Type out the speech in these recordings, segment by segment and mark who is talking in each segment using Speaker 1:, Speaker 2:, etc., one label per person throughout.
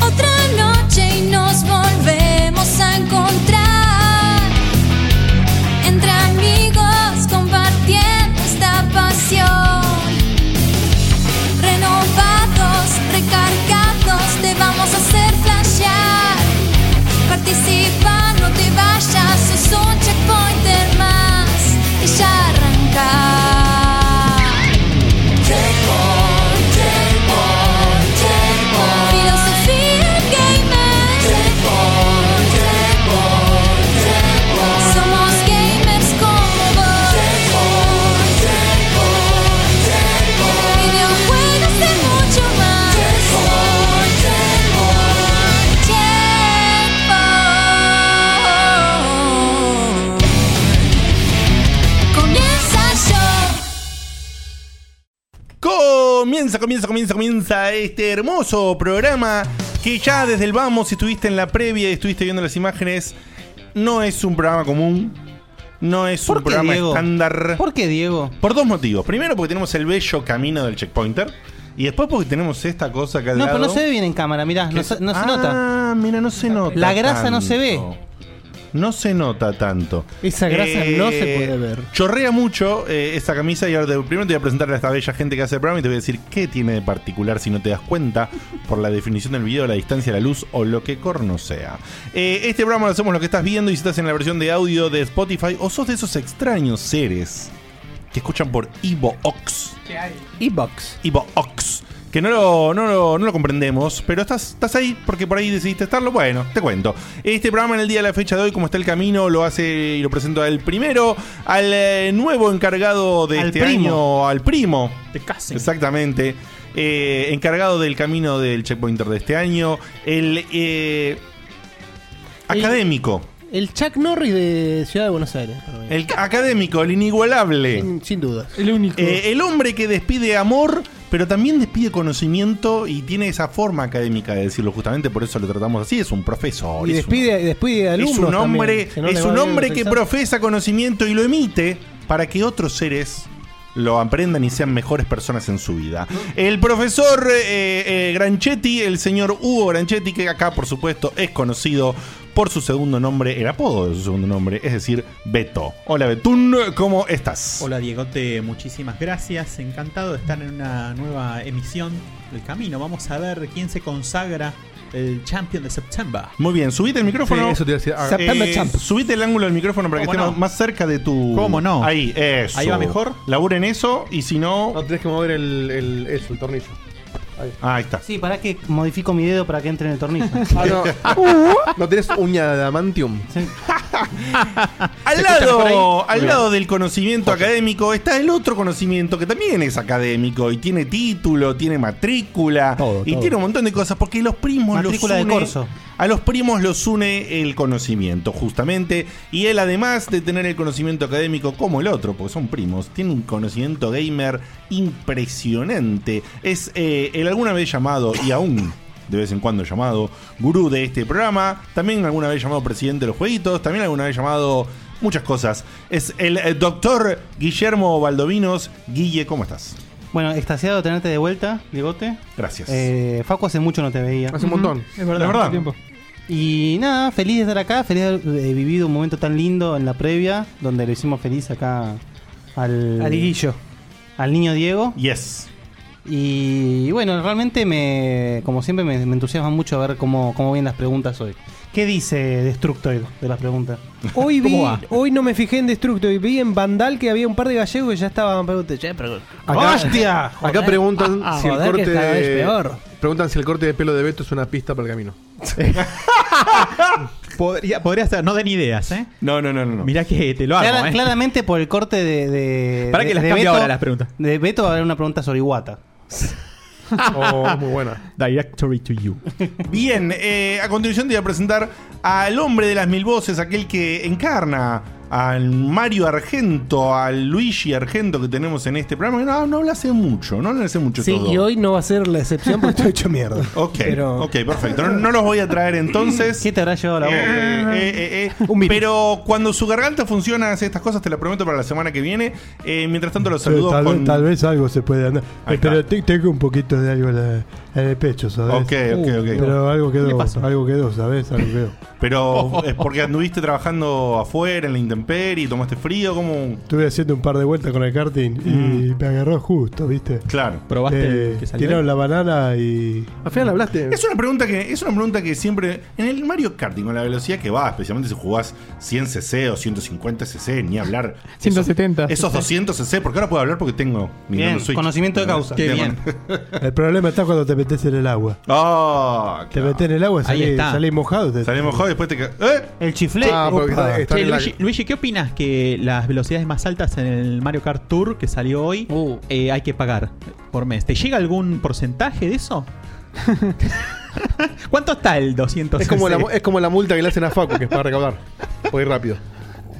Speaker 1: Otra noche y nos volvemos a encontrar entre amigos compartiendo esta pasión. Renovados, recargados, te vamos a hacer flashear. Participa, no te vayas, es un checkpointer más y ya arrancar. Filosofía gamer. Somos gamers como vos. Videojuegos y mucho más. Checkpoint. Comienza yo.
Speaker 2: Comienza, comienza, comienza, comienza este hermoso programa que ya desde el vamos, si estuviste en la previa y estuviste viendo las imágenes, no es un programa común, no es un
Speaker 3: qué,
Speaker 2: programa
Speaker 3: Diego?
Speaker 2: estándar.
Speaker 3: ¿Por qué, Diego?
Speaker 2: Por dos motivos. Primero, porque tenemos el bello camino del checkpointer. Y después, porque tenemos esta cosa acá al
Speaker 3: No, pero
Speaker 2: lado.
Speaker 3: no se ve bien en cámara, mirá, no, se, no se
Speaker 2: Ah,
Speaker 3: nota.
Speaker 2: mira, no se nota.
Speaker 3: La grasa no se ve.
Speaker 2: No se nota tanto.
Speaker 4: Esa grasa
Speaker 2: Eh,
Speaker 4: no se puede ver.
Speaker 2: Chorrea mucho eh, esa camisa y ahora te- primero te voy a presentar a esta bella gente que hace el programa y te voy a decir qué tiene de particular si no te das cuenta por la definición del video, la distancia a la luz o lo que corno sea. Eh, este programa lo hacemos lo que estás viendo y si estás en la versión de audio de Spotify o sos de esos extraños seres que escuchan por Evox.
Speaker 3: E-box.
Speaker 2: Evox. Que no lo, no, lo, no lo comprendemos, pero estás, estás ahí porque por ahí decidiste estarlo. Bueno, te cuento. Este programa en el día de la fecha de hoy, como está el camino, lo hace y lo presento al primero, al eh, nuevo encargado de
Speaker 3: Al
Speaker 2: este
Speaker 3: primo.
Speaker 2: año, al primo.
Speaker 5: De casting.
Speaker 2: Exactamente. Eh, encargado del camino del checkpointer de este año, el eh, académico.
Speaker 4: El Chuck Norris de Ciudad de Buenos Aires. para mí.
Speaker 2: El académico, el inigualable.
Speaker 4: Sin, sin duda.
Speaker 5: El único.
Speaker 2: Eh, el hombre que despide amor, pero también despide conocimiento y tiene esa forma académica de decirlo, justamente por eso lo tratamos así, es un profesor.
Speaker 4: Y
Speaker 2: es un-
Speaker 4: despide, despide de alumnos.
Speaker 2: es un hombre,
Speaker 4: también, que no le
Speaker 2: es
Speaker 4: va
Speaker 2: un
Speaker 4: bien
Speaker 2: hombre
Speaker 4: los
Speaker 2: que
Speaker 4: exámenes.
Speaker 2: profesa conocimiento y lo emite para que otros seres lo aprendan y sean mejores personas en su vida. El profesor eh, eh, Granchetti, el señor Hugo Granchetti, que acá por supuesto es conocido por su segundo nombre, el apodo de su segundo nombre, es decir, Beto. Hola Betún, ¿cómo estás?
Speaker 5: Hola Diegote, muchísimas gracias. Encantado de estar en una nueva emisión del camino. Vamos a ver quién se consagra el champion de septiembre.
Speaker 2: Muy bien, subite el micrófono.
Speaker 6: Sí, eso te iba a decir. Ah,
Speaker 4: Zap- September
Speaker 2: Eh,
Speaker 4: Champ.
Speaker 2: Subite el ángulo del micrófono para que
Speaker 5: ¿Cómo
Speaker 2: esté
Speaker 5: no?
Speaker 2: más- más cerca de tu.
Speaker 5: ¿Cómo no?
Speaker 2: Ahí, eso.
Speaker 5: Ahí va mejor.
Speaker 2: Laburen eso y si no.
Speaker 6: no, tenés que mover el, el, eso, el tornillo.
Speaker 2: Ah, ahí está.
Speaker 3: Sí, para que modifico mi dedo para que entre en el tornillo.
Speaker 6: Ah, no. no tenés uña de adamantium.
Speaker 2: Al lado, al lado del conocimiento académico está el otro conocimiento que también es académico y tiene título, tiene matrícula
Speaker 4: Todo,
Speaker 2: y
Speaker 4: todo.
Speaker 2: tiene un montón de cosas porque los primos
Speaker 3: Matrícula de
Speaker 2: los une,
Speaker 3: corso.
Speaker 2: a los primos los une el conocimiento justamente y él además de tener el conocimiento académico como el otro, porque son primos, tiene un conocimiento gamer impresionante. Es eh, el alguna vez llamado y aún de vez en cuando llamado gurú de este programa, también alguna vez llamado presidente de los jueguitos, también alguna vez llamado muchas cosas. Es el eh, doctor Guillermo Baldovinos. Guille, ¿cómo estás?
Speaker 3: bueno, extasiado de tenerte de vuelta, Diegote.
Speaker 2: Gracias.
Speaker 3: Eh, Facu hace mucho no te veía.
Speaker 6: Hace un montón.
Speaker 5: Es verdad,
Speaker 2: La verdad.
Speaker 5: tiempo.
Speaker 3: Y nada, feliz de estar acá, feliz de haber eh, vivido un momento tan lindo en la previa, donde lo hicimos feliz acá al,
Speaker 4: Al Guillo.
Speaker 3: al niño Diego.
Speaker 2: yes.
Speaker 3: Y bueno, realmente me, como siempre, me, me entusiasma mucho ver cómo, cómo vienen las preguntas hoy. ¿Qué dice Destructoid de las preguntas?
Speaker 4: Hoy vi,
Speaker 5: ¿Cómo va?
Speaker 4: hoy no me fijé en Destructo y vi en Vandal que había un par de gallegos que ya estaban preguntando, "Che, pero
Speaker 6: Acá-
Speaker 3: ¡Hostia!
Speaker 6: Acá preguntan
Speaker 4: Ah,
Speaker 6: si el
Speaker 4: joder, que
Speaker 6: corte
Speaker 4: esta vez
Speaker 6: de,
Speaker 4: peor.
Speaker 6: Preguntan si el corte de pelo de Beto es una pista para el camino.
Speaker 5: Podría, podría ser, no den ideas, ¿eh?
Speaker 2: No, no, no, no. no.
Speaker 5: Mirá que te lo hago,
Speaker 3: Clara-
Speaker 5: ¿eh?
Speaker 3: Claramente por el corte de. de
Speaker 5: Pará que
Speaker 3: de-
Speaker 5: las
Speaker 3: de
Speaker 5: cambio ahora las preguntas.
Speaker 3: De Beto va a haber una pregunta sobre Iwata.
Speaker 6: Oh, muy buena.
Speaker 5: Directory to you.
Speaker 2: Bien, eh, a continuación te voy a presentar al hombre de las mil voces, aquel que encarna al Mario Argento, al Luigi Argento que tenemos en este programa, que no, no habla hace mucho, no habla hace mucho
Speaker 4: Sí,
Speaker 2: todo.
Speaker 4: y hoy no va a ser la excepción porque estoy hecho mierda.
Speaker 2: Ok,
Speaker 4: Pero-
Speaker 2: ok, perfecto. No, no los voy a traer entonces.
Speaker 3: ¿Qué te habrá llevado la voz?
Speaker 2: Eh, eh, eh, eh. Pero cuando su garganta funciona, hace estas cosas, te lo prometo para la semana que viene. Eh, mientras tanto, los saludo
Speaker 7: tal,
Speaker 2: con.
Speaker 7: vez, tal vez algo se puede andar.
Speaker 2: Ahí
Speaker 7: Eh, pero
Speaker 2: está.
Speaker 7: te- tengo un poquito de algo en, la- en el pecho, ¿sabes? Uh,
Speaker 2: Ok, ok, ok.
Speaker 7: Pero algo
Speaker 5: ¿Qué le
Speaker 7: quedó,
Speaker 5: pasó?
Speaker 7: algo quedó, ¿sabes? Algo quedó.
Speaker 2: Pero es porque anduviste trabajando afuera, en la intemperie, tomaste frío, como.
Speaker 7: Estuve haciendo un par de vueltas con el karting
Speaker 2: Mm.
Speaker 7: y me agarró justo, ¿viste?
Speaker 2: Claro.
Speaker 5: ¿Probaste
Speaker 7: Eh,
Speaker 5: el que salió?
Speaker 7: tiraron la banana y.
Speaker 6: Al final hablaste.
Speaker 2: Es una pregunta que es una pregunta que siempre en el Mario Karting con la velocidad que va, especialmente si jugás 100 cc o 150 cc, ni hablar
Speaker 8: 170.
Speaker 2: esos 200 cc, porque ahora puedo hablar porque tengo mi
Speaker 3: Bien,
Speaker 2: Nintendo Switch.
Speaker 3: conocimiento de causa.
Speaker 5: Qué
Speaker 2: Tengo-
Speaker 5: bien.
Speaker 7: El problema está cuando te metes en el agua.
Speaker 2: Ah,
Speaker 7: Te
Speaker 2: claro.
Speaker 7: metes en el agua y
Speaker 5: Ahí
Speaker 7: salís
Speaker 5: está.
Speaker 7: salís mojado. te-
Speaker 2: Salimos joder, después te ca- ¿Eh?
Speaker 3: El chiflé.
Speaker 6: Ah, porque
Speaker 7: Opa.
Speaker 6: está, está
Speaker 5: Che,
Speaker 6: en la-
Speaker 5: Luigi, Luigi, ¿qué opinas que las velocidades más altas en el Mario Kart Tour que salió hoy
Speaker 8: Uh.
Speaker 5: eh, hay que pagar por mes? ¿Te llega algún porcentaje de eso? ¿Cuánto está el 200?
Speaker 6: es, como la,
Speaker 5: eh,
Speaker 6: mu- es como la multa que le hacen a Facu, que es para recaudar. Voy rápido.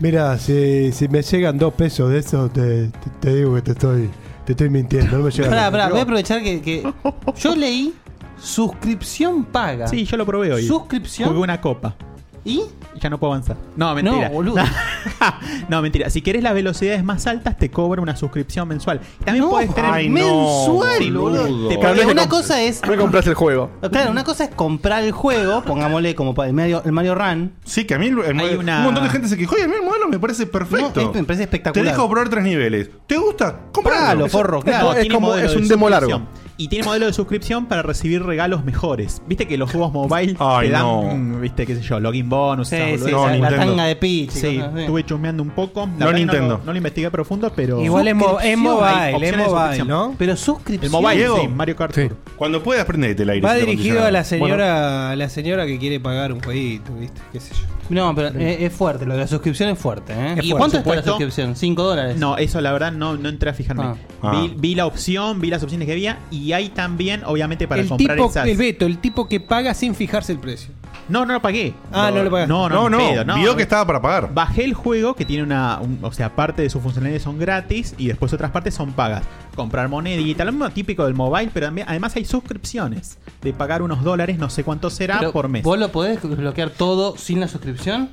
Speaker 7: Mira, si, si me llegan dos pesos de eso, te, te- te digo que te estoy, te estoy mintiendo. No me llegan
Speaker 3: Pará,
Speaker 7: nada.
Speaker 3: pará, voy a aprovechar que, que yo leí suscripción paga.
Speaker 5: Sí, yo lo probé hoy.
Speaker 3: Suscripción.
Speaker 5: Jugué una copa.
Speaker 3: ¿Y?
Speaker 5: Ya no puedo avanzar. No, mentira.
Speaker 3: No, boludo.
Speaker 5: no, mentira. Si querés las velocidades más altas, te cobra una suscripción mensual. También podés tener.
Speaker 2: Ay,
Speaker 3: mensual,
Speaker 2: no,
Speaker 3: boludo.
Speaker 2: boludo.
Speaker 5: Te
Speaker 3: Porque
Speaker 6: Tal vez
Speaker 3: una
Speaker 6: le comp-
Speaker 3: cosa es.
Speaker 6: No compras el juego.
Speaker 3: Claro, una cosa es comprar el juego, pongámosle como pa- el Mario, el Mario Run.
Speaker 2: Sí, que a mí el- el modelo-
Speaker 5: una-
Speaker 2: un montón de gente se quejó y a mí el modelo me parece perfecto.
Speaker 3: No, es- me parece espectacular.
Speaker 2: Te dejo probar tres niveles. ¿Te gusta? Compralo.
Speaker 3: Compralo, forro,
Speaker 6: es
Speaker 3: claro.
Speaker 6: como-
Speaker 5: tiene modelo
Speaker 6: es un
Speaker 5: de
Speaker 6: demo
Speaker 5: suscripción.
Speaker 6: largo.
Speaker 5: Y tiene modelo de suscripción para recibir regalos mejores. Viste que los juegos mobile
Speaker 2: Ay,
Speaker 5: te dan,
Speaker 2: no.
Speaker 5: mm, viste, qué sé yo, login bonus.
Speaker 3: Sí,
Speaker 5: esas boludeces.
Speaker 3: sí,
Speaker 2: No,
Speaker 3: la- la
Speaker 2: Nintendo.
Speaker 3: tanga de pitch. y
Speaker 5: Sí,
Speaker 3: cosas así.
Speaker 5: estuve chusmeando un poco. La
Speaker 2: No
Speaker 5: verdad que
Speaker 2: Nintendo.
Speaker 5: No, lo- no lo investigué profundo, pero.
Speaker 4: Igual es, mo- es
Speaker 5: Suscripción, hay
Speaker 4: mobile, es
Speaker 5: opciones de
Speaker 4: mobile,
Speaker 5: suscripción.
Speaker 4: ¿no?
Speaker 3: Pero
Speaker 5: El
Speaker 3: suscripción.
Speaker 5: mobile,
Speaker 2: Diego.
Speaker 5: sí, Mario Kart.
Speaker 6: Sí.
Speaker 5: Tour.
Speaker 2: Cuando puedas, prendete el aire.
Speaker 4: Va
Speaker 2: si te
Speaker 4: dirigido a
Speaker 2: acondicionado.
Speaker 4: la señora, a la señora que quiere pagar un jueguito, ¿viste? ¿Qué sé yo?
Speaker 3: No, pero eh, es fuerte, lo de la suscripción es fuerte. ¿eh?
Speaker 4: Es
Speaker 3: ¿Y
Speaker 4: fuerte,
Speaker 3: cuánto está la
Speaker 5: supuesto.
Speaker 3: suscripción? ¿5 dólares?
Speaker 5: No, eso la verdad no, no entré a fijarme.
Speaker 3: Ah.
Speaker 2: Ah.
Speaker 5: Vi, vi la opción, vi las opciones que había y hay también, obviamente, para
Speaker 4: el
Speaker 5: comprar
Speaker 4: tipo,
Speaker 5: esas.
Speaker 4: el Beto, el tipo que paga sin fijarse el precio.
Speaker 5: No, no lo pagué.
Speaker 4: Ah, no lo pagaste.
Speaker 5: No, no,
Speaker 2: No, no,
Speaker 5: ni pedo, no.
Speaker 2: vio que estaba para pagar.
Speaker 5: Bajé el juego que tiene una. un- o sea, parte de sus funcionalidades son gratis y después otras partes son pagas. Comprar monedita, lo mismo típico del mobile, pero también- además hay suscripciones de pagar unos dólares, no sé cuánto será
Speaker 3: Pero,
Speaker 5: Ah, por mes.
Speaker 3: ¿Vos lo podés bloquear todo sin la suscripción?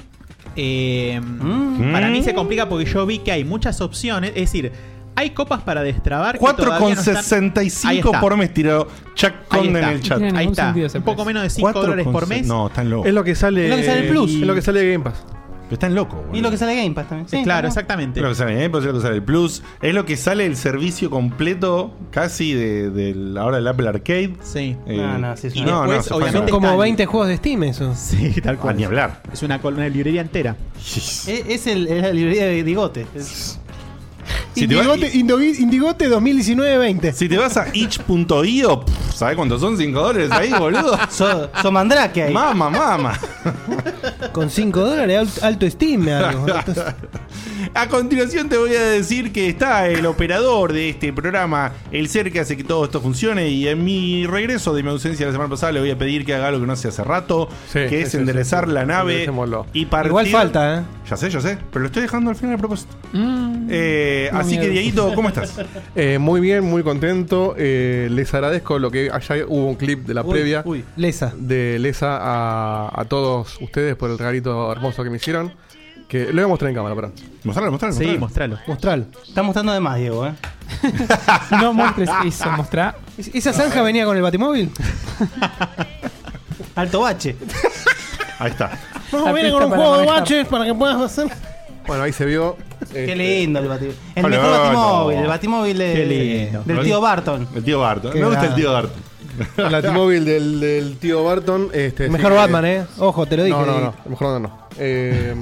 Speaker 5: Eh,
Speaker 3: Mm.
Speaker 5: Para mí se complica porque yo vi que hay muchas opciones. Es decir, hay copas para destrabar. que todavía no están- Ahí
Speaker 2: 4,65
Speaker 5: está.
Speaker 2: por mes tirado Chuck
Speaker 5: Ahí
Speaker 2: Conde en
Speaker 5: está.
Speaker 2: el chat.
Speaker 8: Tiene
Speaker 5: Ahí
Speaker 8: ningún
Speaker 5: está.
Speaker 8: sentido ese
Speaker 5: Un poco
Speaker 8: precio.
Speaker 5: menos de 5
Speaker 2: 4,6
Speaker 5: dólares por mes.
Speaker 2: No, están locos.
Speaker 6: Es lo que sale.
Speaker 3: Es lo que sale el Plus.
Speaker 6: Es lo que sale de Game Pass. Eh,
Speaker 2: Están locos, boludo.
Speaker 3: Y lo que sale de Game Pass también.
Speaker 5: Sí,
Speaker 3: Sí,
Speaker 5: claro,
Speaker 3: ¿no?
Speaker 2: Es
Speaker 5: exactamente.
Speaker 2: lo que sale en Apple, es lo que sale el Plus. Es lo que sale el servicio completo casi de, del- ahora del Apple Arcade.
Speaker 5: Sí.
Speaker 2: Eh,
Speaker 3: No, no, sí, sí.
Speaker 5: Y
Speaker 2: no, no,
Speaker 5: después,
Speaker 2: se
Speaker 5: obviamente,
Speaker 4: Son
Speaker 2: pasa.
Speaker 4: como
Speaker 5: están-
Speaker 4: 20 juegos de Steam esos.
Speaker 5: Sí, tal
Speaker 2: Ah,
Speaker 5: cual.
Speaker 2: ni hablar.
Speaker 5: Es una columna de librería entera.
Speaker 3: Es, E-, es el, es la librería de Digote. Es-
Speaker 2: Si te vas-
Speaker 7: Indigote, Indogi- Indigote 2019-20.
Speaker 2: Si te vas a itch.io, pff, ¿sabes cuántos son? 5 dólares ahí, boludo.
Speaker 3: So, so Mandrake ahí.
Speaker 2: Mama, mama.
Speaker 4: Con 5 dólares, alt- alto Steam. algo.
Speaker 2: A continuación te voy a decir que está el operador de este programa, el ser que hace que todo esto funcione. Y en mi regreso de mi ausencia la semana pasada le voy a pedir que haga algo que no hace hace rato,
Speaker 6: Sí,
Speaker 2: que
Speaker 6: sí,
Speaker 2: es
Speaker 6: sí,
Speaker 2: enderezar
Speaker 6: sí, sí.
Speaker 2: la nave
Speaker 6: Enderecémoslo.
Speaker 2: y partir.
Speaker 4: Igual falta, ¿eh?
Speaker 2: Ya sé, ya sé, pero lo estoy dejando al final de propósito.
Speaker 8: Mm.
Speaker 2: Eh,
Speaker 8: No,
Speaker 2: así
Speaker 8: miedo.
Speaker 2: que, Dieguito, ¿cómo estás?
Speaker 6: Eh, muy bien, muy contento. Eh, les agradezco lo que allá hubo un clip de la
Speaker 4: Uy,
Speaker 6: previa
Speaker 4: uy, lesa.
Speaker 6: de Lesa a, a todos ustedes por el regalito hermoso que me hicieron. Que lo voy a mostrar en cámara, perdón.
Speaker 2: Mostralo, mostralo.
Speaker 5: Sí,
Speaker 2: mostralo.
Speaker 5: mostralo.
Speaker 4: Mostral.
Speaker 3: Está mostrando de más, Diego, eh.
Speaker 8: No muestres eso, mostrá.
Speaker 4: ¿Es- ¿Esa zanja venía con el batimóvil?
Speaker 3: Alto bache.
Speaker 2: Ahí está.
Speaker 4: No,
Speaker 8: viene con un juego de baches
Speaker 4: para que puedas hacer.
Speaker 6: Bueno, ahí se vio.
Speaker 3: Qué
Speaker 6: este,
Speaker 3: lindo el batimóvil. El
Speaker 2: Hola,
Speaker 3: mejor
Speaker 2: no.
Speaker 3: batimóvil, el batimóvil de-
Speaker 5: Qué lindo.
Speaker 3: del tío Barton.
Speaker 2: El tío Barton.
Speaker 4: Qué
Speaker 2: Me gusta
Speaker 4: grande.
Speaker 2: el tío Barton.
Speaker 6: El latimóvil del, del tío Barton. Este,
Speaker 4: Mejor
Speaker 6: sí,
Speaker 4: Batman, ¿eh? Ojo, te lo dije.
Speaker 6: No, no, no. El mejor Batman no. Eh,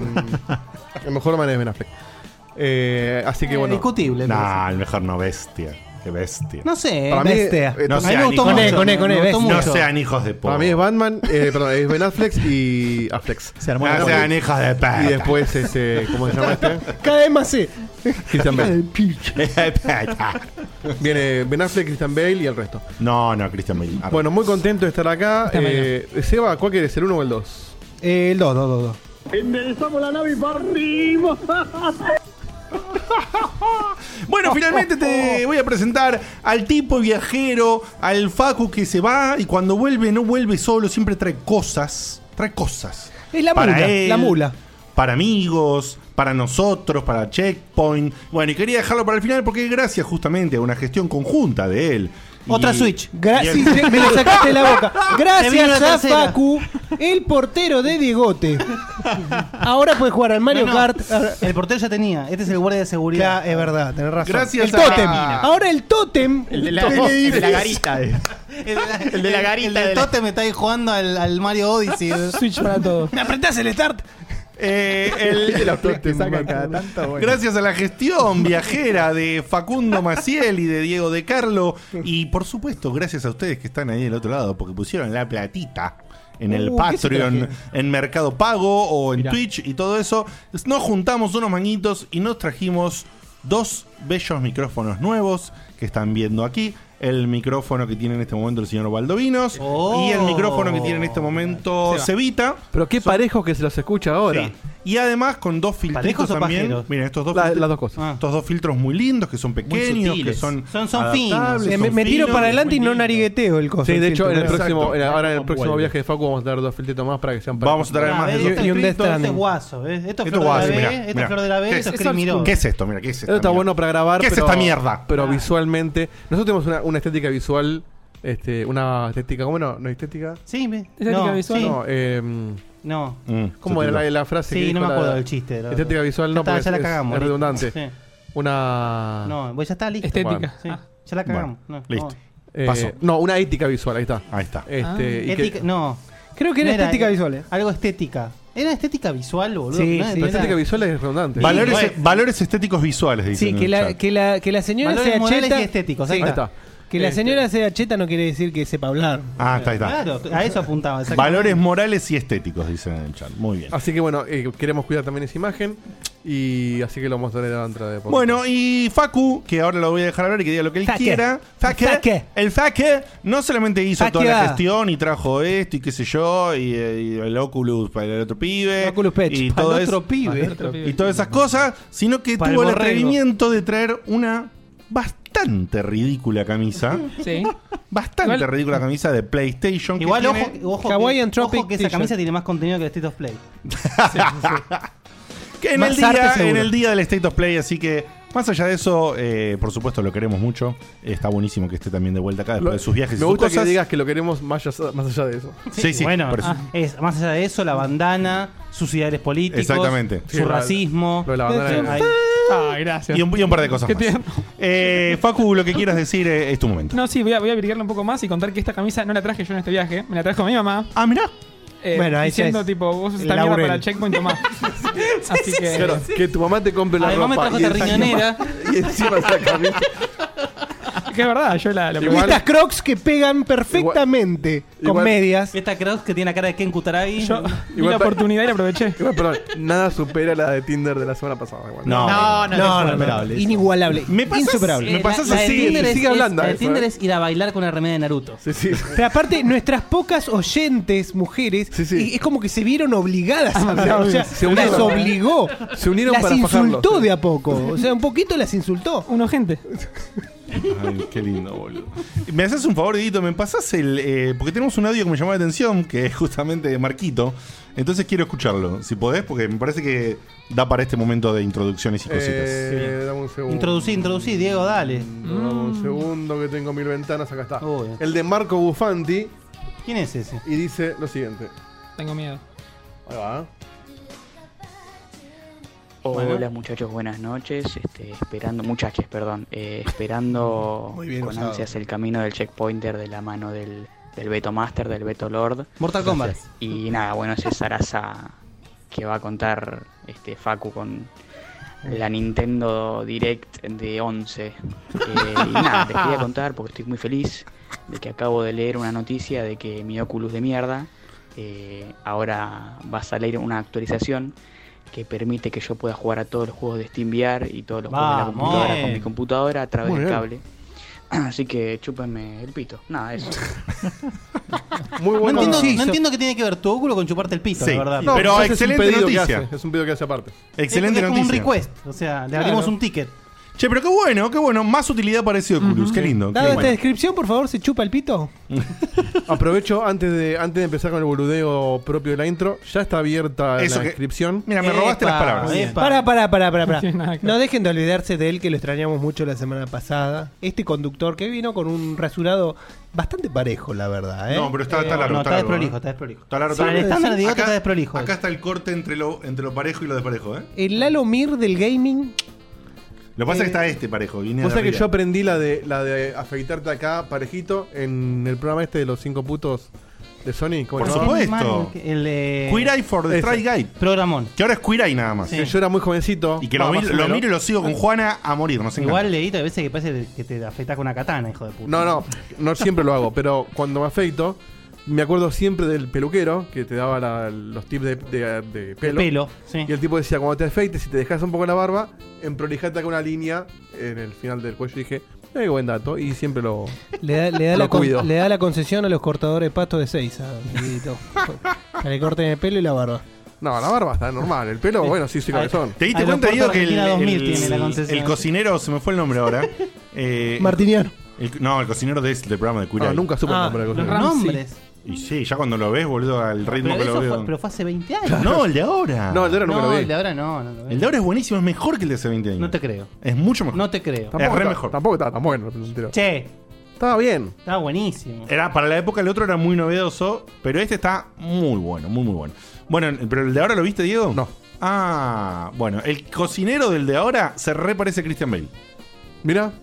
Speaker 6: el mejor Batman es Ben Affleck. Eh, así que
Speaker 3: Eh,
Speaker 6: bueno.
Speaker 3: Discutible.
Speaker 2: Nah, el mejor no, bestia. Qué bestia.
Speaker 3: pero- No sé.
Speaker 6: Para mí,
Speaker 4: Bestia.
Speaker 6: eh,
Speaker 2: No
Speaker 3: a mí
Speaker 2: sean
Speaker 3: me gustó
Speaker 2: hijos
Speaker 4: Con
Speaker 3: mucho.
Speaker 4: él, con él, con él,
Speaker 3: me gustó
Speaker 4: ves.
Speaker 2: No
Speaker 3: mucho.
Speaker 2: sean hijos de
Speaker 6: Para mí es
Speaker 2: pobre.
Speaker 6: Batman, eh, perdón, es Ben Affleck y Affleck.
Speaker 5: Se armó la
Speaker 2: No sean
Speaker 5: nave.
Speaker 2: hijos de perra.
Speaker 6: Y después, este, ¿cómo se llama este?
Speaker 4: Cada vez más sí.
Speaker 6: Christian Bale.
Speaker 2: Espera.
Speaker 6: Viene Ben Affleck, Christian Bale y el resto.
Speaker 2: no, no, Christian Bale. Arre.
Speaker 6: Bueno, muy contento de estar acá.
Speaker 8: Hasta
Speaker 6: Eh, Seba, ¿cuál quieres? ¿El 1 o el 2?
Speaker 4: Eh, el 2, 2, 2, 2.
Speaker 9: Enderezamos la nave y partimos.
Speaker 2: Bueno, finalmente te voy a presentar al tipo viajero, al Facu que se va y cuando vuelve no vuelve solo, siempre trae cosas, trae cosas.
Speaker 4: Es la
Speaker 2: Para
Speaker 4: mula,
Speaker 2: él,
Speaker 4: la mula.
Speaker 2: Para amigos, para nosotros, para Checkpoint. Bueno, y quería dejarlo para el final porque es gracias justamente a una gestión conjunta de él.
Speaker 4: Otra
Speaker 2: Switch.
Speaker 4: Gracias, me lo sacaste de la boca.
Speaker 2: Te vino la
Speaker 4: Gracias a
Speaker 2: tercera.
Speaker 4: Facu, el portero de Diegote. Ahora puede jugar al Mario
Speaker 3: No, no,
Speaker 4: Kart.
Speaker 3: El portero ya tenía. Este es el guardia de seguridad.
Speaker 4: es verdad, tenés razón.
Speaker 3: Gracias
Speaker 4: el
Speaker 3: a-
Speaker 4: tótem. Ahora el tótem.
Speaker 3: El de la-
Speaker 4: del
Speaker 3: el de
Speaker 4: edificio.
Speaker 3: la garita.
Speaker 5: El de la garita
Speaker 3: El,
Speaker 5: del-
Speaker 3: Tote me está ahí jugando al, al Mario Odyssey.
Speaker 4: Switch para todo.
Speaker 3: ¿Me apretás el start?
Speaker 2: el-
Speaker 3: Gracias.
Speaker 2: Gracias a la gestión viajera de Facundo Maciel y de Diego De Carlo. Y por supuesto, gracias a ustedes que están ahí del otro lado, porque pusieron la platita en el
Speaker 10: Uh, ¿qué se
Speaker 2: Patreon,
Speaker 10: trajeron?
Speaker 2: en Mercado Pago o en Twitch y todo eso. Nos juntamos unos manguitos y nos trajimos dos bellos micrófonos nuevos que están viendo aquí. El micrófono que tiene en este momento el señor Baldovinos y
Speaker 10: Oh.
Speaker 2: el micrófono que tiene en este momento Cevita.
Speaker 6: Oh. Pero qué parejo que se los escucha ahora.
Speaker 2: Sí. Y además con dos filtritos
Speaker 6: ¿Parejos o
Speaker 2: también.
Speaker 6: pajeros?
Speaker 2: Miren, estos dos
Speaker 6: La-
Speaker 2: filtros-
Speaker 6: las dos cosas.
Speaker 2: Estos dos filtros muy lindos que son pequeños, que
Speaker 6: sutiles.
Speaker 2: son
Speaker 6: Son- son
Speaker 2: adaptables,
Speaker 6: finos.
Speaker 2: son
Speaker 4: Eh, me, me tiro
Speaker 2: finos.
Speaker 4: para adelante y no narigueteo el coso.
Speaker 6: Sí, de hecho, en el
Speaker 4: filtro.
Speaker 6: próximo, en- ahora en el próximo
Speaker 4: Vuelve.
Speaker 6: viaje de Facu vamos a traer dos filtritos más para que sean para
Speaker 2: Vamos a traer
Speaker 3: Ah,
Speaker 2: más de dos.
Speaker 6: Ah, Y- y un Death
Speaker 3: Este es
Speaker 6: Stranding.
Speaker 3: guaso, ¿ves? Esto es
Speaker 2: Esto
Speaker 3: flor de la
Speaker 2: guaso,
Speaker 3: B,
Speaker 2: mirá,
Speaker 3: esto
Speaker 2: mirá.
Speaker 3: es flor de la B,
Speaker 2: ¿Qué
Speaker 3: esto es
Speaker 2: es-
Speaker 3: Crimiró.
Speaker 2: ¿Qué es esto? Mira, ¿qué es esto?
Speaker 6: Esto está bueno para grabar.
Speaker 2: ¿Qué es
Speaker 6: pero-
Speaker 2: esta mierda?
Speaker 6: Pero visualmente. Nosotros tenemos una, una estética visual. Este, una estética. ¿Cómo no? ¿No estética?
Speaker 3: Sí, me-
Speaker 6: no,
Speaker 3: no, sí.
Speaker 6: No, em,
Speaker 3: No.
Speaker 2: Mm.
Speaker 6: ¿Cómo era la, la frase? que
Speaker 3: Sí, no
Speaker 6: dijo
Speaker 3: me
Speaker 6: la-
Speaker 3: acuerdo del chiste. la
Speaker 6: estética
Speaker 3: verdad.
Speaker 6: visual
Speaker 3: Ya
Speaker 6: no,
Speaker 3: está,
Speaker 6: porque
Speaker 3: ya la
Speaker 6: es-
Speaker 3: cagamos.
Speaker 6: Es redundante.
Speaker 3: Sí.
Speaker 6: Una.
Speaker 3: No, pues ya está listo.
Speaker 6: Estética.
Speaker 3: Sí, ya la cagamos. No, no.
Speaker 6: Eh,
Speaker 3: Pasó.
Speaker 6: no, una ética visual, ahí está.
Speaker 2: Ahí está.
Speaker 6: Este,
Speaker 3: Ah.
Speaker 6: y que-
Speaker 3: Ética- no.
Speaker 4: Creo que era
Speaker 3: No
Speaker 4: estética visual, eh.
Speaker 3: Algo estética. Era estética visual, boludo.
Speaker 4: Sí,
Speaker 3: No,
Speaker 4: sí.
Speaker 3: no
Speaker 6: pero
Speaker 3: era-
Speaker 6: estética visual es redundante.
Speaker 2: Valores, e- valores estéticos visuales, dicen.
Speaker 4: Sí,
Speaker 2: en
Speaker 4: que
Speaker 2: el
Speaker 4: la,
Speaker 2: chat.
Speaker 4: que, la, que la señora
Speaker 3: Valores
Speaker 4: sea
Speaker 3: morales
Speaker 4: cheta.
Speaker 3: y estéticos, ahí
Speaker 4: Sí.
Speaker 3: está.
Speaker 4: Que la
Speaker 3: Este.
Speaker 4: señora sea cheta no quiere decir que sepa hablar.
Speaker 2: Ah, está, ahí está.
Speaker 3: Claro, a eso apuntaba. exactamente.
Speaker 2: Valores morales y estéticos, dicen en el chat. Muy bien.
Speaker 6: Así que bueno, eh, queremos cuidar también esa imagen. Y así que lo vamos a tener dentro
Speaker 4: Ah,
Speaker 6: de poco.
Speaker 2: Bueno, y Facu, que ahora lo voy a dejar hablar y que diga lo que él
Speaker 6: Faque.
Speaker 2: quiera. Faque, El Faque no solamente hizo toda la
Speaker 6: Faquea.
Speaker 2: gestión y trajo esto y qué sé yo, y, eh, y el Oculus para el otro pibe. y
Speaker 6: para
Speaker 2: todo
Speaker 6: el otro
Speaker 2: eso-
Speaker 6: pibe. Para el otro
Speaker 2: Y todas esas cosas, sino que
Speaker 6: Para el
Speaker 2: tuvo el
Speaker 6: borrego.
Speaker 2: atrevimiento de traer una bastante ridícula camisa.
Speaker 8: Sí.
Speaker 2: Bastante ridícula camisa de PlayStation. que
Speaker 3: Igual, ojo,
Speaker 2: tiene-
Speaker 3: ojo,
Speaker 4: Hawaiian
Speaker 3: que,
Speaker 4: Tropic
Speaker 3: ojo que esa
Speaker 4: T-shirt.
Speaker 3: camisa tiene más contenido que el State of Play.
Speaker 2: Que en
Speaker 3: Más
Speaker 2: el,
Speaker 3: arte
Speaker 2: día,
Speaker 3: seguro.
Speaker 2: en el día del State of Play, así que más allá de eso, eh, por supuesto lo queremos mucho. Está buenísimo que esté también de vuelta acá después
Speaker 6: Lo-
Speaker 2: de sus viajes y
Speaker 6: Me
Speaker 2: sus
Speaker 6: gusta
Speaker 2: cosas.
Speaker 6: que digas que lo queremos más allá, más allá de eso.
Speaker 2: Sí, sí,
Speaker 3: bueno,
Speaker 2: por eso.
Speaker 3: ah, es, más allá de eso, la bandana, sus ideales políticos,
Speaker 2: Exactamente.
Speaker 3: su
Speaker 2: Sí, la-
Speaker 3: racismo.
Speaker 6: lo de la bandana
Speaker 3: Ahí.
Speaker 6: es-
Speaker 3: Ah,
Speaker 8: Ay, gracias.
Speaker 2: Y un, y un par de cosas más. Eh, Facu, lo que quieras decir eh, es tu momento.
Speaker 8: No, sí, voy a, voy a averiguarlo un poco más y contar que esta camisa no la traje yo en este viaje, me la trajo mi mamá.
Speaker 2: Ah, mirá.
Speaker 8: bueno,
Speaker 6: Bueno, ahí ya
Speaker 8: diciendo,
Speaker 6: es
Speaker 8: tipo, vos sos esta
Speaker 6: el
Speaker 8: mierda
Speaker 6: laurel.
Speaker 8: para el checkpoint, tomá. Así que.
Speaker 6: Claro, que tu mamá te compre la
Speaker 8: Además me
Speaker 6: ropa.
Speaker 8: trajo esta
Speaker 6: encima-
Speaker 8: riñonera.
Speaker 6: y encima esa camisa.
Speaker 8: Que es
Speaker 3: Ah,
Speaker 8: verdad, yo la, la
Speaker 4: Y Estas crocs que pegan perfectamente con
Speaker 6: igual-
Speaker 4: medias.
Speaker 3: Esta Kraus que tiene la cara de Ken Kutaragi.
Speaker 8: Yo vi la oportunidad y la aproveché.
Speaker 6: Igual, perdón, nada supera la de Tinder de la semana pasada. igual.
Speaker 2: No, no, no, no, no, no.
Speaker 4: Inigualable.
Speaker 2: Me pasas-
Speaker 4: insuperable.
Speaker 2: eh, Me pasas
Speaker 3: la, la de
Speaker 2: así,
Speaker 3: Tinder es-
Speaker 6: sigue
Speaker 3: es-
Speaker 6: hablando
Speaker 3: La de
Speaker 6: eso,
Speaker 3: Tinder
Speaker 6: eh.
Speaker 3: es ir a bailar con la remera de Naruto.
Speaker 6: Sí, sí.
Speaker 4: Pero aparte, nuestras pocas oyentes mujeres y es como que se vieron obligadas a hablar. O sea,
Speaker 6: Se unieron.
Speaker 4: las obligó.
Speaker 6: Se unieron
Speaker 4: las
Speaker 6: para
Speaker 4: insultó
Speaker 6: fajarlos.
Speaker 4: de a poco. O sea, un poquito las insultó.
Speaker 8: Uno gente.
Speaker 2: Ay, qué lindo, boludo. Me haces un favor, Edito, me pasas el. eh, porque tenemos un audio que me llamó la atención, que es justamente de Marquito. Entonces quiero escucharlo, si podés, porque me parece que da para este momento de introducciones y cositas.
Speaker 6: Eh, dame un segundo. Mm,
Speaker 3: Introducí, introducí, Diego, dale.
Speaker 6: Dame
Speaker 4: Mm.
Speaker 6: un segundo que tengo mil ventanas, acá está. El de Marco Bufanti.
Speaker 3: ¿Quién es ese?
Speaker 6: Y dice lo siguiente.
Speaker 8: Tengo miedo.
Speaker 6: Ahí va.
Speaker 11: Hola muchachos, buenas noches. Este, esperando, muchachos, perdón, eh, esperando
Speaker 12: Muy bien
Speaker 11: con
Speaker 12: usado.
Speaker 11: ansias el camino del checkpointer de la mano del, del Beto Master, del Beto Lord.
Speaker 3: Mortal Kombat.
Speaker 11: Gracias. Y nada, bueno, ese es Sarasa que va a contar este Facu con la Nintendo Direct de 11. Eh, y nada, les quería contar porque estoy muy feliz de que acabo de leer una noticia de que mi Oculus de mierda eh, ahora va a salir una actualización que permite que yo pueda jugar a todos los juegos de SteamVR y todos los juegos de la
Speaker 3: Vamos.
Speaker 11: computadora con mi computadora a través
Speaker 3: Muy
Speaker 11: del
Speaker 3: bien.
Speaker 11: cable. Así que chúpenme el pito. Nada, eso.
Speaker 6: Muy
Speaker 3: No
Speaker 6: bueno.
Speaker 3: entiendo,
Speaker 6: Conciso.
Speaker 3: no entiendo qué tiene que ver tu óculo con chuparte el pito,
Speaker 6: Sí.
Speaker 3: la verdad.
Speaker 6: No, pero
Speaker 3: Ese es un
Speaker 6: excelente
Speaker 3: pedido que
Speaker 6: noticia.
Speaker 3: hace.
Speaker 6: Es un pedido que hace aparte.
Speaker 2: Excelente
Speaker 3: es, es como
Speaker 2: noticia.
Speaker 3: un request, o sea, le
Speaker 2: Claro.
Speaker 3: abrimos un ticket.
Speaker 2: Che, pero qué bueno, qué bueno. Más utilidad para ese Oculus. Qué lindo.
Speaker 4: Dada
Speaker 2: qué
Speaker 4: esta
Speaker 2: bueno.
Speaker 4: descripción, por favor, se chupa el pito.
Speaker 6: Aprovecho antes de antes de empezar con el boludeo propio de la intro. Ya está abierta
Speaker 4: Eso
Speaker 6: la
Speaker 4: que-
Speaker 6: inscripción.
Speaker 4: Para, para, para, para,
Speaker 6: No tiene nada que
Speaker 4: No dejen de olvidarse de él que lo extrañamos mucho la semana pasada. Este conductor que vino con un rasurado bastante parejo, la verdad. ¿eh?
Speaker 2: No, pero está, está largo.
Speaker 4: no,
Speaker 2: largo,
Speaker 4: desprolijo,
Speaker 2: ¿eh?
Speaker 4: está desprolijo.
Speaker 2: Está largo.
Speaker 4: Sí, el estándar de Diego
Speaker 2: Acá-
Speaker 4: está desprolijo. eh.
Speaker 2: Acá está el corte entre lo, entre lo parejo y lo desparejo, ¿eh?
Speaker 4: El Lalo Mir del gaming.
Speaker 2: Lo que pasa es
Speaker 6: Eh,
Speaker 2: que está este parejo. Viene
Speaker 6: Vos
Speaker 2: de
Speaker 6: sabés que yo
Speaker 2: arriba.
Speaker 6: aprendí la de la de afeitarte acá parejito en el programa este de los cinco putos de Sony. ¿Cómo
Speaker 2: Por
Speaker 6: se llama?
Speaker 2: supuesto.
Speaker 3: El, eh,
Speaker 2: Queer Eye for the
Speaker 6: Ese.
Speaker 2: Strike Guide.
Speaker 3: Programón.
Speaker 2: Que ahora es Queer Eye nada más.
Speaker 6: Que yo era muy jovencito.
Speaker 2: Y que lo,
Speaker 6: más-
Speaker 2: vi-
Speaker 6: más o
Speaker 2: lo
Speaker 6: menos.
Speaker 2: miro y lo sigo
Speaker 4: Ah.
Speaker 2: con Juana a morir. No sé
Speaker 3: Igual leíto a veces que parece que te afeitas con una katana, hijo de puta.
Speaker 6: No, no, no siempre lo hago, pero cuando me afeito, me acuerdo siempre del peluquero que te daba la- los tips de, de- de pelo.
Speaker 3: pelo,
Speaker 6: Y el tipo decía, cuando te afeites y te dejas un poco la barba, emprolijate acá una línea en el final del cuello. Y dije, eh, buen dato. Y siempre lo,
Speaker 4: Le da, le da
Speaker 6: lo
Speaker 4: la con-
Speaker 6: cuido.
Speaker 4: le da la concesión a los cortadores de pasto de Seiza. amiguito. que le corten el pelo y la barba.
Speaker 6: No, la barba está normal. El pelo, bueno, sí, sí, cabezón.
Speaker 2: ¿Te diste cuenta, Diego, que el, el- el
Speaker 6: cocinero
Speaker 2: cocinero, se me fue el nombre ahora? eh,
Speaker 4: Martiniano.
Speaker 2: el- no, el cocinero de- este, del programa de Curia.
Speaker 6: Ah, nunca supe el Ah, nombre del cocinero. los
Speaker 3: nombres. Ah,
Speaker 2: Y sí, ya cuando lo ves, boludo, al ritmo
Speaker 3: pero,
Speaker 2: que lo
Speaker 3: eso
Speaker 2: veo.
Speaker 3: fue, pero fue hace 20 años.
Speaker 2: No, el de ahora.
Speaker 6: No, el de ahora nunca
Speaker 3: no,
Speaker 6: lo vi.
Speaker 3: el de ahora no. no, no.
Speaker 2: El de ahora es buenísimo, es mejor que el de hace 20 años.
Speaker 3: No te creo.
Speaker 2: Es mucho mejor.
Speaker 3: No te creo.
Speaker 2: es re
Speaker 6: está-
Speaker 2: mejor.
Speaker 6: Tampoco está tan bueno. pero-
Speaker 3: Che.
Speaker 6: Estaba bien.
Speaker 3: Estaba buenísimo.
Speaker 2: Era, para la época el otro era muy novedoso, pero este está muy bueno, muy muy bueno. Bueno, pero el de ahora lo viste, Diego? No. Ah, bueno, el cocinero del de ahora se re parece a Christian Bale.
Speaker 6: Mira.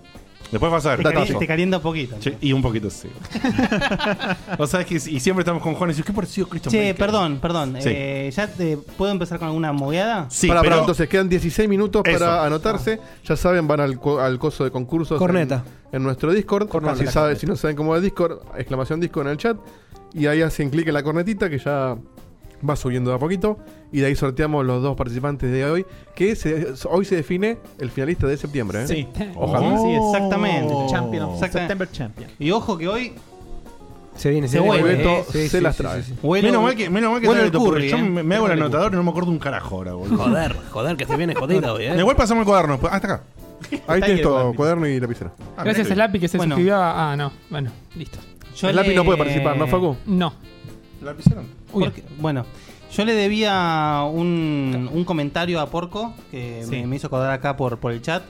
Speaker 2: Después vas a ver.
Speaker 3: Te, cali- te calienta un poquito.
Speaker 2: Sí, y un poquito sí. o sea, es que y siempre estamos con Juan y decimos, ¿qué parecido a Christian Bale?
Speaker 3: Che,
Speaker 2: que
Speaker 3: perdón,
Speaker 2: es?
Speaker 3: perdón.
Speaker 2: Sí.
Speaker 3: eh, ¿Ya te puedo empezar con alguna mogueada?
Speaker 2: Sí,
Speaker 6: Pará, pará,
Speaker 2: pero-
Speaker 6: entonces quedan 16 minutos
Speaker 2: Eso.
Speaker 6: para anotarse. Ya saben, van al, co- al coso de concursos.
Speaker 4: Corneta.
Speaker 6: En, en nuestro Discord.
Speaker 4: Corneta,
Speaker 6: si,
Speaker 4: la
Speaker 6: saben, si no saben cómo es Discord, exclamación Discord en el chat. Y ahí hacen clic en la cornetita que ya va subiendo de a poquito. Y de ahí sorteamos los dos participantes de hoy. Que se- hoy se define el finalista de septiembre. ¿eh?
Speaker 5: Sí.
Speaker 6: Ojalá.
Speaker 3: Sí, exactamente.
Speaker 2: Oh.
Speaker 5: Champion of
Speaker 3: Exactamente.
Speaker 5: September Champion.
Speaker 3: Y ojo que hoy
Speaker 4: Se viene,
Speaker 3: se vuelve.
Speaker 6: Beto
Speaker 3: eh.
Speaker 6: se las trae.
Speaker 3: Huele-
Speaker 2: menos mal que, menos mal que
Speaker 3: huele
Speaker 2: está
Speaker 3: el
Speaker 2: Beto, porque
Speaker 3: curry,
Speaker 2: yo
Speaker 3: eh.
Speaker 2: me, me hago el
Speaker 3: Huele el
Speaker 2: anotador y no me acuerdo un carajo ahora, boludo.
Speaker 10: Joder, joder, que se viene jodido hoy, eh.
Speaker 2: Igual pasamos el cuaderno, pues, hasta acá.
Speaker 6: Ahí
Speaker 5: Está
Speaker 6: tienes
Speaker 5: ahí
Speaker 6: todo,
Speaker 5: el
Speaker 6: cuaderno y lapicera.
Speaker 8: Gracias a Slappy que se
Speaker 3: Bueno.
Speaker 8: suscribió a. Ah, no. Bueno, listo.
Speaker 3: Yo El Lapi le- no puede participar, ¿no, Facu?
Speaker 8: No.
Speaker 3: Porque- bueno, yo le debía un, un comentario a Porco que me, me hizo acordar acá por, por el chat.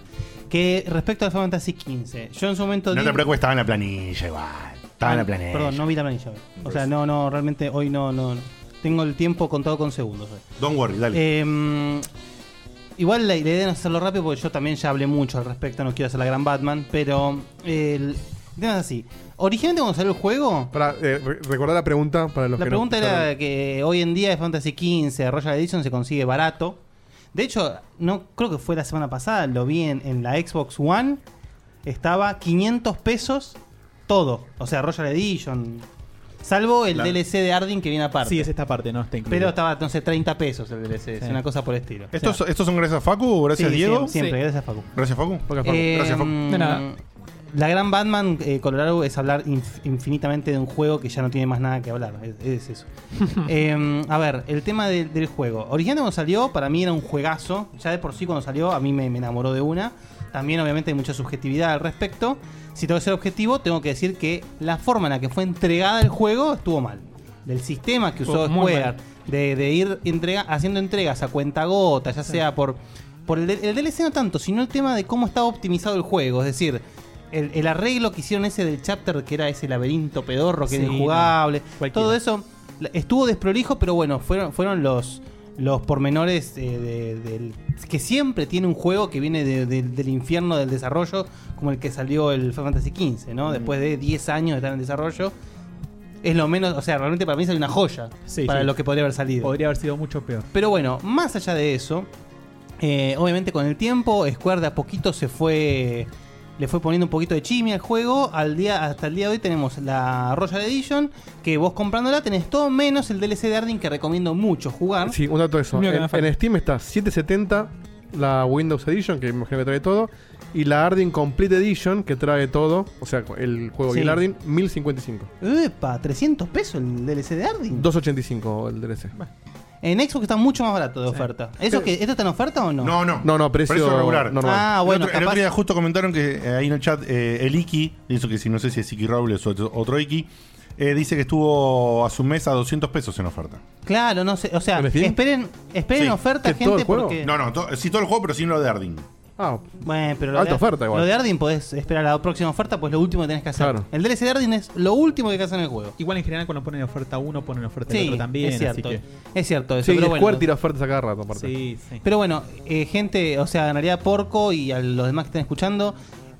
Speaker 3: Que respecto al Final Fantasy XV, yo en su momento.
Speaker 2: No
Speaker 3: di- Ah,
Speaker 2: te preocupes, estaba en la planilla igual. Estaba en la planilla.
Speaker 3: Perdón, no vi la planilla. hoy. O sea, no, no, realmente hoy no, no. no. Tengo el tiempo contado con segundos. hoy.
Speaker 2: Don't worry, dale.
Speaker 3: Eh, igual la, la idea es hacerlo rápido porque yo también ya hablé mucho al respecto, no quiero hacer la gran Batman, pero eh, el el tema es así. Originalmente cuando salió el juego...
Speaker 6: Para, eh, re- recordar la pregunta para los
Speaker 3: La
Speaker 6: que
Speaker 3: pregunta
Speaker 6: no,
Speaker 3: era que hoy en día de Fantasy XV, Royal Edition se consigue barato. De hecho, no creo que fue la semana pasada, lo vi en, en la Xbox One. Estaba 500 pesos todo. O sea, Royal Edition. Salvo el
Speaker 5: La-
Speaker 3: DLC de Ardyn que viene aparte.
Speaker 5: Sí, es esta parte, no está incluido.
Speaker 3: Pero estaba, no sé, 30 pesos el DLC. Es
Speaker 5: Sí.
Speaker 3: una cosa por este el estilo.
Speaker 2: ¿Estos, ¿Estos son gracias a Facu? ¿Gracias
Speaker 3: Sí,
Speaker 2: Diego?
Speaker 3: siem- siempre, Sí. gracias, Facu.
Speaker 2: ¿Gracias Facu?
Speaker 3: Eh,
Speaker 2: gracias Facu.
Speaker 3: mm, La gran Batman eh, Colorado es hablar inf- infinitamente de un juego que ya no tiene más nada que hablar. Es, es eso. Eh, a ver, el tema de- del juego. Originalmente cuando salió, para mí era un juegazo. Ya de por sí cuando salió, a mí me, me enamoró de una. También obviamente hay mucha subjetividad al respecto. Si tengo que ser objetivo, tengo que decir que la forma en la que fue entregada el juego estuvo mal. Del sistema que usó
Speaker 8: Estuvo Oh, muy
Speaker 3: Square,
Speaker 8: mal.
Speaker 3: de, de ir entrega, haciendo entregas a cuenta gota, ya sea por, por el, D- el DLC no tanto, sino el tema de cómo estaba optimizado el juego. Es decir, el, el arreglo que hicieron ese del chapter, que era ese laberinto pedorro, que era
Speaker 8: Sí,
Speaker 3: injugable, todo eso la- estuvo desprolijo, pero bueno, fueron, fueron los, los pormenores eh, de- del- que siempre tiene un juego que viene de- de- del infierno del desarrollo, como el que salió el Final Fantasy XV,
Speaker 8: Mm.
Speaker 3: ¿no? Después de 10 años de estar en desarrollo. Es lo menos, o sea, realmente para mí salió una joya
Speaker 5: Sí,
Speaker 3: para
Speaker 5: sí.
Speaker 3: lo que podría haber salido.
Speaker 5: Podría haber sido mucho peor.
Speaker 3: Pero bueno, más allá de eso, eh, obviamente con el tiempo, Square de a poquito se fue. Le fue poniendo un poquito de chimia al juego. Al día, hasta el día de hoy tenemos la Royal Edition, que vos comprándola tenés todo menos el DLC de Ardyn que recomiendo mucho jugar.
Speaker 6: Sí, un dato de eso.
Speaker 3: Mira que
Speaker 6: En,
Speaker 3: me falta.
Speaker 6: en Steam está 770 la Windows Edition, que me imagino que trae todo, y la Ardin Complete Edition, que trae todo, o sea, el juego
Speaker 3: Sí.
Speaker 6: y el Ardin, 1055.
Speaker 3: Epa, 300 pesos el DLC de Ardyn.
Speaker 6: 285 el DLC.
Speaker 3: En Xbox está mucho más barato de oferta. ¿Eso que, ¿Esto está en oferta o no?
Speaker 2: No, no.
Speaker 6: No, no, precio,
Speaker 2: Precio regular.
Speaker 6: normal.
Speaker 3: Ah,
Speaker 2: El
Speaker 3: bueno,
Speaker 2: otro- el
Speaker 3: capaz-
Speaker 2: otro día justo comentaron que eh, ahí en el chat eh, el Iki, eso que si no sé si es Iki Robles o otro, otro Iki, eh, dice que estuvo a su mes a 200 pesos en oferta.
Speaker 3: Claro, no sé. O sea,
Speaker 2: ¿En Steam?
Speaker 3: esperen, esperen
Speaker 2: Sí.
Speaker 3: oferta, gente, porque.
Speaker 2: No, no, to- sí todo el juego, pero sin lo de Ardyn.
Speaker 6: Ah,
Speaker 3: bueno, pero lo
Speaker 2: Alta
Speaker 3: de,
Speaker 2: oferta igual.
Speaker 3: Lo de Ardyn podés esperar a la próxima oferta, pues lo último que tenés que hacer.
Speaker 5: Claro.
Speaker 3: El DLC de Ardyn es lo último que hay que hacer en el juego.
Speaker 5: Igual en general cuando ponen oferta uno, ponen oferta el
Speaker 3: Sí,
Speaker 5: otro también.
Speaker 3: es cierto.
Speaker 5: Así
Speaker 3: Es cierto eso,
Speaker 6: Sí,
Speaker 3: pero
Speaker 6: y
Speaker 3: bueno.
Speaker 6: Square tira ofertas a cada rato, aparte.
Speaker 5: Sí, sí.
Speaker 3: Pero bueno, eh, gente, o sea, ganaría Porco y a los demás que estén escuchando.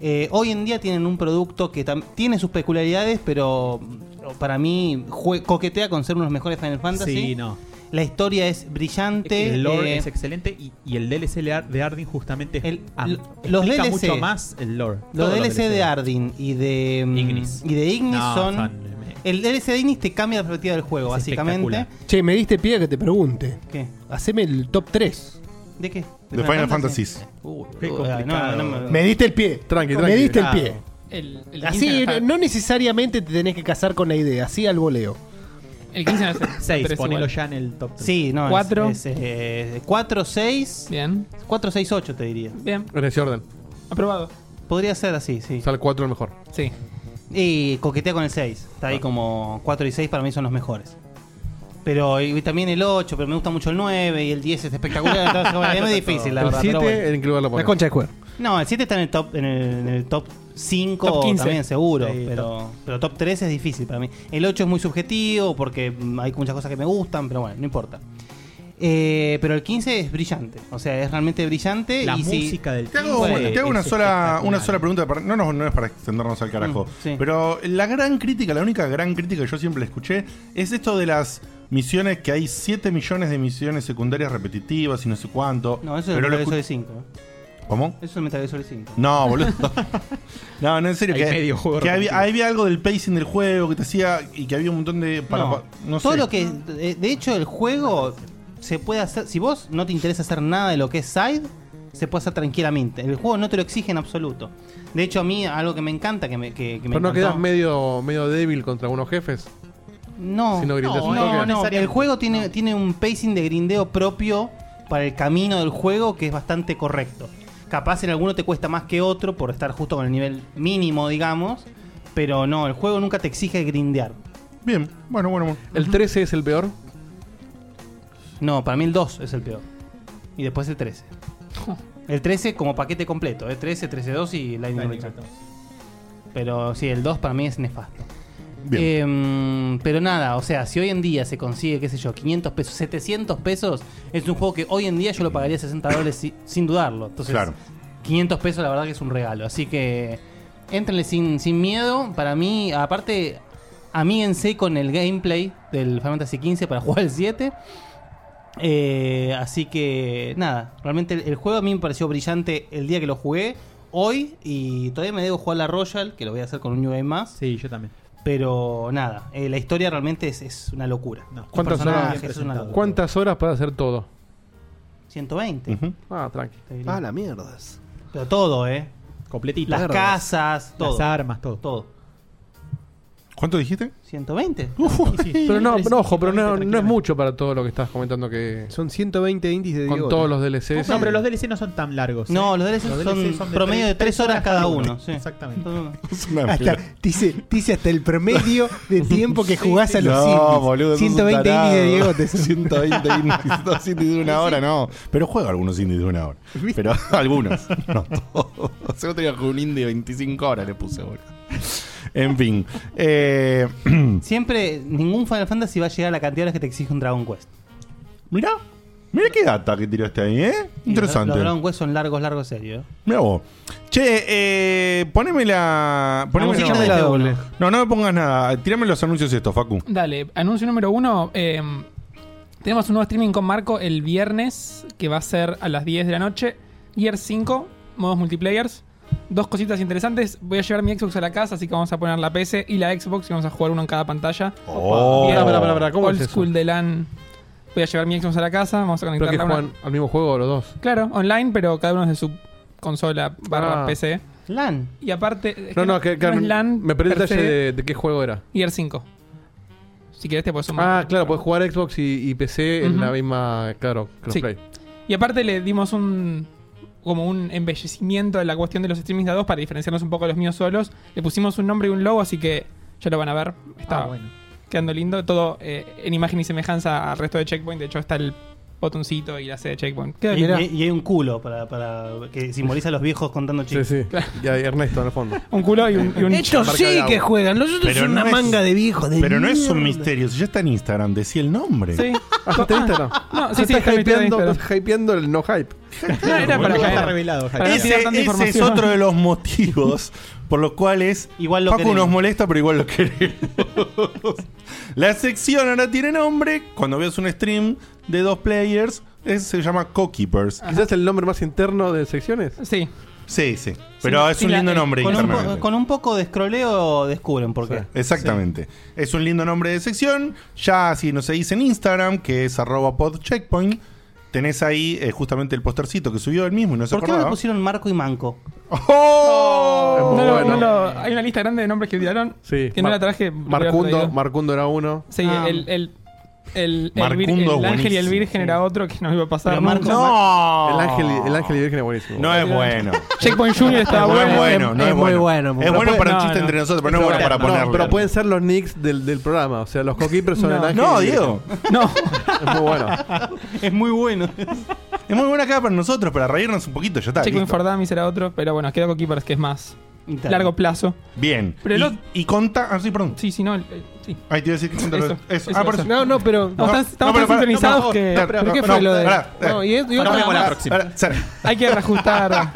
Speaker 3: eh, hoy en día tienen un producto que tam- tiene sus peculiaridades, pero mm, para mí jue- coquetea con ser uno de los mejores Final Fantasy.
Speaker 5: Sí, no.
Speaker 3: La historia es brillante.
Speaker 5: El lore
Speaker 3: eh,
Speaker 5: es excelente y, y el DLC de Ar- de Ardyn justamente am-
Speaker 3: los
Speaker 5: explica
Speaker 3: DLC,
Speaker 5: mucho más el lore.
Speaker 3: Los
Speaker 5: Todo lo
Speaker 3: DLC de Ardyn y de mm, y de Ignis
Speaker 5: No,
Speaker 3: son,
Speaker 5: son-
Speaker 3: el DLC de Ignis te cambia la perspectiva del juego, básicamente.
Speaker 4: Che, me diste pie a que te pregunte.
Speaker 3: ¿Qué?
Speaker 4: Haceme el top 3.
Speaker 3: ¿De qué?
Speaker 4: De Final
Speaker 2: Fantasies.
Speaker 3: Uh,
Speaker 4: Qué
Speaker 3: uh,
Speaker 4: complicado.
Speaker 3: no, no, no.
Speaker 4: Me diste el pie.
Speaker 6: Tranqui,
Speaker 4: Me
Speaker 6: tranqui.
Speaker 4: diste el
Speaker 6: Ah.
Speaker 4: pie.
Speaker 8: El, el
Speaker 4: Así,
Speaker 8: 15 no está-
Speaker 4: no necesariamente te tenés que casar con la idea, así al voleo.
Speaker 8: El 15 no es el
Speaker 5: Seis,
Speaker 8: tres
Speaker 5: ponelo
Speaker 8: igual.
Speaker 5: ya en el top tres.
Speaker 3: Sí, no, eh,
Speaker 8: Cuatro.
Speaker 3: 4, 6. Bien. 4, 6, 8 te diría.
Speaker 8: Bien.
Speaker 6: En ese orden.
Speaker 8: Aprobado.
Speaker 3: Podría ser así, sí.
Speaker 6: O sea, el 4 es el mejor. Ah.
Speaker 8: Sí.
Speaker 3: Y coquetea con el 6. Está ahí como 4 y 6 para mí son los mejores. Pero y también el 8, pero me gusta mucho el 9 y el 10 es espectacular. Entonces, bueno, es muy difícil, la
Speaker 6: El
Speaker 3: verdad. pero
Speaker 6: 7,
Speaker 3: bueno.
Speaker 6: ¿en qué lugar lo pones?
Speaker 4: de cuero.
Speaker 3: No, el 7 está en el top, en el, en el top 5
Speaker 4: Top 15.
Speaker 3: también seguro,
Speaker 4: Sí,
Speaker 3: pero, pero top 3 es difícil para mí. El 8 es muy subjetivo porque mm, hay muchas cosas que me gustan, pero bueno, no importa. Eh, pero el 15 es brillante, o sea, es realmente brillante.
Speaker 2: La
Speaker 3: y si-
Speaker 2: música del Te hago, te hago una, sola, una sola pregunta, para- no, no, no es para extendernos al carajo,
Speaker 3: Mm,
Speaker 2: pero la gran crítica, la única gran crítica que yo siempre escuché es esto de las misiones que hay 7 millones de misiones secundarias repetitivas y no sé cuánto.
Speaker 3: No, eso es
Speaker 2: pero
Speaker 3: el
Speaker 2: lo
Speaker 3: Metal Gear
Speaker 2: escu-
Speaker 3: Solid 5. ¿eh?
Speaker 2: ¿Cómo?
Speaker 3: Eso es el Metal Gear Solid 5.
Speaker 2: No, boludo. No, no, en serio.
Speaker 3: Hay
Speaker 2: que
Speaker 3: medio juego
Speaker 2: que había,
Speaker 3: repetitivo.
Speaker 2: había algo del pacing del juego que te hacía y que había un montón de. para-
Speaker 3: No,
Speaker 2: pa- no
Speaker 3: todo
Speaker 2: sé.
Speaker 3: lo que. De, de hecho, el juego se puede hacer. Si vos no te interesa hacer nada de lo que es side, se puede hacer tranquilamente. El juego no te lo exige en absoluto. De hecho, a mí algo que me encanta, que me, que, que me
Speaker 6: Pero no
Speaker 3: encantó-
Speaker 6: quedas medio, medio débil contra unos jefes.
Speaker 3: No,
Speaker 6: Si no gritas
Speaker 3: no,
Speaker 6: un toque.
Speaker 3: no, no. el juego tiene, tiene un pacing de grindeo propio para el camino del juego que es bastante correcto. Capaz en alguno te cuesta más que otro por estar justo con el nivel mínimo, digamos, pero no, el juego nunca te exige grindear.
Speaker 2: Bien, bueno, bueno,
Speaker 6: ¿El 13 es el peor?
Speaker 3: No, para mí el 2 es el peor. Y después el 13. El 13 como paquete completo, ¿eh? 13, 13, 2 y Lightning Return. Pero sí, el 2 para mí es nefasto. Em, pero nada, o sea, si hoy en día se consigue, qué sé yo, 500 pesos, 700 pesos, es un juego que hoy en día yo lo pagaría 60 dólares si- sin dudarlo. Entonces,
Speaker 2: Claro.
Speaker 3: 500 pesos la verdad que es un regalo. Así que, éntrenle sin, sin miedo. Para mí, aparte, amíguense con el gameplay del Final Fantasy XV para jugar el 7. Eh, así que nada, realmente el, el juego a mí me pareció brillante el día que lo jugué, hoy, y todavía me debo jugar la Royal, que lo voy a hacer con un New Game más.
Speaker 5: Sí, yo también.
Speaker 3: Pero nada, eh, la historia realmente es, es una locura. Los
Speaker 6: ¿Cuántas horas,
Speaker 3: personajes, es una locura.
Speaker 6: ¿Cuántas horas para hacer todo?
Speaker 3: 120.
Speaker 6: Ah, tranqui.
Speaker 3: Ah,
Speaker 4: la mierdas.
Speaker 3: Pero todo, ¿eh?
Speaker 5: Completito.
Speaker 3: Las
Speaker 5: Verdes.
Speaker 3: casas, todo.
Speaker 5: Las armas, todo.
Speaker 3: Todo.
Speaker 2: ¿Cuánto dijiste?
Speaker 3: 120.
Speaker 6: Pero no, no, ojo, pero no, no es mucho para todo lo que estás comentando que.
Speaker 4: Son 120 indies de
Speaker 6: Con todos los DLCs.
Speaker 5: No, pero los DLC no son tan largos. ¿eh?
Speaker 3: No, los DLC son
Speaker 5: de
Speaker 3: promedio de 3 horas cada uno. sí.
Speaker 5: Exactamente.
Speaker 4: Hasta, dice, dice hasta el promedio de tiempo que jugás a los
Speaker 2: no,
Speaker 4: indies.
Speaker 2: boludo,
Speaker 4: 120 indies de Diego te
Speaker 2: 120 indies, dos indies de una hora, no. Pero juego algunos indies de una hora. Pero algunos, no todos. Yo tenía un indie de 25 horas, le puse, boludo. En fin. Eh,
Speaker 3: Siempre, ningún Final Fantasy va a llegar a la cantidad de horas que te exige un Dragon Quest.
Speaker 2: mirá, mirá qué data que tiraste ahí, ¿eh? Interesante.
Speaker 3: Los, los Dragon Quest son largos, largos, serios.
Speaker 2: Mirá vos. Che, eh, poneme la. Poneme
Speaker 3: musiquita de la doble.
Speaker 2: No, no me pongas nada. Tirame los anuncios estos, Facu.
Speaker 8: Dale, anuncio número uno. eh, tenemos un nuevo streaming con Marco el viernes, que va a ser a las 10 de la noche. Gear 5, modos multiplayers. Dos cositas interesantes. Voy a llevar mi Xbox a la casa, así que vamos a poner la PC y la Xbox y vamos a jugar uno en cada pantalla.
Speaker 2: Oh.
Speaker 8: Bien.
Speaker 2: Pará, pará, pará, pará, ¿cómo
Speaker 8: Old
Speaker 2: es eso?
Speaker 8: School de LAN. Voy a llevar mi Xbox a la casa, vamos a
Speaker 6: Pero que
Speaker 8: conectarla a una-
Speaker 6: juegan al mismo juego los dos.
Speaker 8: Claro, online, pero cada uno de su consola barra
Speaker 6: Ah.
Speaker 8: PC.
Speaker 3: LAN.
Speaker 8: Y aparte. eh, es
Speaker 6: No, no, que, que-
Speaker 8: es LAN.
Speaker 6: me perdí el
Speaker 8: per se,
Speaker 6: detalle de, de qué juego era.
Speaker 8: Y el 5. Si querés, te puedes sumar.
Speaker 6: Ah, claro, puedes jugar Xbox y, y PC en
Speaker 8: Ujú.
Speaker 6: la misma, claro, crossplay.
Speaker 8: Y aparte le dimos un como un embellecimiento a la cuestión de los streamings de a dos para diferenciarnos un poco de los míos solos. Le pusimos un nombre y un logo, así que ya lo van a ver. Está
Speaker 5: Ah, bueno.
Speaker 8: quedando lindo. Todo eh, en imagen y semejanza al resto de Checkpoint. De hecho, está el botoncito y la C de Checkpoint. Queda
Speaker 3: Y,
Speaker 8: lindo.
Speaker 3: y- y hay un culo para, para que simboliza a los viejos contando chistes.
Speaker 6: Sí, sí. Y hay Ernesto en el fondo.
Speaker 8: Un culo y un.
Speaker 4: Estos sí que juegan, los otros son una manga de viejos. de
Speaker 2: Pero no es un
Speaker 4: mierda.
Speaker 2: misterio, si ya está en Instagram, decía el nombre.
Speaker 8: Sí.
Speaker 6: Ah, ¿está en Instagram?
Speaker 8: No, sí,
Speaker 6: Se
Speaker 8: sí,
Speaker 6: está
Speaker 8: está metido en
Speaker 6: hypeando,
Speaker 8: Instagram.
Speaker 6: está hypeando el no hype.
Speaker 8: No, era para
Speaker 5: Está
Speaker 8: caer.
Speaker 5: revelado,
Speaker 8: Para no
Speaker 2: Ese,
Speaker 8: tirar tanta
Speaker 2: ese es
Speaker 8: información.
Speaker 2: otro de los motivos por los cuales
Speaker 3: Igual lo
Speaker 2: Facu
Speaker 3: queremos.
Speaker 2: nos molesta, pero igual lo queremos. La sección ahora tiene nombre. Cuando veas un stream de dos players, es- se llama Co-Keepers.
Speaker 6: Quizás el nombre más interno de secciones.
Speaker 8: Sí.
Speaker 2: Sí, sí. Pero es
Speaker 3: sí,
Speaker 2: un
Speaker 3: la-
Speaker 2: lindo
Speaker 3: eh,
Speaker 2: nombre.
Speaker 3: Con un, po-
Speaker 2: internamente.
Speaker 3: con un poco de escroleo descubren por qué.
Speaker 2: Exactamente. Es un lindo nombre de sección. Ya si nos seguís en Instagram, que es arroba podcheckpoint, tenés ahí eh, justamente el postercito que subió él mismo y no se
Speaker 3: ¿Por qué no le
Speaker 2: acordaba.
Speaker 3: pusieron Marco y Manco?
Speaker 2: ¡Oh!
Speaker 8: No lo-
Speaker 6: Bueno.
Speaker 8: no lo- hay una lista grande de nombres que tiraron.
Speaker 6: Sí.
Speaker 8: Que no
Speaker 6: Mar-
Speaker 8: la traje. lo
Speaker 6: Marcundo,
Speaker 8: hubiera traído.
Speaker 6: Marcundo era uno.
Speaker 8: Sí,
Speaker 3: Ah.
Speaker 8: el, el, el, el vir-
Speaker 2: Marcundo
Speaker 8: el ángel y el
Speaker 2: buenísimo.
Speaker 8: virgen era otro que no iba a pasar.
Speaker 3: Pero Marco-
Speaker 8: nunca.
Speaker 2: ¡No!
Speaker 6: El ángel, y- el ángel y Virgen es buenísimo.
Speaker 2: No es bueno.
Speaker 8: Checkpoint Junior estaba
Speaker 2: no es
Speaker 8: bueno.
Speaker 2: bueno, no es,
Speaker 4: es muy
Speaker 2: bueno.
Speaker 4: bueno,
Speaker 2: Es
Speaker 4: pero
Speaker 2: bueno
Speaker 8: puede-
Speaker 2: para un
Speaker 8: no,
Speaker 2: chiste
Speaker 8: no.
Speaker 2: entre nosotros, pero no es bueno para
Speaker 6: No,
Speaker 2: ponerlo.
Speaker 6: pero pueden ser los nicks del, del programa. O sea, los coquipers son el ángel.
Speaker 2: No,
Speaker 6: y el
Speaker 2: Diego.
Speaker 8: No,
Speaker 6: virgen. Es muy bueno.
Speaker 3: Es muy bueno.
Speaker 2: Es muy buena acá para nosotros, para reírnos un poquito, ya está.
Speaker 8: Checkpoint
Speaker 2: listo.
Speaker 8: for Dummies era otro, pero bueno, queda con Keepers que es más largo plazo.
Speaker 2: Bien.
Speaker 8: Pero el
Speaker 2: y,
Speaker 8: otro-
Speaker 2: y conta. Ah, sí, perdón.
Speaker 8: Sí, sí, no. el- el- sí.
Speaker 2: Ahí te iba a decir que conta lo-
Speaker 8: Eso,
Speaker 2: eso.
Speaker 8: eso,
Speaker 2: Ah, por
Speaker 8: eso.
Speaker 2: eso.
Speaker 4: No, no, pero.
Speaker 8: No, estamos tan
Speaker 2: pero pará,
Speaker 8: sincronizados
Speaker 2: no,
Speaker 8: que-
Speaker 2: pará,
Speaker 8: ¿Pero
Speaker 2: pará,
Speaker 4: qué
Speaker 2: pará,
Speaker 4: fue lo de-
Speaker 2: pará,
Speaker 4: No, y es- y
Speaker 2: pará,
Speaker 4: otra
Speaker 2: pará,
Speaker 4: más.
Speaker 2: pará, pará.
Speaker 8: Hay que reajustar.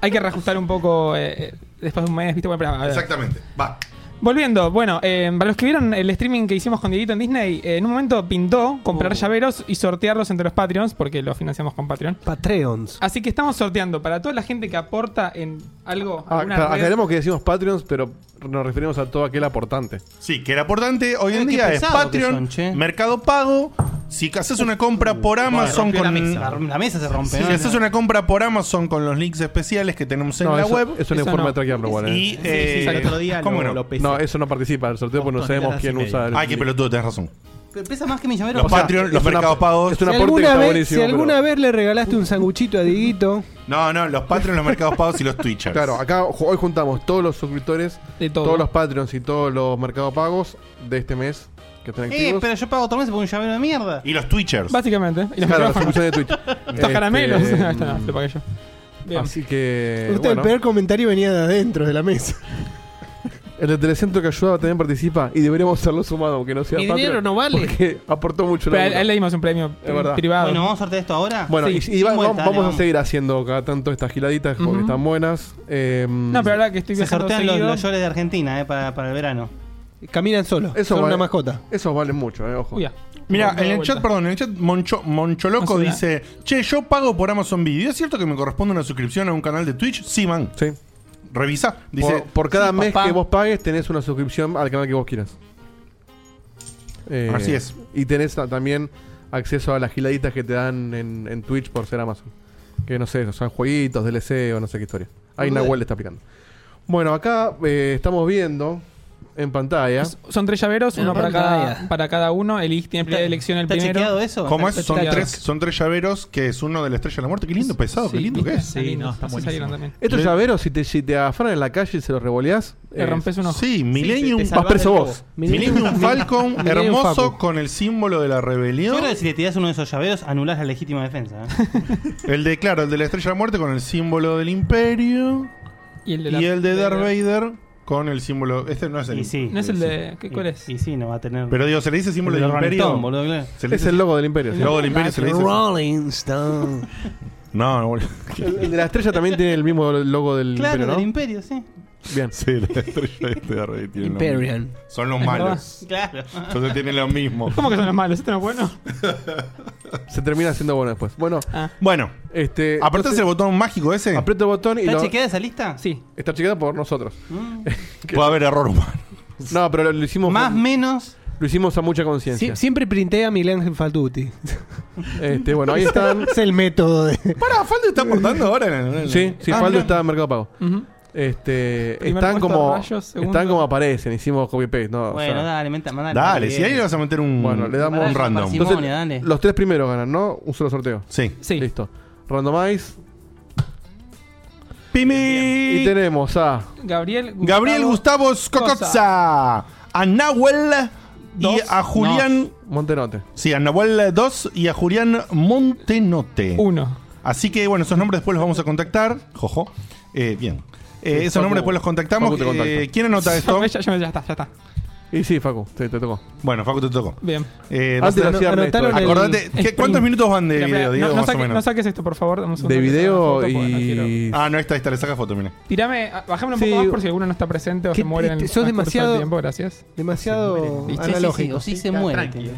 Speaker 8: hay que reajustar un poco eh, eh, después de un mes, ¿viste? Bueno, pero, a ver.
Speaker 2: Exactamente. Va.
Speaker 8: Volviendo, bueno, eh, para los que vieron el streaming que hicimos con Dieguito en Disney, eh, en un momento pintó
Speaker 2: Uh.
Speaker 8: comprar llaveros y sortearlos entre los Patreons, porque los financiamos con Patreon.
Speaker 4: Patreons.
Speaker 8: Así que estamos sorteando para toda la gente que aporta en algo.
Speaker 6: Ah,
Speaker 8: alguna
Speaker 6: claro,
Speaker 8: red.
Speaker 6: aclaremos que decimos Patreons, pero nos referimos a todo aquel aportante.
Speaker 2: Sí, que el aportante hoy en
Speaker 3: Eh, qué
Speaker 2: día es
Speaker 3: pesado que
Speaker 2: Patreon,
Speaker 3: son, che.
Speaker 2: Mercado Pago. Si haces una compra por Amazon
Speaker 5: rompió la
Speaker 2: con.
Speaker 5: mesa.
Speaker 3: La, la mesa se rompe.
Speaker 2: Si
Speaker 3: ¿no?
Speaker 2: haces una compra por Amazon con los links especiales que tenemos en
Speaker 6: No,
Speaker 2: la
Speaker 6: eso-
Speaker 2: web.
Speaker 6: Es una
Speaker 8: eso
Speaker 6: forma
Speaker 8: no.
Speaker 6: de traquearlo, igual. eh.
Speaker 2: Y.
Speaker 5: Sí, sí,
Speaker 2: eh,
Speaker 5: el otro día
Speaker 2: ¿Cómo
Speaker 5: lo,
Speaker 2: no?
Speaker 5: lo pesé.
Speaker 6: No, eso no participa del sorteo porque no
Speaker 5: Dos
Speaker 6: sabemos
Speaker 5: toneladas
Speaker 6: quién
Speaker 5: y media.
Speaker 6: usa el.
Speaker 2: Ay, qué pelotudo, tenés razón.
Speaker 3: Pero pesa más que mi llavero.
Speaker 2: Los
Speaker 6: O sea,
Speaker 2: Patreon,
Speaker 6: es
Speaker 2: los
Speaker 6: una-
Speaker 2: mercados pagos.
Speaker 6: Es un
Speaker 4: Si
Speaker 6: aporte que
Speaker 4: alguna,
Speaker 6: está
Speaker 4: vez, si
Speaker 6: buenísimo.
Speaker 4: alguna
Speaker 6: pero-
Speaker 4: vez le regalaste un sanguchito a Dieguito,
Speaker 2: No, no, los Patreon, los mercados pagos y los Twitchers.
Speaker 6: Claro, acá ju- hoy juntamos todos los suscriptores,
Speaker 8: De todo.
Speaker 6: todos los Patreons y todos los mercados pagos de este mes que están
Speaker 3: Eh,
Speaker 6: activos.
Speaker 3: pero yo pago otro mes por un llavero de mierda.
Speaker 2: Y los Twitchers.
Speaker 8: Básicamente. Y los
Speaker 6: Claro, la
Speaker 8: micrófonos.
Speaker 6: suscripción de Twitch.
Speaker 8: Estos
Speaker 6: Este,
Speaker 8: caramelos. Ahí está, lo pagué yo. Bien.
Speaker 6: Así que.
Speaker 4: usted,
Speaker 6: bueno.
Speaker 4: el peor comentario venía de adentro de la mesa.
Speaker 6: El de Telecentro que ayudaba también participa y deberíamos hacerlo sumado, aunque no sea
Speaker 4: Mi
Speaker 6: Patreon,
Speaker 4: dinero no vale.
Speaker 6: Porque aportó mucho.
Speaker 8: Pero a él,
Speaker 6: laburo.
Speaker 8: a él le dimos un premio
Speaker 6: Es verdad.
Speaker 8: privado.
Speaker 3: Bueno, vamos a sortear esto ahora.
Speaker 6: Bueno,
Speaker 8: Sí,
Speaker 6: y- y,
Speaker 3: sin
Speaker 6: va-
Speaker 3: vuelta,
Speaker 6: vamos, vamos
Speaker 3: dale,
Speaker 6: a seguir haciendo cada tanto estas giladitas porque
Speaker 8: Ujú.
Speaker 6: están buenas. Eh,
Speaker 8: no, pero ahora que estoy
Speaker 3: Se
Speaker 8: viajando
Speaker 3: sortean los,
Speaker 8: seguido,
Speaker 3: los llores de Argentina eh, para, para el verano.
Speaker 4: Caminan solo.
Speaker 6: Eso
Speaker 4: Eso son
Speaker 6: vale.
Speaker 4: una mascota.
Speaker 6: Esos valen mucho, eh, ojo.
Speaker 8: Uy, ya.
Speaker 2: Mira,
Speaker 8: Vuelta,
Speaker 2: en el
Speaker 8: vuelta.
Speaker 2: chat, perdón, en el chat Moncho, Moncholoco
Speaker 8: No sé,
Speaker 2: dice, che, yo pago por Amazon Video. ¿Es cierto que me corresponde una suscripción a un canal de Twitch? Sí, man.
Speaker 6: Sí.
Speaker 2: Revisa.
Speaker 6: Dice,
Speaker 2: Dice,
Speaker 6: por, por cada
Speaker 4: sí,
Speaker 6: mes
Speaker 4: papá.
Speaker 6: que vos pagues tenés una suscripción al canal que vos quieras. Eh,
Speaker 2: Así es.
Speaker 6: Y tenés ta- también acceso a las giladitas que te dan en, en Twitch por ser Amazon. Que no sé, son jueguitos, DLC o no sé qué historia. Ahí Nahuel le está picando. Bueno, acá eh, estamos viendo en pantalla.
Speaker 8: Son tres llaveros, uno para cada,
Speaker 4: pantalla.
Speaker 8: para cada uno. El tiene
Speaker 3: ¿Está,
Speaker 8: primera elección el
Speaker 3: está
Speaker 8: primero.
Speaker 3: chequeado eso?
Speaker 2: ¿cómo es?
Speaker 8: está
Speaker 2: Son
Speaker 8: chequeado.
Speaker 2: tres, son tres llaveros, que es uno de la Estrella de la Muerte. Qué lindo, pesado, qué
Speaker 8: Sí,
Speaker 2: lindo que
Speaker 8: ¿viste?
Speaker 2: es.
Speaker 8: Están
Speaker 5: Sí,
Speaker 8: lindos,
Speaker 5: no, están
Speaker 8: así
Speaker 5: buenísimos.
Speaker 8: salieron también.
Speaker 6: Estos
Speaker 2: Le-
Speaker 6: llaveros, si te, si te afanan en la calle y se los revoleás,
Speaker 8: Le
Speaker 6: eh,
Speaker 8: rompes unos.
Speaker 2: Sí, Millennium,
Speaker 5: te- te
Speaker 6: vas
Speaker 5: salvás
Speaker 6: preso
Speaker 5: del
Speaker 6: vos.
Speaker 2: Millennium Falcon
Speaker 4: Millennium
Speaker 2: hermoso
Speaker 4: Falcon.
Speaker 2: con el símbolo de la
Speaker 3: Yo
Speaker 2: rebelión.
Speaker 3: creo que si le tirás uno de esos llaveros, anulás la legítima defensa. ¿eh?
Speaker 2: El de, claro, el de la Estrella de la Muerte con el símbolo del Imperio.
Speaker 8: Y el de, la-
Speaker 2: Y el de Darth Vader con el símbolo. Este no es el.
Speaker 3: Y sí.
Speaker 8: No es el de. ¿qué- ¿Cuál
Speaker 3: Y-
Speaker 8: es?
Speaker 3: Y sí, no va a tener.
Speaker 2: Pero digo, se le dice símbolo
Speaker 3: el
Speaker 2: del
Speaker 3: de Rolling Stone,
Speaker 2: Imperio.
Speaker 3: boludo, claro.
Speaker 2: Se le
Speaker 6: Es
Speaker 2: dice
Speaker 6: el logo del imperio.
Speaker 2: el
Speaker 6: sí.
Speaker 2: logo del Imperio se le dice.
Speaker 4: Rolling Stone.
Speaker 2: No, no, boludo.
Speaker 6: El, el de la estrella también tiene el mismo logo del
Speaker 3: Claro,
Speaker 6: imperio, ¿no?
Speaker 3: del imperio, sí.
Speaker 6: Bien.
Speaker 2: Sí, la estrella de este Darth Vader tiene lo mismo.
Speaker 4: Imperial.
Speaker 2: Son los
Speaker 8: Es verdad.
Speaker 2: malos.
Speaker 3: Claro.
Speaker 2: Entonces tienen lo mismo.
Speaker 8: ¿Cómo que son los malos? ¿Este no es bueno?
Speaker 6: Se termina haciendo bueno después. Bueno,
Speaker 8: Ah,
Speaker 2: Bueno,
Speaker 6: este.
Speaker 2: apretás el botón mágico ese.
Speaker 6: entonces, aprieto el botón y
Speaker 3: ¿Está
Speaker 6: lo.
Speaker 3: chequeada esa lista?
Speaker 8: sí.
Speaker 6: Está chequeado por nosotros.
Speaker 2: Puede Mm. haber error humano.
Speaker 6: No, pero lo, lo hicimos.
Speaker 3: Más, menos.
Speaker 6: Lo hicimos a mucha conciencia.
Speaker 4: Sie- siempre printé a Miguel Ángel Falduti.
Speaker 6: Este, bueno, ahí están.
Speaker 4: es el método de.
Speaker 2: Pará, Faldo está aportando ahora.
Speaker 6: Sí, sí,
Speaker 2: Ah,
Speaker 6: Faldo
Speaker 2: mirá.
Speaker 6: está en Mercado Pago. Este,
Speaker 2: Primer
Speaker 6: están
Speaker 2: puesto,
Speaker 6: como
Speaker 2: Rayos, segundo.
Speaker 6: están como aparecen, hicimos copy paste, no,
Speaker 3: Bueno, dale, menta- mandale.
Speaker 2: Dale,
Speaker 3: Bien.
Speaker 2: si ahí le vas a meter un.
Speaker 6: Bueno, le damos
Speaker 3: Pará,
Speaker 6: un random.
Speaker 3: parsimonia, dale.
Speaker 6: los tres primeros ganan, ¿no? Un solo sorteo.
Speaker 2: Sí.
Speaker 6: Listo. Randomize.
Speaker 2: ¡Pimi!
Speaker 6: Y tenemos a
Speaker 8: Gabriel Gustavo,
Speaker 2: Gabriel Gustavo Scocozza, a Nahuel y
Speaker 8: Dos.
Speaker 2: a Julián.
Speaker 6: Montenote.
Speaker 2: Sí, a Nahuel 2 y a Julián Montenote.
Speaker 8: Uno.
Speaker 2: Así que bueno, esos nombres después los vamos a contactar. Jojo. Eh, bien. Eh,
Speaker 6: Sí,
Speaker 2: esos
Speaker 6: Facu-
Speaker 2: nombres después los contactamos.
Speaker 6: Facu te contacta.
Speaker 2: Eh, ¿Quién anota esto?
Speaker 8: ya, ya- ya está, ya está.
Speaker 6: Y sí, Facu, te, te tocó.
Speaker 2: Bueno, Facu te tocó.
Speaker 8: Bien.
Speaker 2: Eh,
Speaker 6: Antes
Speaker 2: vas a-
Speaker 6: lo hacía Ernesto,
Speaker 2: anotaron
Speaker 6: eh.
Speaker 2: el- Acordate, ¿qué-
Speaker 8: Sprint.
Speaker 2: ¿cuántos minutos van de
Speaker 8: Mira, mira,
Speaker 2: video,
Speaker 8: no-
Speaker 2: Diego,
Speaker 8: no,
Speaker 2: más
Speaker 8: saque-
Speaker 2: o menos?
Speaker 8: no saques esto, por favor. dame un segundo
Speaker 6: De
Speaker 8: que saque la
Speaker 6: video
Speaker 8: foto, pues, porque no quiero-
Speaker 6: y
Speaker 2: Ah, no, ahí está, ahí está, le saca foto, mira.
Speaker 8: Tirame, a- bajame un
Speaker 4: Sí.
Speaker 8: poco más por si alguno no está presente o
Speaker 4: ¿Qué-
Speaker 8: se muere en el
Speaker 4: te- sos
Speaker 8: transcurso del
Speaker 4: demasiado-
Speaker 8: tiempo, gracias.
Speaker 4: Demasiado
Speaker 3: Sí, sí, sí,
Speaker 4: analógico.
Speaker 3: o sí se muere.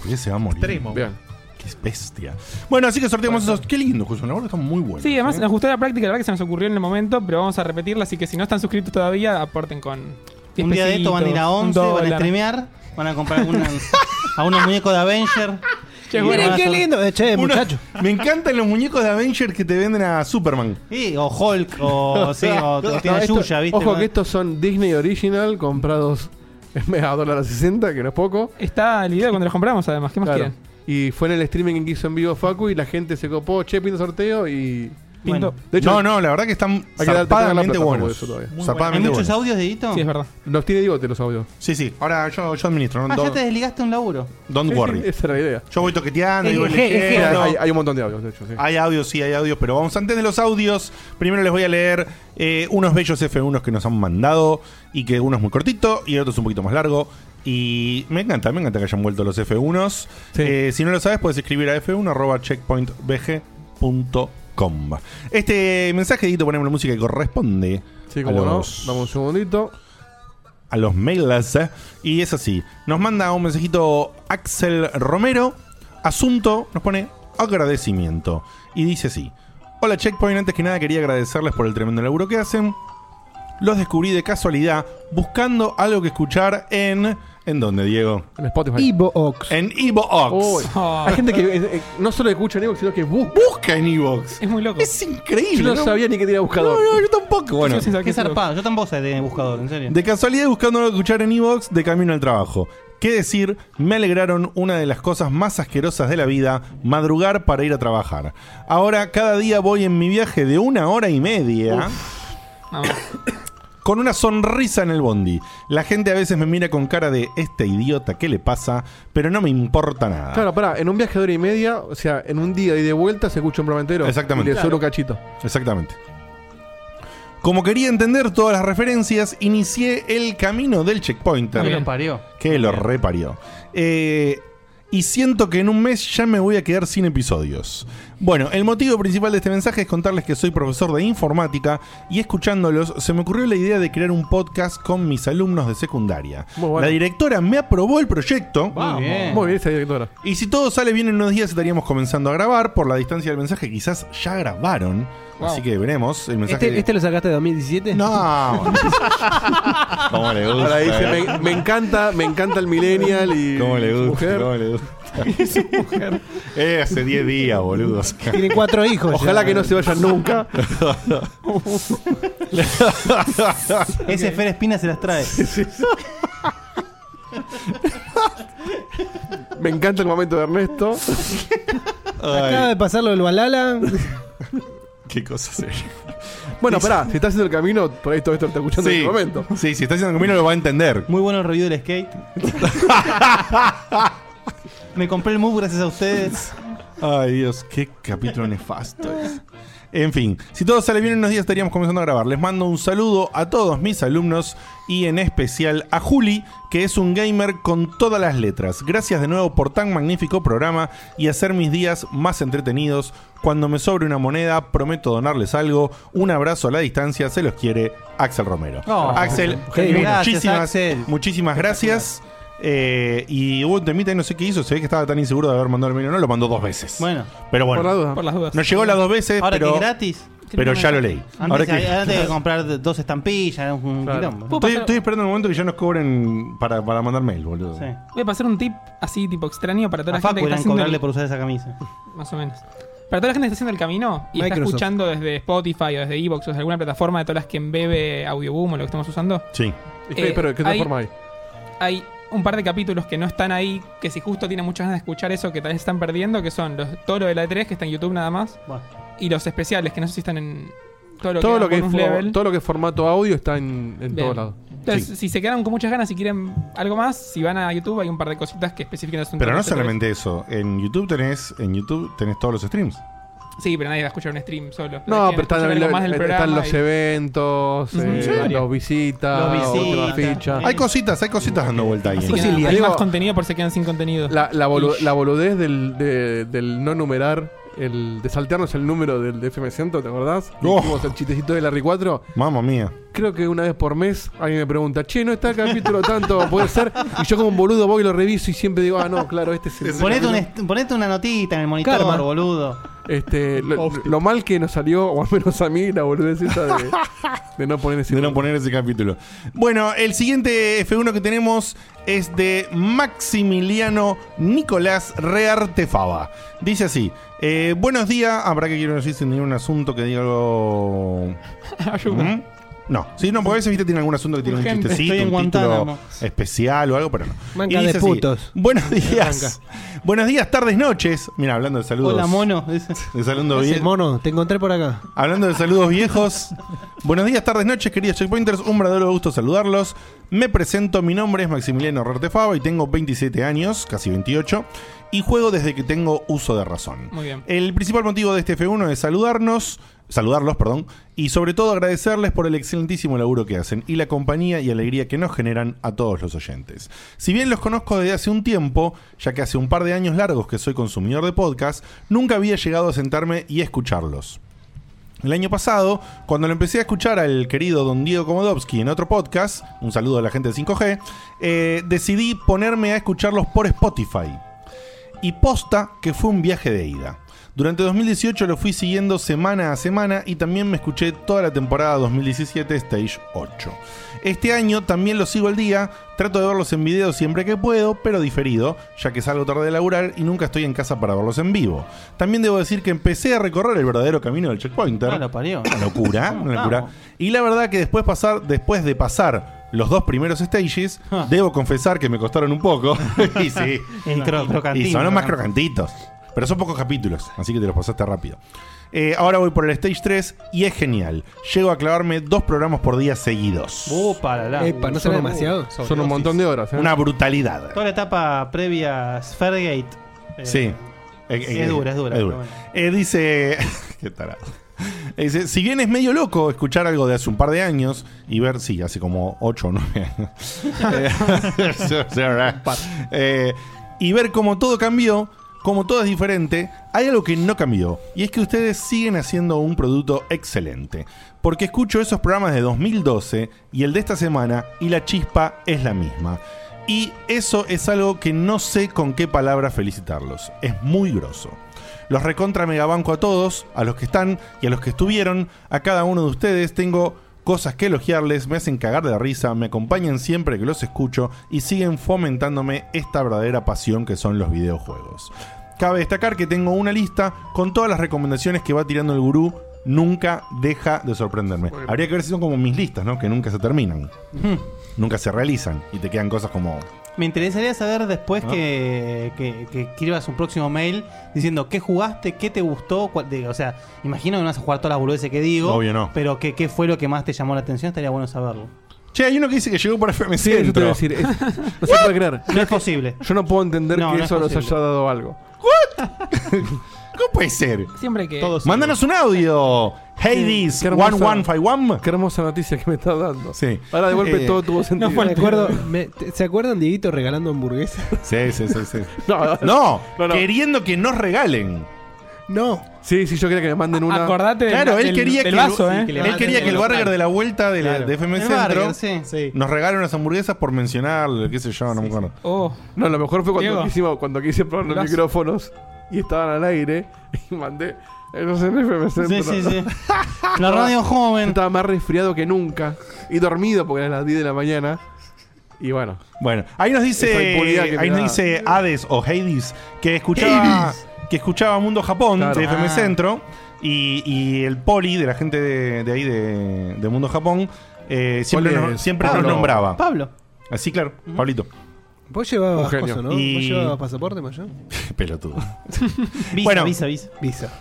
Speaker 2: ¿Por qué se va a morir?
Speaker 5: Extremo.
Speaker 6: Bien.
Speaker 2: Qué bestia. Bueno, así que sorteamos esos. Qué lindo, Justo. La verdad está muy bueno. ¿eh?
Speaker 8: Sí, además nos gustó la práctica, la verdad que se nos ocurrió en el momento, pero vamos a repetirla, así que si no están suscritos todavía, aporten con 10
Speaker 3: Un día de esto
Speaker 8: pesitos,
Speaker 3: van a ir a
Speaker 8: un
Speaker 3: 11, van a
Speaker 8: dólar.
Speaker 3: streamear, van a comprar alguna- a unos muñecos de Avenger.
Speaker 8: Che,
Speaker 3: Y
Speaker 8: bueno,
Speaker 3: van a hacer-
Speaker 4: Eh, Che,
Speaker 2: Uno-
Speaker 4: muchacho.
Speaker 2: Me encantan los muñecos de Avengers que te venden a Superman.
Speaker 3: Sí, o Hulk, o, sí, o, o tiene
Speaker 6: No, esto-
Speaker 3: Yuya, ¿viste?
Speaker 6: Ojo que estos son Disney Original comprados a dólar a 60, que no es poco.
Speaker 8: Está el video cuando los compramos, además, ¿qué más
Speaker 6: Claro.
Speaker 8: quieren?
Speaker 6: Y fue en el streaming que hizo en vivo Facu y la gente se copó, che, pinta sorteo y.
Speaker 8: Pinto.
Speaker 3: Bueno,
Speaker 6: De hecho,
Speaker 2: no, no, la verdad que están
Speaker 6: que dar- hay que
Speaker 2: zarpadamente
Speaker 6: dar la plataforma de
Speaker 2: buenos.
Speaker 6: eso todavía.
Speaker 5: Muy
Speaker 3: ¿Hay
Speaker 2: Zarpadamente
Speaker 3: muchos
Speaker 2: buenos.
Speaker 3: audios de Edito?
Speaker 8: Sí, es verdad.
Speaker 6: los tiene Digote los audios.
Speaker 2: Sí, sí. Ahora yo, yo administro. No,
Speaker 3: Ah, ya
Speaker 2: don't,
Speaker 3: te desligaste un laburo.
Speaker 2: don't worry.
Speaker 6: Esa era la idea.
Speaker 2: Yo voy toqueteando, y voy
Speaker 3: Eje, eje,
Speaker 6: Sí,
Speaker 2: leyendo.
Speaker 6: hay, hay un montón de audios, de hecho. sí.
Speaker 2: Hay audios, sí, hay audios, pero vamos antes de los audios. Primero les voy a leer eh, unos bellos F1 que nos han mandado y que uno es muy cortito y el otro es un poquito más largo. Y me encanta, me encanta que hayan vuelto los F1s.
Speaker 6: Sí.
Speaker 2: Eh, si no lo sabes, puedes escribir a f1.checkpointbg.com. Este mensaje, Edito, ponemos la música que corresponde
Speaker 6: Sí,
Speaker 2: a
Speaker 6: como no.
Speaker 2: los-
Speaker 6: Dame un segundito.
Speaker 2: a los mailers. ¿eh? Y es así. Nos manda un mensajito Axel Romero. Asunto, nos pone agradecimiento. Y dice así. Hola Checkpoint, antes que nada quería agradecerles por el tremendo laburo que hacen. Los descubrí de casualidad buscando algo que escuchar en... ¿En dónde, Diego?
Speaker 6: En Spotify.
Speaker 4: Ivo Ox.
Speaker 2: En Evox.
Speaker 6: Uy,
Speaker 8: Ah.
Speaker 6: Hay gente que eh, eh, no solo escucha en Evox, sino que busca.
Speaker 2: Busca en Evox.
Speaker 8: Es muy loco.
Speaker 2: Es increíble.
Speaker 6: Yo no
Speaker 2: ¿no?
Speaker 6: sabía ni que tenía buscador.
Speaker 2: No, no, yo tampoco. Bueno,
Speaker 8: Yo sin saber
Speaker 3: Qué
Speaker 8: es loco.
Speaker 3: zarpado. Yo tampoco sé de buscador, en serio.
Speaker 2: De casualidad buscando algo que escuchar en Evox de camino al trabajo. ¿Qué decir? Me alegraron una de las cosas más asquerosas de la vida, madrugar para ir a trabajar. Ahora cada día voy en mi viaje de una hora y media
Speaker 8: Vamos.
Speaker 2: con una sonrisa en el bondi. La gente a veces me mira con cara de este idiota, ¿qué le pasa? Pero no me importa nada.
Speaker 6: Claro, pará, en un viaje de hora y media, o sea, en un día y de vuelta se escucha un programa entero.
Speaker 2: Exactamente.
Speaker 6: Y le solo un cachito.
Speaker 2: Exactamente. Como quería entender todas las referencias, inicié el camino del checkpointer.
Speaker 8: Muy bien.
Speaker 3: parió.
Speaker 2: Que lo reparió. Eh, y siento que en un mes ya me voy a quedar sin episodios. Bueno, el motivo principal de este mensaje es contarles que soy profesor de informática y escuchándolos se me ocurrió la idea de crear un podcast con mis alumnos de secundaria.
Speaker 6: Muy bueno.
Speaker 2: La directora me aprobó el proyecto.
Speaker 3: Muy bien.
Speaker 6: Muy bien, esa directora.
Speaker 2: Y si todo sale bien en unos días estaríamos comenzando a grabar. Por la distancia del mensaje quizás ya grabaron.
Speaker 8: Wow.
Speaker 2: Así que veremos. El mensaje...
Speaker 4: ¿Este, ¿Este lo sacaste de 2017?
Speaker 2: No. ¿Cómo le gusta?
Speaker 6: Ahora dice, me, me encanta, me encanta el millennial y.
Speaker 2: ¿Cómo le
Speaker 6: su
Speaker 2: gusta?
Speaker 6: mujer.
Speaker 2: ¿Cómo le gusta? Eh, hace 10 días, boludos.
Speaker 4: Tiene cuatro hijos.
Speaker 6: Ojalá que no se vayan nunca.
Speaker 3: Ese Fer Espina se las trae.
Speaker 6: Me encanta el momento de Ernesto.
Speaker 4: Acaba de pasar lo del Balala.
Speaker 2: qué cosa seria.
Speaker 6: Bueno, pará, si estás haciendo el camino, por ahí todo esto lo está escuchando en
Speaker 2: Sí,
Speaker 6: el momento.
Speaker 2: sí, si está haciendo el camino lo va a entender.
Speaker 3: Muy bueno el review del skate. Me compré el move gracias a ustedes.
Speaker 2: Ay, Dios, qué capítulo nefasto es. En fin, si todo sale bien en unos días estaríamos comenzando a grabar. Les mando un saludo a todos mis alumnos y en especial a Juli, que es un gamer con todas las letras. Gracias de nuevo por tan magnífico programa y hacer mis días más entretenidos. Cuando me sobre una moneda, prometo donarles algo. Un abrazo a la distancia, se los quiere Axel Romero.
Speaker 3: Oh,
Speaker 2: Axel, eh,
Speaker 3: qué divino. Gracias,
Speaker 2: muchísimas,
Speaker 3: Axel.
Speaker 2: muchísimas gracias. Eh, y hubo un temita y no sé qué hizo, se ve que estaba tan inseguro de haber mandado el mail o no, lo mandó dos veces.
Speaker 3: Bueno,
Speaker 2: Pero
Speaker 6: Por la
Speaker 2: bueno,
Speaker 6: duda.
Speaker 8: Por las dudas.
Speaker 2: nos llegó las dos veces,
Speaker 3: ahora que
Speaker 2: pero
Speaker 3: es gratis.
Speaker 2: Pero ya lo leí.
Speaker 3: Antes,
Speaker 2: Ahora que-
Speaker 3: antes de comprar dos estampillas, un quilombo.
Speaker 2: Estoy, estoy esperando el momento que ya nos cobren para, para mandar mail, boludo.
Speaker 8: Voy a pasar un tip así, tipo extraño, para toda
Speaker 3: A
Speaker 8: la gente
Speaker 3: Facu
Speaker 8: que está
Speaker 3: eran
Speaker 8: haciendo el-
Speaker 3: cobrarle por usar esa camisa.
Speaker 8: Más o menos. Para toda la gente que está haciendo el camino y está
Speaker 3: Microsoft.
Speaker 8: escuchando desde Spotify o desde Evox o desde alguna plataforma de todas las que embebe Audioboom o lo que estamos usando.
Speaker 2: Sí.
Speaker 6: ¿Y qué- pero qué plataforma hay?
Speaker 8: Hay un par de capítulos que no están ahí, que si justo tienen muchas ganas de escuchar eso, que tal vez están perdiendo, que son los, todo lo de la E3, que está en YouTube nada más, y los especiales, que no sé si están en todo lo
Speaker 6: Todo
Speaker 8: que,
Speaker 6: lo, que es,
Speaker 8: bonus
Speaker 6: fo-
Speaker 8: level.
Speaker 6: todo lo que es formato audio está en, en
Speaker 8: Bien.
Speaker 6: todos lados.
Speaker 8: Entonces, si se quedan con muchas ganas, si quieren algo más, si van a YouTube, hay un par de cositas que especifican los
Speaker 2: Pero no
Speaker 8: asuntos de E3.
Speaker 2: solamente eso. En YouTube tenés, en YouTube tenés todos los streams.
Speaker 8: Sí, pero nadie va a escuchar un stream solo.
Speaker 6: No,
Speaker 8: Quieren
Speaker 6: pero están,
Speaker 8: escuchar algo
Speaker 6: lo-
Speaker 8: más del
Speaker 6: están
Speaker 8: programa
Speaker 6: los
Speaker 8: y-
Speaker 6: eventos,
Speaker 8: Ujú.
Speaker 6: eh,
Speaker 8: Sí.
Speaker 6: los visitas,
Speaker 8: Los
Speaker 6: otras
Speaker 8: visitas. eh,
Speaker 6: fichas.
Speaker 2: Hay cositas, hay cositas dando vuelta ahí.
Speaker 8: Así que nada, hay más contenido por si se quedan sin contenido.
Speaker 6: La, la, bolu-
Speaker 8: Ish.
Speaker 6: la boludez del, de- del no numerar, el de saltearnos el número del de FM100, ¿te acordás? Que
Speaker 2: Oh.
Speaker 6: Hicimos el chistecito del R4.
Speaker 2: Mamma mía.
Speaker 6: Creo que una vez por mes alguien me pregunta, che, no está el capítulo tanto, puede ser. Y yo como un boludo voy y lo reviso y siempre digo, ah, no, claro, este es el.
Speaker 3: Ponete, un
Speaker 6: capítulo".
Speaker 3: est- ponete una notita en el monitor,
Speaker 6: Karma.
Speaker 3: boludo.
Speaker 6: Este, lo, lo mal que nos salió, o al menos a mí, la boludez esa de, de no poner ese
Speaker 2: De no poner ese capítulo. Bueno, el siguiente F1 que tenemos es de Maximiliano Nicolás Reartefaba. Dice así: eh, Buenos días. Ah, para que quiero decir sin ningún asunto que diga algo.
Speaker 8: Ayuda.
Speaker 2: ¿Mm? No, sí, no, porque a veces viste, tiene algún asunto que tiene un
Speaker 8: Urgente.
Speaker 2: chistecito,
Speaker 8: Estoy en
Speaker 2: un título
Speaker 8: Guantánamo.
Speaker 2: especial o algo, pero no.
Speaker 8: Manga
Speaker 2: Y dice
Speaker 8: de
Speaker 2: así,
Speaker 8: putos.
Speaker 2: Buenos días. Buenos días, tardes, noches. Mira, hablando de saludos.
Speaker 4: Hola, mono.
Speaker 2: De saludos
Speaker 4: Ese
Speaker 2: bien.
Speaker 4: mono, te encontré por acá.
Speaker 2: Hablando de saludos viejos. Buenos días, tardes, noches, queridos checkpointers. Un verdadero gusto saludarlos. Me presento, mi nombre es Maximiliano Rortefava y tengo 27 años, casi 28, y juego desde que tengo uso de razón.
Speaker 8: Muy bien.
Speaker 2: El principal motivo de este F1 es saludarnos, saludarlos, perdón, y sobre todo agradecerles por el excelentísimo laburo que hacen y la compañía y alegría que nos generan a todos los oyentes. Si bien los conozco desde hace un tiempo, ya que hace un par de años largos que soy consumidor de podcast, nunca había llegado a sentarme y escucharlos. El año pasado, cuando lo empecé a escuchar al querido don Diego Komodowski en otro podcast, un saludo a la gente de 5G, eh, decidí ponerme a escucharlos por Spotify. Y posta que fue un viaje de ida. Durante 2018 lo fui siguiendo semana a semana y también me escuché toda la temporada 2017 Stage 8. Este año también los sigo al día, trato de verlos en video siempre que puedo, pero diferido, ya que salgo tarde de laburar y nunca estoy en casa para verlos en vivo. También debo decir que empecé a recorrer el verdadero camino del checkpointer.
Speaker 3: Ah, lo parió.
Speaker 2: Una locura, una locura. Y la verdad que después pasar, después de pasar los dos primeros stages,
Speaker 3: Ah.
Speaker 2: debo confesar que me costaron un poco. y sí.
Speaker 3: El cro- crocantino,
Speaker 2: Y son los más
Speaker 3: crocantino.
Speaker 2: crocantitos. Pero son pocos capítulos, así que te los pasaste rápido. Eh, ahora voy por el stage 3 y es genial. Llego a clavarme dos programas por día seguidos.
Speaker 3: Uh, para la.
Speaker 4: Epa, ¿no será demasiado?
Speaker 6: Son un montón de horas. ¿eh?
Speaker 2: Una brutalidad.
Speaker 3: Toda la etapa previa a Sfergate. eh,
Speaker 2: Sí. Eh,
Speaker 3: sí,
Speaker 2: eh,
Speaker 3: es dura, es dura. pero bueno.
Speaker 2: Eh, dice. Qué tarado. Eh, Dice, si bien es medio loco escuchar algo de hace un par de años y ver, sí, hace como 8 o 9 años. Eh, sí, ¿verdad? Eh, y ver cómo todo cambió, cómo todo es diferente, hay algo que no cambió. Y es que ustedes siguen haciendo un producto excelente. Porque escucho esos programas de 2012 y el de esta semana y la chispa es la misma. Y eso es algo que no sé con qué palabra felicitarlos. Es muy grosso. Los recontra megabanco a todos, a los que están y a los que estuvieron. A cada uno de ustedes tengo cosas que elogiarles, me hacen cagar de la risa, me acompañan siempre que los escucho y siguen fomentándome esta verdadera pasión que son los videojuegos. Cabe destacar que tengo una lista con todas las recomendaciones que va tirando el gurú. Nunca deja de sorprenderme. Habría que ver si son como mis listas, ¿no? Que nunca se terminan. Nunca se realizan y te quedan cosas como
Speaker 3: Me interesaría saber después
Speaker 2: Ah.
Speaker 3: que, que, que escribas un próximo mail diciendo qué jugaste, qué te gustó. cuál- de- o sea, imagino que no vas a jugar todas las boludeces que digo.
Speaker 2: Obvio no.
Speaker 3: Pero que, qué fue lo que más te llamó la atención, estaría bueno saberlo.
Speaker 2: Che, hay uno que dice que llegó por FM
Speaker 6: Sí, yo te voy a decir. es- no se puede creer.
Speaker 3: No es posible.
Speaker 6: Yo no puedo entender
Speaker 3: No,
Speaker 6: que
Speaker 3: no es
Speaker 6: eso nos
Speaker 3: posible.
Speaker 6: haya dado algo.
Speaker 2: ¿Cómo puede ser?
Speaker 8: Siempre que.
Speaker 2: Mándanos un audio. Hades
Speaker 6: Qué hermosa-
Speaker 2: 1151.
Speaker 6: Qué hermosa noticia que me estás dando.
Speaker 2: Sí. Eh,
Speaker 6: Ahora de golpe todo tuvo sentido.
Speaker 4: me acuerdo, me- Eh, te- ¿Se acuerdan Dieguito regalando hamburguesas?
Speaker 2: Sí, sí, sí, sí.
Speaker 6: No,
Speaker 2: No, queriendo que nos regalen.
Speaker 4: No.
Speaker 6: Sí, sí, yo quería que me manden una.
Speaker 8: Acordate del-
Speaker 2: Claro, él
Speaker 8: del-
Speaker 2: quería
Speaker 8: del
Speaker 2: que
Speaker 8: vaso,
Speaker 2: el,
Speaker 8: ¿eh?
Speaker 2: él quería que el burger de la vuelta de, la- de FM
Speaker 3: El
Speaker 2: Centro
Speaker 3: burger, sí.
Speaker 2: nos regale unas hamburguesas por mencionarlo, qué sé yo, no me acuerdo.
Speaker 8: Oh,
Speaker 6: No, lo mejor fue cuando
Speaker 8: Diego.
Speaker 6: quisimos, cuando quise probar los
Speaker 8: Brazo.
Speaker 6: micrófonos y estaban al aire y mandé. eh, No sé, me
Speaker 3: Sí, sí, sí.
Speaker 6: La
Speaker 3: radio joven.
Speaker 6: Estaba más resfriado que nunca. Y dormido porque eran las 10 de la mañana. Y bueno.
Speaker 2: Bueno, ahí nos
Speaker 6: Esa impunidad que
Speaker 2: dice,
Speaker 6: me
Speaker 2: ahí nos
Speaker 6: da.
Speaker 2: dice Hades o Hades que escuchaba, que escuchaba Mundo Japón
Speaker 6: Claro.
Speaker 2: de FM
Speaker 6: Ah.
Speaker 2: Centro y, y el poli de la gente de, de ahí de, de Mundo Japón eh, siempre,
Speaker 6: Poli
Speaker 2: nos,
Speaker 6: es
Speaker 2: siempre
Speaker 6: Pablo.
Speaker 2: nos nombraba.
Speaker 3: Pablo.
Speaker 2: Así, claro, Pablito.
Speaker 4: Vos llevabas
Speaker 2: Un genio.
Speaker 4: coso, ¿no? Vos
Speaker 2: Y-
Speaker 4: llevabas pasaporte, Mayo.
Speaker 2: Pelotudo.
Speaker 3: Visa,
Speaker 2: Bueno.
Speaker 3: visa, visa.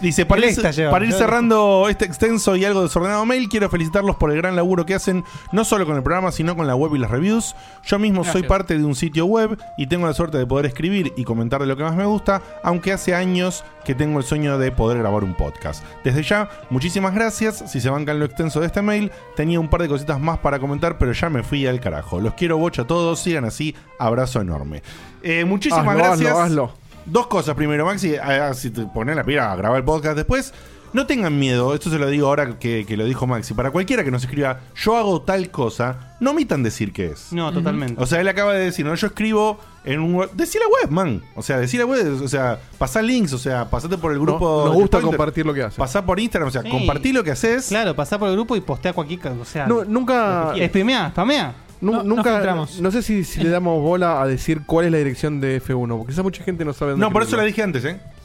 Speaker 2: Dice, para, ir,
Speaker 4: Electa lleva.
Speaker 2: para ir cerrando este extenso y algo desordenado mail, quiero felicitarlos por el gran laburo que hacen, no solo con el programa, sino con la web y las reviews. Yo mismo soy
Speaker 6: Gracias.
Speaker 2: parte de un sitio web y tengo la suerte de poder escribir y comentar de lo que más me gusta, aunque hace años que tengo el sueño de poder grabar un podcast. Desde ya, muchísimas gracias. Si se bancan lo extenso de este mail, tenía un par de cositas más para comentar, pero ya me fui al carajo. Los quiero bocha a todos, sigan así, abrazo enorme. Eh, muchísimas
Speaker 6: Hazlo,
Speaker 2: gracias.
Speaker 6: hazlo, hazlo.
Speaker 2: Dos cosas primero, Maxi. ah, si te pones la pila a grabar el podcast después, no tengan miedo. Esto se lo digo ahora que, que lo dijo Maxi. Para cualquiera que nos escriba, yo hago tal cosa, no omitan decir qué es.
Speaker 3: No, totalmente.
Speaker 2: O sea, él acaba de decir, no, yo escribo en un. web- Decí la web, man. O sea, decí la web. O sea, pasá links. O sea, pasate por el grupo.
Speaker 6: No, nos gusta
Speaker 2: de Twitter,
Speaker 6: compartir lo que hace.
Speaker 2: Pasá por Instagram. O sea,
Speaker 3: Sí.
Speaker 2: compartí lo que haces.
Speaker 3: Claro, pasá por el grupo y postea cualquier cosa. O sea,
Speaker 6: No, nunca.
Speaker 3: Mm. Spamea, spamea.
Speaker 6: nu- nunca. No,
Speaker 3: filtramos.
Speaker 6: sé si, si le damos bola a decir cuál es la dirección de F1. Porque quizás mucha gente no sabe dónde
Speaker 2: No, por eso la
Speaker 6: escribirlo.
Speaker 2: dije antes, ¿eh?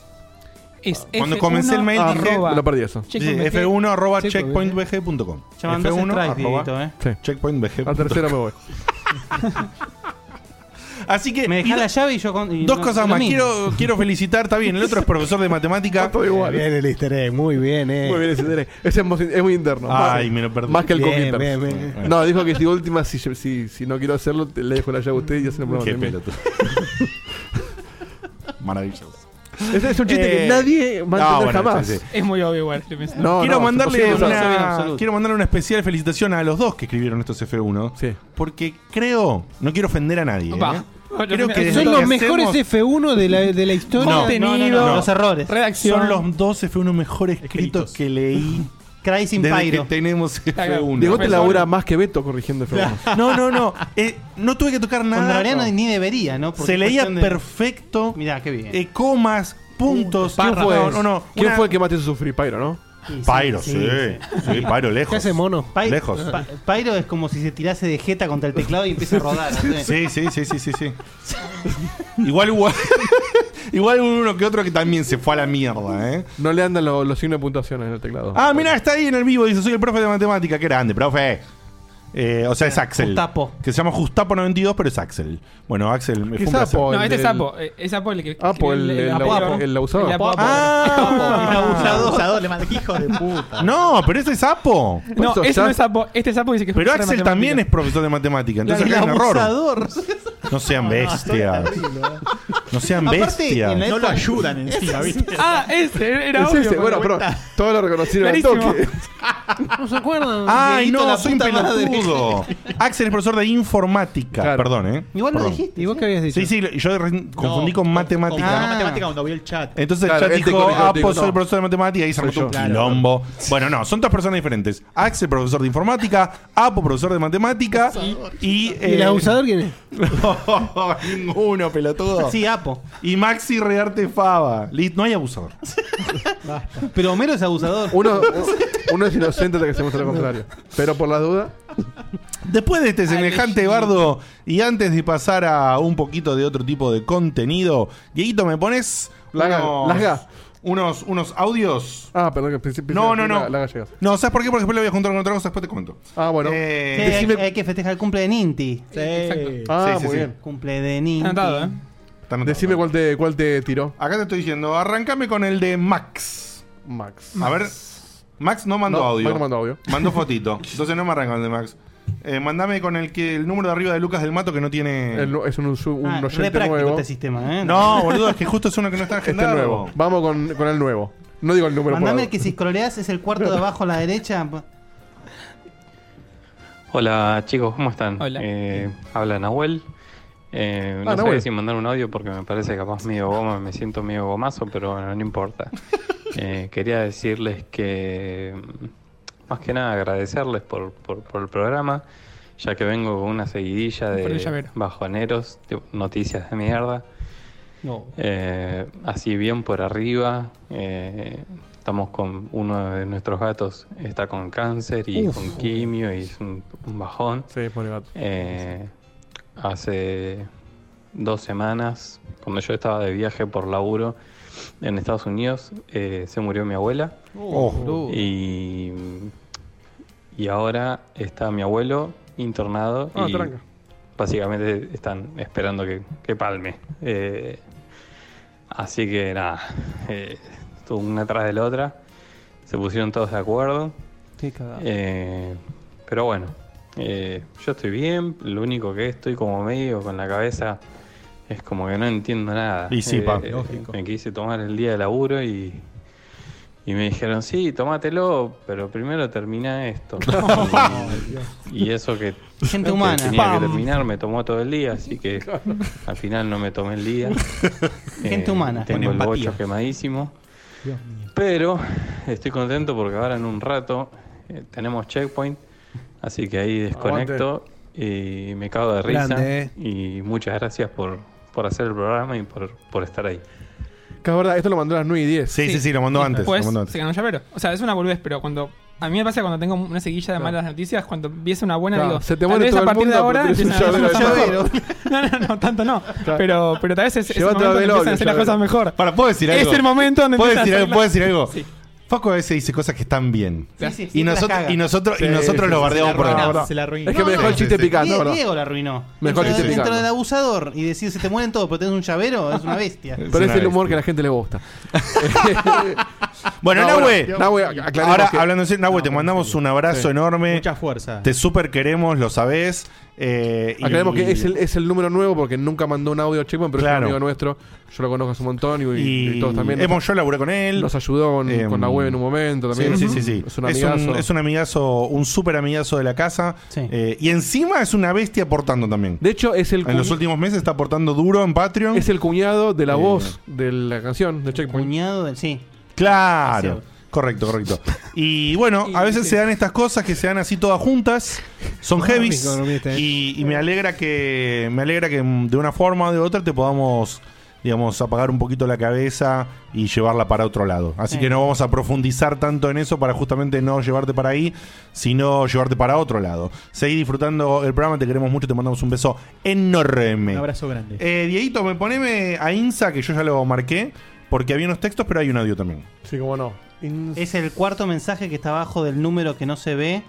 Speaker 8: Es
Speaker 2: Cuando comencé el mail
Speaker 6: Ah,
Speaker 2: dije-
Speaker 6: arroba. lo perdí eso.
Speaker 2: Sí,
Speaker 8: Checkpoint VG.
Speaker 2: F1 arroba
Speaker 8: Checkpoint
Speaker 2: checkpointbg.com.
Speaker 3: Ya van dos
Speaker 2: F1
Speaker 3: strikes,
Speaker 2: arroba
Speaker 3: Dieguito, ¿eh?
Speaker 6: Sí.
Speaker 2: checkpointbg.com.
Speaker 6: A tercera me voy.
Speaker 2: Así que.
Speaker 3: Me
Speaker 2: y
Speaker 3: dejás
Speaker 2: do-
Speaker 3: la llave y yo. Con, y
Speaker 2: Dos
Speaker 3: no-
Speaker 2: cosas
Speaker 3: lo
Speaker 2: más.
Speaker 3: mismo.
Speaker 2: Quiero, quiero felicitar, está bien. El otro es profesor de matemática.
Speaker 6: igual.
Speaker 7: Bien el easter egg, muy bien, eh.
Speaker 6: Muy bien, ese diré. Ese es muy, es muy interno.
Speaker 2: Ay,
Speaker 6: Más-
Speaker 2: me lo perdí.
Speaker 6: Más que el
Speaker 7: Bien,
Speaker 6: coqueter.
Speaker 7: bien, bien.
Speaker 6: No, dijo que si última, si, si, si no quiero hacerlo, te- le dejo la llave a usted y hacen el
Speaker 2: Qué
Speaker 6: programa. también.
Speaker 2: pelotudo. Maravilloso.
Speaker 6: Ese es un chiste
Speaker 2: Eh,
Speaker 6: que nadie va a
Speaker 2: no,
Speaker 6: entender
Speaker 2: bueno,
Speaker 6: jamás.
Speaker 2: sí, sí.
Speaker 8: Es muy obvio igual. estoy pensando.
Speaker 6: No,
Speaker 2: quiero,
Speaker 6: no,
Speaker 2: mandarle
Speaker 6: imposible.
Speaker 2: una,
Speaker 3: absoluto.
Speaker 2: quiero mandarle una especial felicitación a los dos que escribieron estos F1.
Speaker 6: Sí.
Speaker 2: Porque creo, no quiero ofender a nadie.
Speaker 8: Va.
Speaker 2: ¿eh?
Speaker 8: No, yo
Speaker 2: Creo
Speaker 8: me-
Speaker 2: que desde
Speaker 8: Son los
Speaker 2: que hacemos-
Speaker 4: F1 de la, de la
Speaker 2: No.
Speaker 4: historia.
Speaker 3: No, no, no,
Speaker 8: Contenido.
Speaker 3: Los errores.
Speaker 8: Redacción.
Speaker 2: son los dos F1 mejor escritos
Speaker 5: Escritos.
Speaker 2: que leí
Speaker 3: Cry sin
Speaker 2: desde que
Speaker 3: Pyro.
Speaker 2: tenemos F1.
Speaker 6: Diego te
Speaker 8: Profesor.
Speaker 6: labura más que Beto corrigiendo F1.
Speaker 2: No, no, no. Eh, no tuve que tocar
Speaker 3: Cuando
Speaker 2: nada.
Speaker 3: Mariano ni debería, ¿no?
Speaker 2: Se leía
Speaker 3: perfecto.
Speaker 2: perfecto.
Speaker 3: Mirá, qué bien.
Speaker 2: eh, comas, puntos.
Speaker 6: ¿Quién fue?
Speaker 2: No, no, no.
Speaker 6: ¿Quién
Speaker 2: Una-
Speaker 6: fue el que más te hizo sufrir, Pyro, no?
Speaker 2: Pyro, sí. Sí, Pyro lejos.
Speaker 4: ¿Qué hace mono?
Speaker 3: Pai-
Speaker 2: Lejos.
Speaker 3: Pa- Pyro es como si se tirase de jeta contra el teclado y empieza a rodar. ¿no?
Speaker 2: Sí, sí, sí, sí, sí, sí. igual hubo, igual hubo uno que otro que también se fue a la mierda, ¿eh?
Speaker 6: No le andan lo- los signos de puntuación en el teclado.
Speaker 2: Ah, mirá, está ahí en el vivo, dice, soy el profe de matemática, qué grande, profe. Eh, o sea, es Axel.
Speaker 3: Justapo.
Speaker 2: Que se llama Justapo 92, pero es Axel. Bueno, Axel, me fue
Speaker 6: ¿Qué
Speaker 2: un placer.
Speaker 6: sapo?
Speaker 8: No, este
Speaker 6: El-
Speaker 8: es Apo. eh, Es Apo el que.
Speaker 6: Apo, el- el-
Speaker 8: Apo,
Speaker 6: el-
Speaker 8: Apo.
Speaker 6: el abusador.
Speaker 8: El Apo, Apo.
Speaker 2: Ah.
Speaker 5: Un abusador, abusador, le mandé, hijo de puta.
Speaker 2: No, pero ese es Sapo.
Speaker 8: No,
Speaker 6: Por eso
Speaker 8: ese
Speaker 6: ya-
Speaker 8: no es Apo. Este es Apo dice que es
Speaker 2: Pero
Speaker 8: profesor de
Speaker 2: Axel también es
Speaker 8: matemáticas.
Speaker 2: profesor de matemática, entonces
Speaker 3: El
Speaker 2: acá hay un error.
Speaker 3: abusador.
Speaker 2: No sean bestias. No sean
Speaker 3: Aparte,
Speaker 2: bestias.
Speaker 3: en la
Speaker 5: No lo
Speaker 3: época-
Speaker 5: ayudan encima, ¿viste?
Speaker 8: Ah, ese. Era
Speaker 6: Es
Speaker 8: obvio.
Speaker 6: ese. Bueno, pero todos lo reconocieron al
Speaker 8: Clarísimo.
Speaker 6: toque.
Speaker 4: No se acuerdan.
Speaker 2: Ay,
Speaker 3: Dieguito,
Speaker 2: no,
Speaker 3: la
Speaker 2: soy un
Speaker 3: puta madre.
Speaker 2: pelotudo. Axel es profesor de informática.
Speaker 6: Claro.
Speaker 2: Perdón, ¿eh?
Speaker 3: Igual lo
Speaker 2: Perdón.
Speaker 3: dijiste.
Speaker 4: ¿Y vos qué habías dicho?
Speaker 2: Sí, sí, lo- yo re- confundí
Speaker 5: No,
Speaker 2: con
Speaker 5: Con,
Speaker 2: matemática.
Speaker 5: con matemática cuando vi el chat.
Speaker 2: Entonces
Speaker 6: Claro,
Speaker 2: el
Speaker 6: él
Speaker 2: chat
Speaker 6: te
Speaker 2: dijo,
Speaker 6: corrigió,
Speaker 2: ah,
Speaker 6: te
Speaker 2: pues
Speaker 6: digo,
Speaker 2: soy
Speaker 6: no.
Speaker 2: profesor de matemática y se armó todo un
Speaker 6: yo.
Speaker 2: quilombo. Bueno, no, son dos personas diferentes. Axel, profesor de informática, Apo, profesor de matemática y...
Speaker 4: ¿Y el
Speaker 2: eh,
Speaker 4: abusador quién es?
Speaker 2: ninguno, pelotudo.
Speaker 3: Sí, Apo.
Speaker 2: Y Maxi Rearte Fava. Lit- No hay abusador.
Speaker 3: Pero Homero es abusador.
Speaker 6: Uno, uno es inocente hasta que se muestre lo contrario. Pero por la duda,
Speaker 2: Después de este semejante bardo y antes de pasar a un poquito de otro tipo de contenido, Dieguito, ¿me pones
Speaker 6: Laga, laga.
Speaker 2: unos, unos audios?
Speaker 6: Ah, perdón, que al principio.
Speaker 2: No, no, no.
Speaker 6: La, la gallega.
Speaker 2: No, ¿sabes por qué? Porque después lo voy a juntar con otra cosa, después te cuento.
Speaker 6: Ah, bueno.
Speaker 3: Sí,
Speaker 2: Eh,
Speaker 3: hay-
Speaker 6: decime-
Speaker 3: hay que festejar el cumple de Ninti.
Speaker 8: Exacto.
Speaker 6: ah,
Speaker 2: sí, sí,
Speaker 6: muy
Speaker 2: sí.
Speaker 6: bien.
Speaker 3: Cumple de Ninti.
Speaker 8: Anotado, ¿eh?
Speaker 2: está anotado,
Speaker 6: Decime
Speaker 2: está
Speaker 6: cuál te, cuál te tiró,
Speaker 2: anotado. Acá te estoy diciendo, arrancame con el de Max.
Speaker 6: Max.
Speaker 2: A ver, Max no mandó
Speaker 6: No,
Speaker 2: audio.
Speaker 6: Max no mandó audio.
Speaker 2: Mandó fotito. Entonces no me arranca con el de Max. Eh, mandame con el que el número de arriba de Lucas del Mato que no tiene.
Speaker 6: El- es un, usu- un
Speaker 3: Ah, re
Speaker 6: oyente
Speaker 3: práctico
Speaker 6: nuevo.
Speaker 3: este sistema, ¿eh?
Speaker 2: No, boludo, es que justo es uno que no está
Speaker 6: Este
Speaker 2: agendado.
Speaker 6: nuevo. Vamos con, con el nuevo. No digo el número por
Speaker 3: Mandame
Speaker 6: la
Speaker 3: el que si scrolleás es el cuarto de abajo a la derecha.
Speaker 11: Hola chicos, ¿cómo están?
Speaker 8: Hola.
Speaker 11: Eh, habla Nahuel. Eh, no
Speaker 6: Ah,
Speaker 11: sé
Speaker 6: Nahuel.
Speaker 11: si mandar un audio porque me parece capaz medio goma, me siento medio gomazo, pero bueno, no importa. Eh, quería decirles que, mm, más que nada, agradecerles por, por- por el programa, ya que vengo con una seguidilla
Speaker 8: Por el
Speaker 11: de
Speaker 8: llavero.
Speaker 11: bajoneros, de noticias de mierda.
Speaker 12: Eh, así bien por arriba. eh, estamos con uno de nuestros gatos, está con cáncer y
Speaker 6: Uf.
Speaker 12: con quimio y es un, un bajón. Eh, hace dos semanas, cuando yo estaba de viaje por laburo en Estados Unidos, eh, se murió mi abuela.
Speaker 13: 哦
Speaker 12: 哦
Speaker 2: Oh.
Speaker 12: Y, y ahora está mi abuelo internado
Speaker 6: Ah,
Speaker 12: y
Speaker 6: tranca.
Speaker 12: básicamente están esperando que, que palme. Eh, así que nada, eh, estuvo una atrás de la otra, se pusieron todos de acuerdo.
Speaker 8: Qué cagada.
Speaker 12: Eh, pero bueno, eh, yo estoy bien, lo único que estoy como medio con la cabeza es como que no entiendo nada. Eh,
Speaker 2: Y sí, pa.
Speaker 12: Me quise tomar el día de laburo y, y me dijeron, sí, tomátelo, pero primero termina esto. y, y eso que,
Speaker 3: Gente
Speaker 12: que
Speaker 3: humana.
Speaker 12: tenía
Speaker 3: Pam.
Speaker 12: que terminar me tomó todo el día, así que al final no me tomé el día. Eh,
Speaker 3: Gente humana. Con
Speaker 12: Tengo el
Speaker 3: empatía.
Speaker 12: bocho quemadísimo. Pero estoy contento porque ahora en un rato eh, tenemos checkpoint, así que ahí desconecto y me cago de risa.
Speaker 6: Grande, eh.
Speaker 12: Y muchas gracias por, por hacer el programa y por, por estar ahí.
Speaker 6: Que es verdad, esto lo mandó a las 9 y 10.
Speaker 2: Sí, sí, sí, lo mandó
Speaker 6: Y
Speaker 2: antes.
Speaker 6: después
Speaker 2: lo mandó antes.
Speaker 8: Se ganó un llavero. O sea, es una boludez, pero cuando. A mí me pasa cuando tengo una seguilla de malas noticias, cuando viese una buena,
Speaker 6: Claro,
Speaker 8: digo.
Speaker 6: se te
Speaker 8: tal
Speaker 6: muere
Speaker 8: vez
Speaker 6: todo
Speaker 8: a
Speaker 6: el
Speaker 8: partir
Speaker 6: mundo,
Speaker 8: de ahora.
Speaker 6: pero tenés un
Speaker 8: empiezan a hacer
Speaker 6: llavero.
Speaker 8: cosas mejor. No, no, no, tanto no.
Speaker 6: Claro.
Speaker 8: Pero, pero tal vez es, es el
Speaker 6: Llévate a
Speaker 8: momento donde
Speaker 6: Belolio,
Speaker 8: empiezan a hacer las
Speaker 6: llévate.
Speaker 8: cosas mejor.
Speaker 2: Para, ¿puedo decir
Speaker 8: Es
Speaker 2: algo?
Speaker 8: el momento donde
Speaker 2: ¿Puedo
Speaker 8: empiezan a
Speaker 2: decir
Speaker 8: hacer
Speaker 2: algo?
Speaker 8: las-
Speaker 2: ¿Puedo decir algo? Facu a veces dice cosas que están bien.
Speaker 3: Sí, sí,
Speaker 2: y,
Speaker 3: sí, las
Speaker 2: nosotros,
Speaker 3: caga.
Speaker 2: y nosotros, y
Speaker 3: Sí,
Speaker 2: nosotros
Speaker 3: sí,
Speaker 2: lo
Speaker 3: sí,
Speaker 2: bardeamos
Speaker 3: se la
Speaker 2: por
Speaker 3: arruinó,
Speaker 2: abajo.
Speaker 3: se la arruinó.
Speaker 6: Es que me dejó el chiste picante,
Speaker 3: Diego,
Speaker 6: ¿verdad?
Speaker 3: Diego la arruinó.
Speaker 6: Mejor
Speaker 3: Dentro-
Speaker 6: chiste
Speaker 3: Dentro
Speaker 6: picante.
Speaker 3: del abusador y decir se te mueren todos, pero tenés un llavero, es una bestia.
Speaker 6: Pero es, el humor que a la gente le gusta.
Speaker 2: Bueno,
Speaker 6: No,
Speaker 2: Nahue,
Speaker 6: bueno, Nahue, aclaremos
Speaker 2: ahora
Speaker 6: que- Ah,
Speaker 2: hablando en serio, Nahue, te mandamos un abrazo
Speaker 6: Sí.
Speaker 2: enorme.
Speaker 5: Mucha fuerza.
Speaker 2: Te super queremos, lo sabés. Eh, y-
Speaker 6: Aclaremos que es el, es el número nuevo porque nunca mandó un audio a Checkpoint, pero es
Speaker 2: Claro.
Speaker 6: un amigo nuestro. Yo lo conozco hace un montón y,
Speaker 2: y,
Speaker 6: y todos también.
Speaker 2: hemos- yo laburé con él.
Speaker 6: Nos ayudó con,
Speaker 2: Em,
Speaker 6: con la web en un momento también.
Speaker 2: Sí, sí, sí. sí.
Speaker 6: Es un
Speaker 2: Es un-
Speaker 6: amigazo.
Speaker 2: Es un amigazo, un super amigazo de la casa. Eh, y encima es una bestia aportando también.
Speaker 6: De hecho, es el.
Speaker 2: En los últimos meses está aportando duro en Patreon. Eh,
Speaker 6: Es el cuñado de la voz de la canción de Checkpoint.
Speaker 3: Cuñado del. Sí.
Speaker 2: Claro. Correcto, correcto. Y bueno, a veces se dan estas cosas que se dan así todas juntas, son
Speaker 4: Económico,
Speaker 2: heavies
Speaker 4: economista, eh.
Speaker 2: y, y me alegra que me alegra que mm, de una forma o de otra te podamos digamos apagar un poquito la cabeza y llevarla para otro lado. Así
Speaker 3: Eh.
Speaker 2: que no vamos a profundizar tanto en eso para justamente no llevarte para ahí, sino llevarte para otro lado. Seguí disfrutando el programa, te queremos mucho, te mandamos un beso enorme.
Speaker 5: Un abrazo grande.
Speaker 2: Eh, Dieguito, me poneme a Insa que yo ya lo marqué porque había unos textos, pero hay un audio también.
Speaker 6: Sí, como no.
Speaker 3: Es el cuarto mensaje que está abajo del número que no se ve,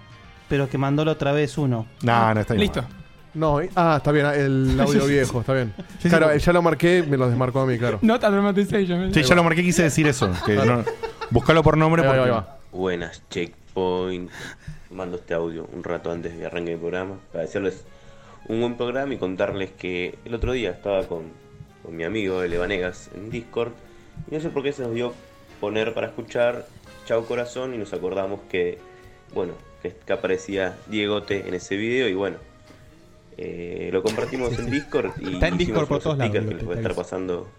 Speaker 3: pero que mandó la otra vez uno.
Speaker 2: No, no está bien. Listo.
Speaker 6: No, eh, ah, está bien, el audio viejo, está bien.
Speaker 2: sí,
Speaker 6: claro,
Speaker 2: sí.
Speaker 6: ya lo marqué, me lo desmarcó a mí, claro.
Speaker 8: Not a dramatization.
Speaker 2: Sí, ya lo marqué, quise decir eso. que no- buscalo por nombre.
Speaker 6: Ahí va,
Speaker 2: porque-
Speaker 6: ahí va.
Speaker 13: Buenas, Checkpoint. Mando este audio un rato antes de que arranque el programa para decirles un buen programa y contarles que el otro día estaba con, con mi amigo el Evanegas en Discord y no sé por qué se nos dio poner para escuchar Chao Corazón y nos acordamos que, bueno, que, que aparecía Diegote en ese video y bueno, eh, lo compartimos en Discord y
Speaker 5: Está en Discord por
Speaker 13: unos
Speaker 5: todos lados,
Speaker 13: stickers que
Speaker 5: Diegote,
Speaker 13: les voy a estar pasando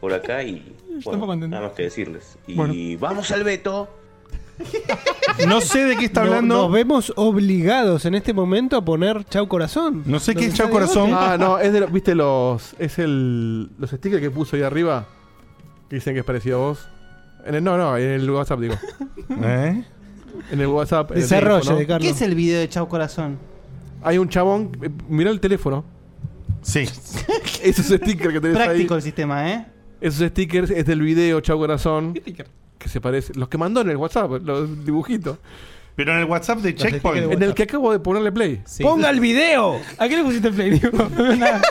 Speaker 13: por acá y
Speaker 8: tampoco
Speaker 13: bueno,
Speaker 8: entendí.
Speaker 13: nada más que decirles. Y
Speaker 8: Bueno.
Speaker 13: vamos al Beto.
Speaker 2: No sé de qué está
Speaker 4: No-
Speaker 2: hablando.
Speaker 4: Nos vemos obligados en este momento a poner Chau Corazón.
Speaker 2: No sé qué
Speaker 4: Nos
Speaker 2: es Chau
Speaker 4: está
Speaker 2: Corazón.
Speaker 4: de
Speaker 6: Ah,
Speaker 4: golpe.
Speaker 6: no, es de los, viste los, es el, los stickers que puso ahí arriba, que dicen que es parecido a vos. En el, no, no, en el WhatsApp digo.
Speaker 2: ¿Eh?
Speaker 6: En el WhatsApp. en el
Speaker 4: Desarrolle,
Speaker 6: teléfono.
Speaker 4: de Carlos.
Speaker 3: ¿Qué es el video de Chau Corazón?
Speaker 6: Hay un chabón, eh, mirá el teléfono.
Speaker 2: Sí.
Speaker 6: Esos stickers que tenés
Speaker 3: Práctico
Speaker 6: ahí.
Speaker 3: el sistema, ¿eh?
Speaker 6: Esos stickers es del video Chau Corazón,
Speaker 8: sticker?
Speaker 6: que se parece, los que mandó en el WhatsApp, los dibujitos.
Speaker 2: Pero en el WhatsApp de Checkpoint.
Speaker 6: En el que acabo de ponerle play.
Speaker 8: ¡Ponga el video! ¿A qué le pusiste play, Diego? Nada.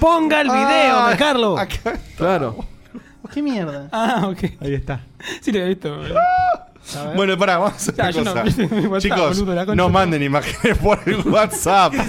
Speaker 4: ¡Ponga el video
Speaker 8: Ah,
Speaker 4: de Carlos!
Speaker 6: Claro.
Speaker 3: Pues ¿Qué mierda?
Speaker 8: Ah, ok.
Speaker 5: Ahí está. ¡Ah!
Speaker 8: Sí, lo he visto.
Speaker 2: Bueno, pará, vamos a hacer
Speaker 8: Ya,
Speaker 2: una
Speaker 8: yo no-
Speaker 2: cosa.
Speaker 8: viste, mi WhatsApp,
Speaker 2: Chicos,
Speaker 8: boludo, la concha.
Speaker 2: no manden imágenes por el WhatsApp.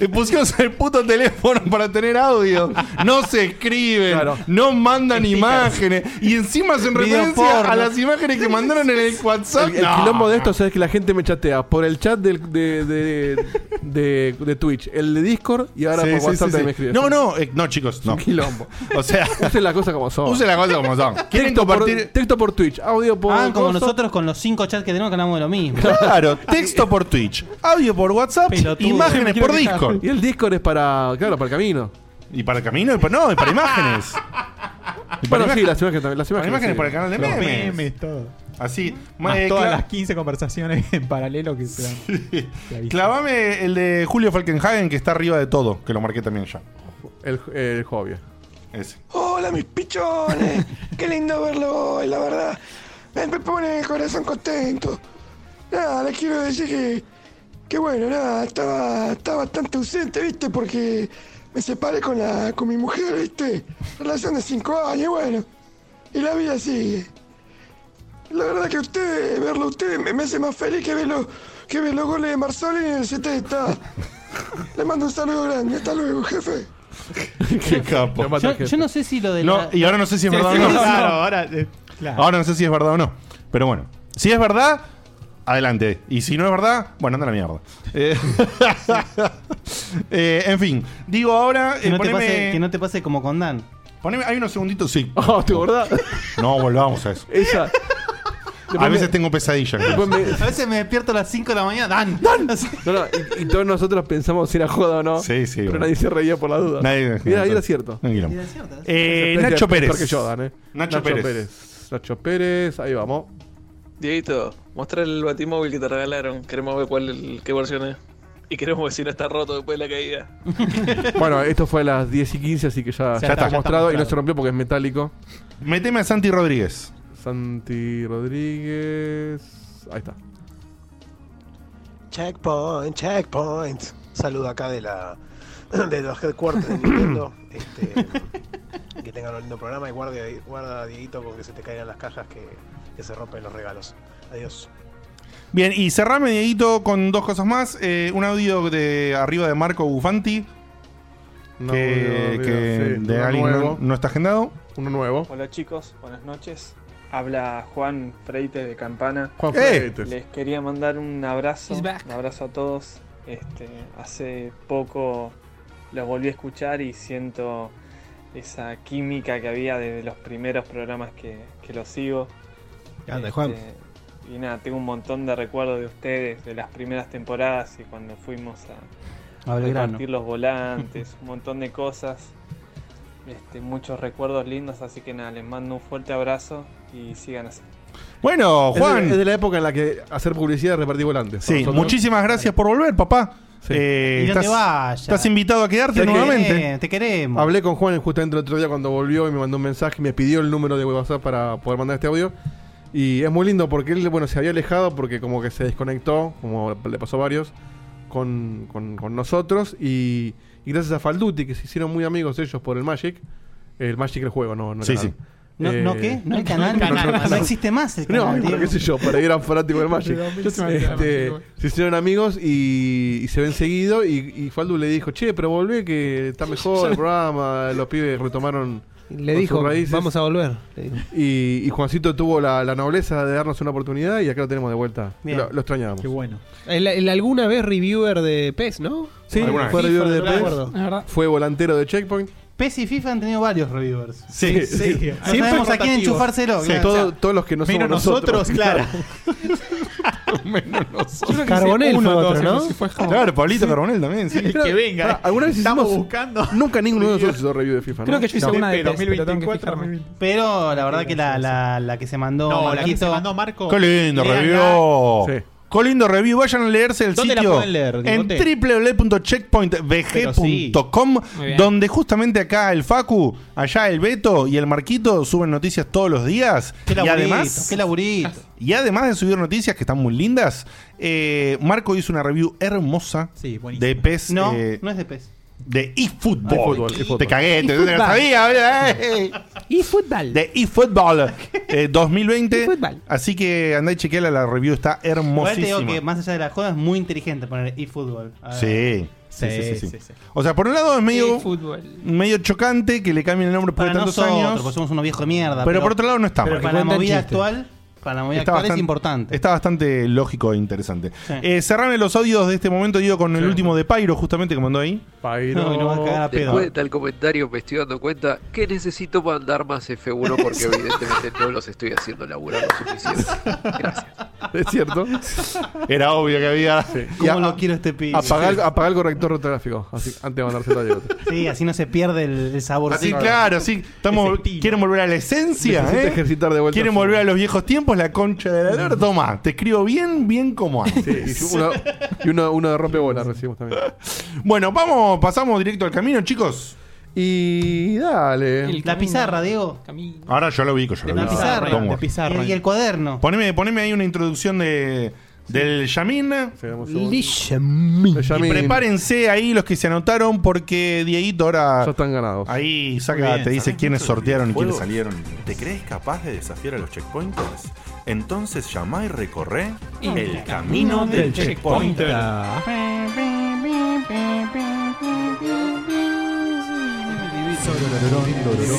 Speaker 2: Y Pusimos el puto teléfono para tener audio. No se escriben, no mandan imágenes. Y encima hacen
Speaker 6: Video
Speaker 2: referencia
Speaker 6: porno.
Speaker 2: a las imágenes que mandaron en el WhatsApp.
Speaker 6: El, el
Speaker 2: No.
Speaker 6: quilombo de esto es que la gente me chatea por el chat del- de, de, de- de Twitch, el de Discord y ahora
Speaker 2: Sí,
Speaker 6: por
Speaker 2: sí,
Speaker 6: WhatsApp
Speaker 2: sí,
Speaker 6: también
Speaker 2: sí.
Speaker 6: me escriben.
Speaker 2: No, no, eh, no, chicos, no.
Speaker 6: Quilombo.
Speaker 2: O sea,
Speaker 6: Usen las cosas como son.
Speaker 2: usen las cosas como son. ¿Quieren
Speaker 6: texto, por,
Speaker 2: compartir?
Speaker 6: texto por Twitch, audio por.
Speaker 3: Ah, como
Speaker 6: coso.
Speaker 3: nosotros con los cinco chats que tenemos que hablamos de lo mismo.
Speaker 2: Claro, texto por Twitch, audio por WhatsApp,
Speaker 3: Pelotudo.
Speaker 2: imágenes por Discord.
Speaker 6: Y el Discord es para. Claro, para el camino.
Speaker 2: Y para el camino, y para, no, y para imágenes. Y
Speaker 6: Bueno, sí,
Speaker 2: imágenes.
Speaker 6: las imágenes también. Las
Speaker 2: Para imágenes
Speaker 6: imágenes, sí.
Speaker 2: para el canal de
Speaker 5: Los
Speaker 2: memes.
Speaker 5: memes, todo.
Speaker 2: Así.
Speaker 5: Más
Speaker 2: eh,
Speaker 5: todas
Speaker 2: cla-
Speaker 5: las 15 conversaciones en paralelo que se dan.
Speaker 2: Clavame el de Julio Falkenhagen que está arriba de todo, que lo marqué también ya.
Speaker 6: El, el hobby.
Speaker 2: Ese.
Speaker 14: Hola mis pichones, qué lindo verlo hoy, la verdad. Me me pone el corazón contento. Nada, les quiero decir que, que bueno, nada, estaba, estaba bastante ausente, viste, porque me separé con la, con mi mujer, viste, relación de cinco años, bueno, y la vida sigue. La verdad que usted, verlo a usted me, me hace más feliz que ver los, que ver los goles de Marzoli en el 70. Le mando un saludo grande, hasta luego, jefe.
Speaker 2: Qué capo.
Speaker 3: Yo, yo no sé si lo de
Speaker 2: No,
Speaker 3: la-
Speaker 2: y ahora no sé si es
Speaker 3: Sí,
Speaker 2: verdad o
Speaker 3: sí,
Speaker 2: no.
Speaker 3: sí,
Speaker 2: Claro, eh.
Speaker 5: ahora,
Speaker 2: Ah. Ahora no sé si es verdad o no. Pero bueno, si es verdad, adelante. Y si no es verdad, bueno, anda a la mierda. Eh, eh, en fin, digo ahora.
Speaker 3: Que no te pase- que
Speaker 2: te pase como con Dan. Poneme, hay unos segunditos, sí.
Speaker 6: Oh, ¿te acordás?
Speaker 2: No, volvamos a eso.
Speaker 6: Esa.
Speaker 2: A veces tengo pesadillas. con eso.
Speaker 3: A veces me despierto a las 5 de la mañana. Dan,
Speaker 6: No, no, y, y todos nosotros pensamos si era joda o no.
Speaker 2: Sí, sí.
Speaker 6: Pero
Speaker 2: bueno.
Speaker 6: nadie se reía por la duda.
Speaker 2: Nadie-
Speaker 6: Mira, ahí era cierto.
Speaker 2: Un quilombo. Eh,
Speaker 6: Es
Speaker 2: Nacho
Speaker 6: peor
Speaker 2: Pérez.
Speaker 6: que Jordan, eh.
Speaker 2: Nacho Pérez.
Speaker 6: Nacho Pérez, ahí vamos.
Speaker 15: Dieguito, mostrar el batimóvil que te regalaron. Queremos ver cuál, qué versión es. Y queremos ver si no está roto después de la caída.
Speaker 6: bueno, esto fue a las 10 y 15, así que ya,
Speaker 2: Ya
Speaker 6: ya
Speaker 2: está,
Speaker 6: está
Speaker 2: ya está
Speaker 6: mostrado y no
Speaker 2: mostrado.
Speaker 6: se rompió porque es metálico.
Speaker 2: Meteme a Santi Rodríguez.
Speaker 6: Santi Rodríguez. Ahí está.
Speaker 16: Checkpoint, checkpoint. Saludo acá de la de los headquarters de Nintendo. Este, que tengan un lindo programa y guarde, guarda Dieguito con que se te caigan las cajas que, que se rompen los regalos. Adiós.
Speaker 2: Bien, y cerrame, Dieguito, con dos cosas más. Eh, un audio de arriba de Marco Bufanti.
Speaker 6: Un
Speaker 2: que
Speaker 6: audio
Speaker 2: que
Speaker 6: arriba, sí,
Speaker 2: de
Speaker 6: uno
Speaker 2: alguien no,
Speaker 6: nuevo.
Speaker 2: no está agendado.
Speaker 6: Uno nuevo.
Speaker 17: Hola chicos, buenas noches. Habla Juan Freites de Campana.
Speaker 6: Juan
Speaker 15: ¡Eh!
Speaker 6: Freites.
Speaker 17: Les quería mandar un abrazo.
Speaker 8: He's
Speaker 17: Un
Speaker 8: back.
Speaker 17: abrazo a todos. Este, hace poco los volví a escuchar y siento esa química que había desde los primeros programas que, que los sigo. Este,
Speaker 4: Grande, Juan.
Speaker 17: Y nada, tengo un montón de recuerdos de ustedes, de las primeras temporadas y cuando fuimos a,
Speaker 3: A Belgrano.
Speaker 17: repartir los volantes, un montón de cosas. Este, muchos recuerdos lindos, así que nada, les mando un fuerte abrazo y sigan así.
Speaker 2: Bueno, Juan.
Speaker 6: Es de, es de la época en la que hacer publicidad repartí volantes.
Speaker 2: Sí, muchísimas gracias por volver, papá. Eh,
Speaker 6: Y no te
Speaker 2: estás,
Speaker 6: vayas.
Speaker 2: estás invitado a quedarte nuevamente.
Speaker 6: te queremos. Hablé con Juan justamente el otro día cuando volvió y me mandó un mensaje y me pidió el número de WhatsApp para poder mandar este audio. Y es muy lindo porque él, bueno, se había alejado porque como que se desconectó, como le pasó a varios, con, con- con nosotros. Y, y gracias a Falduti, que se hicieron muy amigos ellos por el Magic. El Magic el juego, no, no el
Speaker 2: Sí,
Speaker 6: canal. Eh,
Speaker 2: sí. No-
Speaker 3: ¿no qué? No el canal, no, no, no existe más el canal,
Speaker 6: No, bueno, qué
Speaker 3: Diego.
Speaker 6: sé yo, por ahí eran fanáticos del Magic.
Speaker 3: Yo
Speaker 6: Este,
Speaker 3: soy fanático del Magic, bueno.
Speaker 6: se hicieron amigos y, y se ven seguido. Y, y Faldu le dijo, che, pero volvé que está mejor el programa. Los pibes retomaron.
Speaker 4: Le
Speaker 6: con
Speaker 4: dijo,
Speaker 6: sus raíces.
Speaker 4: vamos a volver.
Speaker 6: Y, y Juancito tuvo la, la nobleza de darnos una oportunidad y acá lo tenemos de vuelta.
Speaker 4: Bien.
Speaker 6: Lo, lo extrañábamos. Qué
Speaker 5: bueno.
Speaker 4: El, el alguna vez reviewer de PES, ¿no?
Speaker 6: Sí,
Speaker 4: Alguna
Speaker 6: fue
Speaker 4: vez.
Speaker 6: reviewer
Speaker 4: FIFA,
Speaker 6: de
Speaker 4: no me
Speaker 6: PES,
Speaker 4: acuerdo. Es verdad.
Speaker 6: Fue volantero de Checkpoint.
Speaker 3: PES y FIFA han tenido varios reviewers.
Speaker 6: Sí, sí.
Speaker 3: No sabemos a quién enchufárselo.
Speaker 6: Sí.
Speaker 3: claro.
Speaker 6: Todo-
Speaker 3: O sea,
Speaker 6: todos los que no
Speaker 3: menos
Speaker 6: somos nosotros,
Speaker 3: nosotros, claro.
Speaker 2: Menos nosotros.
Speaker 6: Carbonell
Speaker 2: Uno,
Speaker 6: fue
Speaker 2: dos,
Speaker 6: otro, ¿no?
Speaker 2: sí, fue Jao. claro, Pablito
Speaker 6: Sí.
Speaker 2: Carbonell también. Sí.
Speaker 6: Creo- Pará, ¿Alguna vez
Speaker 5: Estamos
Speaker 6: hicimos-
Speaker 5: buscando.
Speaker 6: Nunca ninguno de nosotros hizo review de FIFA. ¿no? No.
Speaker 5: Pero 2024,
Speaker 3: Pero la verdad que la, la, la que se mandó
Speaker 5: No, la que
Speaker 3: Marquito-
Speaker 5: se mandó Marco.
Speaker 2: Qué lindo
Speaker 5: Leanla.
Speaker 2: review. Qué lindo review. Vayan a leerse el
Speaker 5: ¿ah? ¿Dónde la
Speaker 2: sitio
Speaker 5: pueden leer,
Speaker 2: en
Speaker 5: Digote?
Speaker 2: www.checkpointvg.com,
Speaker 5: Muy bien.
Speaker 2: donde justamente acá el Facu, allá el Beto y el Marquito suben noticias todos los días.
Speaker 3: Qué
Speaker 2: y
Speaker 3: laburito,
Speaker 2: además,
Speaker 3: qué laburito.
Speaker 2: y además de subir noticias que están muy lindas, eh, Marco hizo una review hermosa de PES.
Speaker 3: No,
Speaker 2: eh,
Speaker 3: no es de PES.
Speaker 2: de
Speaker 3: Ah, eFootball,
Speaker 2: eFootball.
Speaker 3: eFootball.
Speaker 2: Te cagué, te, te
Speaker 3: eFootball.
Speaker 2: lo sabía, boludo. eh.
Speaker 4: eFootball.
Speaker 2: De eFootball eh, 2020. Así que andá y chequeala, la review está
Speaker 3: Igual te digo
Speaker 2: hermosísima.
Speaker 3: que más allá de la joda es muy inteligente poner eFootball. A ver.
Speaker 2: Sí. Sí, sí, sí, sí. O sea, por un lado es medio, medio chocante que le cambien el nombre por
Speaker 3: Para
Speaker 2: tantos
Speaker 3: nosotros,
Speaker 2: años.
Speaker 3: porque somos unos viejos de mierda.
Speaker 2: Pero por otro lado no está
Speaker 3: Pero
Speaker 2: mal.
Speaker 3: para la
Speaker 2: Cuentan
Speaker 3: movida
Speaker 2: chistes.
Speaker 3: actual Para la movida actual es importante.
Speaker 2: Está bastante lógico e interesante. Eh, cerrame los audios de este momento, Digo, con el último de Pyro, justamente que mandó ahí. Pyro.
Speaker 3: No, y nos va a cagar a pedo.
Speaker 18: Después del comentario me estoy dando cuenta que necesito mandar más F1 porque evidentemente no los estoy haciendo laburar lo suficiente.
Speaker 6: Es cierto.
Speaker 2: Era obvio que había.
Speaker 6: Y a-
Speaker 3: ¿Cómo lo quiero este pibe?
Speaker 6: Apagar, apagar el corrector ortográfico. Así, antes de mandárselo a Diego.
Speaker 3: Sí, así no se pierde el, el sabor.
Speaker 2: Así, claro, sí. Estamos, quieren volver a la esencia.
Speaker 6: Necesito
Speaker 2: ¿eh?
Speaker 6: ejercitar de vuelta
Speaker 2: Quieren
Speaker 6: el fútbol.
Speaker 2: volver a los viejos tiempos, la concha de la lora. Toma, te escribo bien, bien como antes.
Speaker 6: Y uno, y uno, uno de rompebolas recibimos también.
Speaker 2: Bueno, vamos, pasamos directo al camino, chicos.
Speaker 6: Y dale.
Speaker 3: La pizarra, Diego.
Speaker 2: Ahora yo lo ubico, yo lo
Speaker 3: La
Speaker 2: ubico.
Speaker 3: pizarra.
Speaker 2: Don't
Speaker 3: La
Speaker 2: worry.
Speaker 3: pizarra. Y el cuaderno.
Speaker 2: Poneme, poneme ahí una introducción de, del Yamin.
Speaker 6: segundo.
Speaker 2: Y prepárense ahí los que se anotaron porque Dieguito ahora. Ya
Speaker 6: están ganados.
Speaker 2: Ahí
Speaker 19: Muy
Speaker 2: saca,
Speaker 19: bien,
Speaker 2: te dice
Speaker 19: ¿sabes
Speaker 2: quiénes
Speaker 19: mucho de
Speaker 2: sortearon y quiénes
Speaker 19: videojuegos?
Speaker 2: salieron.
Speaker 19: ¿Te crees capaz de desafiar a los checkpointers? Entonces llamá y recorre
Speaker 2: El
Speaker 19: el
Speaker 2: camino
Speaker 19: camino del
Speaker 2: del checkpointer.
Speaker 19: checkpointer.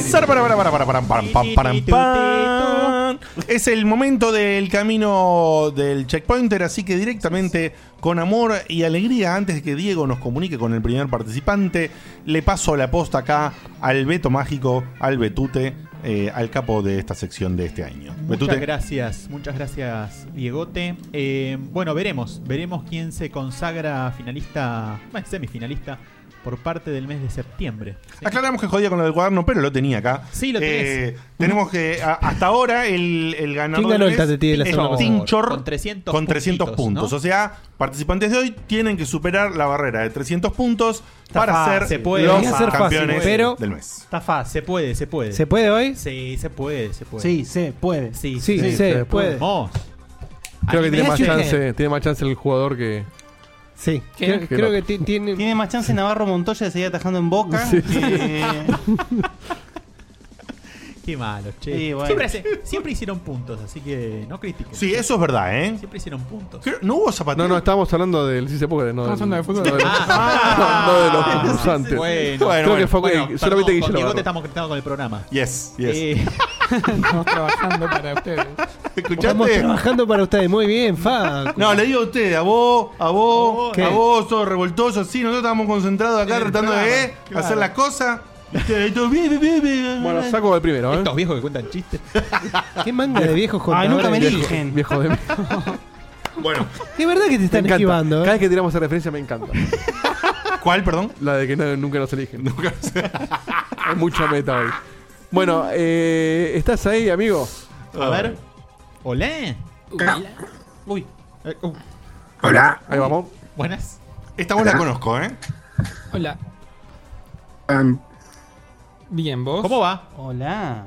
Speaker 2: Sar, para, para, para, para, para, para, para, para, para. Es el momento del camino del checkpointer, así que directamente con amor y alegría, antes de que Diego nos comunique con el primer participante, le paso la posta acá al Beto Mágico, al Betute, eh, al capo de esta sección de este año.
Speaker 5: Muchas gracias, muchas gracias, Diegote. Eh, bueno, veremos, veremos quién se consagra finalista, bueno, semifinalista, por parte del mes de septiembre.
Speaker 2: Aclaramos que jodía con lo del cuaderno, pero lo tenía acá.
Speaker 5: Sí, lo
Speaker 2: Eh,
Speaker 5: tenés.
Speaker 2: tenemos que, a- hasta ahora, el, el ganador
Speaker 5: ¿Quién ganó
Speaker 2: del
Speaker 5: el
Speaker 2: mes
Speaker 5: Tateti de la
Speaker 2: es
Speaker 5: semana pasada?
Speaker 2: Tinchor
Speaker 5: Con 300
Speaker 2: con 300
Speaker 5: puntitos,
Speaker 2: puntos.
Speaker 5: ¿no?
Speaker 2: O sea, participantes de hoy tienen que superar la barrera de 300 puntos para
Speaker 5: fácil.
Speaker 2: ser
Speaker 5: Se puede.
Speaker 2: los
Speaker 5: Debería ser fácil,
Speaker 2: campeones
Speaker 5: pero-
Speaker 2: del mes.
Speaker 5: Está fácil. Se puede, se puede.
Speaker 3: ¿Se puede hoy?
Speaker 5: Sí, se puede, se puede.
Speaker 3: Sí, se puede.
Speaker 5: Sí,
Speaker 3: sí, se puede.
Speaker 5: Vamos.
Speaker 6: Creo que
Speaker 5: Anime
Speaker 6: tiene más,
Speaker 5: Sugar.
Speaker 6: chance, tiene más chance el jugador que.
Speaker 4: Sí,
Speaker 6: creo, creo que.
Speaker 4: tiene...
Speaker 3: más chance Navarro Montoya de seguir atajando en boca. que-
Speaker 5: Qué malo, che.
Speaker 3: Sí, bueno.
Speaker 5: siempre, hace- siempre hicieron puntos, así que no critiquen.
Speaker 2: Sí, eso es verdad, ¿eh?
Speaker 5: Siempre hicieron puntos.
Speaker 2: No hubo zapatillas.
Speaker 6: No, no, estábamos hablando del sí se puede, no.
Speaker 5: Estamos
Speaker 6: del-
Speaker 5: hablando de fútbol.
Speaker 6: No, de los,
Speaker 5: Ah.
Speaker 6: no, de los
Speaker 5: Ah, sí, sí,
Speaker 6: concursantes.
Speaker 5: sí. Bueno,
Speaker 6: creo
Speaker 5: bueno,
Speaker 6: que fue
Speaker 5: bueno,
Speaker 6: eh,
Speaker 5: perdón,
Speaker 6: solamente
Speaker 5: con
Speaker 6: Guillermo.
Speaker 5: Diegote
Speaker 6: Navarro.
Speaker 5: estamos conectados con el programa. Eh,
Speaker 2: Yes, yes.
Speaker 8: Estamos trabajando para ustedes.
Speaker 4: Estamos trabajando para ustedes. Muy bien, Fa.
Speaker 2: No, le digo a usted, a vos, a vos,
Speaker 4: ¿Qué?
Speaker 2: a vos, todos revoltosos, sí, nosotros estábamos concentrados acá
Speaker 5: Sí,
Speaker 2: tratando
Speaker 5: claro,
Speaker 2: de
Speaker 5: claro.
Speaker 2: hacer las cosas. Y ustedes ahí todos, "Bien, bien, bien, bien".
Speaker 6: Bueno, saco el primero, ¿eh?
Speaker 5: Estos viejos que cuentan chistes.
Speaker 4: Qué manga de viejos contadores. Viejo-
Speaker 6: Viejo de
Speaker 2: Bueno.
Speaker 4: Es verdad que te están esquivando. ¿eh?
Speaker 6: Cada vez que tiramos esa referencia me encanta.
Speaker 2: ¿Cuál, perdón?
Speaker 6: La de que no- nunca nos eligen. Nunca Hay mucha meta hoy. Bueno, eh, ¿estás ahí, amigo?
Speaker 5: A ver. Hola. Uy. Eh, uh.
Speaker 6: Hola. Ahí vamos.
Speaker 5: Buenas.
Speaker 2: oh. Esta voz la conozco, ¿eh?
Speaker 8: Hola. Bien, vos.
Speaker 5: ¿Cómo va?
Speaker 3: Hola.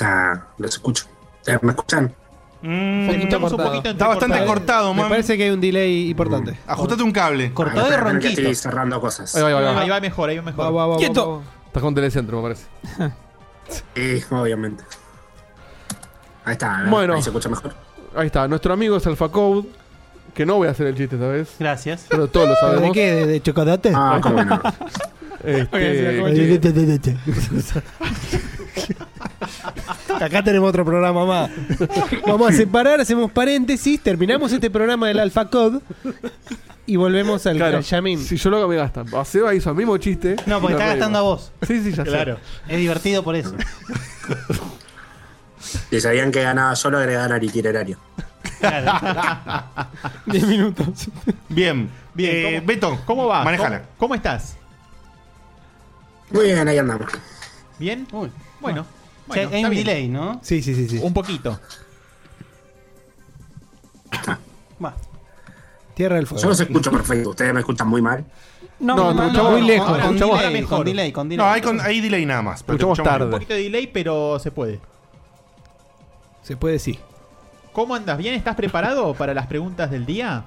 Speaker 20: Ah, los escucho. Eh, ¿Me escuchan?
Speaker 4: Mm,
Speaker 5: Escuchamos un poquito
Speaker 2: Está bastante cortado,
Speaker 4: Me
Speaker 2: man.
Speaker 4: parece que hay un delay importante.
Speaker 2: Ajustate un cable.
Speaker 4: Cortado y
Speaker 20: Espera, espera, que
Speaker 4: ronquito.
Speaker 20: estoy cerrando cosas.
Speaker 6: Ahí va, ahí va, ahí va.
Speaker 5: Ahí va mejor, ahí va mejor.
Speaker 4: Va, va, va,
Speaker 20: Quieto.
Speaker 4: va, va.
Speaker 6: Estás con Telecentro, me parece.
Speaker 20: Sí, Eh, obviamente. Ahí está, ¿no?
Speaker 6: Bueno.
Speaker 20: ahí se escucha mejor.
Speaker 6: Ahí está, nuestro amigo es Alpha Code. Que no voy a hacer el chiste esta vez.
Speaker 3: Gracias.
Speaker 6: Pero todos lo
Speaker 4: ¿De
Speaker 6: sabemos.
Speaker 4: qué? ¿De, de chocolate?
Speaker 20: Ah, cómo no.
Speaker 6: Este,
Speaker 4: Acá tenemos otro programa más. Vamos a separar, hacemos paréntesis, terminamos este programa del Alpha Code y volvemos al,
Speaker 6: Claro,
Speaker 4: al Yamin.
Speaker 6: si yo lo hago me gastan. A Seba hizo el mismo chiste.
Speaker 4: No, porque
Speaker 6: y
Speaker 4: está
Speaker 6: nos reímos.
Speaker 4: gastando a vos.
Speaker 6: Sí, sí, ya
Speaker 3: Claro. Es divertido por eso.
Speaker 20: Si sabían que ganaba solo, agregar al itinerario.
Speaker 8: 10 minutos.
Speaker 2: Bien. Bien. Beto,
Speaker 5: Eh, ¿Cómo va?
Speaker 2: manejala.
Speaker 5: ¿Cómo, cómo estás?
Speaker 20: Muy bien, ahí andamos.
Speaker 5: ¿Bien? bueno.
Speaker 3: O sea,
Speaker 5: bueno,
Speaker 3: hay
Speaker 5: está
Speaker 3: un
Speaker 5: bien.
Speaker 3: delay, ¿no?
Speaker 4: Sí, sí, sí. sí.
Speaker 5: Un poquito.
Speaker 4: Tierra del
Speaker 20: Yo los escucho perfecto. Ustedes me escuchan muy mal.
Speaker 4: No, No, te no, escuchamos- no, muy lejos, con- te escuchamos delay, ahora mejor.
Speaker 3: con delay, con delay.
Speaker 2: No, hay, con- hay delay nada más. pero te
Speaker 6: Escuchamos
Speaker 5: Un
Speaker 6: tarde.
Speaker 5: poquito de delay, pero se puede.
Speaker 4: Se puede, sí.
Speaker 5: ¿Cómo andas? ¿Bien? ¿Estás preparado para las preguntas del día?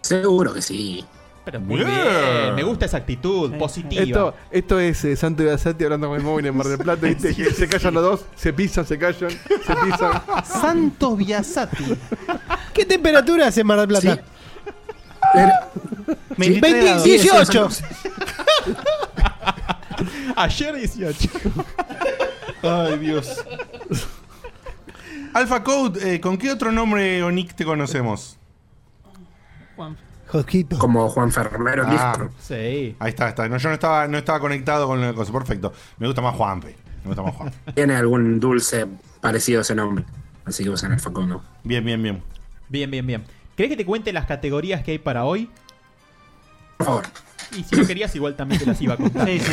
Speaker 20: Seguro que sí.
Speaker 5: Pero muy
Speaker 6: Bien.
Speaker 5: bien. Me gusta esa actitud positiva.
Speaker 6: Esto, esto es eh, Santo Irazati hablando con el móvil en Mar del Plata. ¿viste? Que se callan los dos, se pisan, se callan, se pisan.
Speaker 3: Santos Biasati.
Speaker 4: ¿Qué temperatura hace en Mar del Plata?
Speaker 3: Sí.
Speaker 4: 20, 18.
Speaker 5: Ayer 18.
Speaker 2: Ay, Dios. Alpha Code, eh, ¿con qué otro nombre o nick te conocemos?
Speaker 20: Como Juan Fermero en
Speaker 2: Ah,
Speaker 20: Discord.
Speaker 5: Sí.
Speaker 2: Ahí está, está. No, yo no estaba, no estaba conectado con la cosa. Perfecto. Me gusta más Juanpe. Me gusta más Juan.
Speaker 20: Tiene algún dulce parecido a ese nombre. Así que usan el Facundo.
Speaker 2: Bien, bien, bien.
Speaker 5: Bien, bien, bien. ¿Querés que te cuente las categorías que hay para hoy?
Speaker 20: Por favor.
Speaker 5: Y si no querías, igual también te las iba a contar.
Speaker 3: Sí, sí.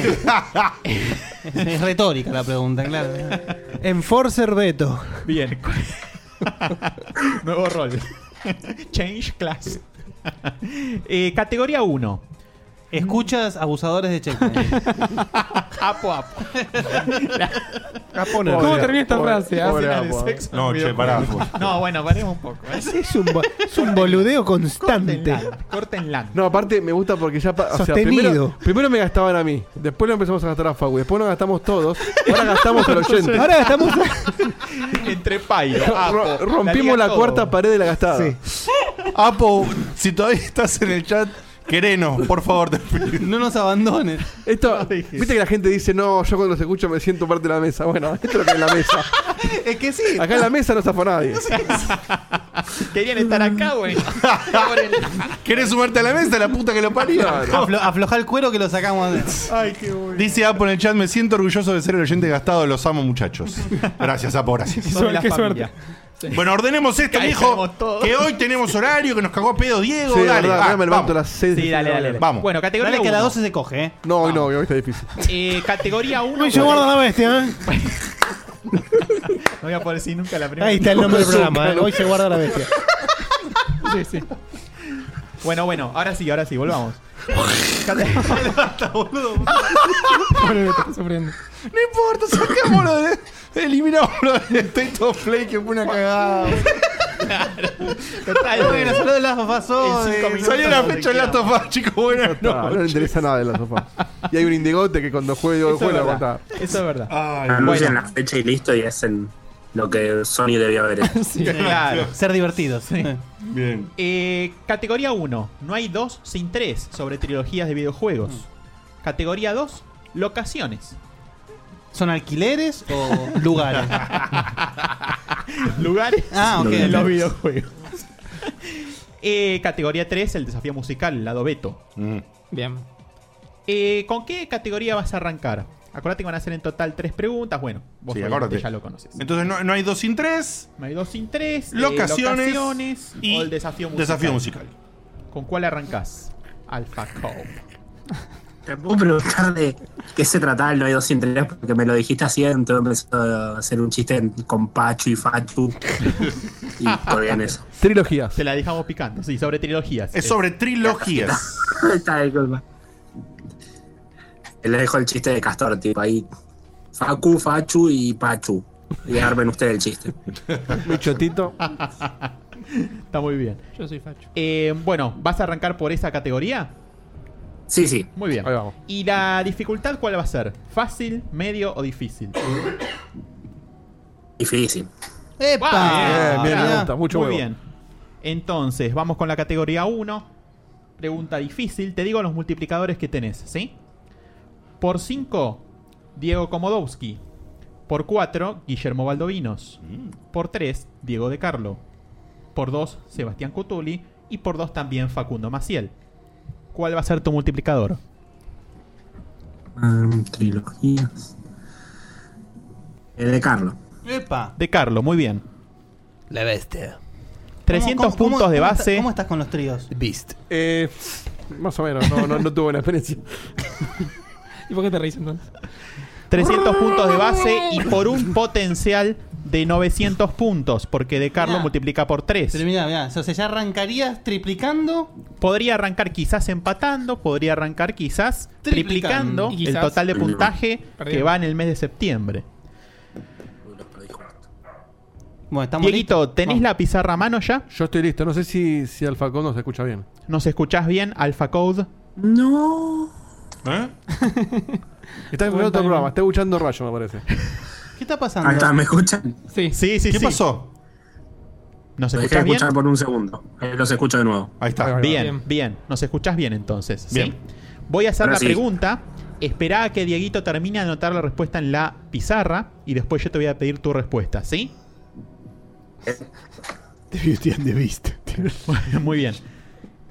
Speaker 3: es, es retórica la pregunta, claro.
Speaker 4: Enforcer Beto.
Speaker 5: Bien. Nuevo rol. Change class. Eh, categoría 1.
Speaker 3: Escuchas abusadores de checkpoint.
Speaker 5: Apo, apo.
Speaker 3: poner. ¿Cómo termina esta frase?
Speaker 5: Pobre
Speaker 3: Hacen al
Speaker 5: apo.
Speaker 3: sexo.
Speaker 2: No, che, pará. pues.
Speaker 5: No, bueno, paremos un poco. ¿eh?
Speaker 4: Es un, bo- es un boludeo constante.
Speaker 5: Cortenla.
Speaker 6: No, aparte me gusta porque ya. pa- O sea,
Speaker 4: Sostenido.
Speaker 6: primero, primero me gastaban a mí, después lo empezamos a gastar a Facu, después nos gastamos todos, ahora gastamos al oyente.
Speaker 4: Ahora gastamos.
Speaker 5: Entre payo.
Speaker 6: Ro- rompimos la, cuarta pared de la gastada.
Speaker 2: Apo, si todavía estás en el chat, querenos, por favor.
Speaker 3: no nos abandones.
Speaker 6: Esto, viste que la gente dice, no, yo cuando los escucho me siento parte de la mesa. Bueno, esto es lo que es la mesa.
Speaker 5: Es que sí.
Speaker 6: Acá en la mesa no zafó nadie.
Speaker 5: Querían estar acá, güey.
Speaker 2: ¿Querés sumarte a la mesa, la puta que lo parió?
Speaker 3: Aflo- aflojá el cuero que lo sacamos.
Speaker 5: Ay, qué bueno.
Speaker 2: Dice Apo en el chat, me siento orgulloso de ser el oyente gastado, los amo muchachos. Gracias, Apo, gracias.
Speaker 5: Son de la Qué familia. suerte.
Speaker 2: Bueno, ordenemos esto,
Speaker 5: Caemos
Speaker 2: viejo.
Speaker 5: todos.
Speaker 2: Que hoy tenemos horario, que nos cagó a pedo Diego.
Speaker 6: Sí,
Speaker 2: dale,
Speaker 6: verdad,
Speaker 2: va,
Speaker 6: ahora me levanto a las seis.
Speaker 5: Sí, dale, dale, dale.
Speaker 2: Vamos.
Speaker 5: Bueno, categoría Dale que a las uno. 12
Speaker 3: se coge, ¿eh?
Speaker 6: No, hoy no, hoy está difícil.
Speaker 5: Eh, categoría 1.
Speaker 4: Luis guarda la bestia, ¿eh?
Speaker 5: No voy a poder decir nunca la primera.
Speaker 4: Ahí está el nombre del programa. ¿eh? Hoy se guarda la bestia.
Speaker 5: Sí, sí. Bueno, bueno, ahora sí, ahora sí, volvamos.
Speaker 2: No importa, sacámoslo de. Eliminámoslo de State of Play, que fue una cagada.
Speaker 3: Bueno, salió de Last of Us hoy.
Speaker 2: Salió la fecha de Last of Us, chicos. Buenas
Speaker 6: No, no, le
Speaker 2: noches.
Speaker 6: interesa nada de la sofá. Y hay un indigote que cuando juegue Diego
Speaker 5: Eso es
Speaker 6: juega la
Speaker 5: verdad.
Speaker 6: aguanta.
Speaker 5: Eso es verdad.
Speaker 20: Anuncian la fecha y listo y hacen lo que Sony debió haber hecho.
Speaker 5: claro.
Speaker 3: Ser divertidos.
Speaker 2: Bien.
Speaker 5: Eh, categoría 1. No hay 2 sin 3 sobre trilogías de videojuegos.
Speaker 2: Mm.
Speaker 5: Categoría 2. Locaciones.
Speaker 3: ¿Son alquileres o lugares?
Speaker 5: Lugares
Speaker 3: Ah, ok.
Speaker 5: en los videojuegos. Eh, categoría 3. El desafío musical, el lado Beto.
Speaker 3: Mm.
Speaker 8: Bien.
Speaker 5: Eh, ¿Con qué categoría vas a arrancar? Acordate que van a ser en total 3 preguntas. Bueno, vos
Speaker 2: Sí,
Speaker 5: obviamente
Speaker 2: acordate.
Speaker 5: ya lo conoces.
Speaker 2: Entonces, no, no hay dos sin tres.
Speaker 5: No hay 2 sin 3.
Speaker 2: Eh, Locaciones
Speaker 5: y o el desafío musical.
Speaker 2: Desafío musical.
Speaker 5: ¿Con cuál arrancás? Alpha Code.
Speaker 20: Te puedo preguntar de qué se trataba el 9203 porque me lo dijiste así, entonces empezó a hacer un chiste en- con Pachu y Fachu. y colgué en eso.
Speaker 6: Trilogías.
Speaker 5: Se la dejamos picando. Sí, sobre trilogías.
Speaker 20: Es sobre
Speaker 2: trilogías.
Speaker 20: Está de culpa. Le dejo el chiste de Castor, tipo ahí. Facu, Fachu y Pachu. Y armen ustedes el chiste.
Speaker 6: Michotito.
Speaker 5: Está muy bien.
Speaker 8: Yo soy facho.
Speaker 5: Eh, bueno, ¿vas a arrancar por esa categoría?
Speaker 20: Sí, sí.
Speaker 5: Muy bien. ¿Y la dificultad cuál va a ser? ¿Fácil, medio o difícil?
Speaker 20: Difícil.
Speaker 3: ¡Epa!
Speaker 5: Ah,
Speaker 6: Bien, bien,
Speaker 5: mirá.
Speaker 6: me gusta, mucho
Speaker 5: Muy
Speaker 6: huevo.
Speaker 5: bien. Entonces, vamos con la categoría 1. Pregunta difícil. Te digo los multiplicadores que tenés, ¿sí? Por 5, Diego Komodowski. Por 4, Guillermo Baldovinos. Por 3, Diego De Carlo. Por 2, Sebastián Cutuli. Y por 2 también Facundo Maciel. ¿Cuál va a ser tu multiplicador?
Speaker 20: Mm, trilogías. El de Carlos.
Speaker 3: ¡Epa!
Speaker 5: De Carlo, muy bien.
Speaker 10: La bestia.
Speaker 5: 300
Speaker 3: ¿Cómo- cómo-
Speaker 5: puntos de
Speaker 3: cómo está-
Speaker 5: base.
Speaker 3: ¿Cómo estás con los tríos?
Speaker 10: Beast.
Speaker 6: Eh, más o menos, no, no, no tuve buena experiencia.
Speaker 8: ¿Y por qué te reís entonces?
Speaker 5: 300 puntos de base y por un potencial de 900 puntos, porque De Carlo
Speaker 3: Mirá.
Speaker 5: multiplica por 3.
Speaker 3: Pero mirá, mirá, o sea, ya arrancarías triplicando.
Speaker 5: Podría arrancar quizás empatando, podría arrancar quizás
Speaker 3: Triplicando.
Speaker 5: triplicando
Speaker 3: Y quizás-
Speaker 5: el total de puntaje que
Speaker 3: Perdiendo.
Speaker 5: va en el mes de septiembre.
Speaker 3: Bueno, estamos
Speaker 5: Dieguito, ¿tenés
Speaker 6: Vamos.
Speaker 5: la pizarra a mano ya?
Speaker 6: Yo estoy listo, no sé si, si al Falcón nos escucha bien.
Speaker 5: ¿Nos escuchás bien, Alpha Code?
Speaker 20: No.
Speaker 2: ¿Eh?
Speaker 6: Está en otro
Speaker 5: Cuéntame.
Speaker 6: programa, está escuchando Rayo, me parece.
Speaker 3: ¿Qué está pasando?
Speaker 20: Ah, está, ¿me escuchan?
Speaker 8: Sí.
Speaker 5: Sí, sí,
Speaker 2: ¿Qué
Speaker 5: sí.
Speaker 2: pasó?
Speaker 5: ¿Nos
Speaker 20: Los dejé de
Speaker 5: escuchás bien?
Speaker 20: escuchar por un segundo. Eh, Los escucho de nuevo.
Speaker 2: Ahí está.
Speaker 5: Bien, bien. Nos escuchás bien entonces. ¿sí?
Speaker 20: Bien.
Speaker 5: Voy a hacer
Speaker 20: Ahora
Speaker 5: la
Speaker 20: sí.
Speaker 5: pregunta. Esperá a que Dieguito termine de anotar la respuesta en la pizarra y después yo te voy a pedir tu respuesta, ¿sí? Beauty and the Beast. Muy bien.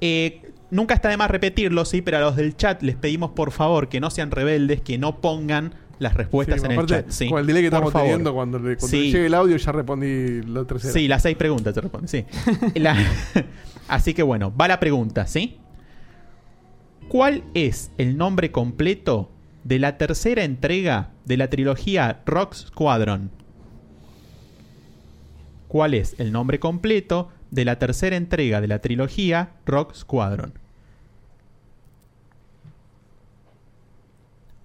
Speaker 5: Eh, nunca está de más repetirlo, sí, pero a los del chat les pedimos por favor que no sean rebeldes, que no pongan las respuestas
Speaker 6: Sí,
Speaker 5: en el
Speaker 6: aparte,
Speaker 5: chat. Sí,
Speaker 6: Con el delay que
Speaker 5: por
Speaker 6: estamos
Speaker 5: favor.
Speaker 6: teniendo, cuando, le- cuando
Speaker 5: Sí.
Speaker 6: llegue el audio ya respondí la tercera.
Speaker 5: Sí, las seis preguntas te responde, sí. La- Así que bueno, va la pregunta, ¿sí? ¿Cuál es el nombre completo de la tercera entrega de la trilogía Rock Squadron? ¿Cuál es el nombre completo de la tercera entrega de la trilogía Rock Squadron?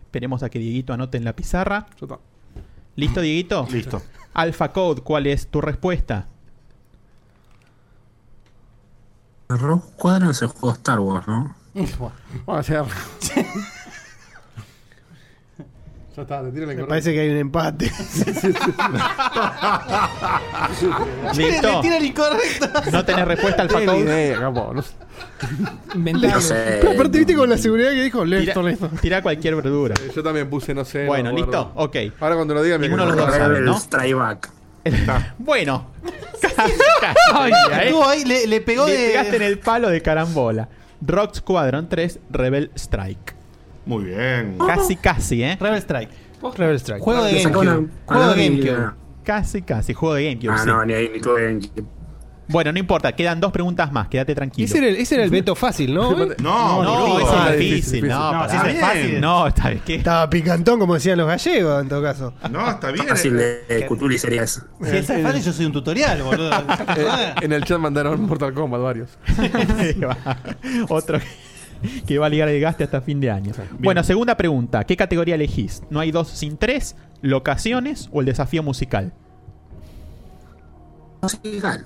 Speaker 5: Esperemos a que Dieguito anote en la pizarra. ¿Listo, Dieguito?
Speaker 2: Listo.
Speaker 5: Alpha Code, ¿cuál es tu respuesta?
Speaker 20: Rock Squadron es el juego Star Wars, ¿no?
Speaker 6: Vamos a hacer. ya está, te tiro la
Speaker 4: Me parece que hay un empate.
Speaker 5: Listo.
Speaker 4: Le tira el incorrecto.
Speaker 5: No tenés respuesta, Alpha
Speaker 4: Tiene
Speaker 5: Code.
Speaker 4: idea,
Speaker 5: Inventalo. No sé.
Speaker 4: Pero aparte, viste con la seguridad que dijo,
Speaker 5: Tira,
Speaker 4: Lester, Lester.
Speaker 5: tira cualquier verdura.
Speaker 6: Yo también puse, no sé.
Speaker 5: Bueno,
Speaker 6: no me
Speaker 5: listo.
Speaker 6: acuerdo.
Speaker 5: Ok.
Speaker 6: Ahora cuando lo diga, me
Speaker 5: Ninguno de los dos sabe, ¿no? Bueno. Ay, ya, eh.
Speaker 3: Estuvo ahí, le, le pegó
Speaker 5: Le
Speaker 3: de.
Speaker 5: pegaste en el palo de carambola. Rock Squadron 3, Rebel Strike.
Speaker 2: Muy bien.
Speaker 5: Casi, casi, ¿eh.
Speaker 3: Rebel Strike.
Speaker 4: Rebel Strike.
Speaker 5: Juego de
Speaker 20: Le sacó
Speaker 5: GameCube.
Speaker 20: una-
Speaker 5: Juego
Speaker 20: una-
Speaker 5: de GameCube. Casi, casi. Juego de GameCube.
Speaker 20: Ah,
Speaker 5: sí.
Speaker 20: no, ni ahí ni tuve GameCube.
Speaker 5: Bueno, no importa. Quedan dos preguntas más. Quédate tranquilo.
Speaker 4: Ese era, el, ese era el veto fácil, ¿no?
Speaker 5: No, no, ese es
Speaker 4: Ah,
Speaker 5: difícil, no, pará.
Speaker 4: ese
Speaker 5: Está bien. No, está bien.
Speaker 4: Estaba picantón, como decían los gallegos, en todo caso.
Speaker 2: No, está bien.
Speaker 20: Fácil de Cutuli sería eso.
Speaker 4: Si esa es fácil, yo soy un tutorial, boludo.
Speaker 6: Eh, en el chat mandaron Mortal Kombat varios.
Speaker 5: Otro que- que va a ligar el gasto hasta fin de año. Bueno, segunda pregunta. ¿Qué categoría elegís? ¿No hay dos sin tres? ¿Locaciones o el desafío musical?
Speaker 20: Musical.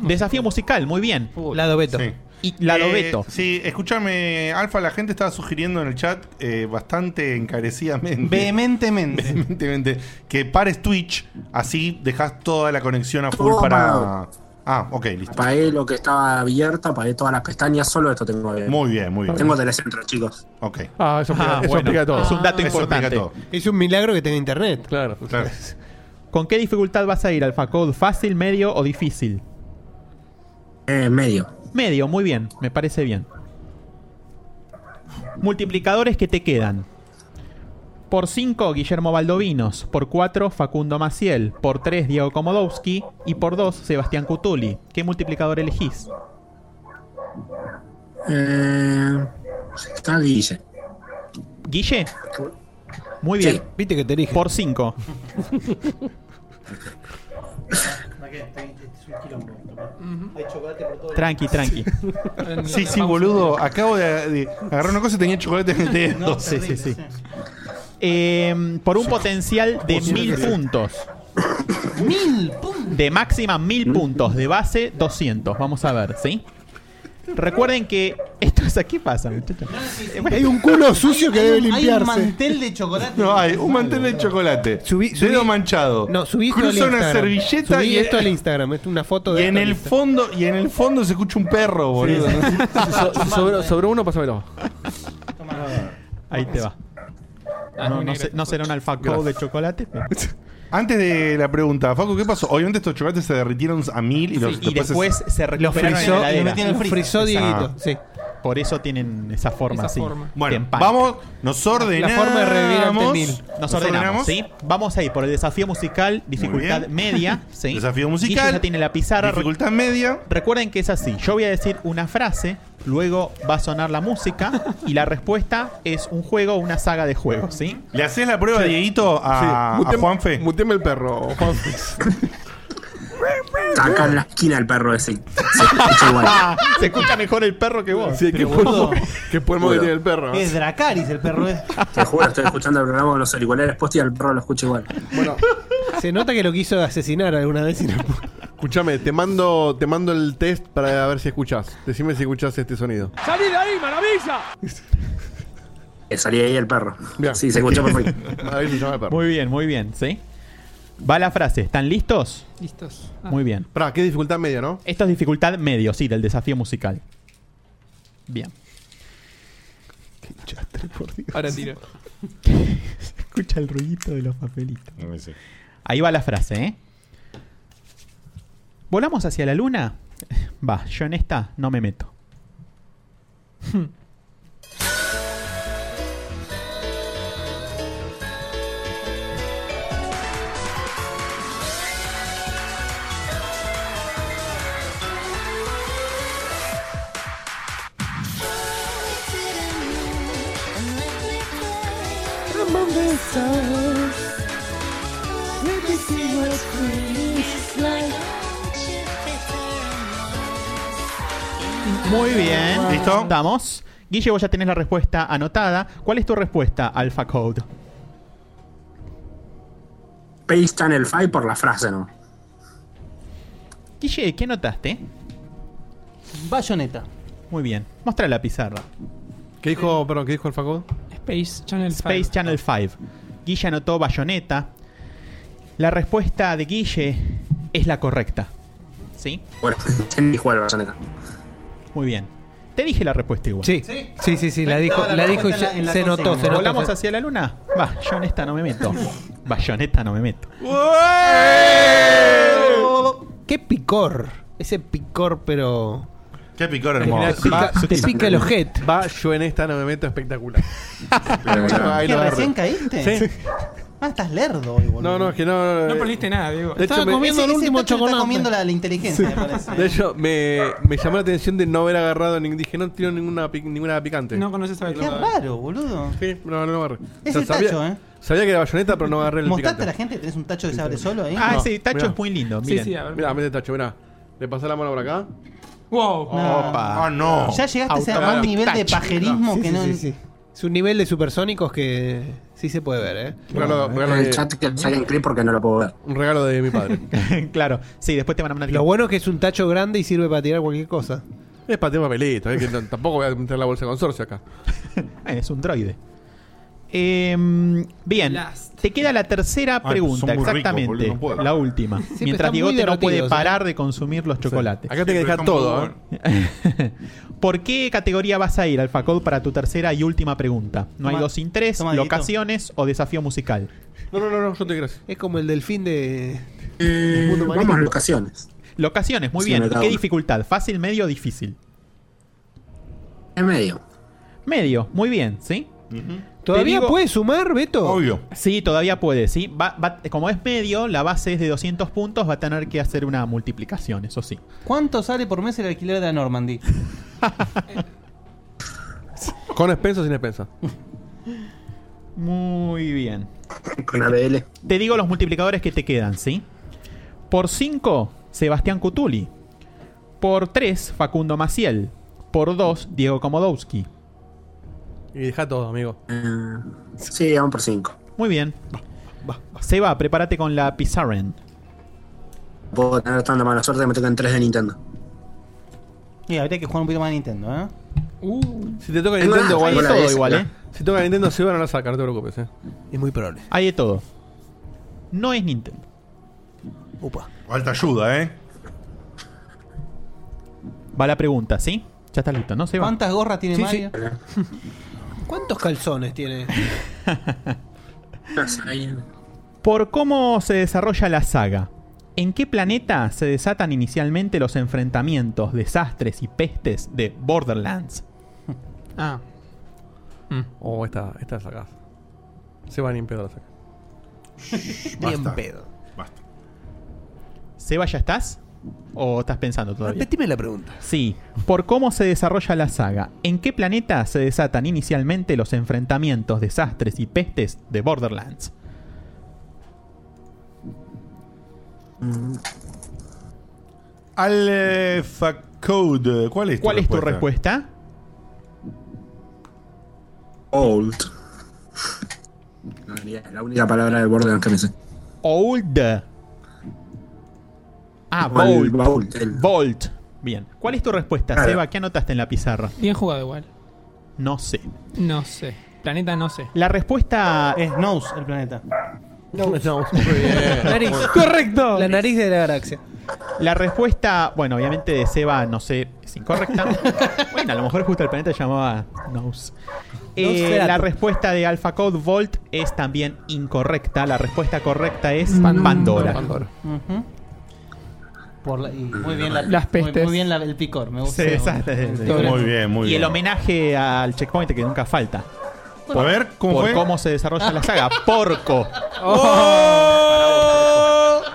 Speaker 5: Desafío musical, muy bien.
Speaker 4: Lado Beto.
Speaker 5: Y lado
Speaker 2: Eh,
Speaker 5: Beto.
Speaker 2: Sí, escúchame, Alfa, la gente estaba sugiriendo en el chat eh, bastante encarecidamente.
Speaker 3: Vehementemente.
Speaker 2: Vehementemente. Que pares Twitch, así dejas toda la conexión a full
Speaker 20: Todo
Speaker 2: para.
Speaker 20: apagado.
Speaker 2: Ah, ok, listo.
Speaker 20: Apagué lo que estaba abierto, apagué todas las pestañas, solo esto tengo abierto.
Speaker 2: Muy bien, muy bien.
Speaker 20: Tengo telecentro, chicos.
Speaker 2: Ok.
Speaker 6: Ah, eso explica, eso explica todo.
Speaker 3: Ah,
Speaker 4: Es un milagro que tenga internet.
Speaker 6: Claro.
Speaker 5: ¿Con qué dificultad vas a ir, Alpha Code? ¿Fácil, medio o difícil?
Speaker 20: medio.
Speaker 5: Medio, muy bien. Me parece bien. Multiplicadores que te quedan. Por 5, Guillermo Baldovinos. Por 4, Facundo Maciel. Por 3, Diego Komodowski. Y por 2, Sebastián Cutuli. ¿Qué multiplicador elegís?
Speaker 20: Eh, está Guille.
Speaker 5: ¿Guille? Muy bien.
Speaker 4: Viste que te dije.
Speaker 5: Por 5.
Speaker 3: Hay chocolate por todo.
Speaker 5: Tranqui, tranqui.
Speaker 2: Sí, sí, boludo. Acabo de, de agarrar una cosa y tenía chocolate en el dedo.
Speaker 5: sí, sí, sí. Eh, por un potencial de mil puntos.
Speaker 3: Mil
Speaker 5: De máxima
Speaker 4: Mm.
Speaker 5: mil puntos. De base 200. Vamos a ver, ¿sí? Recuerden que. Esto es aquí pasa, muchachos.
Speaker 4: Hay un culo sucio que debe
Speaker 3: Eh, Hay un
Speaker 4: limpiarse.
Speaker 3: mantel de chocolate.
Speaker 2: No, hay un mantel de chocolate. dedo manchado.
Speaker 4: No, subí esto
Speaker 2: Cruza
Speaker 4: al
Speaker 2: una
Speaker 4: Instagram.
Speaker 2: servilleta
Speaker 4: Subí
Speaker 2: y
Speaker 4: esto al Instagram. Es una foto de.
Speaker 2: Y en
Speaker 4: esto al
Speaker 2: el
Speaker 4: Instagram.
Speaker 2: fondo, y en el fondo se escucha un perro, boludo.
Speaker 6: Si so- si sobró, sobró uno, pásamelo.
Speaker 5: Ahí te va.
Speaker 6: Ah,
Speaker 5: No,
Speaker 6: muy
Speaker 5: no
Speaker 6: negro.
Speaker 5: se- no será un alfacó
Speaker 2: Gracias.
Speaker 5: de chocolate. pero-
Speaker 2: Antes de la pregunta, Facu, ¿qué pasó? Obviamente estos chocolates se derritieron a mil y, los,
Speaker 5: Sí, y después
Speaker 2: se-
Speaker 5: se
Speaker 2: Los
Speaker 5: recuperaron en
Speaker 2: frizó-
Speaker 5: la heladera.
Speaker 2: los metieron en el Los freezer. frizó Dieguito,
Speaker 5: Ah.
Speaker 4: sí.
Speaker 5: Por eso tienen esa forma
Speaker 2: Esa
Speaker 5: así.
Speaker 2: forma. Bueno, vamos, nos ordenamos.
Speaker 5: La forma de revivir ante mil. Nos,
Speaker 2: Nos
Speaker 5: ordenamos,
Speaker 2: ordenamos.
Speaker 5: ¿sí? Vamos ahí por el desafío musical, dificultad
Speaker 2: bien.
Speaker 5: media, ¿sí?
Speaker 2: Desafío musical,
Speaker 5: Guille ya tiene la pizarra.
Speaker 2: dificultad media.
Speaker 5: Recuerden que es así. Yo voy a decir una frase, luego va a sonar la música y la respuesta es un juego o una saga de juegos, ¿sí?
Speaker 2: ¿Le haces la prueba, Dieguito, a,
Speaker 5: Sí.
Speaker 2: a Juanfe?
Speaker 6: Muteme el perro, Juanfe.
Speaker 20: Está acá en la esquina el perro ese. Se escucha igual.
Speaker 5: Se escucha mejor el perro que vos.
Speaker 6: Sí, qué
Speaker 20: boludo.
Speaker 6: polvo, qué polvo que
Speaker 20: Bueno.
Speaker 6: tiene el perro.
Speaker 3: Es Dracaris el perro. es.
Speaker 20: Te juro, estoy escuchando el programa con los auriculares puestos y el perro lo escucha igual.
Speaker 4: Se nota que lo quiso asesinar alguna vez y no pudo.
Speaker 6: Escúchame, te mando, te mando el test para ver si escuchás. Decime si escuchás este sonido.
Speaker 9: ¡Salí de ahí, maravilla!
Speaker 20: Que salía Eh, ahí el perro. Sí, se escucha perfecto.
Speaker 5: Muy bien, muy bien, ¿sí? Va la frase. ¿Están listos?
Speaker 8: Listos.
Speaker 5: Muy bien.
Speaker 6: Pra, ¿qué dificultad media, no?
Speaker 5: Esto es dificultad medio, sí, del desafío musical. Bien.
Speaker 8: Ahora tiro.
Speaker 5: Escucha el ruidito de los papelitos. Ahí va la frase, ¿eh? ¿Volamos hacia la luna? Va, yo en esta no me meto. Muy bien. ¿Listo? Estamos. Guille, vos ya tenés la respuesta anotada. ¿Cuál es tu respuesta, Alpha Code?
Speaker 20: Paste Channel 5 por la frase, ¿no?
Speaker 5: Guille, ¿qué notaste?
Speaker 3: Bayoneta.
Speaker 5: Muy bien. Mostra la pizarra.
Speaker 6: ¿Qué dijo, perdón, qué dijo Alpha Code?
Speaker 8: Space Channel 5.
Speaker 5: Space Channel 5. Guille anotó bayoneta. La respuesta de Guille es la correcta. ¿Sí?
Speaker 20: Bueno, ¿quién dijo el Bayonetta?
Speaker 5: Muy bien. Te dije la respuesta igual.
Speaker 4: Sí, sí, sí, sí, la dijo, la dijo y ya se notó, se notó.
Speaker 5: ¿Volamos hacia la luna? Va, yo en esta no me meto. Va, yo en esta no me meto.
Speaker 4: ¡Qué picor! Ese picor, pero.
Speaker 2: Qué picor
Speaker 4: Te
Speaker 2: hermoso.
Speaker 4: pica- te pica el ojete.
Speaker 6: Va, yo en esta no me meto espectacular. Ahí
Speaker 3: ¿Qué,
Speaker 6: lo agarro.
Speaker 3: recién caíste?
Speaker 6: Sí.
Speaker 3: Ah, estás lerdo hoy, boludo.
Speaker 6: No, no, es que no.
Speaker 8: No perdiste nada, Diego.
Speaker 6: De hecho, me-
Speaker 3: Ese- ese tacho Está
Speaker 6: chocolate.
Speaker 3: comiendo la, la inteligencia, me parece.
Speaker 6: De hecho, me, me llamó la atención de no haber agarrado. ni- Dije, no tiro ninguna, pic- ninguna picante.
Speaker 8: No conoces a
Speaker 3: Qué raro, boludo.
Speaker 6: Sí, no, no lo agarré.
Speaker 3: Ese
Speaker 6: sabía,
Speaker 3: tacho, ¿eh?
Speaker 6: Sabía que era bayoneta, pero no agarré el
Speaker 3: Mostrate a la
Speaker 6: picante.
Speaker 3: gente, tenés un tacho que se abre solo ahí.
Speaker 5: Ah, ese tacho es muy lindo.
Speaker 6: Sí,
Speaker 5: Miren.
Speaker 6: sí, a ver. Mirá, mete el tacho, mirá. Le pasé la mano por acá.
Speaker 8: ¡Wow!
Speaker 5: Opa.
Speaker 2: Ah, no.
Speaker 3: Ya llegaste a ese- a un
Speaker 4: Automático
Speaker 3: nivel de
Speaker 4: touch.
Speaker 3: pajerismo
Speaker 4: Sí,
Speaker 3: que
Speaker 4: sí,
Speaker 3: no.
Speaker 4: sí, sí. Es un nivel de supersónicos que sí se puede ver, ¿eh?
Speaker 6: Regalo-
Speaker 4: Bueno,
Speaker 6: regalo
Speaker 4: eh.
Speaker 20: En el chat que saquen clip porque no lo puedo ver.
Speaker 6: Un regalo de mi padre.
Speaker 5: claro. Sí, después te van a mandar.
Speaker 4: Lo bueno es que es un tacho grande y sirve para tirar cualquier cosa.
Speaker 6: Es para tema papelito, eh, que t- tampoco voy a meter la bolsa de consorcio acá.
Speaker 5: Eh, es un droide. Em, bien, te queda la tercera
Speaker 6: Ay,
Speaker 5: pregunta,
Speaker 6: Ah, son muy ricos,
Speaker 5: exactamente.
Speaker 6: boludo, no puedo.
Speaker 5: la última.
Speaker 6: Siempre
Speaker 5: Mientras
Speaker 6: están
Speaker 5: Diego
Speaker 6: muy
Speaker 5: no puede
Speaker 6: derrotidos,
Speaker 5: parar
Speaker 6: eh.
Speaker 5: de consumir los chocolates.
Speaker 6: Acá tengo que dejar todo, ¿eh?
Speaker 5: ¿Por qué categoría vas a ir, Alfacod, para tu tercera y última pregunta? No hay
Speaker 4: Toma-
Speaker 5: dos sin tres,
Speaker 4: toma, Dieguito.
Speaker 5: locaciones o desafío musical.
Speaker 6: No, no, no, no, yo te gracias.
Speaker 4: Es como el delfín de.
Speaker 6: Eh,
Speaker 20: del mundo
Speaker 4: marino.
Speaker 20: Eh, vamos a locaciones.
Speaker 5: Locaciones, muy
Speaker 20: Sí,
Speaker 5: bien.
Speaker 20: me da
Speaker 5: ¿Qué
Speaker 20: una.
Speaker 5: dificultad? ¿Fácil, medio o difícil?
Speaker 20: En medio.
Speaker 5: Medio, muy bien, ¿sí?
Speaker 4: ¿Todavía
Speaker 5: digo-
Speaker 4: puede sumar, Beto?
Speaker 2: Obvio.
Speaker 5: Sí, todavía puede, sí. Va- va- como es medio, la base es de 200 puntos, va a tener que hacer una multiplicación, eso sí.
Speaker 3: ¿Cuánto sale por mes el alquiler de la Normandy?
Speaker 6: ¿Con expensa o sin expensa?
Speaker 5: Muy bien.
Speaker 20: Con ABL.
Speaker 5: Te digo los multiplicadores que te quedan, ¿sí? Por 5, Sebastián Cutuli. Por 3, Facundo Maciel. Por 2, Diego Komodowski.
Speaker 6: Y deja todo, amigo.
Speaker 20: sí, vamos por 5.
Speaker 5: Muy bien. Seba, prepárate con la Pizarren.
Speaker 20: Puedo tener tanta mala suerte que me tocan 3 de Nintendo.
Speaker 3: Y Eh, habría que jugar un poquito más a Nintendo, ¿eh?
Speaker 8: Uh.
Speaker 6: Si te toca
Speaker 3: Tengo
Speaker 6: Nintendo,
Speaker 3: la-
Speaker 6: igual,
Speaker 3: tengo la
Speaker 6: todo
Speaker 3: DS,
Speaker 6: igual,
Speaker 3: ya.
Speaker 6: eh. Si toca Nintendo, se van a la sacar, no te preocupes, eh. Es muy probable.
Speaker 5: Hay de todo. No es Nintendo.
Speaker 4: Upa.
Speaker 2: Alta ayuda, ¿eh?
Speaker 5: Va la pregunta, ¿sí? Ya estás listo, ¿no, Seba?
Speaker 3: ¿Cuántas gorras tiene
Speaker 4: Sí,
Speaker 3: Mario?
Speaker 4: ¿Cuántos calzones tiene?
Speaker 5: Por cómo se desarrolla la saga, ¿en qué planeta se desatan inicialmente los enfrentamientos, desastres y pestes de Borderlands?
Speaker 8: Ah.
Speaker 6: Oh, esta, esta la sacás. Se va ni en pedo la saca.
Speaker 4: Ni en pedo.
Speaker 5: Seba, ¿ya estás? ¿O estás pensando todavía?
Speaker 4: Repetime la pregunta.
Speaker 5: Sí, por cómo se desarrolla la saga, ¿en qué planeta se desatan inicialmente los enfrentamientos, desastres y pestes de Borderlands?
Speaker 20: Mm,
Speaker 2: Alpha Code. eh, ¿Cuál es tu
Speaker 5: ¿Cuál es tu
Speaker 2: respuesta?
Speaker 5: respuesta?
Speaker 20: Old. En realidad, La única palabra de Borderlands que me sé.
Speaker 5: Old. Ah,
Speaker 20: O el
Speaker 5: Bolt.
Speaker 20: Bolt, el-
Speaker 5: Bolt. Bien. ¿Cuál es tu respuesta,
Speaker 20: Claro.
Speaker 5: Seba? ¿Qué anotaste en la pizarra?
Speaker 8: Bien jugado igual.
Speaker 5: No sé.
Speaker 8: No sé. Planeta no sé.
Speaker 5: La respuesta
Speaker 3: es Nose, el planeta.
Speaker 4: Nariz.
Speaker 8: ¡Correcto!
Speaker 4: La nariz de la galaxia.
Speaker 5: La respuesta, bueno, obviamente de Seba, no sé, es incorrecta. bueno, a lo mejor justo el planeta se llamaba Nose. Eh,
Speaker 4: Nosferatu.
Speaker 5: la respuesta de Alpha Code Volt es también incorrecta. La respuesta correcta es
Speaker 8: Pan-
Speaker 5: Pandora.
Speaker 6: Pandora.
Speaker 3: Por la- y muy bien la-
Speaker 5: Las
Speaker 3: muy-
Speaker 5: pestes.
Speaker 3: Muy, bien la- el picor, me gusta.
Speaker 5: Sí, exacto.
Speaker 2: Muy bien, muy
Speaker 5: y el
Speaker 2: bien.
Speaker 5: homenaje al checkpoint que nunca falta.
Speaker 2: A ver, ¿cómo
Speaker 5: por
Speaker 2: fue?
Speaker 5: cómo Oh. se desarrolla la saga. Porco.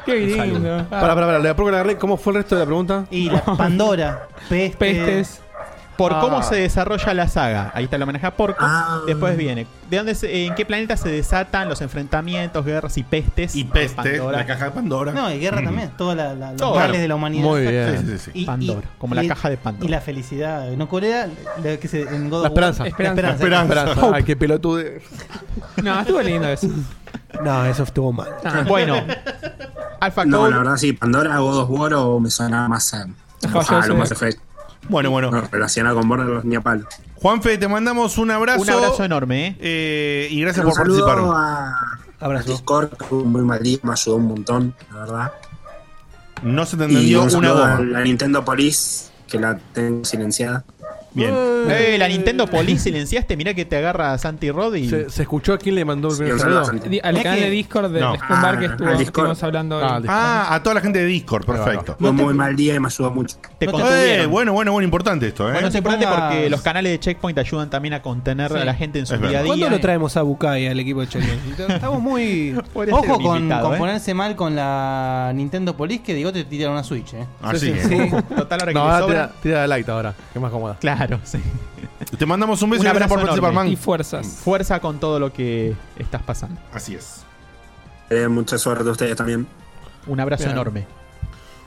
Speaker 3: ¡Qué
Speaker 6: lindo! Para, para, para, le apuro que la agarré. ¿Cómo fue el resto de la pregunta?
Speaker 3: Y la Pandora, pestes.
Speaker 5: Pestes. Por
Speaker 6: Ah.
Speaker 5: cómo se desarrolla la saga. Ahí está el homenaje a Porco. Después viene. ¿De dónde se- ¿En qué planeta se desatan los enfrentamientos, guerras y pestes? Y
Speaker 2: pestes, la caja de Pandora.
Speaker 3: No, y
Speaker 5: Mm.
Speaker 3: guerra también. Todos los
Speaker 5: Todo.
Speaker 3: males
Speaker 5: Claro.
Speaker 3: de la humanidad.
Speaker 5: Muy
Speaker 3: Exacto.
Speaker 5: bien. Sí, sí, sí. Pandora, como la caja de Pandora.
Speaker 3: Y la felicidad. No, ¿cuál era? La que se, en God of
Speaker 6: La
Speaker 3: War-
Speaker 6: esperanza.
Speaker 3: La esperanza.
Speaker 6: Esperanza.
Speaker 3: Hope.
Speaker 6: Ay, qué pelotude.
Speaker 8: No, estuvo lindo eso.
Speaker 4: No, eso estuvo mal.
Speaker 3: Ah.
Speaker 5: Ah. Bueno. Alpha
Speaker 20: No,
Speaker 5: Code.
Speaker 20: la verdad sí, Pandora, God of War o me sonaba más a, a lo más Effect.
Speaker 2: Bueno, bueno.
Speaker 20: No, relacionado con Borderlands ni a palo.
Speaker 2: Juanfe, te mandamos un abrazo.
Speaker 20: Un abrazo
Speaker 5: enorme, ¿eh?
Speaker 2: y gracias
Speaker 20: Un
Speaker 2: por
Speaker 20: saludo
Speaker 2: participar.
Speaker 20: A, a Discord, que estuvo muy mal día, me ayudó un montón, la verdad.
Speaker 2: No se te entendió
Speaker 20: Y un
Speaker 2: una
Speaker 20: saludo
Speaker 2: goma.
Speaker 20: a La Nintendo Police, que la tengo silenciada.
Speaker 2: Bien.
Speaker 5: Eh, la Nintendo Police silenciaste. Mirá que te agarra Santi Roddy.
Speaker 6: Se, se escuchó a quién le mandó el primer
Speaker 5: un
Speaker 6: saludo.
Speaker 5: saludo a Santi. Di- al
Speaker 8: canal de Discord del Scumbar
Speaker 20: Ah,
Speaker 8: que estuvo- estuvimos hablando hoy.
Speaker 2: Ah, a toda la gente de Discord, perfecto.
Speaker 20: Fue muy mal día y me ayudó mucho.
Speaker 5: Te
Speaker 2: Eh,
Speaker 5: contuvieron.
Speaker 2: bueno, bueno, bueno, importante esto, ¿eh?
Speaker 5: Bueno, es importante porque los
Speaker 2: canales
Speaker 5: canales de Checkpoint ayudan también a contener
Speaker 2: Sí.
Speaker 5: a la gente en su
Speaker 2: Es
Speaker 5: día a
Speaker 2: verdad.
Speaker 5: día.
Speaker 4: ¿Cuándo lo traemos a Bucay al equipo de Chelsea? Estamos muy.
Speaker 3: Ojo con, con
Speaker 5: ¿eh?
Speaker 3: ponerse mal con la Nintendo Police, que digo te tiran una Switch, ¿eh?
Speaker 2: Así que.
Speaker 5: Ah, Total, ahora
Speaker 6: No,
Speaker 5: que
Speaker 6: ahora
Speaker 5: le sobra.
Speaker 6: tira, tira de light ahora, que es más cómoda.
Speaker 5: Claro, sí.
Speaker 2: Te mandamos un beso
Speaker 5: Un
Speaker 2: y gracias
Speaker 5: abrazo
Speaker 2: por participar,
Speaker 5: enorme.
Speaker 2: man.
Speaker 5: Y fuerzas. Fuerza con todo lo que estás pasando.
Speaker 2: Así es.
Speaker 20: Eh, mucha suerte a ustedes también.
Speaker 5: Un abrazo
Speaker 20: Bien.
Speaker 5: enorme.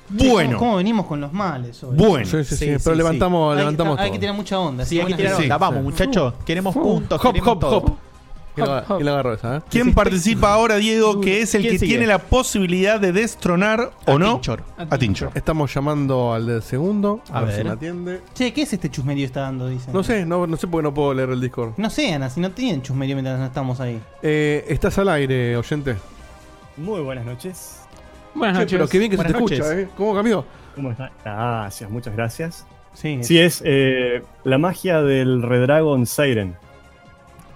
Speaker 3: Che, ¿cómo-
Speaker 20: Bueno.
Speaker 3: ¿cómo, venimos con los males hoy?
Speaker 5: Bueno. Sí, sí, sí, pero levantamos-
Speaker 3: Hay que-
Speaker 5: levantamos
Speaker 3: Hay
Speaker 5: todo.
Speaker 3: que tirar mucha onda.
Speaker 5: Sí, hay que tirar onda.
Speaker 3: buena gente.
Speaker 5: Vamos,
Speaker 3: Sí.
Speaker 5: muchachos. Queremos puntos.
Speaker 6: Hop,
Speaker 5: queremos
Speaker 6: hop,
Speaker 5: todo.
Speaker 6: hop. ¿Quién lo- ¿Quién lo agarró esa? eh?
Speaker 2: ¿Quién participa ahora, Diego, que es el
Speaker 6: ¿Quién
Speaker 2: que
Speaker 6: sigue?
Speaker 2: tiene la posibilidad de destronar o no? A Tinchor.
Speaker 6: Estamos llamando al del segundo. A, ver si me atiende.
Speaker 3: Che, ¿qué es este chusmerío que está dando? Dicen.
Speaker 6: No sé, no, no sé por qué no puedo leer el Discord.
Speaker 3: No sé, Ana, si no tienen chusmerío mientras no estamos ahí.
Speaker 6: Eh, estás al aire, oyente.
Speaker 21: Muy buenas noches.
Speaker 8: Buenas
Speaker 6: Che,
Speaker 8: noches.
Speaker 6: pero qué bien que se
Speaker 8: Buenas
Speaker 6: te escucha,
Speaker 8: noches.
Speaker 6: ¿eh? ¿Cómo cambió?
Speaker 21: ¿Cómo está? Gracias, muchas gracias.
Speaker 2: Oh.
Speaker 3: Sí,
Speaker 21: Sí, es eh, la magia del Redragon Siren.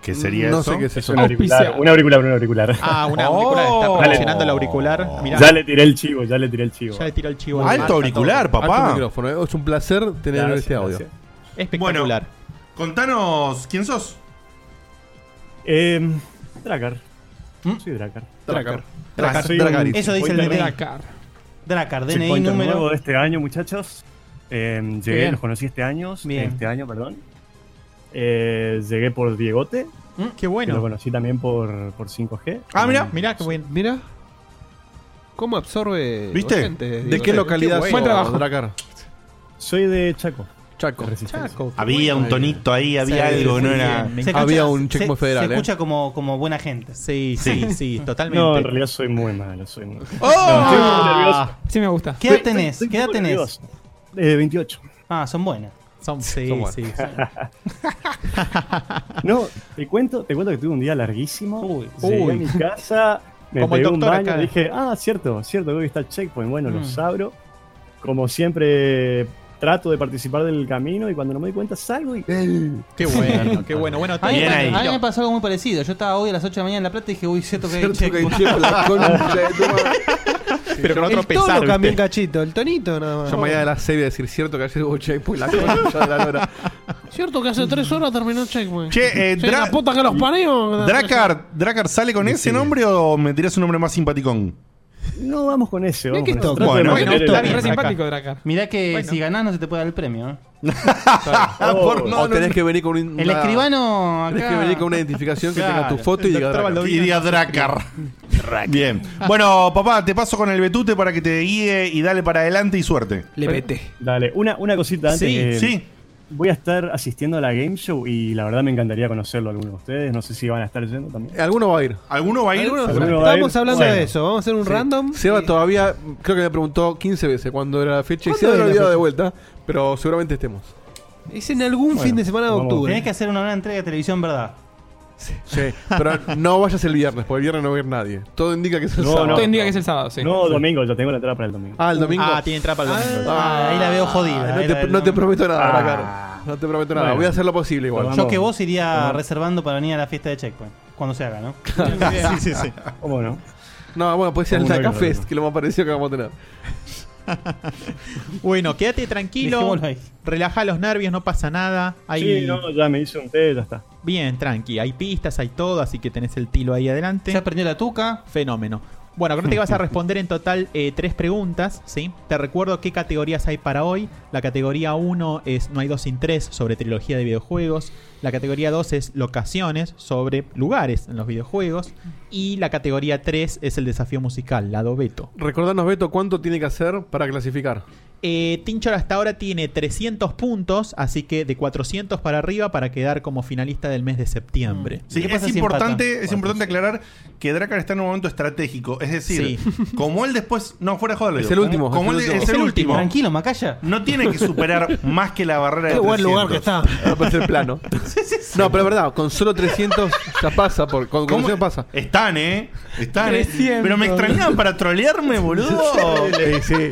Speaker 2: ¿Qué
Speaker 21: sería
Speaker 6: No eso? sé qué es eso.
Speaker 21: Un auricular,
Speaker 6: Auspicia.
Speaker 21: un auricular, un auricular.
Speaker 5: Ah, una auricular. Está
Speaker 21: Dale.
Speaker 5: promocionando el auricular. Mirá.
Speaker 21: Ya le tiré el chivo, ya le tiré el chivo.
Speaker 5: Ya le tiró el chivo.
Speaker 6: Alto
Speaker 5: Alto
Speaker 6: auricular,
Speaker 5: todo.
Speaker 6: papá.
Speaker 5: Alto
Speaker 6: micrófono, eh. Es un placer tener
Speaker 5: Gracias,
Speaker 6: este audio.
Speaker 5: gracias. Espectacular.
Speaker 2: Contanos, ¿quién sos?
Speaker 21: Eh, Dracar.
Speaker 2: ¿Mm?
Speaker 21: Soy Dracar.
Speaker 2: Dracar.
Speaker 21: Dracar.
Speaker 3: Dracar. Eso dice el DNI. Dracar. Dracar, DNI
Speaker 21: Checkpointer
Speaker 3: número.
Speaker 21: nuevo de este año, muchachos. Eh, llegué,
Speaker 3: Bien.
Speaker 21: los conocí este año.
Speaker 3: Bien.
Speaker 21: Este año, perdón. Eh, llegué por Diegote.
Speaker 5: qué
Speaker 21: bueno. Lo conocí también por, por 5G.
Speaker 5: Ah, mirá, mirá, qué buen.
Speaker 4: Mira. ¿Cómo absorbe?
Speaker 21: ¿Viste?
Speaker 4: oyentes,
Speaker 21: ¿De
Speaker 4: digo,
Speaker 21: qué
Speaker 4: sí.
Speaker 21: localidad
Speaker 4: Qué
Speaker 21: sos,
Speaker 6: Dracar?
Speaker 21: Soy de Chaco.
Speaker 6: Chaco.
Speaker 21: Chaco.
Speaker 2: Había un tonito ahí, había algo, no era.
Speaker 3: Se escucha- se- Se escucha como, como buena gente.
Speaker 5: Sí,
Speaker 21: ¿eh? sí,
Speaker 5: sí,
Speaker 21: No, en realidad soy muy malo. Soy muy...
Speaker 3: ¡Oh!
Speaker 8: Sí, me gusta.
Speaker 3: ¿Qué edad tenés? ¿Qué edad tenés?
Speaker 21: Eh, 28.
Speaker 3: Ah, son buenas.
Speaker 5: Son, sí, sí,
Speaker 21: No, te cuento, te cuento que tuve un día larguísimo. Uy,
Speaker 5: uy.
Speaker 21: a mi casa, me
Speaker 5: Como el
Speaker 21: pegué un
Speaker 5: doctor
Speaker 21: baño,
Speaker 5: acá.
Speaker 21: dije, ah, cierto, cierto, creo que está el checkpoint. Bueno, los
Speaker 5: Mm.
Speaker 21: abro. Como siempre, trato de participar del camino y cuando no me doy cuenta salgo y.
Speaker 5: Qué bueno, qué bueno. Bueno,
Speaker 3: A mí, me- a mí me
Speaker 5: tranquilo.
Speaker 3: pasó algo muy parecido. Yo estaba hoy a las 8 de la mañana en La Plata y dije, uy, cierto que hay
Speaker 5: Cierto que hay
Speaker 3: checkpoint.
Speaker 5: checkpoint, la concha de
Speaker 6: Pero con otro
Speaker 4: el tono
Speaker 6: pesar,
Speaker 4: cambió
Speaker 6: ¿viste?
Speaker 4: un cachito, el tonito nada más.
Speaker 6: Yo mañana de la serie decir cierto que ayer hubo checkpoint la concha de la lora.
Speaker 22: Cierto que hace tres horas terminó Checkpoint.
Speaker 2: Che, eh,
Speaker 22: Sí,
Speaker 2: Dra-
Speaker 22: la puta que los parió.
Speaker 2: Dracar, Dracar, ¿sale con ese nombre o me tirás un nombre más simpaticón?
Speaker 21: No vamos con ese, vamos
Speaker 3: Mirá que
Speaker 21: con ese.
Speaker 3: esto-
Speaker 21: Trato de
Speaker 2: Bueno,
Speaker 21: mantener
Speaker 2: bueno,
Speaker 21: el-
Speaker 2: está bien,
Speaker 21: el-
Speaker 8: Dracar.
Speaker 3: Mirá que
Speaker 21: Bueno.
Speaker 3: si ganás no se te puede dar el premio. ¿eh?
Speaker 6: Por- no, o tenés que venir con un.
Speaker 3: El escribano
Speaker 6: Tenés
Speaker 3: acá.
Speaker 6: que venir con una identificación que tenga tu
Speaker 3: Claro.
Speaker 6: foto y diga
Speaker 2: Doctor
Speaker 6: Dracar.
Speaker 2: Baldovino. Y diga Dracar. Bien. Bueno, papá, te paso con el Betute para que te guíe y dale para adelante y suerte.
Speaker 21: Le mete. Dale, una, una cosita antes.
Speaker 2: Sí,
Speaker 21: que
Speaker 2: sí.
Speaker 21: Voy a estar asistiendo a la game show y la verdad me encantaría conocerlo a alguno de ustedes. No sé si van a estar yendo también.
Speaker 6: Eh, Alguno va a ir.
Speaker 2: Alguno va
Speaker 21: a ir? Alguno va a ir.
Speaker 4: Estábamos hablando
Speaker 21: Bueno.
Speaker 4: de eso. Vamos a hacer un
Speaker 6: Sí.
Speaker 4: random.
Speaker 6: Seba todavía, creo que me preguntó 15 veces cuándo era la fecha y
Speaker 4: ¿Cuándo
Speaker 6: se
Speaker 4: era
Speaker 6: habrá
Speaker 4: la
Speaker 6: olvidado
Speaker 4: fecha?
Speaker 6: de vuelta, pero seguramente estemos.
Speaker 4: Es en algún
Speaker 6: Bueno,
Speaker 4: fin de semana de
Speaker 6: vamos.
Speaker 4: octubre.
Speaker 6: Tenés
Speaker 3: que hacer una gran entrega de televisión, ¿verdad?
Speaker 6: Sí, pero no vayas el viernes, porque el viernes no va a ir nadie. Todo indica que es el sábado.
Speaker 8: Todo indica que es el sábado, sí.
Speaker 21: No, domingo, ya tengo la entrada para el domingo.
Speaker 6: Ah, el domingo.
Speaker 5: Ah, tiene entrada para el domingo.
Speaker 3: Ah, ahí la veo jodida.
Speaker 6: No
Speaker 3: Ahí la
Speaker 6: te,
Speaker 3: del
Speaker 6: no te
Speaker 3: domingo.
Speaker 6: prometo nada,
Speaker 3: Ah.
Speaker 6: Dracar. No te prometo nada.
Speaker 3: Bueno.
Speaker 6: Voy a hacer lo posible igual.
Speaker 3: Yo que vos iría reservando para venir a la fiesta de Checkpoint. Cuando se haga, ¿no?
Speaker 6: Sí, sí, sí.
Speaker 21: ¿Cómo no?
Speaker 6: No, bueno, puede ser el
Speaker 21: ¿Cómo no?
Speaker 6: Dracar Fest, que es lo más parecido que vamos a tener.
Speaker 5: Bueno, quédate tranquilo.
Speaker 21: Dejémoslo ahí.
Speaker 5: Relaja los nervios, no pasa nada. Hay...
Speaker 21: Sí, no, ya me hice un té, ya está.
Speaker 5: Bien, tranqui. Hay pistas, hay todo, así que tenés el tilo ahí adelante. Ya
Speaker 3: aprendió la tuca.
Speaker 5: Fenómeno. Bueno, acordate que vas a responder en total eh, tres preguntas, ¿sí? Te recuerdo qué categorías hay para hoy. La categoría 1 es No hay dos sin tres sobre trilogía de videojuegos. La categoría 2 es locaciones sobre lugares en los videojuegos. Y la categoría 3 es el desafío musical, lado Beto.
Speaker 6: Recordanos, Beto, cuánto tiene que hacer para clasificar.
Speaker 5: Eh, Tinchor hasta ahora tiene 300 puntos, así que de 400 para arriba para quedar como finalista del mes de septiembre.
Speaker 2: Mm. Sí, es importante, es importante aclarar que Dracar está en un momento estratégico. Es decir, como él después. No, fuera de joder. lo
Speaker 6: Es
Speaker 2: digo.
Speaker 6: el último,
Speaker 2: Como- como
Speaker 6: es el
Speaker 2: él-
Speaker 6: último.
Speaker 2: es el último.
Speaker 3: Tranquilo, Macaya.
Speaker 2: No tiene que superar más que la barrera de
Speaker 6: Qué buen lugar
Speaker 2: 300.
Speaker 6: que está. Ahora parece el plano. No, pero es verdad, con solo 300 ya pasa. Por, con, con
Speaker 2: ¿Cómo?
Speaker 6: 300 pasa.
Speaker 2: Están, ¿eh? Están, ¿eh? Pero me extrañaban para trolearme, boludo. Eh,
Speaker 6: Sí, sí.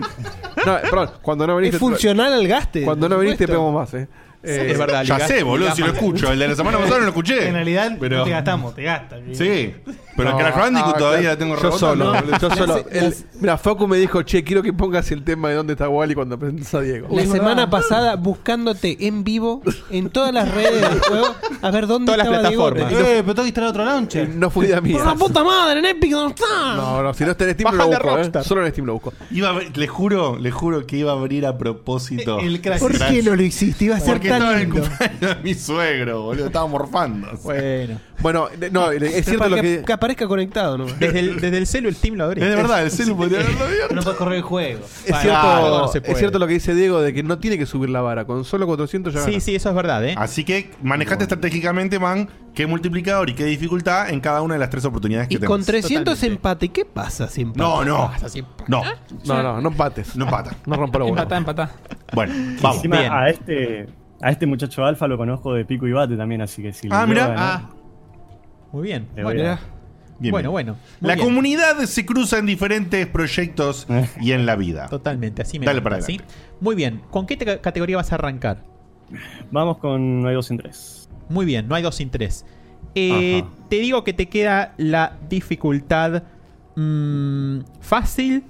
Speaker 6: No, perdón, cuando no viniste.
Speaker 2: Es funcional
Speaker 6: al gaste. Cuando no viniste, pegamos más, ¿eh? Eh,
Speaker 2: es verdad, ya sé, boludo, si lo escucho. El de la semana pasada no lo escuché.
Speaker 3: En realidad,
Speaker 2: Pero-
Speaker 3: no te gastamos, te gastas.
Speaker 2: Sí, pero
Speaker 6: No,
Speaker 2: el Crash Bandicoot
Speaker 6: ah,
Speaker 2: todavía
Speaker 6: claro.
Speaker 2: la tengo
Speaker 6: Yo solo,
Speaker 2: rebotando.
Speaker 6: yo solo. El- mira, Facu me dijo, che, quiero que pongas el tema de dónde está Wally cuando presentes a Diego.
Speaker 4: La semana pasada buscándote en vivo en todas las redes del juego a ver dónde
Speaker 6: Todas las
Speaker 4: estaba Diego.
Speaker 6: plataformas.
Speaker 4: Eh,
Speaker 3: Eh, pero tengo que instalar otro launcher.
Speaker 6: No fui de mía.
Speaker 4: ¡Por la puta madre! ¡En Epic no está!
Speaker 6: No, no, si no está en Steam
Speaker 2: Bajale
Speaker 6: lo busco,
Speaker 2: Rockstar.
Speaker 6: eh. Solo en Steam lo busco.
Speaker 2: Iba a abrir- le juro, le juro que iba a abrir a propósito.
Speaker 6: El Crash.
Speaker 4: ¿Por qué no lo hiciste? Iba a ser
Speaker 2: Porque estaba
Speaker 4: tan
Speaker 2: en el
Speaker 4: lindo.
Speaker 2: cumpleaños de mi suegro, boludo. Estaba morfando.
Speaker 5: Bueno.
Speaker 6: Bueno, de- no, es cierto
Speaker 4: Para
Speaker 6: lo que.
Speaker 4: que aparezca conectado, ¿no?
Speaker 5: Desde el, desde el celu el team lo abrió.
Speaker 6: Es de verdad, el celu podría haberlo
Speaker 3: No puedes correr el juego.
Speaker 6: Es cierto, es cierto lo que dice Diego de que no tiene que subir la vara. Con solo 400 ya gana.
Speaker 5: eso es verdad, ¿eh?
Speaker 2: Así que manejate estratégicamente, man, qué multiplicador y qué dificultad en cada una de las tres oportunidades que
Speaker 4: Y
Speaker 2: tenés.
Speaker 4: con 300 empate, ¿qué pasa si empate?
Speaker 2: No, no.
Speaker 4: Pasa si empate.
Speaker 2: No.
Speaker 6: No, no, no empates.
Speaker 2: No empata.
Speaker 6: No rompa los
Speaker 8: Empatá, empatá.
Speaker 2: Bueno,
Speaker 21: Que
Speaker 2: vamos.
Speaker 21: encima
Speaker 2: bien.
Speaker 21: a este a este muchacho alfa lo conozco de pico y bate también, así que si
Speaker 2: Ah, mirá.
Speaker 5: Ah. Muy bien.
Speaker 21: Le
Speaker 5: Bueno,
Speaker 21: voy a-
Speaker 2: Bien,
Speaker 5: bueno,
Speaker 2: bien.
Speaker 5: bueno. Muy
Speaker 2: La
Speaker 5: bien. Eh.
Speaker 2: comunidad se cruza en diferentes proyectos y en la vida.
Speaker 5: Totalmente, así me
Speaker 2: Dale
Speaker 5: gusta,
Speaker 2: para
Speaker 5: ¿sí?
Speaker 2: adelante.
Speaker 5: Muy bien, ¿con qué te- categoría vas a arrancar?
Speaker 21: Vamos con No hay dos sin tres.
Speaker 5: Muy bien, no hay dos sin tres. Eh, te digo que te queda la dificultad mm, fácil.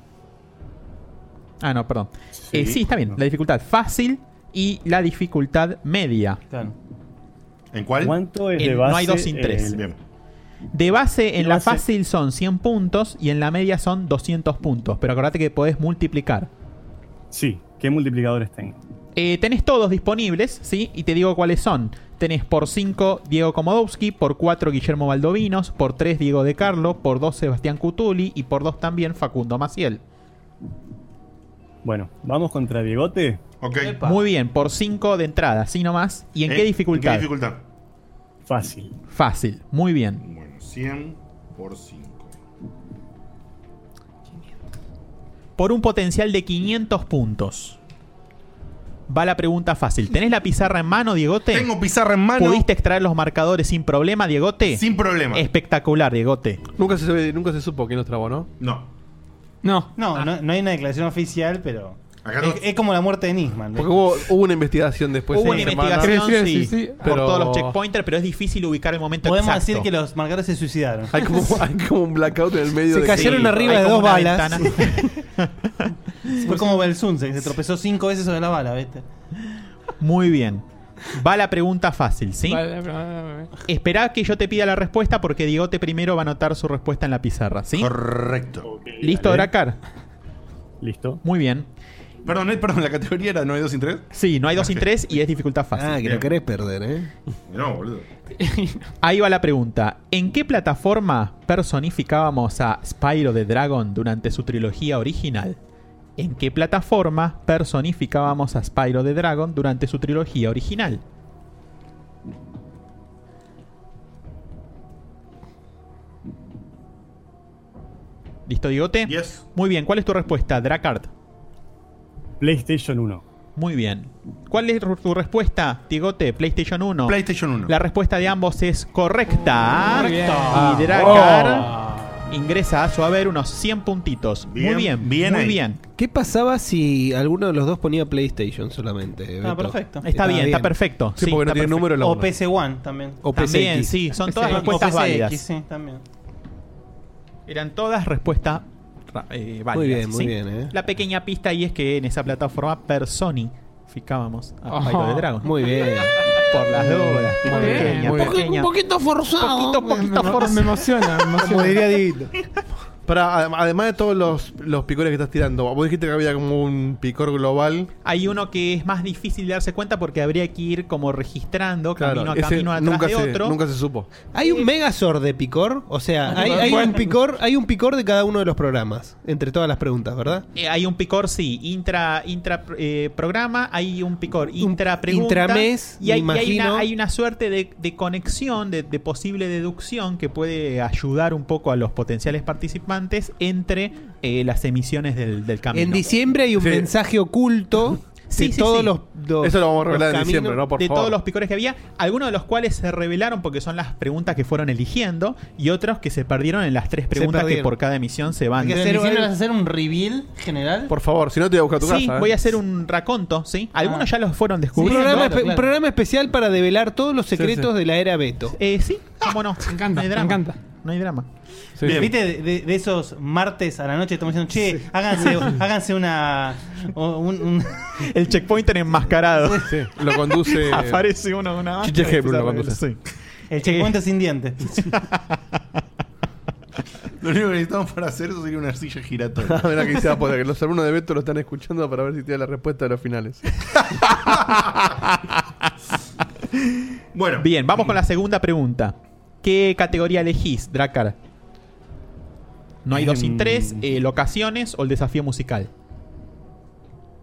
Speaker 5: Ah, no, perdón. Eh, Sí,
Speaker 21: Sí,
Speaker 5: está bien. La dificultad fácil y la dificultad media.
Speaker 2: ¿En cuál?
Speaker 21: ¿Cuánto es
Speaker 5: En
Speaker 21: de base?
Speaker 5: no hay dos sin tres.
Speaker 21: el-
Speaker 5: De base, en
Speaker 21: No
Speaker 5: la
Speaker 21: hace-
Speaker 5: fácil son 100 puntos y en la media son 200 puntos. Pero acordate que podés multiplicar.
Speaker 21: Sí, ¿qué multiplicadores tengo?
Speaker 5: Eh, tenés todos disponibles, ¿sí? Y te digo cuáles son. Tenés por 5 Diego Komodowski, por 4 Guillermo Baldovinos, por 3 Diego De Carlo, por 2 Sebastián Cutuli y por 2 también Facundo Maciel.
Speaker 21: Bueno, vamos contra Diegote.
Speaker 2: Ok.
Speaker 5: Muy bien, por 5 de entrada, así nomás. ¿Y en
Speaker 21: Eh,
Speaker 5: qué dificultad?
Speaker 21: ¿en qué dificultad? Fácil.
Speaker 5: Fácil, muy bien.
Speaker 2: Bueno, 100 por 5.
Speaker 5: Por un potencial de 500 puntos. Va la pregunta fácil. ¿Tenés la pizarra en mano, Diegote?
Speaker 2: Tengo pizarra en mano.
Speaker 5: ¿Pudiste extraer los marcadores sin problema, Diegote?
Speaker 2: Sin problema.
Speaker 5: Espectacular, Diegote.
Speaker 6: Nunca se, nunca se supo quién nos trabó, ¿no?
Speaker 2: No.
Speaker 8: No.
Speaker 3: No, Ah. no, no hay una declaración oficial, pero.
Speaker 2: Acá
Speaker 3: Es, es como la muerte de Nisman.
Speaker 6: Porque hubo, pues, hubo una investigación después.
Speaker 3: Hubo
Speaker 6: de
Speaker 3: una
Speaker 6: la semana.
Speaker 3: investigación,
Speaker 6: Quiero decir,
Speaker 3: sí,
Speaker 5: Por
Speaker 6: pero-
Speaker 5: todos los checkpointers, pero es difícil ubicar el momento
Speaker 3: Podemos
Speaker 5: exacto.
Speaker 3: decir que los marcadores se suicidaron.
Speaker 6: Hay como, hay como un blackout en el medio.
Speaker 3: Se
Speaker 6: de-
Speaker 3: cayeron
Speaker 6: Sí.
Speaker 3: arriba
Speaker 6: Hay
Speaker 3: de
Speaker 6: como
Speaker 3: dos
Speaker 6: una
Speaker 3: balas.
Speaker 6: ventana.
Speaker 3: Fue como Belsunce, que se tropezó cinco veces sobre la bala, ¿viste?
Speaker 5: Muy bien. Va la pregunta fácil, ¿sí?
Speaker 8: Vale, vale, vale.
Speaker 5: Esperá que yo te pida la respuesta porque Diegote primero va a anotar su respuesta en la pizarra, ¿sí?
Speaker 2: Correcto.
Speaker 5: ¿Listo,
Speaker 2: Dale.
Speaker 5: Dracar?
Speaker 21: Listo.
Speaker 5: Muy bien.
Speaker 2: Perdón, eh, perdón, la categoría era no hay 2 sin Ah, 3.
Speaker 5: Sí, no hay dos sin tres y es dificultad fácil.
Speaker 2: Ah, que lo
Speaker 5: querés perder, ¿eh?
Speaker 2: No, boludo.
Speaker 5: Ahí va la pregunta. ¿En qué plataforma personificábamos a Spyro the Dragon durante su trilogía original? ¿En qué plataforma personificábamos a Spyro the Dragon durante su trilogía original? ¿Listo, Diegote? Muy bien, ¿cuál es tu respuesta, Dracard?
Speaker 21: PlayStation 1.
Speaker 5: Muy bien. ¿Cuál es tu respuesta, Diegote? PlayStation 1.
Speaker 2: PlayStation 1.
Speaker 5: La respuesta de ambos es correcta.
Speaker 2: Muy bien. Ah. Oh.
Speaker 5: Y Dracar ingresa a su haber unos 100 puntitos. muy bien, muy bien.
Speaker 4: ¿Qué pasaba si alguno de los dos ponía PlayStation solamente?
Speaker 3: Ah,
Speaker 4: Beto?
Speaker 3: perfecto.
Speaker 5: Está bien, está perfecto. Sí, está perfecto.
Speaker 3: O PC1 también.
Speaker 4: O
Speaker 5: También,
Speaker 4: PCX.
Speaker 5: sí, son todas
Speaker 3: O
Speaker 5: respuestas
Speaker 3: PCX,
Speaker 5: válidas.
Speaker 3: sí, también.
Speaker 5: Eran todas respuestas ra- eh, válidas,
Speaker 4: bien, muy bien, ¿eh?
Speaker 5: La pequeña pista ahí es que en esa plataforma personificábamos a
Speaker 4: Ajá.
Speaker 5: Pyro de Dragon.
Speaker 4: Muy bien.
Speaker 5: Por las dudas.
Speaker 4: Oh. Muy bien,
Speaker 5: pequeña,
Speaker 4: muy bien.
Speaker 5: pequeña.
Speaker 22: Un poquito forzado.
Speaker 5: Poquito, poquito
Speaker 22: Me- me-
Speaker 5: forzado.
Speaker 22: Me emociona, me emociona.
Speaker 6: Dieguito. Para, adem- además de todos los, los picores que estás tirando, vos dijiste que había como un picor global.
Speaker 5: Hay uno que es más difícil de darse cuenta porque habría que ir como registrando camino a
Speaker 6: ese
Speaker 5: camino atrás
Speaker 6: nunca
Speaker 5: de
Speaker 6: se-
Speaker 5: otro. Eh,
Speaker 6: nunca se supo.
Speaker 4: ¿Hay un Megazord de picor? O
Speaker 5: Ah,
Speaker 4: sea, hay, hay un picor, hay un picor de cada uno de los programas, entre todas las preguntas, ¿verdad?
Speaker 5: Eh, hay un picor, sí, intra, intra eh, programa, hay un picor intra pregunta.
Speaker 4: intramés,
Speaker 5: y hay,
Speaker 4: me
Speaker 5: y hay
Speaker 4: imagino.
Speaker 5: una, hay una suerte de, de conexión, de, de posible deducción que puede ayudar un poco a los potenciales participantes entre eh, las emisiones del, del camino.
Speaker 4: En diciembre hay un mensaje oculto de todos los, los- los caminos-
Speaker 5: de todos los picores que había, algunos de los cuales se revelaron porque son las preguntas que fueron eligiendo y otros que se perdieron en las tres preguntas que
Speaker 4: perdieron.
Speaker 5: por cada emisión se van.
Speaker 3: Hay que hacer- ¿Vas a hacer un reveal general?
Speaker 6: Por favor, si no te voy a buscar a tu
Speaker 5: Sí,
Speaker 6: casa. ¿eh?
Speaker 5: voy a hacer un raconto, ¿sí? Algunos
Speaker 3: Ah.
Speaker 5: ya los fueron
Speaker 4: Un
Speaker 5: descubriendo.
Speaker 4: programa, espe- un programa especial para develar todos los secretos de la era Beto.
Speaker 5: Eh, sí, cómo no. Me encanta,
Speaker 4: me
Speaker 5: encanta. No hay drama.
Speaker 3: Bien. ¿Viste de, de- de esos martes a la noche estamos diciendo, che, háganse, háganse una. o- un- un-
Speaker 5: El checkpointer enmascarado.
Speaker 6: Lo conduce.
Speaker 5: Aparece uno de una
Speaker 6: Chiche
Speaker 5: máscara y
Speaker 6: Hebron lo
Speaker 5: se
Speaker 6: conduce.
Speaker 5: revela, sí. Eh.
Speaker 3: el checkpointer sin dientes.
Speaker 2: Lo único que necesitamos para hacer eso sería una arcilla giratoria.
Speaker 6: Ah, mirá que dice Apoda, que los alumnos de Beto lo están escuchando para ver si tiene la respuesta de los finales.
Speaker 5: Bueno. Bien, vamos con la segunda pregunta. ¿Qué categoría elegís, Dracar? No hay dos sin
Speaker 21: Em.
Speaker 5: tres, eh, locaciones o el desafío musical.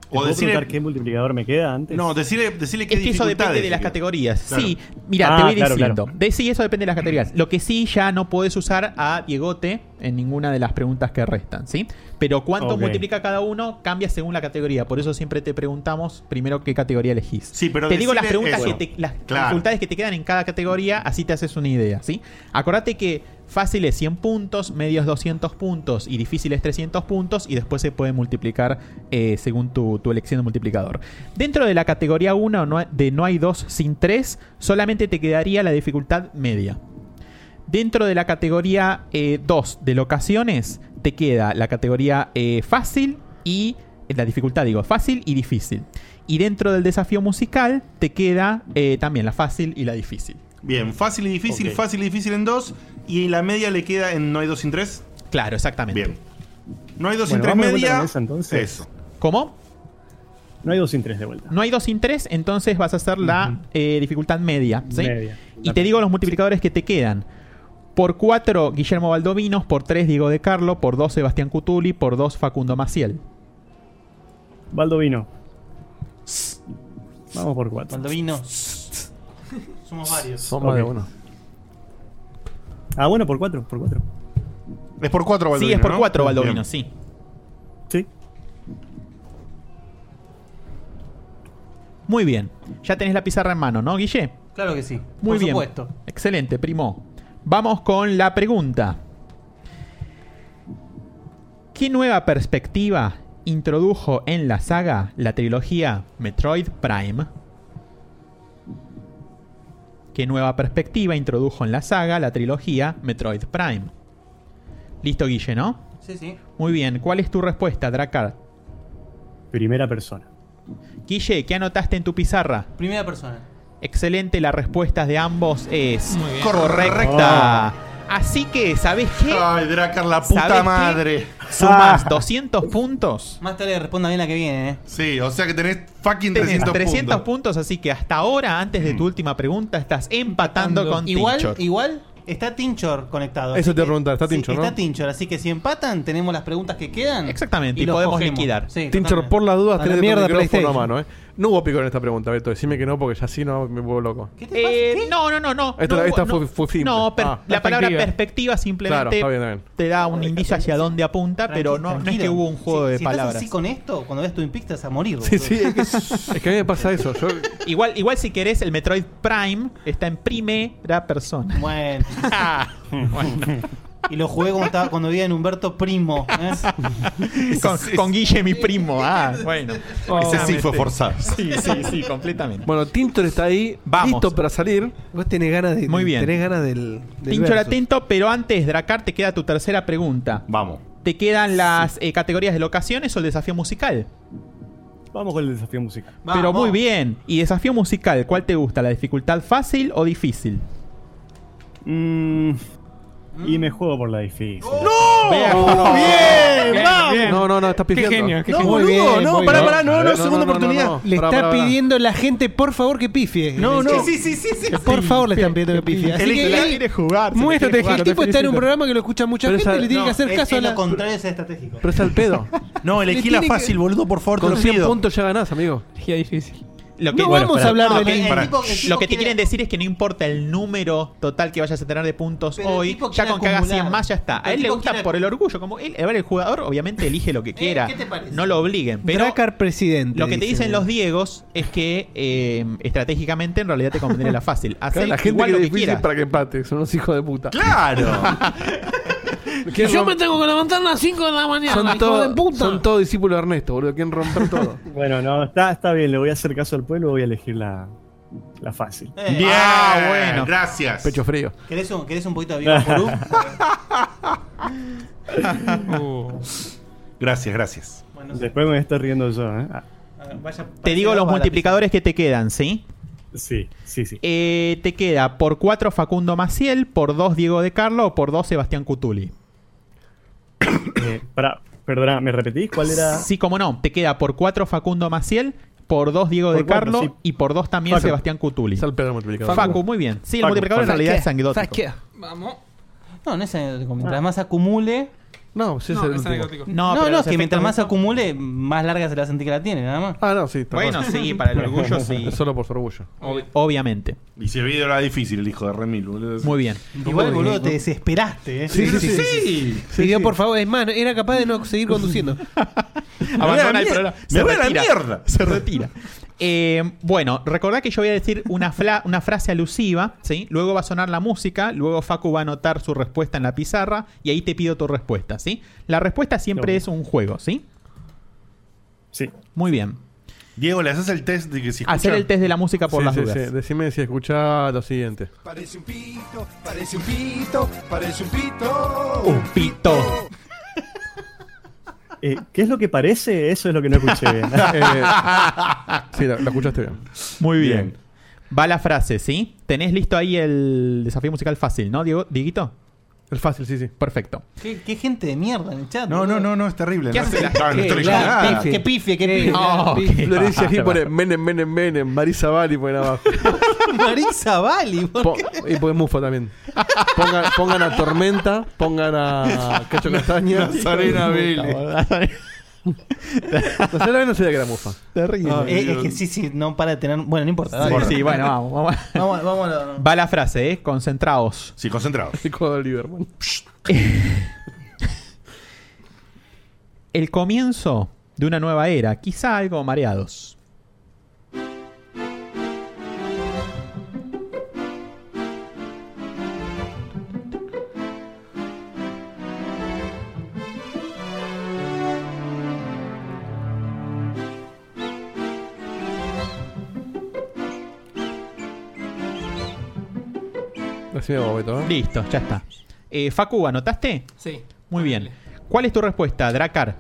Speaker 21: ¿Puedo
Speaker 5: decir-
Speaker 21: preguntar qué multiplicador me queda antes?
Speaker 5: No,
Speaker 2: decirle, decirle
Speaker 5: Es que eso depende de las categorías. Sí, mira,
Speaker 21: Ah,
Speaker 5: te voy
Speaker 21: claro,
Speaker 5: diciendo.
Speaker 21: claro.
Speaker 5: De, sí, eso depende de las categorías. Lo que sí ya no podés usar a Diegote en ninguna de las preguntas que restan, ¿sí? Pero cuánto
Speaker 2: Ok.
Speaker 5: multiplica cada uno cambia según la categoría. Por eso siempre te preguntamos primero qué categoría elegís.
Speaker 2: Sí, pero
Speaker 5: te digo las
Speaker 2: decirle
Speaker 5: preguntas
Speaker 2: eso.
Speaker 5: que te, las
Speaker 2: Claro.
Speaker 5: facultades que te quedan en cada categoría, así te haces una idea, ¿sí? Acordate que fácil es 100 puntos, medios 200 puntos y difícil es 300 puntos y después se puede multiplicar eh, según tu, tu elección de multiplicador. Dentro de la categoría 1 no hay- de no hay 2 sin 3, solamente te quedaría la dificultad media. Dentro de la categoría 2 de locaciones te queda la categoría eh, fácil y eh, la dificultad, digo, fácil y difícil. Y dentro del desafío musical te queda eh, también la fácil y la difícil.
Speaker 2: Bien, fácil y difícil,
Speaker 5: Ok.
Speaker 2: fácil y difícil en dos. Y la media le queda en no hay dos sin tres.
Speaker 5: Claro, exactamente.
Speaker 2: Bien. No hay dos
Speaker 21: Bueno,
Speaker 2: sin
Speaker 21: vamos de
Speaker 2: tres
Speaker 21: vuelta
Speaker 2: media.
Speaker 21: con esa, entonces.
Speaker 2: Eso.
Speaker 5: ¿Cómo?
Speaker 21: No hay dos sin tres de vuelta.
Speaker 5: No hay 2 sin 3, entonces vas a hacer la eh, dificultad media. ¿sí?
Speaker 21: Media.
Speaker 5: Y te digo los multiplicadores que te quedan. Por 4, Guillermo Baldovinos. Por 3, Diego de Carlo. Por 2, Sebastián Cutuli. Por 2, Facundo Maciel.
Speaker 21: Baldovino. Vamos por cuatro.
Speaker 3: Baldovino. Somos varios.
Speaker 21: Son más de uno. Ah, bueno, por cuatro, por cuatro.
Speaker 2: Es por cuatro,
Speaker 21: Baldovino.
Speaker 5: sí, es por
Speaker 21: ¿no?
Speaker 5: 4, Baldovino,
Speaker 21: Bien.
Speaker 5: sí.
Speaker 21: Sí.
Speaker 5: Muy bien. Ya tenés la pizarra en mano, ¿no, Guille?
Speaker 3: Claro que sí.
Speaker 5: Muy
Speaker 3: por
Speaker 5: bien.
Speaker 3: supuesto.
Speaker 5: Excelente, primo. Vamos con la pregunta. ¿Qué nueva perspectiva introdujo en la saga la trilogía Metroid Prime? ¿Qué nueva perspectiva introdujo en la saga la trilogía Metroid Prime? Listo, Guille, ¿no?
Speaker 3: Sí, sí.
Speaker 5: Muy bien, ¿cuál es tu respuesta, Dracar?
Speaker 21: Primera persona.
Speaker 5: Guille, ¿qué anotaste en tu pizarra?
Speaker 3: Primera persona.
Speaker 5: Excelente, la respuesta de ambos es
Speaker 3: Muy bien.
Speaker 5: correcta. Así que, ¿sabés qué?
Speaker 2: Ay, Dracar, la puta
Speaker 5: ¿Sabés qué?
Speaker 2: madre.
Speaker 5: Sumás
Speaker 2: Ah.
Speaker 5: 200 puntos.
Speaker 3: Más tarde responda bien la que viene, ¿eh?
Speaker 2: Sí, o sea que tenés fucking
Speaker 5: Tenés
Speaker 2: 300,
Speaker 5: 300
Speaker 2: puntos. Mm.
Speaker 5: puntos, así que hasta ahora, antes de tu última pregunta, estás empatando con
Speaker 3: igual,
Speaker 5: Tinchor.
Speaker 3: igual está Tinchor conectado.
Speaker 5: Eso te
Speaker 3: así
Speaker 5: iba a
Speaker 3: que-
Speaker 5: preguntar, está
Speaker 3: sí,
Speaker 5: Tinchor, ¿no?
Speaker 3: Está Tinchor, así que si empatan, tenemos las preguntas que quedan.
Speaker 5: Exactamente, y
Speaker 3: los
Speaker 5: podemos
Speaker 3: cogemos.
Speaker 5: liquidar.
Speaker 3: Sí,
Speaker 6: Tinchor,
Speaker 3: totalmente.
Speaker 6: por las dudas,
Speaker 3: A la
Speaker 6: tenés
Speaker 3: mierda,
Speaker 6: tu micrófono a
Speaker 3: PlayStation.
Speaker 6: mano, ¿eh? No hubo pico en esta pregunta, Beto. Decime que no, porque ya sí no me vuelvo loco.
Speaker 5: Eh, no, no, no, no.
Speaker 6: Esta-
Speaker 5: no,
Speaker 6: esta
Speaker 5: no,
Speaker 6: fue- fue simple.
Speaker 5: No, per-
Speaker 6: Ah.
Speaker 5: la palabra
Speaker 6: Perspectiva.
Speaker 5: perspectiva simplemente
Speaker 6: Claro, está bien, está bien.
Speaker 5: te da un indicio hacia dónde apunta, pero no, no es que
Speaker 3: Tranquilo.
Speaker 5: hubo un juego
Speaker 3: Si-
Speaker 5: de
Speaker 3: si
Speaker 5: palabras.
Speaker 3: Estás así con esto, cuando veas tu Twin Peaks te vas a morir.
Speaker 6: Sí,
Speaker 3: boludo.
Speaker 6: sí, es que, es que a mí me pasa eso. Yo,
Speaker 5: Igual, igual si querés, el Metroid Prime está en primera persona.
Speaker 3: Bueno. Y lo jugué cuando, estaba, cuando vivía en Humberto Primo. ¿eh?
Speaker 5: con, con Guille, mi primo. Ah, bueno.
Speaker 2: Ese sí fue forzado.
Speaker 5: Sí, sí, sí, completamente.
Speaker 6: bueno, Tintor está ahí,
Speaker 5: Vamos.
Speaker 6: listo para salir.
Speaker 4: Vos tenés ganas de
Speaker 5: Muy bien.
Speaker 4: tenés ganas del, del
Speaker 5: Tincho
Speaker 4: versus.
Speaker 5: atento, pero antes, Dracar, te queda tu tercera pregunta.
Speaker 2: Vamos.
Speaker 5: Te quedan las eh, categorías de locaciones o el desafío musical.
Speaker 21: Vamos con el desafío musical.
Speaker 5: Pero muy bien. ¿Y desafío musical? ¿Cuál te gusta? ¿La dificultad fácil o difícil?
Speaker 21: Mm, y me juego por la difícil.
Speaker 2: ¡No!
Speaker 21: ¡Oh!
Speaker 2: ¡Bien!
Speaker 21: Bien,
Speaker 2: ¡Vamos!
Speaker 21: bien. No, no, no, estás pifiando. Qué genio, qué
Speaker 2: no,
Speaker 21: genio.
Speaker 2: boludo,
Speaker 21: Muy bien,
Speaker 2: no,
Speaker 21: muy
Speaker 2: pará,
Speaker 21: bien.
Speaker 2: pará, no, no,
Speaker 21: No, no,
Speaker 2: segunda
Speaker 21: no, no,
Speaker 2: oportunidad.
Speaker 21: no.
Speaker 4: Le
Speaker 21: Pará,
Speaker 4: está
Speaker 21: pará, pará.
Speaker 4: pidiendo la gente, por favor, que pifie.
Speaker 2: No, no.
Speaker 4: Que-
Speaker 2: sí, sí,
Speaker 4: Por favor, le están pidiendo que pifie. Así que él-
Speaker 6: Ah,
Speaker 5: jugar.
Speaker 4: Muy estratégico. El tipo está en un programa que lo escucha mucha
Speaker 6: Pero
Speaker 4: gente
Speaker 6: esa-
Speaker 4: y le tiene
Speaker 6: no,
Speaker 4: que hacer
Speaker 6: es-
Speaker 4: caso
Speaker 6: es
Speaker 4: a la.
Speaker 6: lo contrario,
Speaker 3: es estratégico.
Speaker 6: Pero es al pedo.
Speaker 2: No, elegí
Speaker 6: Le
Speaker 2: la
Speaker 6: tiene
Speaker 2: fácil,
Speaker 6: que-
Speaker 2: boludo, por favor, te
Speaker 6: Con
Speaker 2: lo
Speaker 6: 100
Speaker 2: pido.
Speaker 6: puntos ya ganás, amigo.
Speaker 8: Elegía difícil.
Speaker 5: Lo
Speaker 6: No vamos a hablar del
Speaker 5: Ah, ok,
Speaker 6: tipo.
Speaker 5: pará.
Speaker 6: El tipo- el
Speaker 5: Lo
Speaker 6: tipo
Speaker 5: que te
Speaker 6: quiere-
Speaker 5: quieren decir es que no importa el número total que vayas a tener de puntos
Speaker 6: Pero el
Speaker 5: hoy,
Speaker 6: tipo
Speaker 5: ya
Speaker 6: quiere
Speaker 5: con que hagas 100
Speaker 6: acumular.
Speaker 5: más ya está. A
Speaker 6: El
Speaker 5: él le
Speaker 6: tipo
Speaker 5: gusta
Speaker 6: quiere- Eh,
Speaker 5: por el orgullo, como él, a ver, el jugador obviamente elige lo que quiera.
Speaker 4: ¿qué te parece?
Speaker 5: No lo obliguen, pero
Speaker 4: Dracar presidente.
Speaker 5: lo que te dicen los diegos es que eh, estratégicamente en realidad te conviene la fácil. Hacer
Speaker 6: Claro, la gente
Speaker 5: igual
Speaker 6: que
Speaker 5: lo
Speaker 6: es
Speaker 5: que
Speaker 6: difícil
Speaker 5: quieras.
Speaker 6: para que empate, son unos hijos de puta.
Speaker 5: ¡Claro!
Speaker 6: ¿Quién
Speaker 22: Yo me
Speaker 6: rompe-
Speaker 22: tengo que levantar a las 5 de la mañana,
Speaker 6: son
Speaker 22: hijo de
Speaker 6: todos
Speaker 22: puta.
Speaker 6: son todos discípulos de Ernesto, boludo. Quieren romper todo.
Speaker 21: Bueno, no, está, está bien. Le voy a hacer caso al pueblo. Voy a elegir la, la fácil.
Speaker 2: Bien,
Speaker 21: Ah, bueno.
Speaker 2: Eh, gracias.
Speaker 21: Pecho frío.
Speaker 3: ¿Querés un, querés un poquito de Viva Porú?
Speaker 2: Uh. Gracias, gracias.
Speaker 21: Después me estoy riendo yo, ¿eh? Ah,
Speaker 5: Te digo los multiplicadores que te quedan, ¿sí?
Speaker 21: Sí, sí, sí.
Speaker 5: Eh, te queda por 4 Facundo Maciel, por 2 Diego de Carlo o por 2 Sebastián Cutuli.
Speaker 21: Eh, pará, perdona, ¿me repetís cuál era?
Speaker 5: Sí, como no. Te queda por 4 Facundo Maciel, por 2 Diego
Speaker 21: Por
Speaker 5: de
Speaker 21: cuatro,
Speaker 5: Carlo
Speaker 21: sí.
Speaker 5: y por 2 también
Speaker 21: Facu.
Speaker 5: Sebastián Cutuli.
Speaker 6: Es el pedo
Speaker 5: Facu.
Speaker 6: multiplicador.
Speaker 5: muy bien. Sí, el multiplicador en realidad es anecdótico.
Speaker 8: Vamos.
Speaker 3: No, no es anecdótico. Mientras más acumule.
Speaker 6: No, sí
Speaker 8: No, es es anecdótico. anecdótico.
Speaker 3: No,
Speaker 8: No,
Speaker 3: no,
Speaker 8: pero
Speaker 3: es
Speaker 8: los
Speaker 3: que mientras
Speaker 8: efectos
Speaker 3: más acumule, más larga se la sentir que la tiene, nada más.
Speaker 6: Ah, no, sí.
Speaker 5: Bueno, sí, para el orgullo sí.
Speaker 6: Solo por su orgullo.
Speaker 5: Obviamente.
Speaker 2: Y se vio la difícil, el hijo de Remil, boludo.
Speaker 5: Muy bien.
Speaker 4: Igual, boludo, te
Speaker 3: desesperaste, ¿eh?
Speaker 2: Sí, sí, sí. sí,
Speaker 4: Pidió, por favor, es más, no- era capaz de no seguir conduciendo.
Speaker 5: Abandona el
Speaker 4: Me voy a la
Speaker 5: programa.
Speaker 4: mier- me voy a la mierda.
Speaker 5: Se retira. Eh, bueno, recordá que yo voy a decir una, fla- una frase alusiva, ¿sí? Luego va a sonar la música, luego Facu va a anotar su respuesta en la pizarra y ahí te pido tu respuesta, ¿sí? La respuesta siempre es un juego, ¿sí?
Speaker 21: Sí.
Speaker 5: Muy bien.
Speaker 2: Diego, ¿le haces el test de que si escucha?
Speaker 5: Hacer el test de la música por
Speaker 6: Sí,
Speaker 5: las
Speaker 6: sí,
Speaker 5: dudas.
Speaker 6: sí. Decime si escuchá lo siguiente.
Speaker 9: Parece un pito, parece un pito, parece un pito.
Speaker 5: Un pito.
Speaker 21: Eh, ¿Qué es lo que parece? Eso es lo que no escuché bien.
Speaker 6: sí, lo, escuchaste bien.
Speaker 5: Muy bien. Va la frase, ¿sí? Tenés listo ahí el desafío musical fácil, ¿no, Diego? Dieguito?
Speaker 6: El fácil, sí, sí.
Speaker 5: Perfecto.
Speaker 3: ¿Qué, qué gente de mierda en el chat.
Speaker 2: No, no, no, no, es terrible.
Speaker 3: ¿Qué Ah,
Speaker 2: no
Speaker 3: hace
Speaker 2: sé-
Speaker 3: la-
Speaker 2: claro, no
Speaker 3: qué-
Speaker 2: estoy
Speaker 3: la-
Speaker 2: nada.
Speaker 3: pifia, Qué pifia, qué pifia.
Speaker 2: Ah, ok.
Speaker 6: Florencia Gil pone Menem, Menem, Menem, Marisa Bali ponen abajo.
Speaker 3: Marisa Bali,
Speaker 6: Po- y ponen Mufa también. Pongan, pongan a Tormenta, pongan a Ah, Cacho Castaña.
Speaker 2: Nazarena Vélez.
Speaker 6: Nazarena Vélez no sabía que era Mufa.
Speaker 5: Terrible.
Speaker 3: Eh, es, que sí, sí, no para de tener. Bueno, no importa.
Speaker 5: Sí,
Speaker 3: dale.
Speaker 5: sí, bueno, vamos, vamos.
Speaker 3: Vamos, vamos a lo-
Speaker 5: Va la frase, ¿eh? Concentraos.
Speaker 2: Sí, concentrados.
Speaker 5: El comienzo de una nueva era, quizá algo mareados.
Speaker 6: Así me hago, Beto, ¿eh?
Speaker 5: Listo, ya está. Eh, Facu, ¿anotaste?
Speaker 8: Sí.
Speaker 5: Muy bien. ¿Cuál es tu respuesta, Dracar?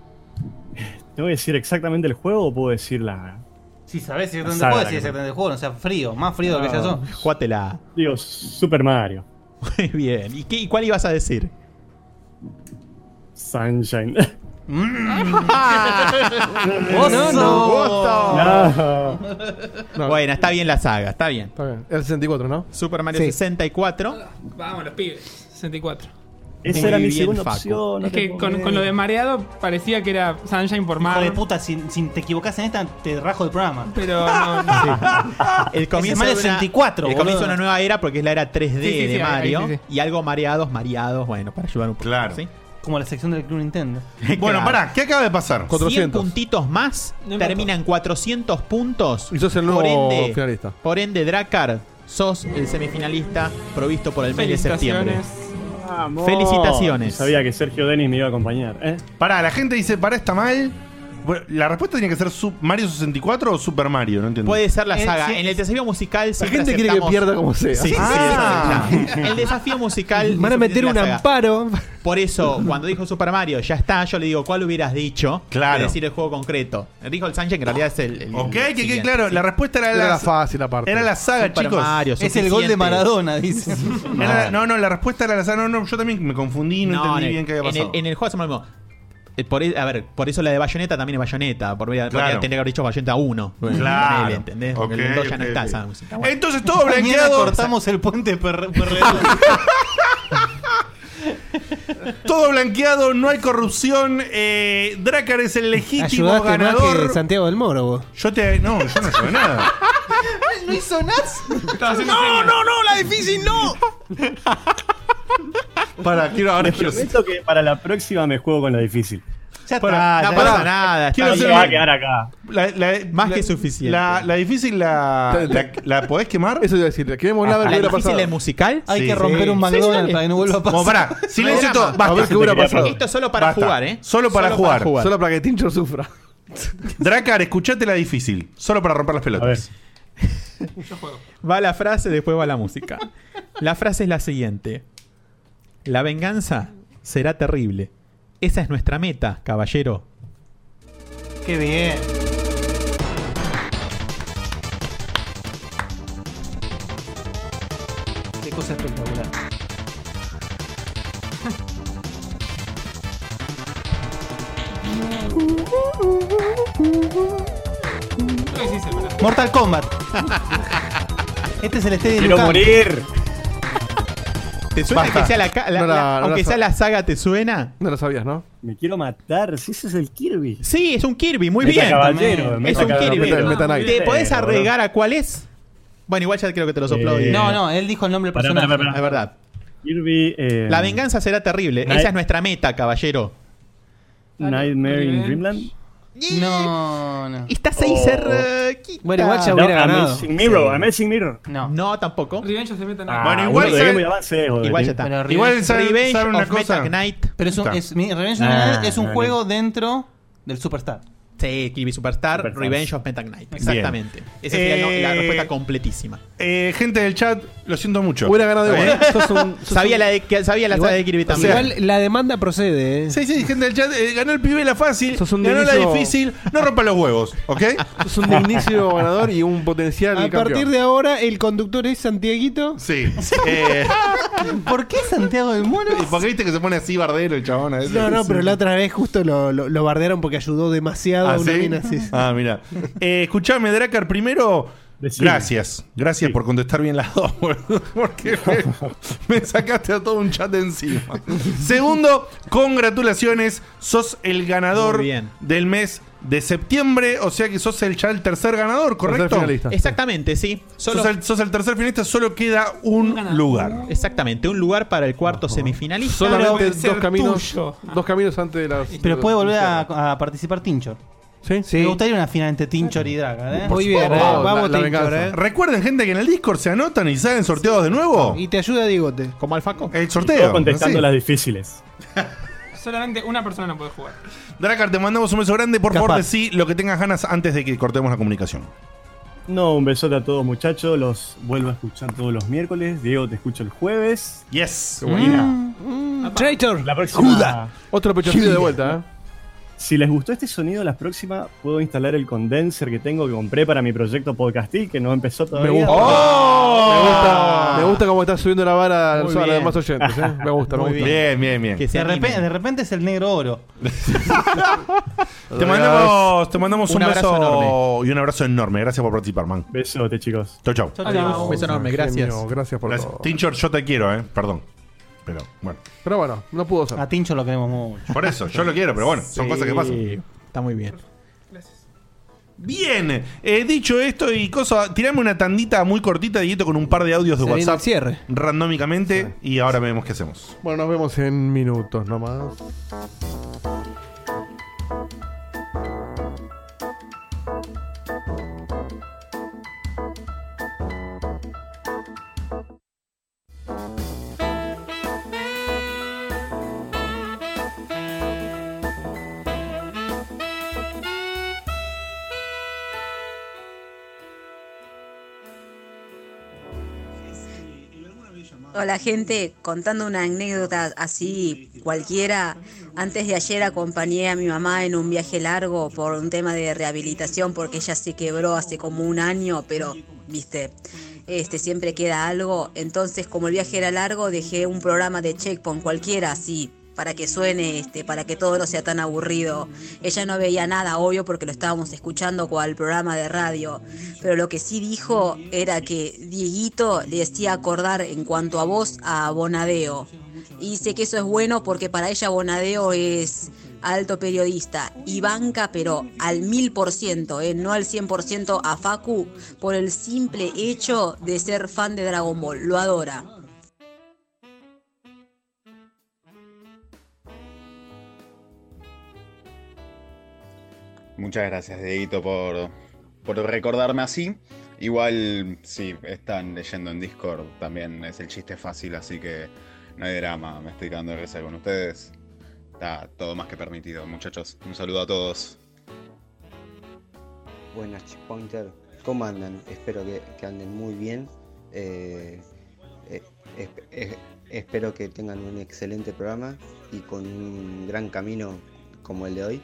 Speaker 21: ¿Tengo que decir exactamente el juego o puedo decir la.
Speaker 3: Si sabés exactamente
Speaker 21: Saga,
Speaker 3: el juego,
Speaker 21: la
Speaker 3: decís
Speaker 21: que-
Speaker 3: exactamente el juego, no sea frío, más frío que ya son.
Speaker 5: Júatela.
Speaker 21: Digo, Super Mario.
Speaker 5: Muy bien. ¿Y, qué- y cuál ibas a decir?
Speaker 21: Sunshine.
Speaker 5: ¡Oso!
Speaker 21: No.
Speaker 5: Bueno, está bien la saga, está bien.
Speaker 6: El 64, ¿no?
Speaker 5: Super Mario 64.
Speaker 8: Vamos, los pibes. 64.
Speaker 21: Esa
Speaker 5: Muy
Speaker 21: era mi
Speaker 5: bien,
Speaker 21: segunda
Speaker 5: Facu.
Speaker 21: opción. no
Speaker 8: es
Speaker 21: te
Speaker 8: que
Speaker 21: puedo
Speaker 8: con,
Speaker 21: creer.
Speaker 8: con lo de mareado parecía que era Sunshine por
Speaker 3: Hijo de
Speaker 8: Mario.
Speaker 3: puta, si, si te equivocás en esta, te rajo del programa.
Speaker 8: Pero no, no.
Speaker 5: El
Speaker 3: Ese
Speaker 5: comienzo
Speaker 3: Mario
Speaker 5: de una-
Speaker 3: 64,
Speaker 5: El comienzo de
Speaker 3: boludo.
Speaker 5: una nueva era porque es la era 3D
Speaker 3: Sí, sí, sí,
Speaker 5: de
Speaker 3: ahí,
Speaker 5: Mario.
Speaker 3: ahí, sí,
Speaker 5: Y algo mareados, mareados, bueno, para ayudar un poco.
Speaker 2: Claro.
Speaker 5: ¿sí?
Speaker 3: Como la sección del Club Nintendo.
Speaker 2: Bueno,
Speaker 5: Claro.
Speaker 2: pará, ¿qué acaba de pasar?
Speaker 5: 100 puntitos más terminan 400 puntos.
Speaker 6: Y sos el nuevo
Speaker 5: por ende,
Speaker 6: finalista.
Speaker 5: Por ende, Dracar, sos el semifinalista provisto por el mes de septiembre.
Speaker 21: Vamos.
Speaker 5: Ah, Felicitaciones.
Speaker 21: Sabía que Sergio Denis me iba a acompañar. ¿eh?
Speaker 2: Pará, la gente dice, pará, está mal. Bueno, la respuesta tiene que ser Sup- Mario 64 o Super Mario, no entiendo.
Speaker 5: Puede ser
Speaker 3: Eh,
Speaker 5: la saga.
Speaker 2: Eh, sí,
Speaker 5: en el desafío musical siempre
Speaker 2: gente quiere que
Speaker 5: aceptamos-
Speaker 2: pierda como sea.
Speaker 5: Sí, sí,
Speaker 2: Ah.
Speaker 5: sí, sí, sí. El desafío musical.
Speaker 4: Van a meter
Speaker 5: la
Speaker 4: un
Speaker 5: saga.
Speaker 4: amparo.
Speaker 5: Por eso, cuando dijo Super Mario, ya está, yo le digo, ¿cuál hubieras dicho?
Speaker 2: Claro.
Speaker 5: Es decir, el juego concreto. Dijo el Sánchez, que en realidad es el. el-
Speaker 2: Ok,
Speaker 5: el
Speaker 2: que quede
Speaker 5: siguiente.
Speaker 2: claro, la respuesta era la,
Speaker 5: Era
Speaker 6: fácil aparte.
Speaker 2: Era la saga,
Speaker 5: Super
Speaker 2: chicos.
Speaker 5: Mario, Es el gol de suficiente. Maradona,
Speaker 3: dice.
Speaker 2: Era la- no, no, la respuesta era la saga. No, no, yo también me confundí, no, entendí
Speaker 5: en el-
Speaker 2: bien qué había
Speaker 5: en
Speaker 2: pasado.
Speaker 5: el- En el juego hacemos lo mismo. Eh, Por, e- a ver, por eso la de Bayonetta también es Bayonetta. Por podría- podría
Speaker 2: Claro.
Speaker 5: tener que haber dicho Bayonetta 1.
Speaker 2: Claro.
Speaker 5: Ponele, ¿Entendés? Porque
Speaker 2: Ok,
Speaker 5: el 2 ya no
Speaker 2: ok,
Speaker 5: está.
Speaker 2: ok.
Speaker 5: esa música. Bueno.
Speaker 2: Entonces todo
Speaker 3: Mañana
Speaker 2: blanqueado.
Speaker 3: cortamos el puente per- perrero.
Speaker 2: Todo blanqueado, no hay corrupción. Eh, Dracar es el legítimo
Speaker 4: Ayudaste más
Speaker 2: ganador.
Speaker 4: que Santiago del Moro, vos.
Speaker 2: Yo te. No, yo no ayudé nada.
Speaker 3: no hizo nada.
Speaker 5: haciendo señas.
Speaker 3: no, la difícil no.
Speaker 2: Para, quiero ahora
Speaker 21: Les prometo que para la próxima me juego con la difícil.
Speaker 3: Ya
Speaker 21: Para,
Speaker 2: está,
Speaker 21: ya
Speaker 2: pará.
Speaker 21: pasa nada,
Speaker 2: Quiero
Speaker 21: está
Speaker 2: hacer
Speaker 21: bien.
Speaker 2: una-
Speaker 21: Va a quedar acá.
Speaker 2: La- la-
Speaker 5: Más
Speaker 2: la-
Speaker 5: que suficiente.
Speaker 2: La, la difícil la, la, la podés quemar. Eso
Speaker 6: iba a decir. Queremos
Speaker 5: Ah, la difícil es musical.
Speaker 3: Hay que romper un McDonald's para que no vuelva a pasar.
Speaker 2: Como pará, silencio todo. Basta.
Speaker 5: Esto es solo para
Speaker 2: Basta.
Speaker 5: jugar, ¿eh?
Speaker 2: Solo para jugar.
Speaker 6: Solo para que Tincho sufra.
Speaker 2: Dracar, escuchate la difícil. Solo para romper las pelotas.
Speaker 5: Va la frase, después va la música. La frase es la siguiente. La venganza será terrible. Esa es nuestra meta, caballero.
Speaker 4: Qué bien.
Speaker 3: Qué cosa espectacular. Mortal Kombat. Este es el estadio de
Speaker 5: Quiero
Speaker 3: Luján.
Speaker 5: morir. ¿Te suena
Speaker 21: Basta.
Speaker 5: que sea la, ca- la-
Speaker 21: No
Speaker 5: la-
Speaker 21: la- no
Speaker 5: aunque
Speaker 21: la
Speaker 5: sea
Speaker 21: sab-
Speaker 5: la saga te suena?
Speaker 6: No lo sabías, ¿no?
Speaker 21: Me quiero matar. Si ese es el Kirby.
Speaker 5: Sí, es un Kirby, muy
Speaker 21: Meta
Speaker 5: bien.
Speaker 21: caballero,
Speaker 5: es
Speaker 21: meta
Speaker 5: un
Speaker 21: caballero,
Speaker 5: Kirby.
Speaker 21: meta- meta Knight.
Speaker 5: ¿Te podés
Speaker 21: Pero,
Speaker 5: arreglar a cuál es? Bueno, igual ya creo que te lo sopló.
Speaker 21: Eh,
Speaker 5: Diego.
Speaker 21: No, no,
Speaker 3: él dijo el nombre
Speaker 21: Pará, pará, pará.
Speaker 5: Es verdad.
Speaker 21: Kirby. eh,
Speaker 5: La venganza será terrible.
Speaker 21: Knight-
Speaker 5: Esa es nuestra meta, caballero.
Speaker 21: Nightmare in Dreamland.
Speaker 3: No, no.
Speaker 5: Está seis cerquita.
Speaker 21: Bueno,
Speaker 3: igual ya hubiera ganado.
Speaker 21: Amazing Mirror, Amazing Mirror.
Speaker 3: No.
Speaker 5: No, tampoco.
Speaker 8: Revenge of the Meta
Speaker 21: Ah,
Speaker 8: Knight.
Speaker 21: bueno, igual avance, joder.
Speaker 5: Igual ya está. Igual saben- Revenge saben una of cosa. Meta Knight.
Speaker 3: Pero es un,
Speaker 5: Está.
Speaker 3: es, mi- Revenge of
Speaker 5: Ah,
Speaker 3: Meta Knight es un
Speaker 5: vale.
Speaker 3: juego dentro del Superstar.
Speaker 5: Sí, Kirby Superstar, Revenge of Meta Knight. Exactamente. Esa sería no, la
Speaker 2: Eh,
Speaker 5: respuesta completísima.
Speaker 2: Eh, gente del chat, lo siento mucho.
Speaker 5: Hubiera ganado
Speaker 2: ¿Está
Speaker 5: igual.
Speaker 2: bien?
Speaker 5: Sos un- sos Sabía un- la de- que- sabía la saga de Kirby también.
Speaker 4: Igual la demanda procede, ¿eh?
Speaker 2: Sí, sí, gente del chat, eh, ganó el pibe la fácil,
Speaker 6: Sos un
Speaker 2: ganó
Speaker 6: divinicio-
Speaker 2: la difícil, no rompa los huevos, ¿ok?
Speaker 6: Es un de inicio ganador y un potencial
Speaker 4: A
Speaker 6: campeón.
Speaker 4: partir de ahora, el conductor es Santiaguito.
Speaker 2: Sí. Eh,
Speaker 3: ¿Por qué Santiago del Moro?
Speaker 2: ¿Y por qué viste que se pone así bardero el chabón? a veces?
Speaker 4: No, no,
Speaker 2: Sí.
Speaker 4: pero la otra vez justo lo, lo, lo bardearon porque ayudó demasiado
Speaker 2: ¿Ah,
Speaker 4: a una
Speaker 2: sí?
Speaker 4: mina así.
Speaker 2: Ah, mira. Eh, escuchame, Dracar, primero.
Speaker 4: Decime.
Speaker 2: Gracias, gracias por contestar bien las dos, boludo, porque me, me sacaste a todo un chat de encima. Segundo, congratulaciones, sos el ganador
Speaker 5: Muy bien.
Speaker 2: del mes de septiembre, o sea que sos el ya el tercer ganador, ¿correcto?
Speaker 5: Exactamente, sí.
Speaker 2: Sos, el, sos el tercer finalista, solo queda un lugar.
Speaker 5: Exactamente, un lugar para el cuarto semifinalista.
Speaker 6: Solamente dos caminos. Dos caminos antes de las.
Speaker 3: Pero puede volver
Speaker 6: a
Speaker 3: a, a participar Tinchor.
Speaker 6: ¿Sí?
Speaker 3: Me gustaría una final entre Tinchor y Draga, ¿eh?
Speaker 4: Muy bien, eh. Vamos, Tinchor, eh.
Speaker 2: Recuerden, gente, que en el Discord se anotan y salen sorteados de nuevo.
Speaker 4: Y te ayuda Digote.
Speaker 5: Como Alfaco.
Speaker 2: El
Speaker 21: Estoy
Speaker 2: sorteo.
Speaker 21: contestando
Speaker 2: así.
Speaker 21: las difíciles.
Speaker 8: Solamente una persona no puede jugar.
Speaker 2: Dracar, te mandamos un beso grande. Por favor,
Speaker 21: Capaz.
Speaker 2: decí lo que tengas ganas antes de que cortemos la comunicación.
Speaker 21: No, un besote a todos, muchachos. Los vuelvo a escuchar todos los miércoles. Diego, te escucho el jueves.
Speaker 2: Yes.
Speaker 3: Mm.
Speaker 4: Traitor.
Speaker 21: La próxima.
Speaker 6: Ah. Otro pechoncillo de vuelta, ¿eh?
Speaker 21: Si les gustó este sonido, la próxima puedo instalar el condenser que tengo que compré para mi proyecto podcastil, que no empezó todavía.
Speaker 6: Me gusta. Me gusta. Me gusta cómo estás subiendo la vara
Speaker 21: ¡Oh!
Speaker 6: a
Speaker 21: Muy
Speaker 6: los a los
Speaker 21: bien.
Speaker 6: demás oyentes, ¿eh? Me gusta, me
Speaker 21: Muy
Speaker 6: gusta.
Speaker 2: Bien, bien, bien.
Speaker 3: De repente, de repente es el negro oro.
Speaker 2: Te mandamos, te mandamos un,
Speaker 21: Un abrazo
Speaker 2: beso
Speaker 21: enorme.
Speaker 2: y un abrazo enorme. Gracias por participar, man.
Speaker 21: Besote, chicos.
Speaker 2: Chau, chau.
Speaker 21: Chau, chau. Un beso enorme,
Speaker 6: gracias. Genio, gracias por todo.
Speaker 2: Tinchor, yo te quiero, eh. Perdón. Pero bueno.
Speaker 6: Pero bueno, no pudo ser.
Speaker 3: A Tincho lo queremos mucho.
Speaker 2: Por eso, yo lo quiero, pero bueno, son
Speaker 5: Sí.
Speaker 2: cosas que pasan.
Speaker 5: Está muy bien.
Speaker 2: Bien, eh, dicho esto y cosa, tirame una tandita muy cortita, Dieguito, con un par de audios de
Speaker 6: Se viene
Speaker 2: WhatsApp.
Speaker 6: el cierre.
Speaker 2: Randómicamente, y ahora vemos qué hacemos.
Speaker 6: Bueno, nos vemos en minutos nomás.
Speaker 9: Thank you.
Speaker 1: Hola gente, contando una anécdota así cualquiera. Antes de ayer acompañé a mi mamá en un viaje largo por un tema de rehabilitación porque ella se quebró hace como un año, pero viste, este siempre queda algo. Entonces, como el viaje era largo, dejé un programa de checkpoint cualquiera así para que suene este, para que todo no sea tan aburrido. Ella no veía nada, obvio, porque lo estábamos escuchando cual programa de radio. Pero lo que sí dijo era que Dieguito le hacía acordar en cuanto a voz a Bonadeo. Y dice que eso es bueno porque para ella Bonadeo es alto periodista y banca, pero al mil por ciento, eh, no al cien por ciento a Facu por el simple hecho de ser fan de Dragon Ball. Lo adora.
Speaker 7: Muchas gracias, Dieguito, por, por recordarme así. Igual, sí, están leyendo en Discord, también es el chiste fácil, así que no hay drama, me estoy quedando de risa con ustedes. Está todo más que permitido, muchachos. Un saludo a todos.
Speaker 23: Buenas, Checkpointer. ¿Cómo andan? Espero que, que anden muy bien. Eh, eh, esp- eh, espero que tengan un excelente programa y con un gran camino como el de hoy,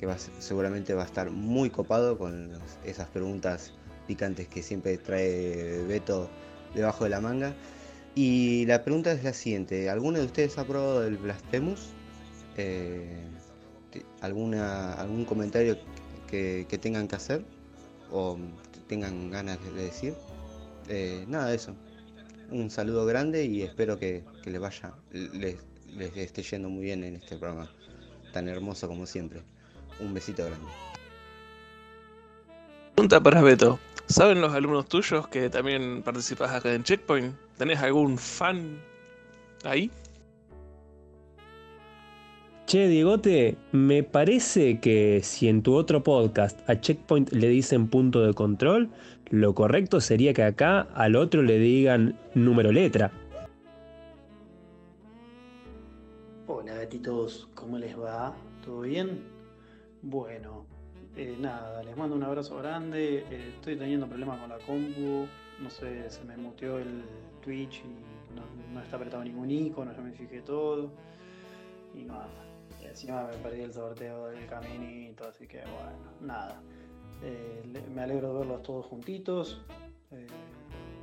Speaker 23: que va a ser- seguramente va a estar muy copado con los- esas preguntas picantes que siempre trae Beto debajo de la manga. Y la pregunta es la siguiente: ¿Alguno de ustedes ha probado el Blasphemous? Eh, te- alguna, ¿Algún comentario que, que tengan que hacer o que tengan ganas de decir? Eh, nada de eso. Un saludo grande y espero que, que les vaya, les, les esté yendo muy bien en este programa tan hermoso como siempre. Un besito grande.
Speaker 15: Pregunta para Beto. ¿Saben los alumnos tuyos que también participás acá en Checkpoint? ¿Tenés algún fan ahí?
Speaker 24: Che, Diegote, me parece que si en tu otro podcast a Checkpoint le dicen punto de control, lo correcto sería que acá al otro le digan número letra.
Speaker 25: Hola gatitos, ¿cómo les va? ¿Todo bien? Bueno, eh, nada, les mando un abrazo grande. eh, estoy teniendo problemas con la compu. No sé, se me muteó el Twitch y no, no está apretado ningún icono, ya me fijé todo. Y nada, y encima me perdí el sorteo del caminito, así que bueno, nada. Eh, le- me alegro de verlos todos juntitos, eh,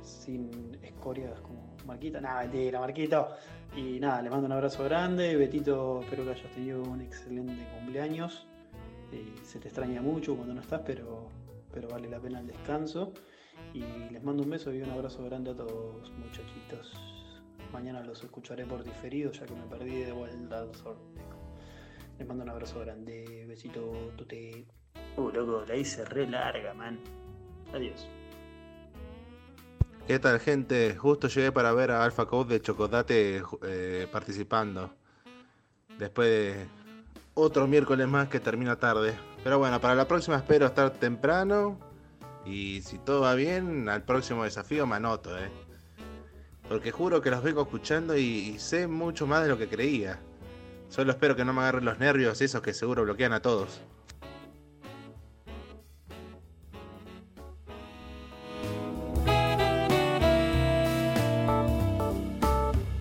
Speaker 25: sin escorias como Marquita. Nada, mentira, Marquito. Y nada, les mando un abrazo grande. Betito, espero que hayas tenido un excelente cumpleaños. Eh, se te extraña mucho cuando no estás, pero, pero vale la pena el descanso. Y les mando un beso y un abrazo grande a todos, muchachitos. Mañana los escucharé por diferido, ya que me perdí de vuelta al sorteo. Les mando un abrazo grande, besito, tute. Uh, loco, la hice re larga, man. Adiós.
Speaker 26: ¿Qué tal, gente? Justo llegué para ver a Alpha Code de Chocodate eh, participando. Después de otro miércoles más que termina tarde. Pero bueno, para la próxima espero estar temprano. Y si todo va bien, al próximo desafío me anoto, ¿eh? Porque juro que los vengo escuchando y, y sé mucho más de lo que creía. Solo espero que no me agarren los nervios esos que seguro bloquean a todos.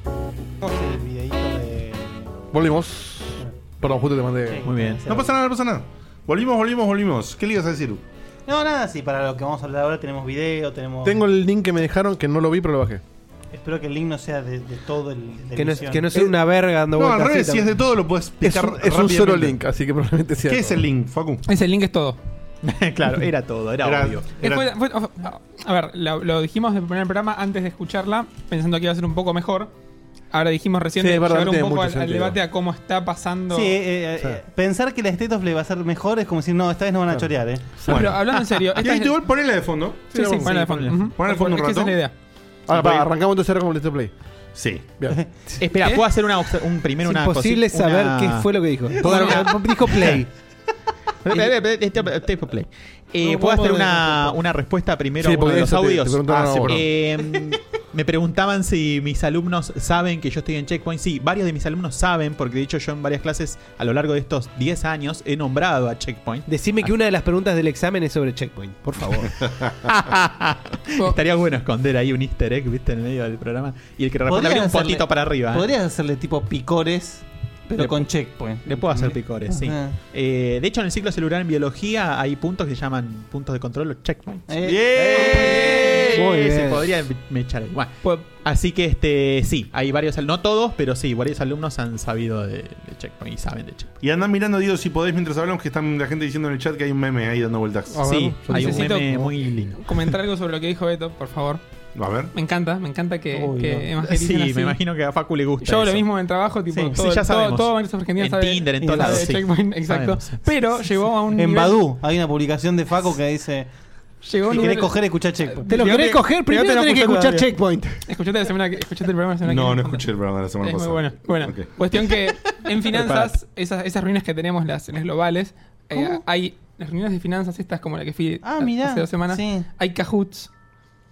Speaker 3: El videíto de.
Speaker 6: Volvimos. Perdón, justo te mandé.
Speaker 2: Muy bien. No pasa nada, no pasa nada. Volvimos, volvimos, volvimos. ¿Qué le ibas a decir?
Speaker 3: No, nada, sí, para lo que vamos a hablar ahora tenemos video, tenemos.
Speaker 6: Tengo el link que me dejaron que no lo vi, pero lo bajé.
Speaker 3: Espero que el link no sea de, de todo el. de
Speaker 6: Que no-
Speaker 3: emisión.
Speaker 6: que no sea una verga dando
Speaker 2: Eh, No, al
Speaker 6: vueltas así
Speaker 2: revés, si es
Speaker 6: también.
Speaker 2: de todo lo puedes
Speaker 6: Es
Speaker 2: picar
Speaker 6: un, es un
Speaker 2: rápidamente.
Speaker 6: solo link, así que probablemente sea.
Speaker 2: ¿Qué es el link, Facu?
Speaker 8: Ese link es todo.
Speaker 5: claro, era todo, era,
Speaker 2: Era-
Speaker 5: obvio.
Speaker 8: Eh, fue- fue- of- a ver, lo, lo dijimos en el primer programa antes de escucharla, pensando que iba a ser un poco mejor. Ahora dijimos recién
Speaker 3: Sí,
Speaker 8: de
Speaker 3: es verdad,
Speaker 8: llevar
Speaker 3: tiene
Speaker 8: un poco
Speaker 3: mucho
Speaker 8: al, al
Speaker 3: sentido.
Speaker 8: debate a cómo está pasando.
Speaker 3: Sí, eh, eh, eh, pensar que la Stetof le va a ser mejor es como decir, no, esta vez no van a chorear, eh.
Speaker 8: No, pero hablando en serio, esta
Speaker 2: Y ahí
Speaker 8: es-
Speaker 2: te Este igual ponela de fondo.
Speaker 8: Sí, sí, ponela de fondo. Ujú.
Speaker 2: Ponela de fondo un
Speaker 8: Es que
Speaker 2: rato.
Speaker 8: esa es la idea.
Speaker 6: Ahora, pará, Ah, arrancamos entonces ahora con el play.
Speaker 2: Sí.
Speaker 6: Bien.
Speaker 5: Espera, ¿puedo hacer una, obser- un primero
Speaker 6: Es
Speaker 5: una
Speaker 6: imposible
Speaker 5: cosi-
Speaker 6: saber
Speaker 5: una-
Speaker 6: qué fue lo que dijo. Todo lo que- dijo play.
Speaker 5: Tipo play. Eh,
Speaker 6: No,
Speaker 5: ¿Puedo
Speaker 6: vamos
Speaker 5: hacer
Speaker 6: de-
Speaker 5: una, una respuesta primero
Speaker 6: Sí,
Speaker 5: a uno
Speaker 6: porque
Speaker 5: de los
Speaker 6: eso te-
Speaker 5: audios?
Speaker 6: te preguntaron a vos.
Speaker 5: Eh, Me preguntaban si mis alumnos saben que yo estoy en Checkpoint. Sí, varios de mis alumnos saben, porque de hecho yo en varias clases a lo largo de estos 10 años he nombrado a Checkpoint.
Speaker 4: Decime que una de las preguntas del examen es sobre checkpoint, por favor.
Speaker 5: Estaría bueno esconder ahí un easter egg, viste, en el medio del programa. Y el que responda bien
Speaker 3: Podrías
Speaker 5: un
Speaker 3: hacerle-
Speaker 5: potito para arriba. ¿eh?
Speaker 3: Podrías hacerle tipo picores, pero
Speaker 5: Le-
Speaker 3: con checkpoint.
Speaker 5: Le puedo hacer picores, sí.
Speaker 3: Ajá.
Speaker 5: Eh, de hecho, en el ciclo celular en biología hay puntos que se llaman puntos de control o checkpoints.
Speaker 3: Eh.
Speaker 5: ¡Bien!
Speaker 3: Muy bien.
Speaker 5: Se podría em, me echar ahí. Bueno,
Speaker 3: Pues-
Speaker 5: así que este sí, hay varios, al- no todos, pero sí, varios alumnos han sabido de, de checkpoint y saben de checkpoint.
Speaker 2: Y andan mirando, Diego, si podés, mientras hablamos, que están la gente diciendo en el chat que hay un meme ahí dando
Speaker 8: Ah,
Speaker 2: vueltas.
Speaker 5: Sí, hay un meme
Speaker 2: muy
Speaker 5: muy lindo.
Speaker 8: Comentar algo sobre lo que dijo Beto, por favor.
Speaker 2: A ver.
Speaker 8: Me encanta, me encanta que,
Speaker 5: Uy,
Speaker 8: que
Speaker 5: no.
Speaker 8: evangelicen
Speaker 5: Sí,
Speaker 8: así.
Speaker 5: me imagino que a Facu le gusta
Speaker 8: Yo lo
Speaker 5: eso.
Speaker 8: mismo en el trabajo, tipo,
Speaker 5: Sí,
Speaker 8: todo,
Speaker 5: sí, ya
Speaker 8: todo,
Speaker 5: sabemos.
Speaker 8: todo Microsoft Argentina
Speaker 5: En
Speaker 8: sabe-
Speaker 5: Tinder, en todos
Speaker 8: sabe
Speaker 5: lados,
Speaker 8: de
Speaker 5: sí.
Speaker 8: Checkpoint, exacto.
Speaker 5: Sabemos.
Speaker 8: Pero llegó a un
Speaker 3: En
Speaker 8: nivel-
Speaker 3: Badu hay una publicación de Faco que dice:
Speaker 8: Llegó a un
Speaker 3: Si querés
Speaker 8: nivel-
Speaker 3: coger, escuchá checkpoint.
Speaker 8: Te lo querés coger,
Speaker 3: Pero
Speaker 8: primero
Speaker 3: te lo
Speaker 8: tenés que
Speaker 3: escuché
Speaker 8: escuchar
Speaker 3: todavía.
Speaker 8: Checkpoint. Escuchate, la semana que- escuchate el programa de la semana que
Speaker 2: No, no
Speaker 8: viene.
Speaker 2: escuché el programa de la semana
Speaker 8: Es muy
Speaker 2: pasada.
Speaker 8: bueno. Bueno,
Speaker 2: Ok.
Speaker 8: cuestión que en finanzas,
Speaker 2: Preparate.
Speaker 8: esas, esas ruinas que tenemos las, las globales, eh, hay las reuniones de finanzas, estas como la que fui
Speaker 3: Ah,
Speaker 8: a-
Speaker 3: mirá,
Speaker 8: hace dos semanas,
Speaker 3: sí.
Speaker 8: hay Cahoots.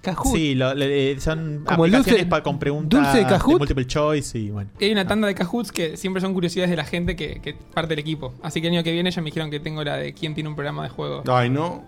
Speaker 8: Kahoot.
Speaker 5: Sí, lo- le- eh, son
Speaker 8: Como el dulce-
Speaker 5: aplicaciones pa- con preguntas
Speaker 8: dulce de Kahoot.
Speaker 5: multiple choice y bueno.
Speaker 8: Y hay una tanda de Kahoots que siempre son curiosidades de la gente que, que parte del equipo. Así que el año que viene ya me dijeron que tengo la de quién tiene un programa de juego.
Speaker 2: Ay, no.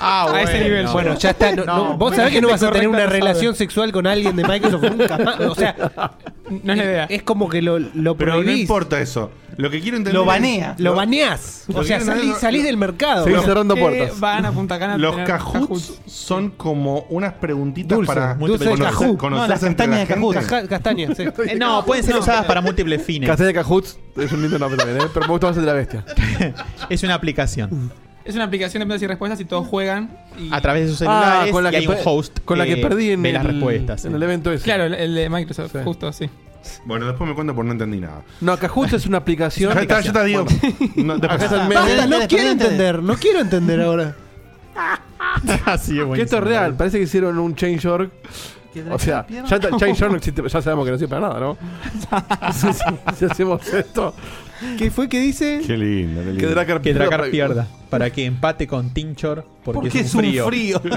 Speaker 5: Ah,
Speaker 8: a ese nivel.
Speaker 4: Bueno, ya está. no- no, vos sabés que no vas a tener una relación sexual con alguien de Microsoft nunca más. O sea,
Speaker 8: no es la idea.
Speaker 4: Es como que lo, lo
Speaker 2: Pero no
Speaker 4: prohibís.
Speaker 2: importa eso. Lo que quiero entender.
Speaker 4: Lo
Speaker 2: es-
Speaker 4: banea. Lo baneás.
Speaker 2: Lo
Speaker 4: O
Speaker 2: que
Speaker 4: sea,
Speaker 2: quiero
Speaker 4: salís,
Speaker 2: entender-
Speaker 4: salís del mercado.
Speaker 2: Seguís cerrando
Speaker 8: ¿Qué
Speaker 2: puertas.
Speaker 8: Eh, Van a Punta Cana a
Speaker 2: Los
Speaker 8: tener
Speaker 2: cajuts son como unas preguntitas
Speaker 8: Dulce,
Speaker 2: para
Speaker 8: dulce
Speaker 2: conocer-
Speaker 8: de cajú.
Speaker 2: conocerse
Speaker 8: No, las
Speaker 2: entre
Speaker 8: castañas de
Speaker 2: la gente.
Speaker 4: Caja- Castañas, sí.
Speaker 8: Eh,
Speaker 5: no, pueden ser usadas para múltiples fines.
Speaker 6: Castell de Cajuts es un lindo nombre también, ¿eh? pero me gusta más el de la bestia.
Speaker 5: Es una aplicación.
Speaker 8: Es una aplicación de preguntas y respuestas y todos juegan. Y...
Speaker 5: A través de sus celulares y hay un
Speaker 6: pe-
Speaker 5: host
Speaker 6: con Ah, la que
Speaker 5: que
Speaker 6: perdí en
Speaker 5: ve las
Speaker 6: el-
Speaker 5: respuestas,
Speaker 6: en
Speaker 5: sí.
Speaker 6: el evento ese.
Speaker 8: Claro, el- el de Microsoft, justo, sí.
Speaker 2: Bueno, después me cuento porque no entendí nada.
Speaker 6: No, Kahoot es una aplicación.
Speaker 2: Ya está, ya está, Diego. No, después-
Speaker 6: Acá ¿eh? está el meme.
Speaker 4: Basta, no quiero entender. No quiero entender ahora.
Speaker 5: Así es
Speaker 6: Que esto es real, parece que hicieron un change.org.
Speaker 4: Que
Speaker 6: O sea,
Speaker 4: la
Speaker 6: ya, ta-
Speaker 4: pierna.
Speaker 6: change.org no existe, ya sabemos que no sirve para nada, ¿no? Si- si hacemos esto.
Speaker 4: ¿Qué fue que dice?
Speaker 2: Qué lindo, qué lindo.
Speaker 6: Que Dracar
Speaker 5: Que Dracar
Speaker 6: pierda.
Speaker 5: pierda. Para que empate con Tinchor. Porque,
Speaker 2: Porque
Speaker 5: es un frío.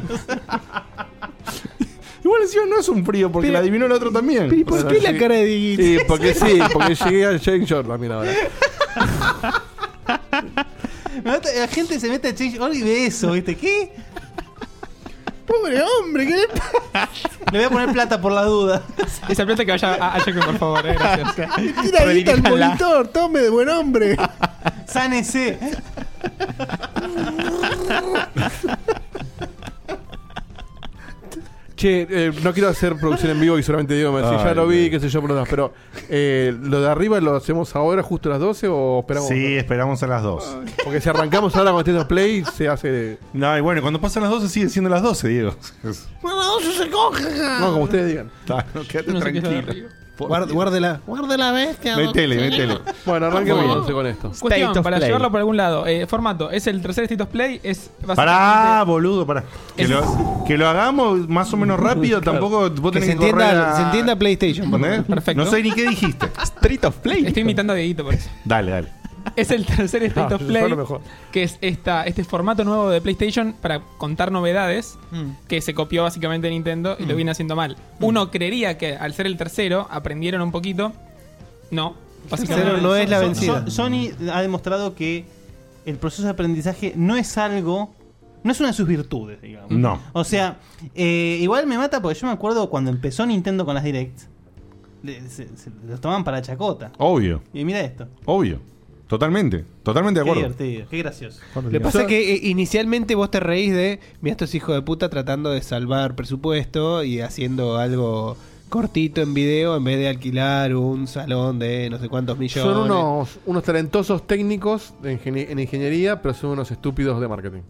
Speaker 2: Igual encima no es un frío porque
Speaker 4: Pero-
Speaker 2: la adivinó el otro también.
Speaker 4: ¿Y por qué la cara de Dieguito?
Speaker 6: Sí, porque sí, porque llegué al change.org también ahora.
Speaker 3: Me mata- La gente se mete a Change.org y ve eso, ¿viste? ¿Qué? Pobre hombre, ¿qué le pasa? Le voy a poner plata por la duda.
Speaker 8: Esa plata que vaya a, a Checkpoint, por favor, eh, gracias.
Speaker 4: Tira ahí al monitor, tome de buen hombre.
Speaker 3: Sánese.
Speaker 6: Che, eh, no quiero hacer producción en vivo y solamente digo, me decís,
Speaker 2: Ay,
Speaker 6: ya lo vi, qué sé yo, pero, no, pero eh, lo de arriba lo hacemos ahora justo a las 12 o esperamos.
Speaker 2: Sí, esperamos a las 2.
Speaker 6: Porque si arrancamos ahora con Tetos Play, se hace.
Speaker 2: No, y bueno, cuando pasan las 12 sigue siendo las 12, Diego.
Speaker 4: Bueno, no se coge.
Speaker 6: No, como ustedes digan.
Speaker 2: Está, no, quédate tranquilo.
Speaker 4: Guard- Guárdela.
Speaker 8: Guárdela, bestia.
Speaker 2: Metele, metele.
Speaker 6: Bueno, arranquemos entonces con esto.
Speaker 8: Cuestión,
Speaker 2: State of
Speaker 8: para
Speaker 2: Play.
Speaker 8: llevarlo por algún lado. eh, formato, es el tercer State of Play, es
Speaker 2: Pará, boludo, pará. Que lo, que lo hagamos más o menos rápido, tampoco vos
Speaker 4: Que
Speaker 2: tenés
Speaker 4: se
Speaker 2: que correr
Speaker 4: entienda,
Speaker 2: a-
Speaker 4: se entienda PlayStation.
Speaker 2: ¿Entendés?
Speaker 8: Perfecto.
Speaker 2: No sé ni qué dijiste.
Speaker 5: Street of Play.
Speaker 8: Estoy imitando a Dieguito por eso.
Speaker 2: Dale, dale.
Speaker 8: Es el tercer State
Speaker 2: Ah,
Speaker 8: of
Speaker 2: eso
Speaker 8: Play,
Speaker 2: es lo mejor.
Speaker 8: que es esta, este formato nuevo de PlayStation para contar novedades
Speaker 4: Mm.
Speaker 8: que se copió básicamente de Nintendo y lo viene haciendo mal. Uno creería que al ser el tercero aprendieron un poquito. No, básicamente.
Speaker 4: no es la
Speaker 3: So-
Speaker 4: vencida.
Speaker 3: so- Sony ha demostrado que el proceso de aprendizaje no es algo. No es una de sus virtudes, digamos.
Speaker 2: No.
Speaker 3: O sea, eh, igual me mata porque yo me acuerdo cuando empezó Nintendo con las Directs. le- se- se- los tomaban para chacota.
Speaker 2: Obvio,
Speaker 3: Y mira esto.
Speaker 2: obvio. Totalmente, totalmente de
Speaker 3: Qué
Speaker 2: acuerdo.
Speaker 3: divertido, qué gracioso.
Speaker 4: Lo que pasa es que eh, inicialmente vos te reís de, mira estos hijos de puta tratando de salvar presupuesto y haciendo algo cortito en video en vez de alquilar un salón de no sé cuántos millones.
Speaker 6: Son unos, unos talentosos técnicos de ingenie- en ingeniería, pero son unos estúpidos de marketing.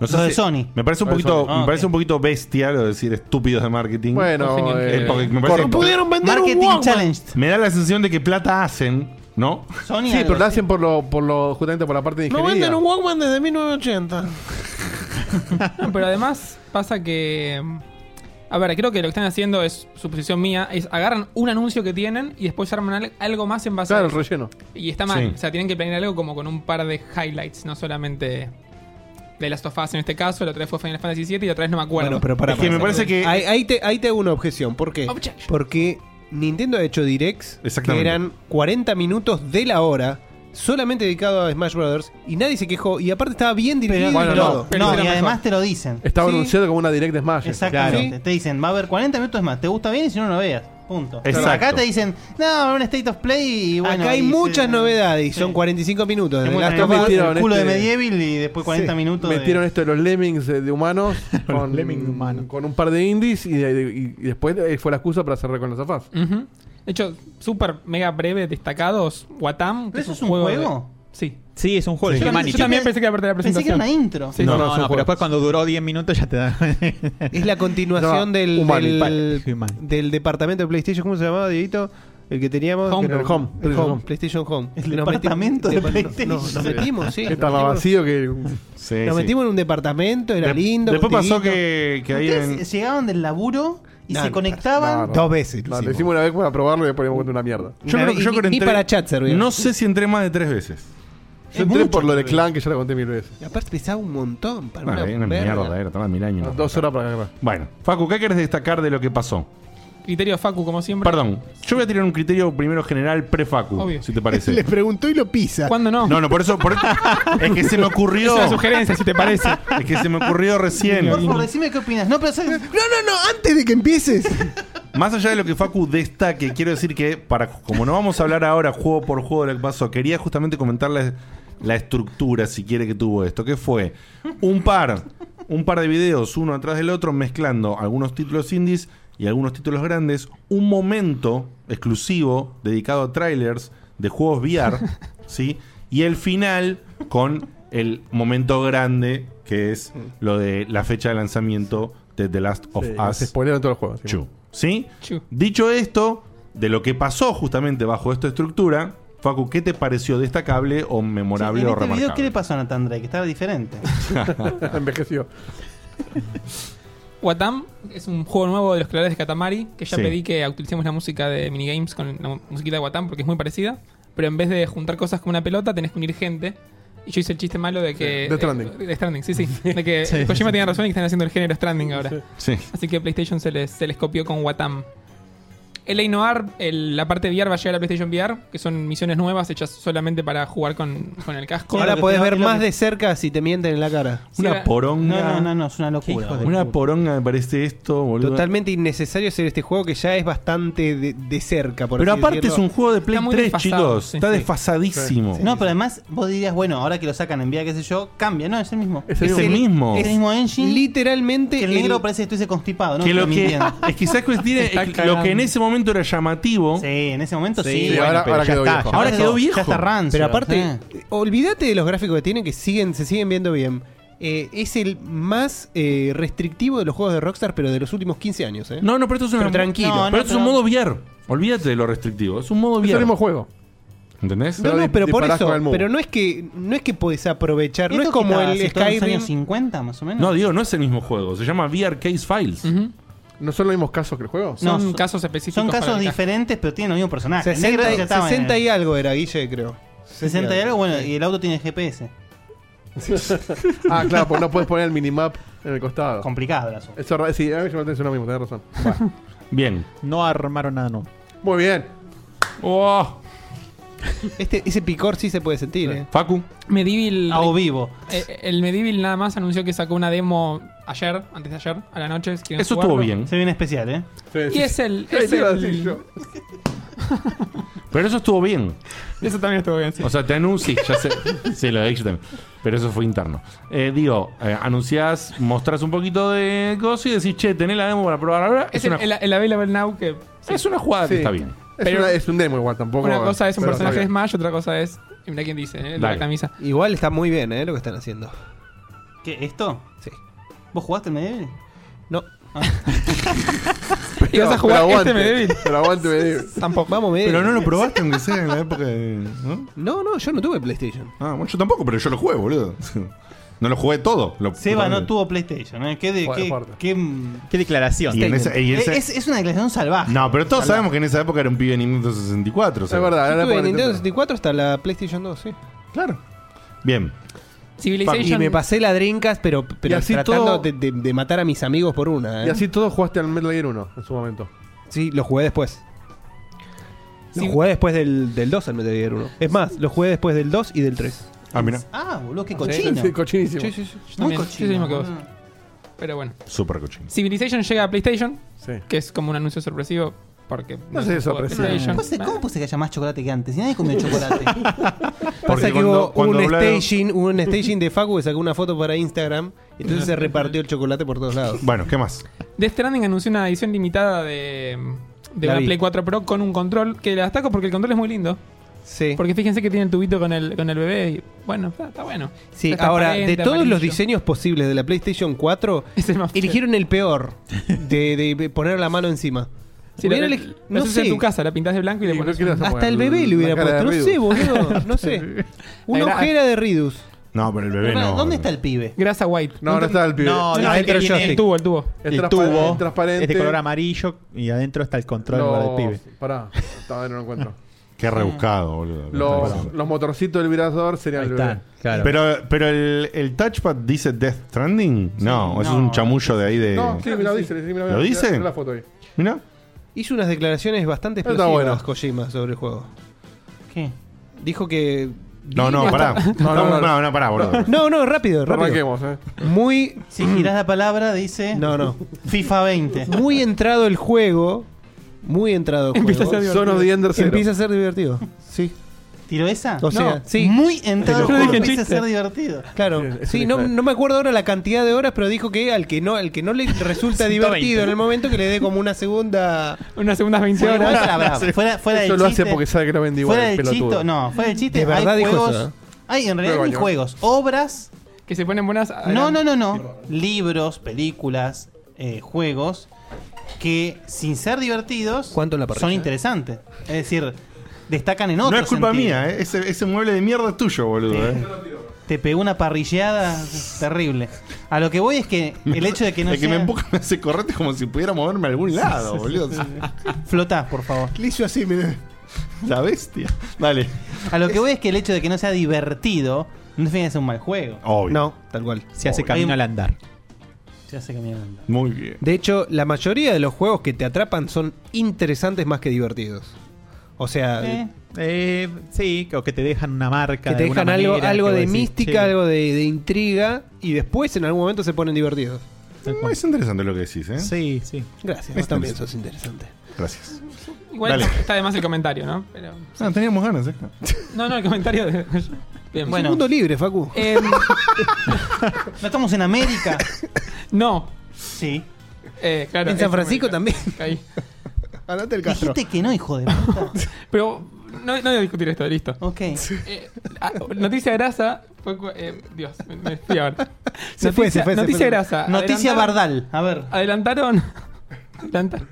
Speaker 2: No sé
Speaker 3: Lo de
Speaker 2: si-
Speaker 3: Sony.
Speaker 2: Me parece un
Speaker 6: Lo de
Speaker 2: poquito,
Speaker 6: Sony.
Speaker 2: me
Speaker 6: Ah,
Speaker 2: parece un poquito bestia lo de decir estúpidos de marketing.
Speaker 6: Bueno, Genio eh,
Speaker 2: Eh, porque me
Speaker 6: corto.
Speaker 2: parece que-
Speaker 6: No pudieron vender un
Speaker 3: Marketing
Speaker 6: Walkman.
Speaker 3: Challenge.
Speaker 2: Me da la sensación de que plata hacen, ¿no?
Speaker 3: Sony
Speaker 6: sí,
Speaker 3: algo
Speaker 6: pero lo
Speaker 3: así.
Speaker 6: hacen por lo, por lo, justamente por la parte de
Speaker 4: No
Speaker 6: ingeniería.
Speaker 4: venden un Walkman desde 1980.
Speaker 8: Pero además pasa que. A ver, creo que lo que están haciendo es, suposición mía, es agarran un anuncio que tienen y después arman al- algo más en base a
Speaker 6: Claro, el
Speaker 8: eso.
Speaker 6: relleno.
Speaker 8: Y está mal.
Speaker 6: Sí.
Speaker 8: O sea, tienen que planear algo como con un par de highlights, no solamente The Last of Us en este caso, la otra vez fue Final Fantasy VII y la otra vez no me acuerdo.
Speaker 4: Bueno, pero para,
Speaker 8: Es que me parece que-
Speaker 4: Ahí, ahí te, ahí te hago una objeción. ¿Por qué? Porque Nintendo ha hecho directs que
Speaker 2: Exactamente.
Speaker 4: eran 40 minutos de la hora solamente dedicado a Smash Brothers y nadie se quejó. Y aparte estaba bien dirigido. y
Speaker 3: Bueno,
Speaker 4: todo.
Speaker 3: no, no, y además te lo dicen.
Speaker 4: Estaba
Speaker 3: Sí.
Speaker 4: anunciado
Speaker 6: como una direct Smash.
Speaker 3: Exactamente. Te dicen, va a haber 40 minutos más. ¿Te gusta bien? Y si no, no lo veas. Punto.
Speaker 4: Exacto.
Speaker 3: Acá te dicen, no, un State of Play y bueno.
Speaker 4: Acá hay
Speaker 3: y se-
Speaker 4: muchas novedades y son 45 minutos.
Speaker 3: Te
Speaker 4: de
Speaker 3: muestran
Speaker 4: Last of Us.
Speaker 3: el culo
Speaker 4: este-
Speaker 3: de Medieval y después 40
Speaker 6: Sí,
Speaker 3: minutos de-
Speaker 6: Metieron esto de los lemmings eh, de humanos. con, con un par de indies y, de- y- y después eh, fue la excusa para cerrar con las afas.
Speaker 8: Ujú. De hecho, súper mega breve, destacados. Watam. que
Speaker 3: eso es un juego?
Speaker 8: de- Sí.
Speaker 5: Sí, es un juego.
Speaker 8: Sí.
Speaker 5: Yo,
Speaker 8: Yo
Speaker 5: yo
Speaker 8: también
Speaker 5: también
Speaker 8: pensé que era parte de la
Speaker 3: Pensé
Speaker 8: presentación.
Speaker 3: que era una intro.
Speaker 5: Sí,
Speaker 4: No,
Speaker 5: no,
Speaker 4: no,
Speaker 5: no,
Speaker 4: son
Speaker 5: pero
Speaker 4: juegos.
Speaker 5: después cuando duró 10 minutos ya te da.
Speaker 4: Es la continuación
Speaker 5: No,
Speaker 4: del,
Speaker 5: Humani.
Speaker 4: del,
Speaker 5: Humani.
Speaker 4: del departamento de PlayStation. ¿Cómo se llamaba, Dieguito? El que teníamos.
Speaker 5: Home.
Speaker 4: que era-
Speaker 5: El Home.
Speaker 4: el
Speaker 5: El
Speaker 4: Home,
Speaker 5: Home.
Speaker 4: PlayStation Home.
Speaker 3: El
Speaker 4: Nos meti-
Speaker 3: departamento de
Speaker 4: depa- no,
Speaker 3: PlayStation.
Speaker 4: no, Nos metimos, sí.
Speaker 6: Estaba
Speaker 4: Nos metimos-
Speaker 6: vacío que.
Speaker 4: Nos metimos en un departamento, era
Speaker 2: De-
Speaker 4: lindo.
Speaker 2: después pasó
Speaker 4: divino.
Speaker 2: que- que ahí
Speaker 3: Ustedes
Speaker 2: en-
Speaker 3: llegaban del laburo y
Speaker 4: No,
Speaker 3: se
Speaker 4: no,
Speaker 3: conectaban.
Speaker 4: Dos veces.
Speaker 6: No, lo hicimos una vez para probarlo y después le una mierda.
Speaker 2: Yo creo que yo creo entré- No sé si entré más de tres veces.
Speaker 6: Yo entré por lo de Clan, que ya lo conté mil veces.
Speaker 4: Y aparte pesaba un montón. Para
Speaker 2: Bueno,
Speaker 4: una
Speaker 2: era una
Speaker 4: verga.
Speaker 2: mierda, era tomaba mil años.
Speaker 6: Dos horas para agarrar.
Speaker 2: Bueno, Facu, ¿qué querés destacar de lo que pasó?
Speaker 8: Criterio Facu, como siempre.
Speaker 2: Perdón, yo voy a tirar un criterio primero general pre-Facu,
Speaker 8: Obvio.
Speaker 2: si te parece.
Speaker 8: Le
Speaker 4: preguntó y lo pisa.
Speaker 8: ¿Cuándo no?
Speaker 2: No, no, por eso, por- es que se me ocurrió.
Speaker 8: Es una sugerencia, si te parece.
Speaker 2: Es que se me ocurrió recién.
Speaker 3: Por favor, decime qué opinas. No, pero. este No, no,
Speaker 4: no, antes de que empieces.
Speaker 2: Más allá de lo que Facu destaque, quiero decir que, para, como no vamos a hablar ahora juego por juego de lo que pasó, quería justamente comentarles la estructura, si quiere, que tuvo esto. Que fue un par, un par de videos, uno atrás del otro, mezclando algunos títulos indies y algunos títulos grandes. Un momento exclusivo dedicado a trailers de juegos VR, ¿sí? Y el final con el momento grande, que es lo de la fecha de lanzamiento de The Last of
Speaker 6: Sí,
Speaker 2: Us.
Speaker 6: se spoilearon todos los juegos.
Speaker 2: Chu. ¿Sí? Dicho esto, de lo que pasó justamente bajo esta estructura, Facu, ¿qué te pareció destacable o memorable
Speaker 3: en
Speaker 2: o
Speaker 3: este video, ¿qué
Speaker 2: remarcable?
Speaker 3: le pasó a Nathan Drake? Estaba diferente.
Speaker 6: Envejeció.
Speaker 8: Watam es un juego nuevo de los creadores de Katamari, que ya
Speaker 2: Sí.
Speaker 8: pedí que utilicemos la música de minigames con la mu- musiquita de Watam porque es muy parecida. Pero en vez de juntar cosas como una pelota, tenés que unir gente. Y yo hice el chiste malo de que.
Speaker 6: Sí, Death Stranding.
Speaker 8: eh, Death Stranding, sí, sí. De que
Speaker 6: Sí,
Speaker 8: Kojima
Speaker 6: sí, sí.
Speaker 8: tenía razón y que están haciendo el género Stranding ahora.
Speaker 2: Sí.
Speaker 8: Así que PlayStation se les, se les copió con Watam. LA Noir, el- la parte VR va a llegar a PlayStation VR, que son misiones nuevas hechas solamente para jugar con, con el casco.
Speaker 4: Ahora podés ver más
Speaker 8: de
Speaker 4: de cerca si te mienten en la cara.
Speaker 8: Sí, Una era-
Speaker 2: poronga. No, no, no,
Speaker 3: es una locura.
Speaker 2: Una poronga me parece esto, boludo.
Speaker 4: Totalmente innecesario hacer este juego que ya es bastante de, de cerca. Por
Speaker 2: Pero
Speaker 4: así
Speaker 2: aparte
Speaker 4: decirlo.
Speaker 2: es un juego de Play 3, chicos. está desfasadísimo.
Speaker 3: No, pero además vos dirías, bueno, ahora que lo sacan en vía, qué sé yo, cambia. No, es el mismo.
Speaker 2: Es el Es el mismo. mismo.
Speaker 3: Es el mismo engine.
Speaker 4: Literalmente.
Speaker 3: Que el
Speaker 2: el-
Speaker 3: negro parece que estuviese constipado, ¿no?
Speaker 2: que lo
Speaker 3: Estoy
Speaker 2: que,
Speaker 3: mintiendo.
Speaker 2: es quizás coincide
Speaker 3: Está
Speaker 2: es que lo que en
Speaker 3: cagando.
Speaker 2: ese momento era llamativo. Sí,
Speaker 3: en ese momento
Speaker 4: sí. Sí, ahora- ahora quedó viejo.
Speaker 2: Ahora quedó viejo.
Speaker 4: Pero aparte, eh, olvídate de los gráficos que tienen que siguen, se siguen viendo bien. Eh, es el más eh, restrictivo de los juegos de Rockstar, pero de los últimos 15 años. ¿eh?
Speaker 2: No, no, pero esto es, una-
Speaker 4: tranquilo.
Speaker 2: pero esto es un modo VR. Olvídate de lo restrictivo. Es un modo VR.
Speaker 4: el mismo
Speaker 6: juego.
Speaker 2: ¿Entendés?
Speaker 4: No, no, pero por eso. Pero no es que no es que podés aprovechar. No
Speaker 3: ¿Esto qué
Speaker 4: es como
Speaker 3: tal?
Speaker 4: el
Speaker 3: ¿Si todos los
Speaker 4: Skyrim.
Speaker 3: años 50 más o menos?
Speaker 2: No, digo, no es el mismo juego. Se llama VR Case Files.
Speaker 6: ¿No son los mismos casos que el juego?
Speaker 3: No, son- Son casos diferentes, pero tienen los mismos personajes.
Speaker 4: 60 y- 60 y
Speaker 3: algo
Speaker 4: era, Guille, creo.
Speaker 3: 60 y algo, bueno, y el auto tiene GPS.
Speaker 6: ah, claro, porque no puedes poner el minimap en el costado.
Speaker 3: Complicado el asunto.
Speaker 6: Eso, es ra- sí, a mí me atención lo mismo, tenés razón.
Speaker 2: Bien.
Speaker 5: No armaron nada nuevo.
Speaker 6: Muy bien.
Speaker 3: Oh.
Speaker 4: Este, ese picor sí se puede sentir. ¿eh?
Speaker 2: Facu.
Speaker 8: Medieval.
Speaker 4: A o vivo.
Speaker 8: Eh, el Medieval nada más anunció que sacó una demo ayer, antes de ayer, a la noche. si quieren
Speaker 3: Eso
Speaker 8: jugarlo.
Speaker 3: estuvo bien. Se viene especial, ¿eh?
Speaker 8: Y es el.
Speaker 3: Sí,
Speaker 8: Es
Speaker 3: te iba a
Speaker 8: el-
Speaker 3: decir yo.
Speaker 2: Pero eso estuvo bien.
Speaker 8: Eso también estuvo bien, sí.
Speaker 2: O sea, te anuncias, ya sé. sí, lo de Action también. Pero eso fue interno. Eh, digo, eh, anunciás, mostrás un poquito de cosas y decís, che, tenés la demo para probar ahora.
Speaker 8: es
Speaker 2: Es,
Speaker 8: el,
Speaker 2: una,
Speaker 8: el- el Available Now que. sí.
Speaker 2: es una jugada que está bien.
Speaker 6: Es,
Speaker 8: Pero-
Speaker 6: una- es un demo igual, tampoco.
Speaker 8: Una cosa es un
Speaker 6: pero
Speaker 8: personaje de
Speaker 6: está
Speaker 8: Smash, otra cosa es. y Mirá quién dice, ¿eh? La
Speaker 6: Dale.
Speaker 8: camisa.
Speaker 4: Igual está muy bien ¿eh? lo que están haciendo.
Speaker 3: ¿Qué? ¿Esto?
Speaker 4: Sí.
Speaker 3: ¿Vos jugaste el Medieval? Ah.
Speaker 4: No.
Speaker 8: ¿Y vas a jugar
Speaker 6: Pero
Speaker 8: este
Speaker 6: aguante.
Speaker 8: Medieval?
Speaker 6: Pero aguante Medieval.
Speaker 8: Tampoco.
Speaker 4: Vamos, Medieval.
Speaker 2: Pero no lo probaste, aunque sea en la época de. ¿no?
Speaker 4: No, no, yo no tuve PlayStation.
Speaker 2: Ah, bueno, yo tampoco, pero yo lo jugué, boludo. No lo jugué todo. Lo,
Speaker 3: Seba no tuvo PlayStation, ¿eh? ¿Qué, de-
Speaker 2: Joder,
Speaker 3: qué-
Speaker 2: fuerte.
Speaker 3: qué- Eh,
Speaker 5: Qué declaración.
Speaker 2: Y en ese- y en
Speaker 8: Eh,
Speaker 2: ese-
Speaker 3: Es, es una declaración salvaje.
Speaker 2: No, pero todos
Speaker 3: Salvaje.
Speaker 2: sabemos que en esa época era un pibe de Nintendo 64. o sea.
Speaker 4: Yo tuve Nintendo 64 hasta la PlayStation 2, sí.
Speaker 2: Claro. Bien.
Speaker 4: Y me pasé la drinkas, pero, pero
Speaker 6: Y así
Speaker 4: tratando
Speaker 6: todo-
Speaker 4: de, de- de matar a mis amigos por una. ¿eh?
Speaker 6: Y así todo jugaste al Metal Gear 1 en su momento.
Speaker 4: Sí, lo jugué después. Lo
Speaker 3: Sí.
Speaker 4: jugué después del, del 2 al Metal Gear 1. Es más, lo jugué después del 2 y del 3.
Speaker 2: Ah, mira.
Speaker 3: Ah, boludo, qué
Speaker 4: Sí,
Speaker 3: cochino.
Speaker 4: sí, cochinísimo.
Speaker 3: Sí, sí, sí.
Speaker 8: Yo
Speaker 3: Muy
Speaker 8: también,
Speaker 3: cochino.
Speaker 8: yo soy el mismo que vos.
Speaker 3: boludo.
Speaker 8: Pero bueno.
Speaker 2: Super cochino.
Speaker 8: Civilization llega a PlayStation,
Speaker 6: Sí.
Speaker 8: que es como un anuncio sorpresivo, porque...
Speaker 3: No sé,
Speaker 8: es un juego de
Speaker 3: sorpresivo.
Speaker 8: PlayStation.
Speaker 3: ¿Cómo se- ¿Cómo puse que haya más chocolate que antes? Si nadie comió chocolate.
Speaker 4: Pasa que
Speaker 3: cuando-
Speaker 4: hubo hubo
Speaker 3: cuando
Speaker 4: un,
Speaker 3: hablaron-
Speaker 4: staging, hubo un staging de Facu que sacó una foto para Instagram. Entonces se repartió el chocolate por todos lados.
Speaker 2: Bueno, ¿qué más?
Speaker 8: Death Stranding anunció una edición limitada de, de
Speaker 4: La
Speaker 8: una
Speaker 4: vi.
Speaker 8: Play 4 Pro con un control que la destaco porque el control es muy lindo.
Speaker 4: Sí.
Speaker 8: Porque fíjense que tiene el tubito con el, con el bebé y bueno, está, está bueno.
Speaker 4: Sí,
Speaker 8: Está
Speaker 4: ahora, de
Speaker 8: transparente,
Speaker 4: todos los
Speaker 8: amarillo.
Speaker 4: diseños posibles de la PlayStation 4, eligieron el peor de, de- de poner la mano encima.
Speaker 8: Sí, la-
Speaker 4: Hubieran
Speaker 8: la-
Speaker 4: elegi-
Speaker 8: la
Speaker 4: no
Speaker 8: haces en
Speaker 4: sé,
Speaker 8: tu casa, la pintas de blanco y le pones... un-
Speaker 4: hasta el bebé le hubiera puesto. No sé, boludo, no sé. Una
Speaker 8: Era-
Speaker 4: ojera de Ridus.
Speaker 2: No, pero el bebé
Speaker 4: Pará,
Speaker 2: no.
Speaker 4: ¿dónde está el pibe?
Speaker 8: Grasa White.
Speaker 6: No, no está el pibe.
Speaker 4: No,
Speaker 6: no,
Speaker 4: adentro
Speaker 6: el-
Speaker 4: yo
Speaker 6: el
Speaker 4: sí.
Speaker 6: tubo,
Speaker 8: el tubo.
Speaker 6: Es
Speaker 5: el
Speaker 6: transpa-
Speaker 5: tubo
Speaker 6: es transparente.
Speaker 5: es de Este color amarillo y adentro está el control para el
Speaker 6: Los,
Speaker 5: pibe.
Speaker 6: Pará, estaba no lo encuentro.
Speaker 2: Qué rebuscado, boludo.
Speaker 6: Los, los motorcitos del vibrador serían el bebé.
Speaker 2: Pero, pero el, el touchpad dice Death Stranding. No, es un chamullo de ahí de.
Speaker 6: No, sí, mira, dice. sí, mira, mira,
Speaker 2: ¿Lo
Speaker 6: mira,
Speaker 2: dice?
Speaker 6: mira la foto ahí.
Speaker 2: Mira.
Speaker 4: Hizo unas declaraciones bastante
Speaker 6: Está
Speaker 4: explosivas
Speaker 6: bueno.
Speaker 4: Kojima sobre el juego.
Speaker 3: ¿Qué?
Speaker 4: Dijo que.
Speaker 2: No, no, pará. No, no, no, no, pará, boludo.
Speaker 4: No, no, rápido, rápido.
Speaker 6: Arranquemos, eh.
Speaker 4: Muy.
Speaker 3: Si girás la palabra, dice.
Speaker 4: No, no.
Speaker 3: FIFA 20.
Speaker 4: Muy entrado el juego. Muy entrado el
Speaker 3: Empieza a ser
Speaker 4: juego.
Speaker 3: divertido. Son of the Ender cero.
Speaker 4: Empieza a ser divertido. Sí.
Speaker 3: ¿Tiro esa?
Speaker 4: O sea,
Speaker 3: No,
Speaker 4: sí.
Speaker 3: Muy entrado.
Speaker 4: Te lo
Speaker 3: el juego,
Speaker 4: juro.
Speaker 3: empieza a ser divertido.
Speaker 4: Claro, sí, no, no me acuerdo ahora la cantidad de horas, pero dijo que al que no, al que no le
Speaker 3: 120.
Speaker 4: resulta divertido en el momento que le dé como una segunda
Speaker 8: unas segundas 20
Speaker 3: Bueno, igual la brava. Fuera- fuera del chiste- Fuera del chiste, no, fuera del chiste.
Speaker 4: De verdad
Speaker 3: hay
Speaker 4: dijo
Speaker 3: juegos,
Speaker 4: eso, ¿eh?
Speaker 3: Hay en realidad
Speaker 4: Prueba,
Speaker 3: hay
Speaker 4: yo.
Speaker 3: juegos, obras
Speaker 8: que se ponen buenas.
Speaker 3: No, no,
Speaker 8: adelante.
Speaker 3: no, no. Libros, películas, eh, juegos que sin ser divertidos, son interesantes. Es decir, destacan en otros.
Speaker 2: No es culpa mía, ¿eh? ese, ese mueble de mierda es tuyo, boludo. ¿eh?
Speaker 3: Te pegó una parrilleada terrible. A lo que voy es que el hecho de que no
Speaker 2: El que me
Speaker 3: sea-
Speaker 2: empuja me hace correte como si pudiera moverme a algún lado, boludo.
Speaker 3: Flotás, por favor.
Speaker 2: Le hizo así, mirá. La bestia. Dale.
Speaker 3: A lo que voy es que el hecho de que no sea divertido no define que sea un mal juego.
Speaker 2: Obvio.
Speaker 4: No, tal cual.
Speaker 3: Se hace Obvio. camino al
Speaker 4: andar.
Speaker 3: Ya sé que me andan.
Speaker 2: Muy bien.
Speaker 4: De hecho, la mayoría de los juegos que te atrapan son interesantes más que divertidos. O sea,
Speaker 5: Eh, sí, o que te dejan una marca.
Speaker 4: que
Speaker 5: de
Speaker 4: te
Speaker 5: alguna
Speaker 4: dejan algo,
Speaker 5: manera,
Speaker 4: algo
Speaker 5: que vos
Speaker 4: de
Speaker 5: decís,
Speaker 4: mística,
Speaker 5: "Che,
Speaker 4: algo de, de intriga, y después en algún momento se ponen divertidos.
Speaker 2: Es interesante lo que decís, ¿eh?
Speaker 5: Sí, sí.
Speaker 4: Gracias,
Speaker 2: Es
Speaker 4: vos también
Speaker 2: interesante.
Speaker 4: sos interesante.
Speaker 2: Gracias.
Speaker 8: Igual
Speaker 2: Dale.
Speaker 8: está de más el comentario, ¿no? Pero-
Speaker 2: Ah, teníamos ganas, ¿eh?
Speaker 8: no, no, el comentario de... Bien.
Speaker 4: Es un mundo libre, Facu.
Speaker 8: Em,
Speaker 3: No estamos en América.
Speaker 8: no.
Speaker 3: Sí.
Speaker 8: Eh, claro,
Speaker 4: En San
Speaker 8: es
Speaker 4: Francisco
Speaker 8: América. Ahí.
Speaker 4: Andate el
Speaker 8: Castro.
Speaker 3: Dijiste que no, hijo de puta.
Speaker 8: Pero no, no voy a discutir esto, listo.
Speaker 3: Ok.
Speaker 8: Eh, ah, noticia grasa. fue cu- eh, Dios, me, me fui ahora.
Speaker 3: Se fue, se fue, se
Speaker 8: Noticia
Speaker 3: fue.
Speaker 8: grasa.
Speaker 3: Noticia
Speaker 8: Adelantaron-
Speaker 3: Bardal, a ver.
Speaker 8: Adelantaron. adelantaron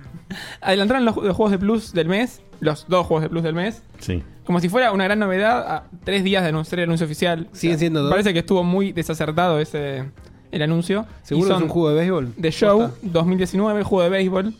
Speaker 8: adelantaron los, los juegos de Plus del mes. Los dos juegos de Plus del mes.
Speaker 2: Sí.
Speaker 8: Como si fuera una gran novedad, a tres días de anunciar el anuncio oficial.
Speaker 4: Siguen siendo dos.
Speaker 8: Parece que estuvo muy desacertado ese el anuncio.
Speaker 4: ¿Seguro
Speaker 8: Y
Speaker 4: es
Speaker 8: son
Speaker 4: un juego de béisbol?
Speaker 8: The Show 2019, juego de béisbol.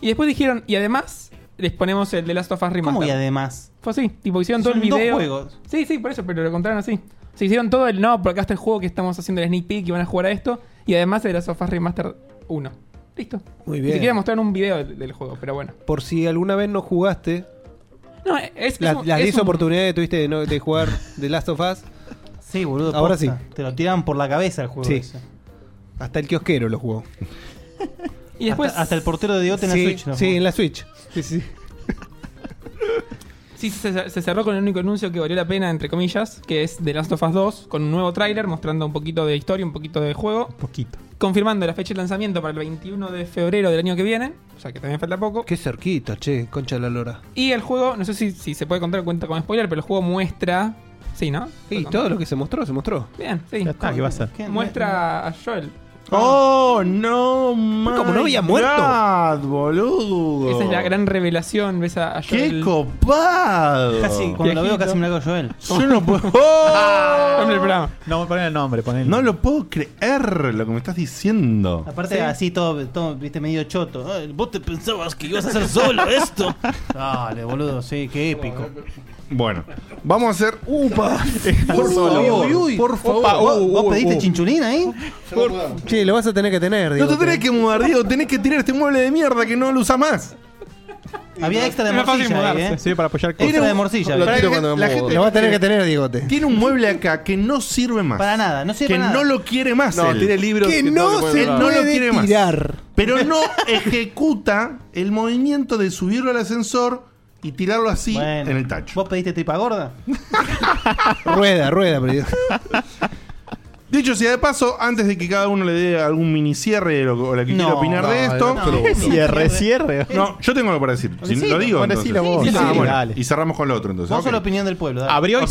Speaker 8: Y después dijeron, y además les ponemos el The Last of Us Remastered.
Speaker 3: ¿Cómo y además?
Speaker 8: Fue así, tipo hicieron todo el
Speaker 3: Son dos
Speaker 8: video.
Speaker 3: juegos.
Speaker 8: Sí, sí, por eso, pero lo contaron así. Se hicieron todo el no, porque acá está el juego que estamos haciendo el sneak peek y van a jugar a esto. Y además el The Last of Us Remastered 1. Listo.
Speaker 4: Muy
Speaker 8: Ni siquiera
Speaker 4: bien.
Speaker 8: mostraron un video del, del juego, pero bueno.
Speaker 4: Por si alguna vez no jugaste,
Speaker 8: No, es,
Speaker 4: la-
Speaker 8: es un-
Speaker 4: las
Speaker 8: es
Speaker 4: 10
Speaker 8: un-
Speaker 4: oportunidades que tuviste de, no- de jugar The Last of Us,
Speaker 3: Sí, boludo.
Speaker 4: Ahora
Speaker 3: posta. Te lo tiran por la cabeza el juego.
Speaker 4: Sí.
Speaker 3: ese.
Speaker 4: hasta el kiosquero lo jugó.
Speaker 8: Y después.
Speaker 3: Hasta, hasta el portero de Diote en
Speaker 4: Sí,
Speaker 3: la Switch. ¿no?
Speaker 4: Sí, en la Switch. Sí, sí.
Speaker 8: Sí, se, se cerró con el único anuncio que valió la pena, entre comillas, que es The Last of Us 2, con un nuevo tráiler mostrando un poquito de historia, un poquito de juego.
Speaker 5: poquito.
Speaker 8: Confirmando la fecha de lanzamiento para el 21 de febrero del año que viene, o sea que también falta poco.
Speaker 4: Qué cerquita, che, concha de la lora.
Speaker 8: Y el juego, no sé si, si se puede contar cuenta con spoiler, pero el juego muestra. Sí, ¿no?
Speaker 4: Y todo lo que se mostró, se mostró.
Speaker 8: Bien, sí.
Speaker 3: Ah,
Speaker 4: Ya está, ¿qué va a hacer? ¿Qué?
Speaker 8: Muestra a Joel.
Speaker 2: ¡Oh, no, man!
Speaker 8: Ah. Como no había muerto.
Speaker 2: boludo!
Speaker 8: Esa es la gran revelación, ves a, a
Speaker 2: ¡Qué
Speaker 8: Joel.
Speaker 2: copado!
Speaker 8: Casi, cuando lo veo, casi me
Speaker 3: la hago Joel.
Speaker 2: Yo no puedo. ¡Oh!
Speaker 8: Nombre del Ah. programa.
Speaker 5: No, ponen el nombre, ponen
Speaker 2: No lo puedo creer lo que me estás diciendo.
Speaker 3: Aparte, así todo, todo, viste, medio choto. Ay, Vos te pensabas que ibas a hacer solo esto. Dale, boludo, sí, qué épico.
Speaker 2: Bueno, vamos a hacer. ¡Upa!
Speaker 3: Por favor, por favor. ¿Vos,
Speaker 2: uh,
Speaker 3: vos pediste chinchulín ahí?
Speaker 4: Che, lo vas a tener que tener,
Speaker 2: No te tenés que mudar, Diego. Tenés que tirar este mueble de mierda que no lo usás más.
Speaker 3: Había extra de morcilla ahí, ¿eh?
Speaker 5: Sí, para apoyar
Speaker 3: cosas. Extra de morcilla.
Speaker 2: Lo
Speaker 3: había.
Speaker 2: tiro cuando me mudo.
Speaker 4: Lo vas a tener que tener, Diegote.
Speaker 2: Tiene un mueble acá que no sirve más.
Speaker 3: Para nada, Ah, no sirve
Speaker 2: Que
Speaker 3: para
Speaker 2: no
Speaker 3: nada.
Speaker 2: lo quiere más.
Speaker 3: No,
Speaker 2: él.
Speaker 3: tiene libros
Speaker 2: que,
Speaker 3: que no
Speaker 2: no,
Speaker 3: le
Speaker 2: se
Speaker 3: puede
Speaker 2: no lo
Speaker 3: puede
Speaker 2: quiere
Speaker 3: tirar.
Speaker 2: más. Pero no ejecuta el movimiento de subirlo al ascensor y tirarlo así en el tacho.
Speaker 3: ¿Vos pediste tripa gorda?
Speaker 4: rueda, rueda, pero
Speaker 2: Dicho sea de paso, antes de que cada uno le dé algún mini cierre o lo, o la que
Speaker 3: No,
Speaker 2: quiera opinar de
Speaker 3: no,
Speaker 2: esto.
Speaker 3: no te lo voy a decir. Cierre, cierre.
Speaker 2: No, yo tengo algo para decir. Si
Speaker 3: Decilo,
Speaker 2: lo digo.
Speaker 3: bueno,
Speaker 2: entonces.
Speaker 3: decilo vos.
Speaker 2: Ah,
Speaker 3: Decilo,
Speaker 2: bueno,
Speaker 3: dale.
Speaker 2: Y cerramos con lo otro entonces.
Speaker 3: Vos
Speaker 2: Ok.
Speaker 3: sos la opinión del pueblo. dale.
Speaker 2: Ok.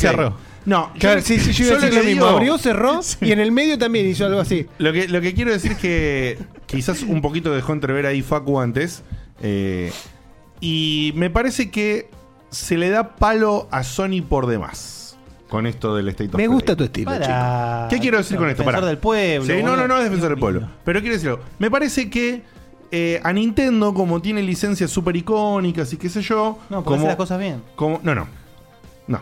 Speaker 2: No,
Speaker 4: Claro, sí, sí, yo iba a
Speaker 2: lo
Speaker 4: decir lo
Speaker 2: que
Speaker 4: mismo.
Speaker 2: digo-
Speaker 4: Abrió, cerró y en el medio también hizo algo así.
Speaker 2: Lo que, lo que quiero decir es que quizás un poquito dejó entrever ahí Facu antes. eh, y me parece que se le da palo a Sony por demás con esto del State of
Speaker 4: Me
Speaker 2: Play.
Speaker 4: gusta tu estilo,
Speaker 3: Pará.
Speaker 2: chico. ¿Qué quiero decir con esto?
Speaker 3: Defensor
Speaker 2: Pará.
Speaker 3: del pueblo,
Speaker 2: Sí, no, no,
Speaker 3: boludo.
Speaker 2: no es defensor del pueblo. Pero quiero decirlo. Me parece que eh, a Nintendo, como tiene licencias super icónicas y qué sé yo.
Speaker 3: No, porque
Speaker 2: como,
Speaker 3: hace las cosas bien.
Speaker 2: como- no, no. No.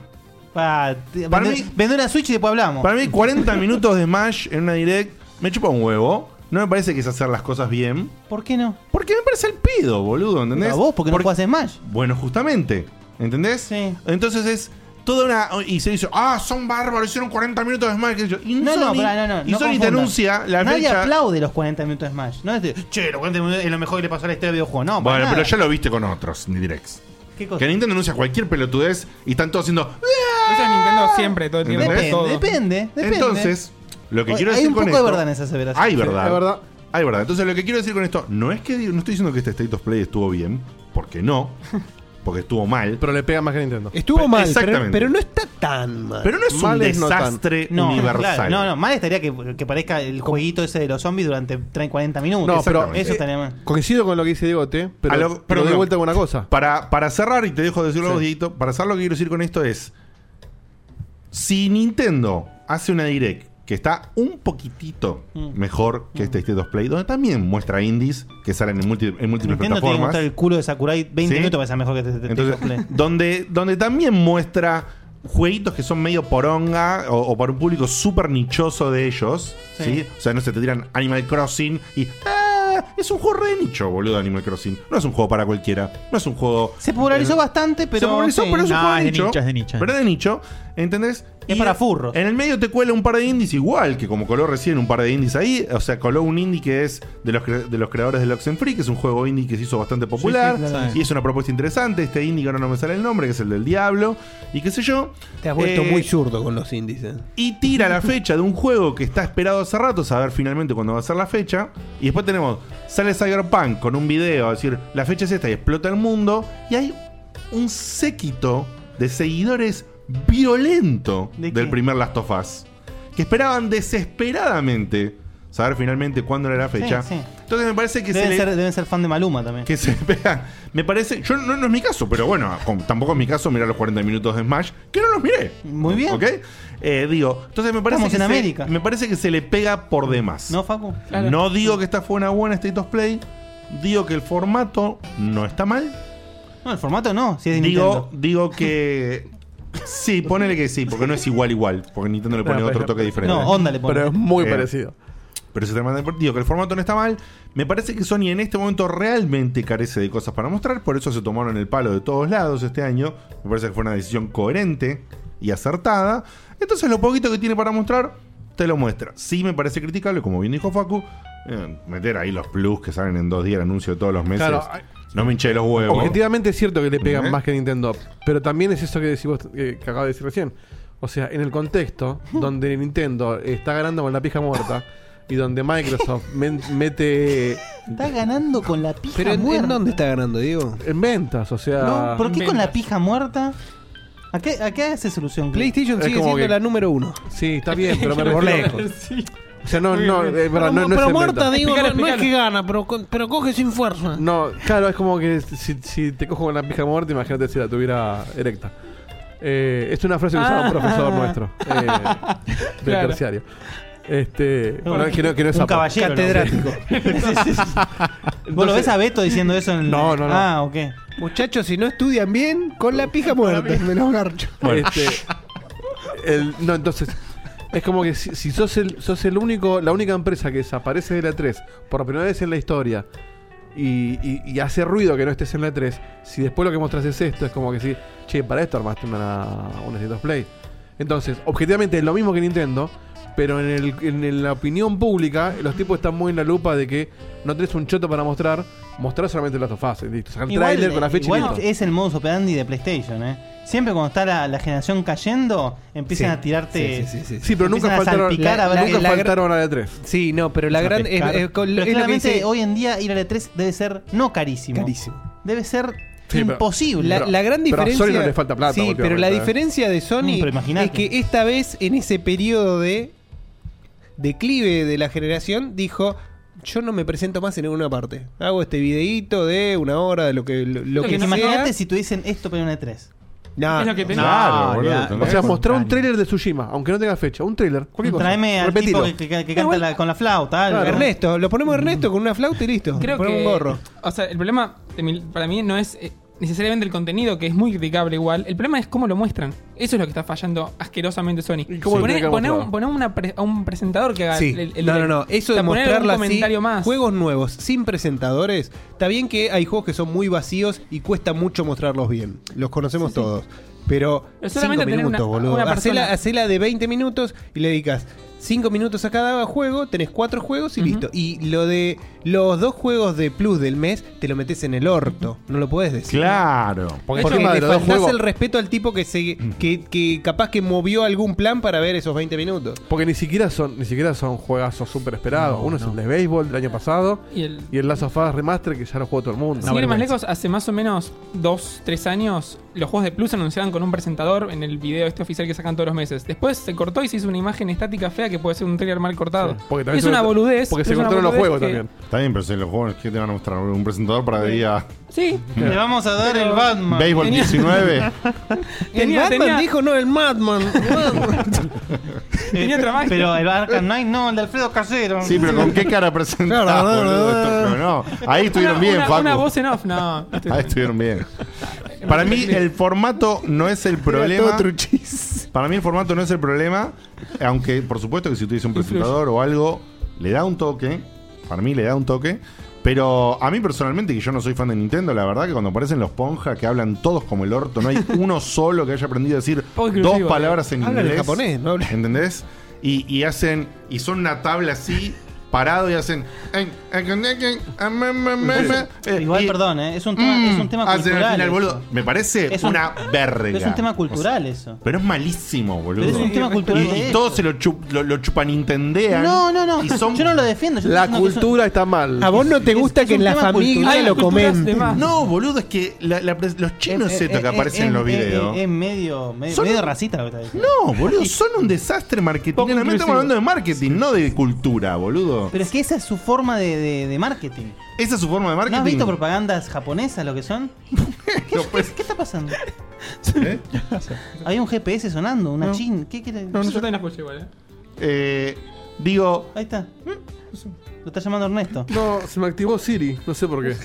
Speaker 3: Para,
Speaker 2: Para
Speaker 3: vende,
Speaker 2: mí-
Speaker 3: vende una Switch y después hablamos.
Speaker 2: Para mí, 40 minutos de Smash en una direct me chupa un huevo. No me parece que es hacer las cosas bien.
Speaker 3: ¿Por qué no?
Speaker 2: Porque me parece el pido, boludo, ¿entendés?
Speaker 3: A vos, porque no jugás Smash.
Speaker 2: Bueno, justamente. ¿Entendés? Entonces es toda una. Y se dice, ah, son bárbaros, hicieron 40 minutos de Smash. qué sé yo. Y
Speaker 3: No,
Speaker 2: Sony-
Speaker 3: no, pará, no, no.
Speaker 2: Y
Speaker 3: no
Speaker 2: Sony te
Speaker 3: confundas.
Speaker 2: anuncia la
Speaker 3: Nadie
Speaker 2: fecha.
Speaker 3: aplaude los 40 minutos de Smash. No es de, che, los 40 minutos es lo mejor que le pasó a la historia del videojuego. No, para
Speaker 2: bueno,
Speaker 3: nada.
Speaker 2: pero ya lo viste con otros directs.
Speaker 3: ¿Qué cosa?
Speaker 2: Que Nintendo anuncia cualquier pelotudez y están todos haciendo.
Speaker 8: Eso es Nintendo siempre, todo el tiempo.
Speaker 2: ¿Entendés?
Speaker 8: todo.
Speaker 3: Depende, depende.
Speaker 2: Entonces, lo que
Speaker 3: Oye,
Speaker 2: quiero
Speaker 3: hay
Speaker 2: decir
Speaker 3: un
Speaker 2: con
Speaker 3: poco de
Speaker 2: esto-
Speaker 3: verdad en esa aseveración.
Speaker 2: Hay
Speaker 3: Sí,
Speaker 2: verdad.
Speaker 3: hay verdad.
Speaker 2: Hay verdad. Entonces, lo que quiero decir con esto, no es que digo- no estoy diciendo que este State of Play estuvo bien, porque no, porque estuvo mal.
Speaker 6: Pero le pega más que Nintendo.
Speaker 4: Estuvo mal, pero,
Speaker 2: Exactamente.
Speaker 4: pero no está tan mal.
Speaker 2: Pero no es un desastre
Speaker 3: No,
Speaker 2: universal.
Speaker 3: claro, no, no, mal estaría que, que parezca el jueguito ese de los zombies durante 30, 40 minutos.
Speaker 6: No, pero
Speaker 3: eso
Speaker 6: eh,
Speaker 3: estaría mal.
Speaker 6: coincido con lo que dice Diegote, pero,
Speaker 2: A lo-
Speaker 6: pero
Speaker 2: perdón.
Speaker 6: doy vuelta con una cosa.
Speaker 2: Para, para cerrar, y te dejo decirlo a vos,
Speaker 6: Sí.
Speaker 2: Dieguito, para cerrar lo que quiero decir con esto es, si Nintendo hace una Direct que está un poquitito
Speaker 3: Mm.
Speaker 2: mejor que este State of Play, donde también muestra indies que salen en, múlti- en múltiples
Speaker 3: Nintendo tiene que
Speaker 2: plataformas.
Speaker 3: mostrar el culo de Sakurai 20
Speaker 2: ¿Sí?
Speaker 3: minutos para ser mejor que este- este
Speaker 2: Entonces,
Speaker 3: tipo de play.
Speaker 2: donde, donde también muestra jueguitos que son medio poronga o, o para un público súper nichoso de ellos.
Speaker 3: Sí.
Speaker 2: Sí. O sea, no se te tiran Animal Crossing y. "Ah, es un juego re nicho, boludo, Animal Crossing. No es un juego para cualquiera. No es un juego.
Speaker 3: Se popularizó bastante, pero.
Speaker 2: Se popularizó,
Speaker 3: sí.
Speaker 2: pero es un
Speaker 3: No,
Speaker 2: juego
Speaker 3: de
Speaker 2: de nicho.
Speaker 3: nicho, es de
Speaker 5: nicho.
Speaker 2: Pero es de nicho, ¿entendés? Es para
Speaker 3: furros.
Speaker 2: En el medio te cuela un par de indies igual, que como coló recién un par de indies ahí. O sea, coló un indie que es de los, cre- de los creadores de Free, que es un juego indie que se hizo bastante popular.
Speaker 4: Sí, sí, claro.
Speaker 2: Y es una propuesta interesante. Este indie que ahora no me sale el nombre, que es el del Diablo. Y qué sé yo.
Speaker 4: Te has vuelto
Speaker 2: Eh,
Speaker 4: muy zurdo con los índices.
Speaker 2: y tira la fecha de un juego que está esperado hace rato, saber finalmente cuándo va a ser la fecha. Y después tenemos, sale Cyberpunk con un video a decir, la fecha es esta y explota el mundo. Y hay un séquito de seguidores violento del primer Last of Us. Que esperaban desesperadamente saber finalmente cuándo era la fecha.
Speaker 3: Sí, sí.
Speaker 2: Entonces me parece que
Speaker 3: deben,
Speaker 2: se le-
Speaker 3: ser, deben ser fan de Maluma también.
Speaker 2: que se pega. Me parece, yo no, no es mi caso, pero bueno, con- tampoco es mi caso mirar los 40 minutos de Smash, que no los miré.
Speaker 3: Muy bien.
Speaker 2: ¿Ok? Eh, digo, entonces me parece
Speaker 3: Estamos
Speaker 2: que
Speaker 3: en
Speaker 2: se-
Speaker 3: América.
Speaker 2: me parece que se le pega por demás.
Speaker 3: ¿No, Facu?
Speaker 2: No digo que esta fue una buena State of Play, digo que el formato no está mal.
Speaker 3: No, el formato no, si es de
Speaker 2: Digo,
Speaker 3: Nintendo.
Speaker 2: digo que sí, ponele que sí, porque no es igual igual, porque Nintendo le pone
Speaker 3: No,
Speaker 2: otro
Speaker 3: pero-
Speaker 2: toque diferente. Eh,
Speaker 3: no, onda le pone. Pero es muy parecido.
Speaker 2: Pero se trata de- digo que el formato no está mal. Me parece que Sony en este momento realmente carece de cosas para mostrar, por eso se tomaron el palo de todos lados este año. Me parece que fue una decisión coherente y acertada. Entonces lo poquito que tiene para mostrar, te lo muestra. Sí me parece criticable, como bien dijo Facu, eh, meter ahí los plus que salen en dos días el anuncio de todos los meses.
Speaker 6: Claro, hay-
Speaker 2: no me hinché los huevos.
Speaker 6: Objetivamente es cierto que le pegan
Speaker 2: Ujú.
Speaker 6: más que Nintendo, pero también es eso que decimos que, que acabo de decir recién. O sea, en el contexto donde Nintendo está ganando con la pija muerta y donde Microsoft men- mete
Speaker 3: Está ganando con la pija
Speaker 4: Pero ¿en- en
Speaker 3: muerta.
Speaker 4: dónde está ganando, Diego?
Speaker 6: en ventas, o sea,
Speaker 2: ah,
Speaker 3: No, ¿Por qué con la pija muerta? ¿A qué, a qué hace solución?
Speaker 4: PlayStation
Speaker 6: Es
Speaker 4: sigue
Speaker 6: como
Speaker 4: siendo
Speaker 6: que-
Speaker 4: la número uno.
Speaker 6: Sí, está bien, pero me
Speaker 4: Por
Speaker 6: refiero-
Speaker 4: lejos.
Speaker 6: O sea, no, no, es verdad,
Speaker 21: pero
Speaker 6: no, no es
Speaker 21: pero
Speaker 6: en
Speaker 21: muerta,
Speaker 6: ventas.
Speaker 21: digo, no- no, es que gana, pero, co- pero coge sin fuerza.
Speaker 6: No, claro, es como que si, si te cojo con la pija muerta, imagínate si la tuviera erecta. Eh, es una frase que usaba un
Speaker 21: Ah.
Speaker 6: profesor nuestro eh, del
Speaker 21: Claro.
Speaker 6: terciario. Este,
Speaker 3: Un-
Speaker 6: no, que no, que no es
Speaker 3: un
Speaker 6: sapo.
Speaker 3: caballero, Catedrático. ¿Vos lo ves a Beto diciendo eso en
Speaker 4: No, no, no.
Speaker 3: Ah, ok.
Speaker 4: Muchachos, si no estudian bien, con la pija muerta, me los garcho.
Speaker 6: Bueno. Este, El- no, entonces. Es como que si, si sos, el, sos el único, la única empresa que desaparece de la 3 por primera vez en la historia y, y- y hace ruido que no estés en la 3, si después lo que mostras es esto, es como que si, che, para esto armaste una, una State of Play. Entonces, objetivamente es lo mismo que Nintendo, pero en, el- en el- la opinión pública, los tipos están muy en la lupa de que no tenés un choto para mostrar, mostrar solamente las of Us, y listo. Sacar
Speaker 3: Igual, eh,
Speaker 6: trailer con la fecha y
Speaker 3: igual
Speaker 6: listo.
Speaker 3: es el modus operandi de PlayStation, ¿eh? Siempre cuando está la, la generación cayendo, empiezan
Speaker 4: Sí.
Speaker 3: a tirarte.
Speaker 4: Sí, sí, sí, sí.
Speaker 6: Sí, pero nunca
Speaker 3: empiezan a
Speaker 6: faltaron-
Speaker 3: salpicar a ver
Speaker 6: nunca
Speaker 3: qué- la-
Speaker 6: faltaron a la 3.
Speaker 4: Sí, no, pero la gran. es- es con-
Speaker 3: Pero
Speaker 4: es lo que
Speaker 3: claramente
Speaker 4: dice-
Speaker 3: hoy en día ir a la 3 debe ser no carísimo. Carísimo. Debe ser
Speaker 4: Sí, pero-
Speaker 3: imposible.
Speaker 4: La, la gran diferencia.
Speaker 6: Sony no le falta plata
Speaker 4: Sí, pero la
Speaker 6: últimamente, ¿eh?
Speaker 4: diferencia de
Speaker 3: Mm,
Speaker 4: Sony
Speaker 3: pero
Speaker 4: es que esta vez, en ese periodo de declive de la generación, dijo. Yo no me presento más en ninguna parte. Hago este videíto de una hora, de lo que lo, lo
Speaker 3: Lo
Speaker 4: que
Speaker 3: que
Speaker 4: sea.
Speaker 3: imagínate si tuviesen esto para una 3.
Speaker 4: No,
Speaker 3: Es lo que
Speaker 4: no,
Speaker 3: pensaba.
Speaker 4: no,
Speaker 3: Ah, Claro,
Speaker 4: no.
Speaker 6: Ah, O sea, mostrar un tráiler de Tsushima, aunque no tenga fecha, un tráiler, cualquier cosa.
Speaker 3: Traeme al
Speaker 6: Repetilo.
Speaker 3: tipo que, que- que canta la- con la flauta. algo.
Speaker 4: Claro, Ernesto, lo ponemos a Ernesto con una flauta y listo.
Speaker 8: Creo
Speaker 4: Ponemos
Speaker 8: que.
Speaker 4: un gorro.
Speaker 8: O sea, el problema de mi- para mí no es eh, necesariamente el contenido, que es muy criticable igual. El problema es cómo lo muestran. Eso es lo que está fallando asquerosamente Sony.
Speaker 4: cómo lo
Speaker 8: Poner,
Speaker 4: tiene que
Speaker 8: poner
Speaker 4: mostrar?
Speaker 8: un, poner una pre- a un presentador que haga
Speaker 4: Sí.
Speaker 8: el, el-
Speaker 4: no, no, no. Eso
Speaker 8: o sea, poner
Speaker 4: de
Speaker 8: algún
Speaker 4: mostrarla así,
Speaker 8: comentario más.
Speaker 4: juegos nuevos, sin presentadores. Está bien que hay juegos que son muy vacíos y cuesta mucho mostrarlos bien. Los conocemos todos. Pero
Speaker 8: Pero
Speaker 4: 5
Speaker 8: solamente tener
Speaker 4: minutos,
Speaker 8: una-
Speaker 4: boludo.
Speaker 8: una persona-
Speaker 4: Hacela, hacela de 20 minutos y le dedicas 5 minutos a cada juego, tenés 4 juegos y listo. Y lo de los dos juegos de plus del mes, te lo metes en el orto. No lo puedes decir.
Speaker 2: Claro.
Speaker 4: Porque,
Speaker 2: Porque encima de
Speaker 4: le
Speaker 2: los dos
Speaker 4: faltás
Speaker 2: juegos-
Speaker 4: el respeto al tipo que se que, que capaz que movió algún plan para ver esos 20 minutos.
Speaker 6: Porque ni siquiera son, ni siquiera son juegazos súper esperados. Uno es el de béisbol del año pasado
Speaker 8: Y el-
Speaker 6: y el Last of Us Remaster que ya lo jugó todo el mundo.
Speaker 8: Sin ir más lejos, hace más o menos 2, 3 años, los juegos de Plus se anunciaban con un presentador en el video este oficial que sacan todos los meses. Después se cortó y se hizo una imagen estática fea que puede ser un trailer mal cortado.
Speaker 6: porque
Speaker 8: es una boludez.
Speaker 2: Porque
Speaker 8: pero
Speaker 2: se
Speaker 8: es una
Speaker 2: cortaron los
Speaker 8: boludez
Speaker 2: juegos
Speaker 8: que-
Speaker 2: también. Está bien, pero si los juegos que te van a mostrar un presentador para día
Speaker 8: Sí.
Speaker 3: Le vamos a dar el Batman.
Speaker 2: Béisbol 19.
Speaker 8: Tenía-
Speaker 4: el Batman
Speaker 8: tenía-
Speaker 4: dijo no, el Madman.
Speaker 3: Tenía trabajo. Pero el Arkham Knight no, el de Alfredo Casero.
Speaker 2: Sí, pero ¿con qué cara presentás, boludo? Esto- pero no. Ahí estuvieron
Speaker 8: Una-
Speaker 2: bien,
Speaker 8: una-
Speaker 2: Facu.
Speaker 8: Una voz en off, no.
Speaker 2: Ahí estuvieron bien. Para mí el formato no es el problema.
Speaker 8: todo
Speaker 2: Para mí el formato no es el problema, aunque por supuesto que si tuviese un presentador o algo le da un toque, para mí le da un toque, pero a mí personalmente que yo no soy fan de Nintendo, la verdad que cuando aparecen los ponja que hablan todos como el orto, no hay uno solo que haya aprendido a decir
Speaker 4: Poco
Speaker 2: dos
Speaker 4: inclusivo, eh.
Speaker 2: palabras en
Speaker 4: Hablan en
Speaker 2: inglés.
Speaker 4: japonés, no
Speaker 2: ¿Entendés? Y, y hacen y son una tabla así parado y hacen "Ay, ay, ay, ay, ay, me, me, me, me". Eh,
Speaker 3: Igual,
Speaker 2: y-
Speaker 3: perdón, ¿eh? es un tema, es un tema
Speaker 2: hacen al
Speaker 3: cultural.
Speaker 2: final,
Speaker 3: eso.
Speaker 2: boludo. Me parece
Speaker 3: Es un-
Speaker 2: una verga.
Speaker 3: Es un tema
Speaker 2: O
Speaker 3: cultural
Speaker 2: sea,
Speaker 3: eso.
Speaker 2: Pero es malísimo, boludo.
Speaker 3: Pero es un tema cultural
Speaker 2: Y,
Speaker 3: de
Speaker 2: y
Speaker 3: ellos.
Speaker 2: todos se lo, chup, lo, lo chupanintendean.
Speaker 3: No, no, no.
Speaker 2: Y son
Speaker 3: Yo no lo defiendo. yo
Speaker 2: La
Speaker 3: estoy diciendo que es un-
Speaker 2: cultura está mal.
Speaker 4: A vos no te gusta
Speaker 3: es
Speaker 4: que
Speaker 3: un
Speaker 4: en la
Speaker 3: tema
Speaker 4: familia
Speaker 3: cultural.
Speaker 4: lo
Speaker 3: Hay culturas de
Speaker 4: comenten.
Speaker 3: más.
Speaker 2: No, boludo, es que la- la pres- los chinos
Speaker 3: Eh,
Speaker 2: estos
Speaker 3: eh,
Speaker 2: que
Speaker 3: eh,
Speaker 2: aparecen en los
Speaker 3: eh, eh,
Speaker 2: videos.
Speaker 3: Es medio, medio,
Speaker 2: Son-
Speaker 3: medio racista lo que está diciendo.
Speaker 2: no, boludo, son un desastre marketing. Estamos hablando de marketing, no de cultura, boludo.
Speaker 3: Pero es que esa es su forma de, de- de marketing.
Speaker 2: ¿Esa es su forma de
Speaker 3: ¿No
Speaker 2: marketing?
Speaker 3: has visto propagandas japonesas lo que son? ¿Qué, qué está pasando?
Speaker 2: pues. ¿Eh?
Speaker 3: Había un GPS sonando, una
Speaker 2: No.
Speaker 3: chin. ¿Qué quiere?
Speaker 8: No, no, yo también la escuché igual, eh.
Speaker 2: Eh, digo.
Speaker 3: Ahí está. Lo está llamando Ernesto.
Speaker 6: No, se me activó Siri, no sé por qué.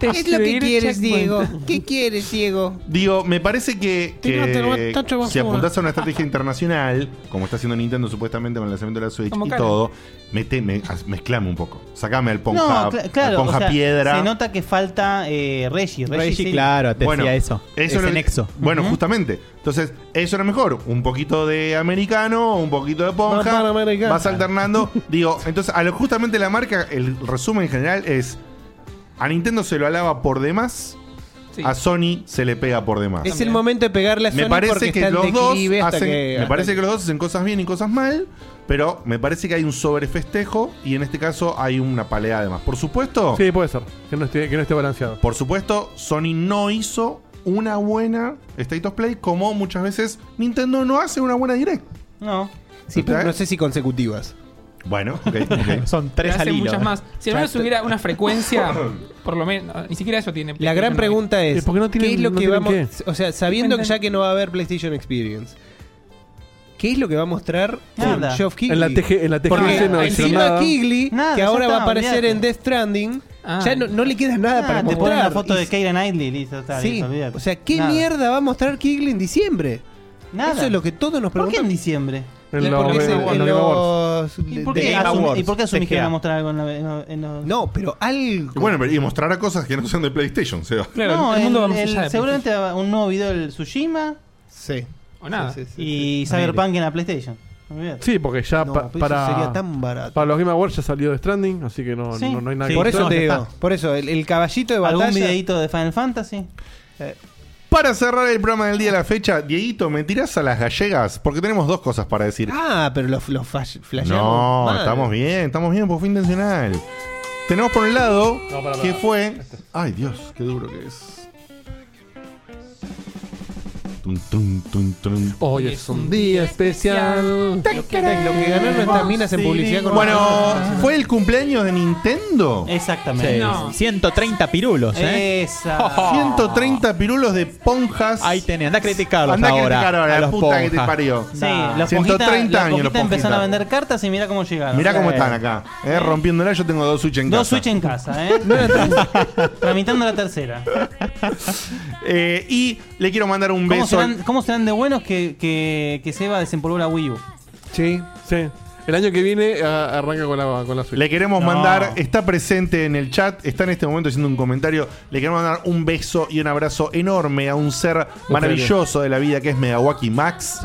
Speaker 4: Es lo que quieres, Diego.
Speaker 3: Checkpoint.
Speaker 4: ¿Qué quieres, Diego?
Speaker 2: Digo, me parece que,
Speaker 4: Te iba a
Speaker 2: que
Speaker 4: tirar un tacho de
Speaker 2: si
Speaker 4: basura.
Speaker 2: apuntás a una estrategia internacional, como está haciendo Nintendo supuestamente con el lanzamiento de la Switch
Speaker 3: Como
Speaker 2: y
Speaker 3: Karen.
Speaker 2: todo, mete, me, as- mezclame un poco. Sacame al Ponja,
Speaker 3: no, cla- claro.
Speaker 2: al ponja
Speaker 3: o sea,
Speaker 2: piedra.
Speaker 3: Se nota que falta eh, Reggie. Reggie, sí.
Speaker 2: Bueno,
Speaker 3: Ese
Speaker 2: era lo que-
Speaker 3: nexo.
Speaker 2: Bueno, justamente. Entonces, eso era mejor. Un poquito de americano, un poquito de ponja.
Speaker 4: Más panamericano.
Speaker 2: Vas alternando. Digo, entonces, a lo, justamente la marca, el resumen general es: a Nintendo se lo alaba por demás, a Sony se le pega por demás.
Speaker 4: Es el momento de pegarle a Sony
Speaker 2: Me parece
Speaker 4: porque
Speaker 2: que
Speaker 4: está en
Speaker 2: los dos
Speaker 4: declive hasta
Speaker 2: hacen,
Speaker 4: que-
Speaker 2: me
Speaker 4: hasta
Speaker 2: parece
Speaker 4: que-
Speaker 2: que los dos hacen cosas bien y cosas mal, pero me parece que hay un sobrefestejo y en este caso hay una paleada además. Por supuesto,
Speaker 6: Sí, puede ser, que no esté, que no esté balanceado.
Speaker 2: por supuesto, Sony no hizo una buena State of Play como muchas veces Nintendo no hace una buena Direct.
Speaker 3: No.
Speaker 4: Sí, pero no sé si consecutivas.
Speaker 2: ¿Eh? Bueno, ok, ok.
Speaker 4: Son
Speaker 8: Pero hace muchas más. Si al menos hubiera una frecuencia, por lo menos, no, ni siquiera eso tiene.
Speaker 4: La gran pregunta
Speaker 6: eh,
Speaker 4: es, ¿qué es lo que vamos, o sea, sabiendo que
Speaker 8: Venden-
Speaker 4: ya que no va a haber PlayStation Experience, ¿Qué es lo que va a mostrar
Speaker 6: Nada.
Speaker 4: el Geoff Keighley?
Speaker 6: En la TG en la TGC
Speaker 4: Porque
Speaker 6: no dice
Speaker 4: encima
Speaker 6: nada.
Speaker 4: Keighley,
Speaker 3: Nada,
Speaker 4: que
Speaker 3: ya
Speaker 4: ahora
Speaker 3: está,
Speaker 4: va a aparecer
Speaker 3: olvídate.
Speaker 4: en Death Stranding,
Speaker 3: Ah.
Speaker 4: ya no, no le queda nada para
Speaker 3: te ponen
Speaker 4: mostrar.
Speaker 3: la foto
Speaker 4: Y-
Speaker 3: de Keira Knightley, listo, está,
Speaker 4: sí,
Speaker 3: listo, olvídate.
Speaker 4: o sea, ¿qué
Speaker 3: Nada.
Speaker 4: mierda va a mostrar Keighley en diciembre?
Speaker 3: Nada.
Speaker 4: Eso es lo que todos
Speaker 3: ¿Por
Speaker 4: nos
Speaker 3: qué en
Speaker 4: preguntamos.
Speaker 3: diciembre?
Speaker 4: En los- Porque se- en en los Game Awards.
Speaker 3: ¿Y por
Speaker 4: de-
Speaker 3: qué
Speaker 4: Game
Speaker 3: asum-
Speaker 4: Awards,
Speaker 3: ¿Y por qué asumís que
Speaker 4: TGA?
Speaker 3: van a mostrar algo en, la- en los- en los.?
Speaker 4: No, pero algo.
Speaker 19: Y bueno, pero- y mostrará cosas que no son de PlayStation, Seba.
Speaker 3: no, el
Speaker 8: mundo va más
Speaker 3: el-
Speaker 8: allá de
Speaker 3: seguramente va- un nuevo video del Tsushima.
Speaker 4: Sí.
Speaker 8: O nada.
Speaker 4: Sí, sí,
Speaker 3: y
Speaker 6: sí.
Speaker 3: Cyberpunk en la PlayStation. Olvídate.
Speaker 6: Sí, porque ya
Speaker 3: No,
Speaker 6: pa-
Speaker 3: pero eso
Speaker 6: para.
Speaker 3: sería tan barato.
Speaker 6: Para los Game Awards ya salió de Stranding, así que no,
Speaker 3: Sí.
Speaker 6: no, no hay nada
Speaker 3: Sí,
Speaker 6: que
Speaker 4: por eso
Speaker 6: mostrar.
Speaker 4: te digo, por eso, el, el caballito de batalla.
Speaker 3: ¿Algún videito de Final Fantasy?
Speaker 2: Para cerrar el programa del día de la fecha, Dieguito, ¿me tirás a las gallegas? Porque tenemos dos cosas para decir.
Speaker 4: Ah, pero los, los flash- flasheamos
Speaker 2: No,
Speaker 4: mal.
Speaker 2: estamos bien, estamos bien por fin intencional. Tenemos por un lado
Speaker 4: No, para, para.
Speaker 2: que fue. Ay, Dios, qué duro que es. Tun, tun, tun, tun.
Speaker 4: Hoy es un día especial. Lo que ganó nuestras minas en publicidad con
Speaker 2: Bueno, ¿fue el cumpleaños de Nintendo?
Speaker 3: Exactamente.
Speaker 5: Sí,
Speaker 3: No.
Speaker 5: 130 pirulos, ¿eh?
Speaker 3: Esa.
Speaker 2: 130 pirulos de ponjas.
Speaker 5: Ahí tenés, anda a criticarlos
Speaker 2: Andá a
Speaker 5: ahora.
Speaker 2: criticar ahora,
Speaker 5: a
Speaker 2: la
Speaker 5: los
Speaker 2: puta que te
Speaker 5: ponjas.
Speaker 2: parió.
Speaker 3: Sí, los
Speaker 2: 130
Speaker 3: Ponjita- los
Speaker 2: años los
Speaker 3: Ponjita empezaron
Speaker 2: Ponjita.
Speaker 3: a vender cartas y mira cómo llegaron.
Speaker 2: Mirá cómo
Speaker 3: Sí.
Speaker 2: están acá, eh, rompiéndola. Yo tengo dos Switch en
Speaker 3: Dos
Speaker 2: casa.
Speaker 3: Switch en casa, ¿eh? Tramitando la tercera.
Speaker 2: Eh, y le quiero mandar un
Speaker 3: ¿Cómo
Speaker 2: beso.
Speaker 3: serán, cómo serán de buenos que, que, que Seba desempolvó la Wii U?
Speaker 6: Sí, sí. El año que viene a- arranca con la, con la Switch.
Speaker 2: Le queremos mandar, está presente en el chat, está en este momento haciendo un comentario. Le queremos mandar un beso y un abrazo enorme a un ser maravilloso de la vida que es Megawaki Max.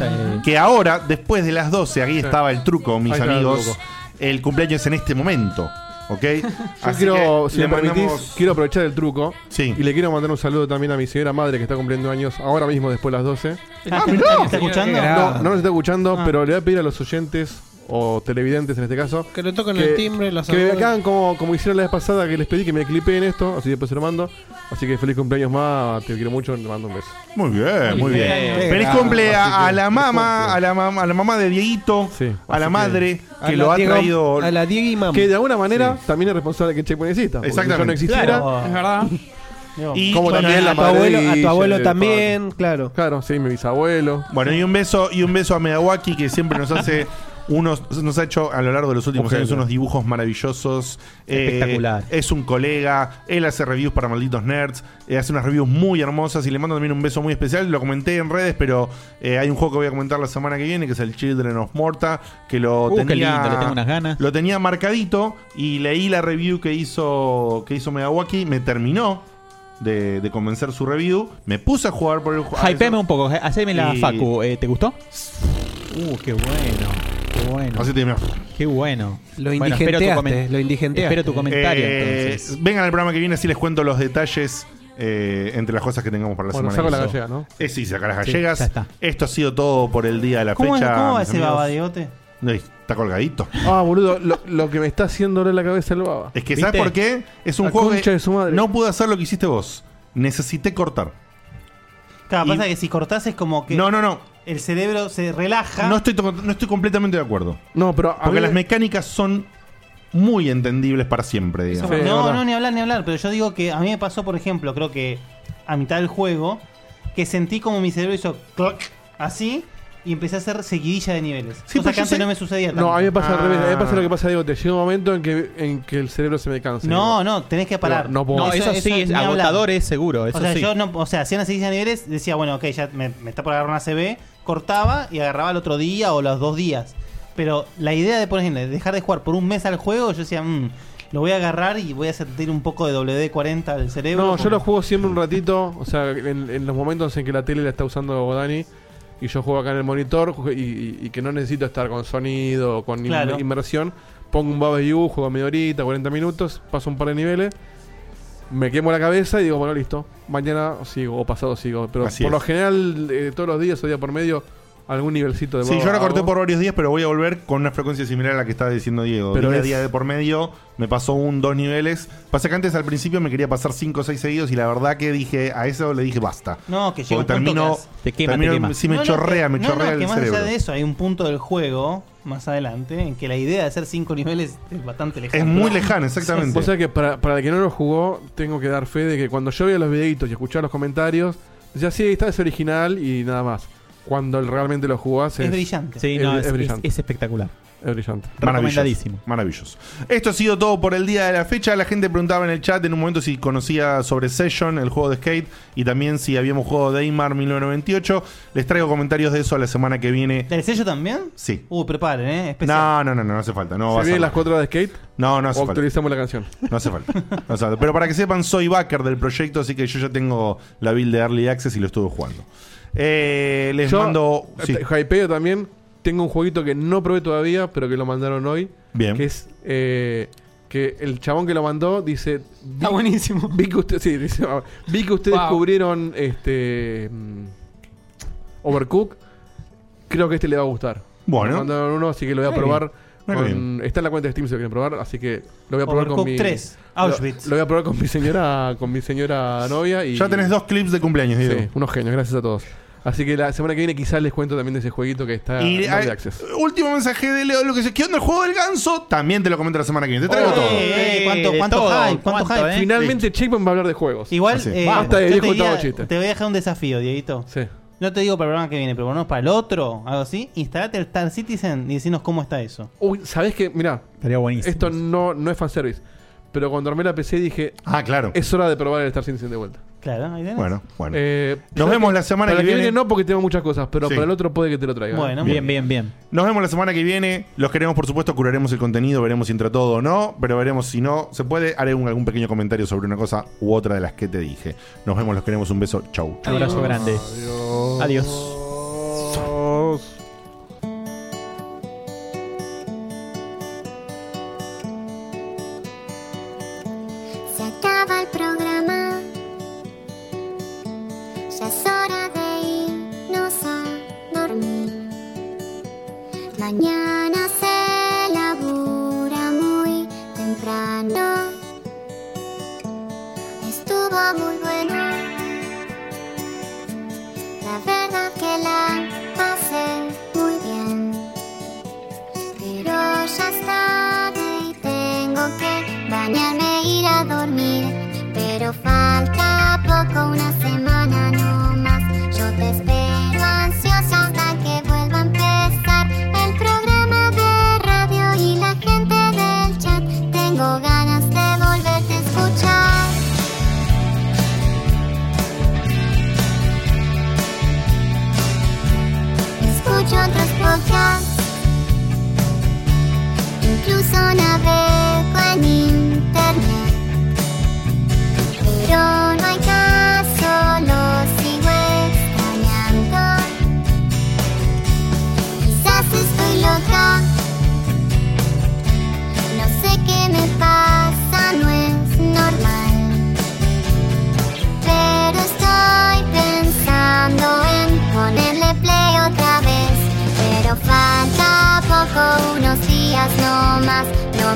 Speaker 2: Que ahora, después de las 12, aquí estaba el truco, mis
Speaker 6: Ahí está el
Speaker 2: amigos.
Speaker 6: truco.
Speaker 2: El, cumpleaños es en este momento. ¿Ok?
Speaker 6: Yo
Speaker 2: Así
Speaker 6: quiero,
Speaker 2: que
Speaker 6: si me permitís, quiero aprovechar el truco.
Speaker 2: Sí.
Speaker 6: Y le quiero mandar un saludo también a mi señora madre que está cumpliendo años ahora mismo después de las 12.
Speaker 3: Ah, mirá. ¿Está escuchando?
Speaker 6: No, no nos está escuchando,
Speaker 3: Ah.
Speaker 6: pero le voy a pedir a los oyentes o televidentes en este caso
Speaker 4: Que le toquen el timbre, los
Speaker 6: que me
Speaker 4: saluden.
Speaker 6: hagan como, como hicieron la vez pasada que les pedí que me clipeen esto, así que después se lo mando. Así que feliz cumpleaños más, te quiero mucho, te mando un beso.
Speaker 2: Muy bien, Eh, muy bien.
Speaker 6: Feliz
Speaker 2: Feliz
Speaker 6: cumpleaños.
Speaker 2: cumple
Speaker 6: Eh, Así
Speaker 2: a,
Speaker 6: que,
Speaker 2: a la
Speaker 6: feliz
Speaker 2: mamá, a la, mam- a la mamá de Dieguito, a la madre que, lo ha traído.
Speaker 4: A la Diego y Mamá.
Speaker 6: Que de alguna manera también es responsable que Checkpoint exista. porque Si yo no
Speaker 2: Exactamente.
Speaker 6: existiera,
Speaker 2: Claro. Es
Speaker 8: verdad.
Speaker 2: Y
Speaker 6: como
Speaker 2: bueno,
Speaker 6: también la
Speaker 2: a tu
Speaker 6: madre
Speaker 2: abuelo-
Speaker 6: de
Speaker 2: a tu
Speaker 6: Guille,
Speaker 2: abuelo
Speaker 6: del
Speaker 2: también,
Speaker 6: padre. Claro, sí, mi bisabuelo.
Speaker 2: Bueno, y un beso, y un beso a Megawaki que siempre nos hace unos, nos ha hecho a lo largo de los últimos
Speaker 5: Un genio.
Speaker 2: años unos dibujos maravillosos. Eh,
Speaker 5: Espectacular.
Speaker 2: es un colega, él hace reviews para malditos nerds, eh, hace unas reviews muy hermosas y le mando también un beso muy especial. Lo comenté en redes, pero eh, hay un juego que voy a comentar la semana que viene, que es el Children of Morta, que lo
Speaker 5: Uh, qué
Speaker 2: tenía.
Speaker 5: lindo, le tengo unas ganas.
Speaker 2: Lo tenía marcadito y leí la review que hizo, que hizo Megawaki, me terminó. De, de convencer su review, me puse a jugar por el juego.
Speaker 5: Ah, Hypeame un poco, haceme la
Speaker 2: Y-
Speaker 5: Facu. eh, ¿Te gustó? Uh, qué bueno. Qué bueno.
Speaker 2: Así te
Speaker 5: Qué bueno.
Speaker 4: Lo
Speaker 5: Bueno, espero tu
Speaker 4: indigenteaste,
Speaker 5: comen-
Speaker 4: lo indigenteaste.
Speaker 5: Espero tu comentario
Speaker 2: Eh,
Speaker 5: entonces.
Speaker 2: Vengan al programa que viene, así les cuento los detalles eh, entre las cosas que tengamos para la
Speaker 6: Bueno,
Speaker 2: semana.
Speaker 6: saco la
Speaker 2: que viene.
Speaker 6: gallega, ¿no?
Speaker 2: Eh, sí, saca las
Speaker 6: Sí,
Speaker 2: gallegas.
Speaker 6: ya está.
Speaker 2: Esto ha sido todo por el día de la
Speaker 3: ¿Cómo, es-
Speaker 2: fecha.
Speaker 3: cómo va
Speaker 2: mis
Speaker 3: ese
Speaker 2: amigos.
Speaker 3: baba, Diegote?
Speaker 2: Ay, Está colgadito.
Speaker 6: Ah, boludo, lo, lo que me está haciendo ahora en la cabeza el baba.
Speaker 2: Es que, ¿sabes
Speaker 6: ¿Viste?
Speaker 2: por qué? Es un
Speaker 6: La
Speaker 2: juego. que
Speaker 6: concha de su madre.
Speaker 2: No pude hacer lo que hiciste vos. Necesité cortar.
Speaker 3: Claro,
Speaker 2: Y-
Speaker 3: pasa que si cortás es como que.
Speaker 2: No, no, no.
Speaker 3: El cerebro se relaja.
Speaker 2: No estoy, to- no estoy completamente de acuerdo.
Speaker 6: No, pero.
Speaker 2: Porque
Speaker 3: mí-
Speaker 2: las mecánicas son muy entendibles para siempre, digamos.
Speaker 3: no, no, ni hablar, ni hablar. Pero yo digo que a mí me pasó, por ejemplo, creo que a mitad del juego, que sentí como mi cerebro hizo clac, así y empecé a hacer seguidilla de niveles. cosa
Speaker 6: pero
Speaker 3: que
Speaker 6: pues yo
Speaker 3: antes
Speaker 6: sé-
Speaker 3: no me sucedía tanto.
Speaker 6: No, a mí me pasa al revés. A mí me
Speaker 2: Ah.
Speaker 6: pasa lo que pasa, digo, te llega un momento en que, en que el cerebro se me cansa.
Speaker 3: No,
Speaker 6: digo.
Speaker 3: no, tenés que parar.
Speaker 6: No, no puedo.
Speaker 5: No, eso, sí, es
Speaker 3: ni hablar.
Speaker 5: agotador es seguro. Eso
Speaker 3: o sea,
Speaker 5: sí.
Speaker 3: yo no, o sea, hacía una seguidilla de niveles, decía, bueno, ok, ya me, me está por agarrar una CB, cortaba y agarraba el otro día o los dos días. Pero la idea de, por ejemplo, dejar de jugar por un mes al juego, yo decía, mm, lo voy a agarrar y voy a sentir un poco de WD-40 al cerebro.
Speaker 6: No, yo
Speaker 3: porque-
Speaker 6: lo juego siempre un ratito. O sea, en, en los momentos en que la tele la está usando Dani. Y yo juego acá en el monitor ju- y, y- y que no necesito estar con sonido o con in-
Speaker 3: Claro.
Speaker 6: inmersión. Pongo un Baba You, juego media horita, 40 minutos, paso un par de niveles, me quemo la cabeza y digo, bueno, listo. Mañana sigo o pasado sigo. Pero
Speaker 2: Así
Speaker 6: por lo
Speaker 2: es.
Speaker 6: general, eh, todos los días o día por medio, algún nivelcito de
Speaker 2: Sí,
Speaker 6: Baba
Speaker 2: yo la corté
Speaker 6: hago.
Speaker 2: por varios días, pero voy a volver con una frecuencia similar a la que estaba diciendo Diego.
Speaker 6: Pero
Speaker 2: día a
Speaker 6: es-
Speaker 2: día de por medio, me pasó un, dos niveles. Pasa que antes al principio me quería pasar cinco o seis seguidos y la verdad que dije, a eso le dije basta.
Speaker 3: No, que llega un
Speaker 2: Porque
Speaker 3: punto
Speaker 2: termino,
Speaker 3: que has-
Speaker 2: termino- Sí, me
Speaker 3: No, no,
Speaker 2: chorrea,
Speaker 3: que-
Speaker 2: me
Speaker 3: no, no,
Speaker 2: chorrea
Speaker 3: que
Speaker 2: el
Speaker 3: más allá
Speaker 2: cerebro.
Speaker 3: de eso, hay un punto del juego, más adelante, en que la idea de hacer cinco niveles es bastante lejana.
Speaker 6: Ah, O sea que para, para el que no lo jugó, tengo que dar fe de que cuando yo veía los videitos y escuchaba los comentarios, decía, sí, esta es original y nada más. cuando él realmente lo jugás
Speaker 2: Es brillante. Sí, no, es- es- es
Speaker 6: espectacular. Es brillante.
Speaker 2: Recomendadísimo. Maravilloso. Esto ha sido todo por el día de la fecha. La gente preguntaba en el chat en un momento si conocía sobre Session, el juego de skate, y también si habíamos jugado Daymar 1998. Les traigo comentarios de eso la semana que viene.
Speaker 3: ¿El sello también?
Speaker 2: Sí.
Speaker 3: Uh, preparen, ¿eh? Especial.
Speaker 2: No, no, no, no, no hace falta. No
Speaker 6: ¿Se
Speaker 2: vas a
Speaker 6: vienen las
Speaker 2: hablar.
Speaker 6: cuatro horas de skate?
Speaker 2: No, no hace
Speaker 6: ¿O
Speaker 2: falta.
Speaker 6: actualizamos la canción?
Speaker 2: No hace falta. No hace falta. Pero para que sepan, soy backer del proyecto, así que yo ya tengo la build de Early Access y lo estuve jugando. Eh, les
Speaker 6: Yo,
Speaker 2: mando. sí.
Speaker 6: eh, hypeo también. Tengo un jueguito que no probé todavía, pero que lo mandaron hoy.
Speaker 2: Bien.
Speaker 6: Que es. eh, que el chabón que lo mandó dice. Está
Speaker 8: buenísimo.
Speaker 6: Vi que usted, sí, dice, "Ah, vi que ustedes
Speaker 8: Wow.
Speaker 6: cubrieron este. mm, Overcook. Creo que este le va a gustar.
Speaker 2: Bueno.
Speaker 6: Me mandaron uno, así que lo voy a
Speaker 2: Muy
Speaker 6: probar.
Speaker 2: bien. Muy
Speaker 6: con- está en la cuenta de Steam si lo quieren probar, así que lo voy a probar
Speaker 2: Overcooked
Speaker 6: con mi.
Speaker 2: 3,
Speaker 6: lo-
Speaker 2: Auschwitz.
Speaker 6: Lo, voy a probar con mi señora, con mi señora novia. Y,
Speaker 2: Ya tenés dos clips de cumpleaños, Diego.
Speaker 6: Sí, unos genios, gracias a todos. Así que la semana que viene quizás les cuento también de ese jueguito que está
Speaker 2: Y
Speaker 6: en
Speaker 2: hay-
Speaker 6: Ah, Early
Speaker 3: Eh,
Speaker 6: Access.
Speaker 2: último mensaje de Leo, lo que dice, ¿qué onda el juego del ganso? También te lo comento la semana que viene. Te traigo
Speaker 6: Oh,
Speaker 2: todo.
Speaker 6: eh, ¿cuánto-
Speaker 3: de cuánto todo, hype? ¿Cuánto cuánto, hype? eh?
Speaker 6: Finalmente Checkpoint va a hablar de juegos.
Speaker 2: Ah,
Speaker 3: Igual, eh,
Speaker 6: basta de
Speaker 3: yo
Speaker 6: viejo
Speaker 3: te,
Speaker 6: y todo
Speaker 3: diría-
Speaker 6: chiste.
Speaker 3: te voy a dejar un desafío, Dieguito. No te digo para el programa que viene, pero bueno, para el otro, algo así. Instalate el Star Citizen y decinos cómo está eso.
Speaker 6: Uy, ¿sabés qué? Mirá.
Speaker 5: Estaría buenísimo.
Speaker 6: Esto no, no es fanservice. Pero cuando armé la PC dije.
Speaker 2: Ah, claro.
Speaker 6: Es hora de probar el Star Citizen de vuelta.
Speaker 3: Claro, ahí tenés.
Speaker 2: Bueno, bueno.
Speaker 6: Eh,
Speaker 2: Nos
Speaker 6: yo
Speaker 2: vemos
Speaker 6: que-
Speaker 2: la semana
Speaker 6: para
Speaker 2: que
Speaker 6: la
Speaker 2: viene.
Speaker 6: no, porque tengo muchas cosas. Pero
Speaker 2: Sí.
Speaker 6: para el otro puede que te lo traiga.
Speaker 2: bien, bien. Nos vemos la semana que viene. Los queremos, por supuesto, curaremos el contenido, veremos si entra todo o no, pero veremos si no se puede. Haré un- algún pequeño comentario sobre una cosa u otra de las que te dije. Nos vemos, los queremos, un beso. Chau.
Speaker 5: Un abrazo grande. Adiós.
Speaker 11: Se acaba el programa, ya es hora de irnos a dormir. Mañana se labura muy temprano. Estuvo muy bueno, la verdad que la pasé muy bien. Pero ya es tarde y tengo que bañarme e ir a dormir. Pero falta poco, una semana no más. Yo te espero ansiosa hasta que vuelva a empezar el programa de radio y la gente del chat. Tengo ganas de volverte a escuchar. Escucho otros podcasts. Incluso navego en internet Pero no hay caso, lo sigo extrañando Quizás estoy loca No sé qué me pasa, no es normal Pero estoy pensando en ponerle play otra vez pero falta poco, unos días no más. No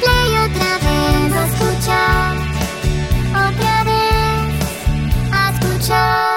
Speaker 11: play otra vez, vuelvo a escuchar. Otra vez a escuchar.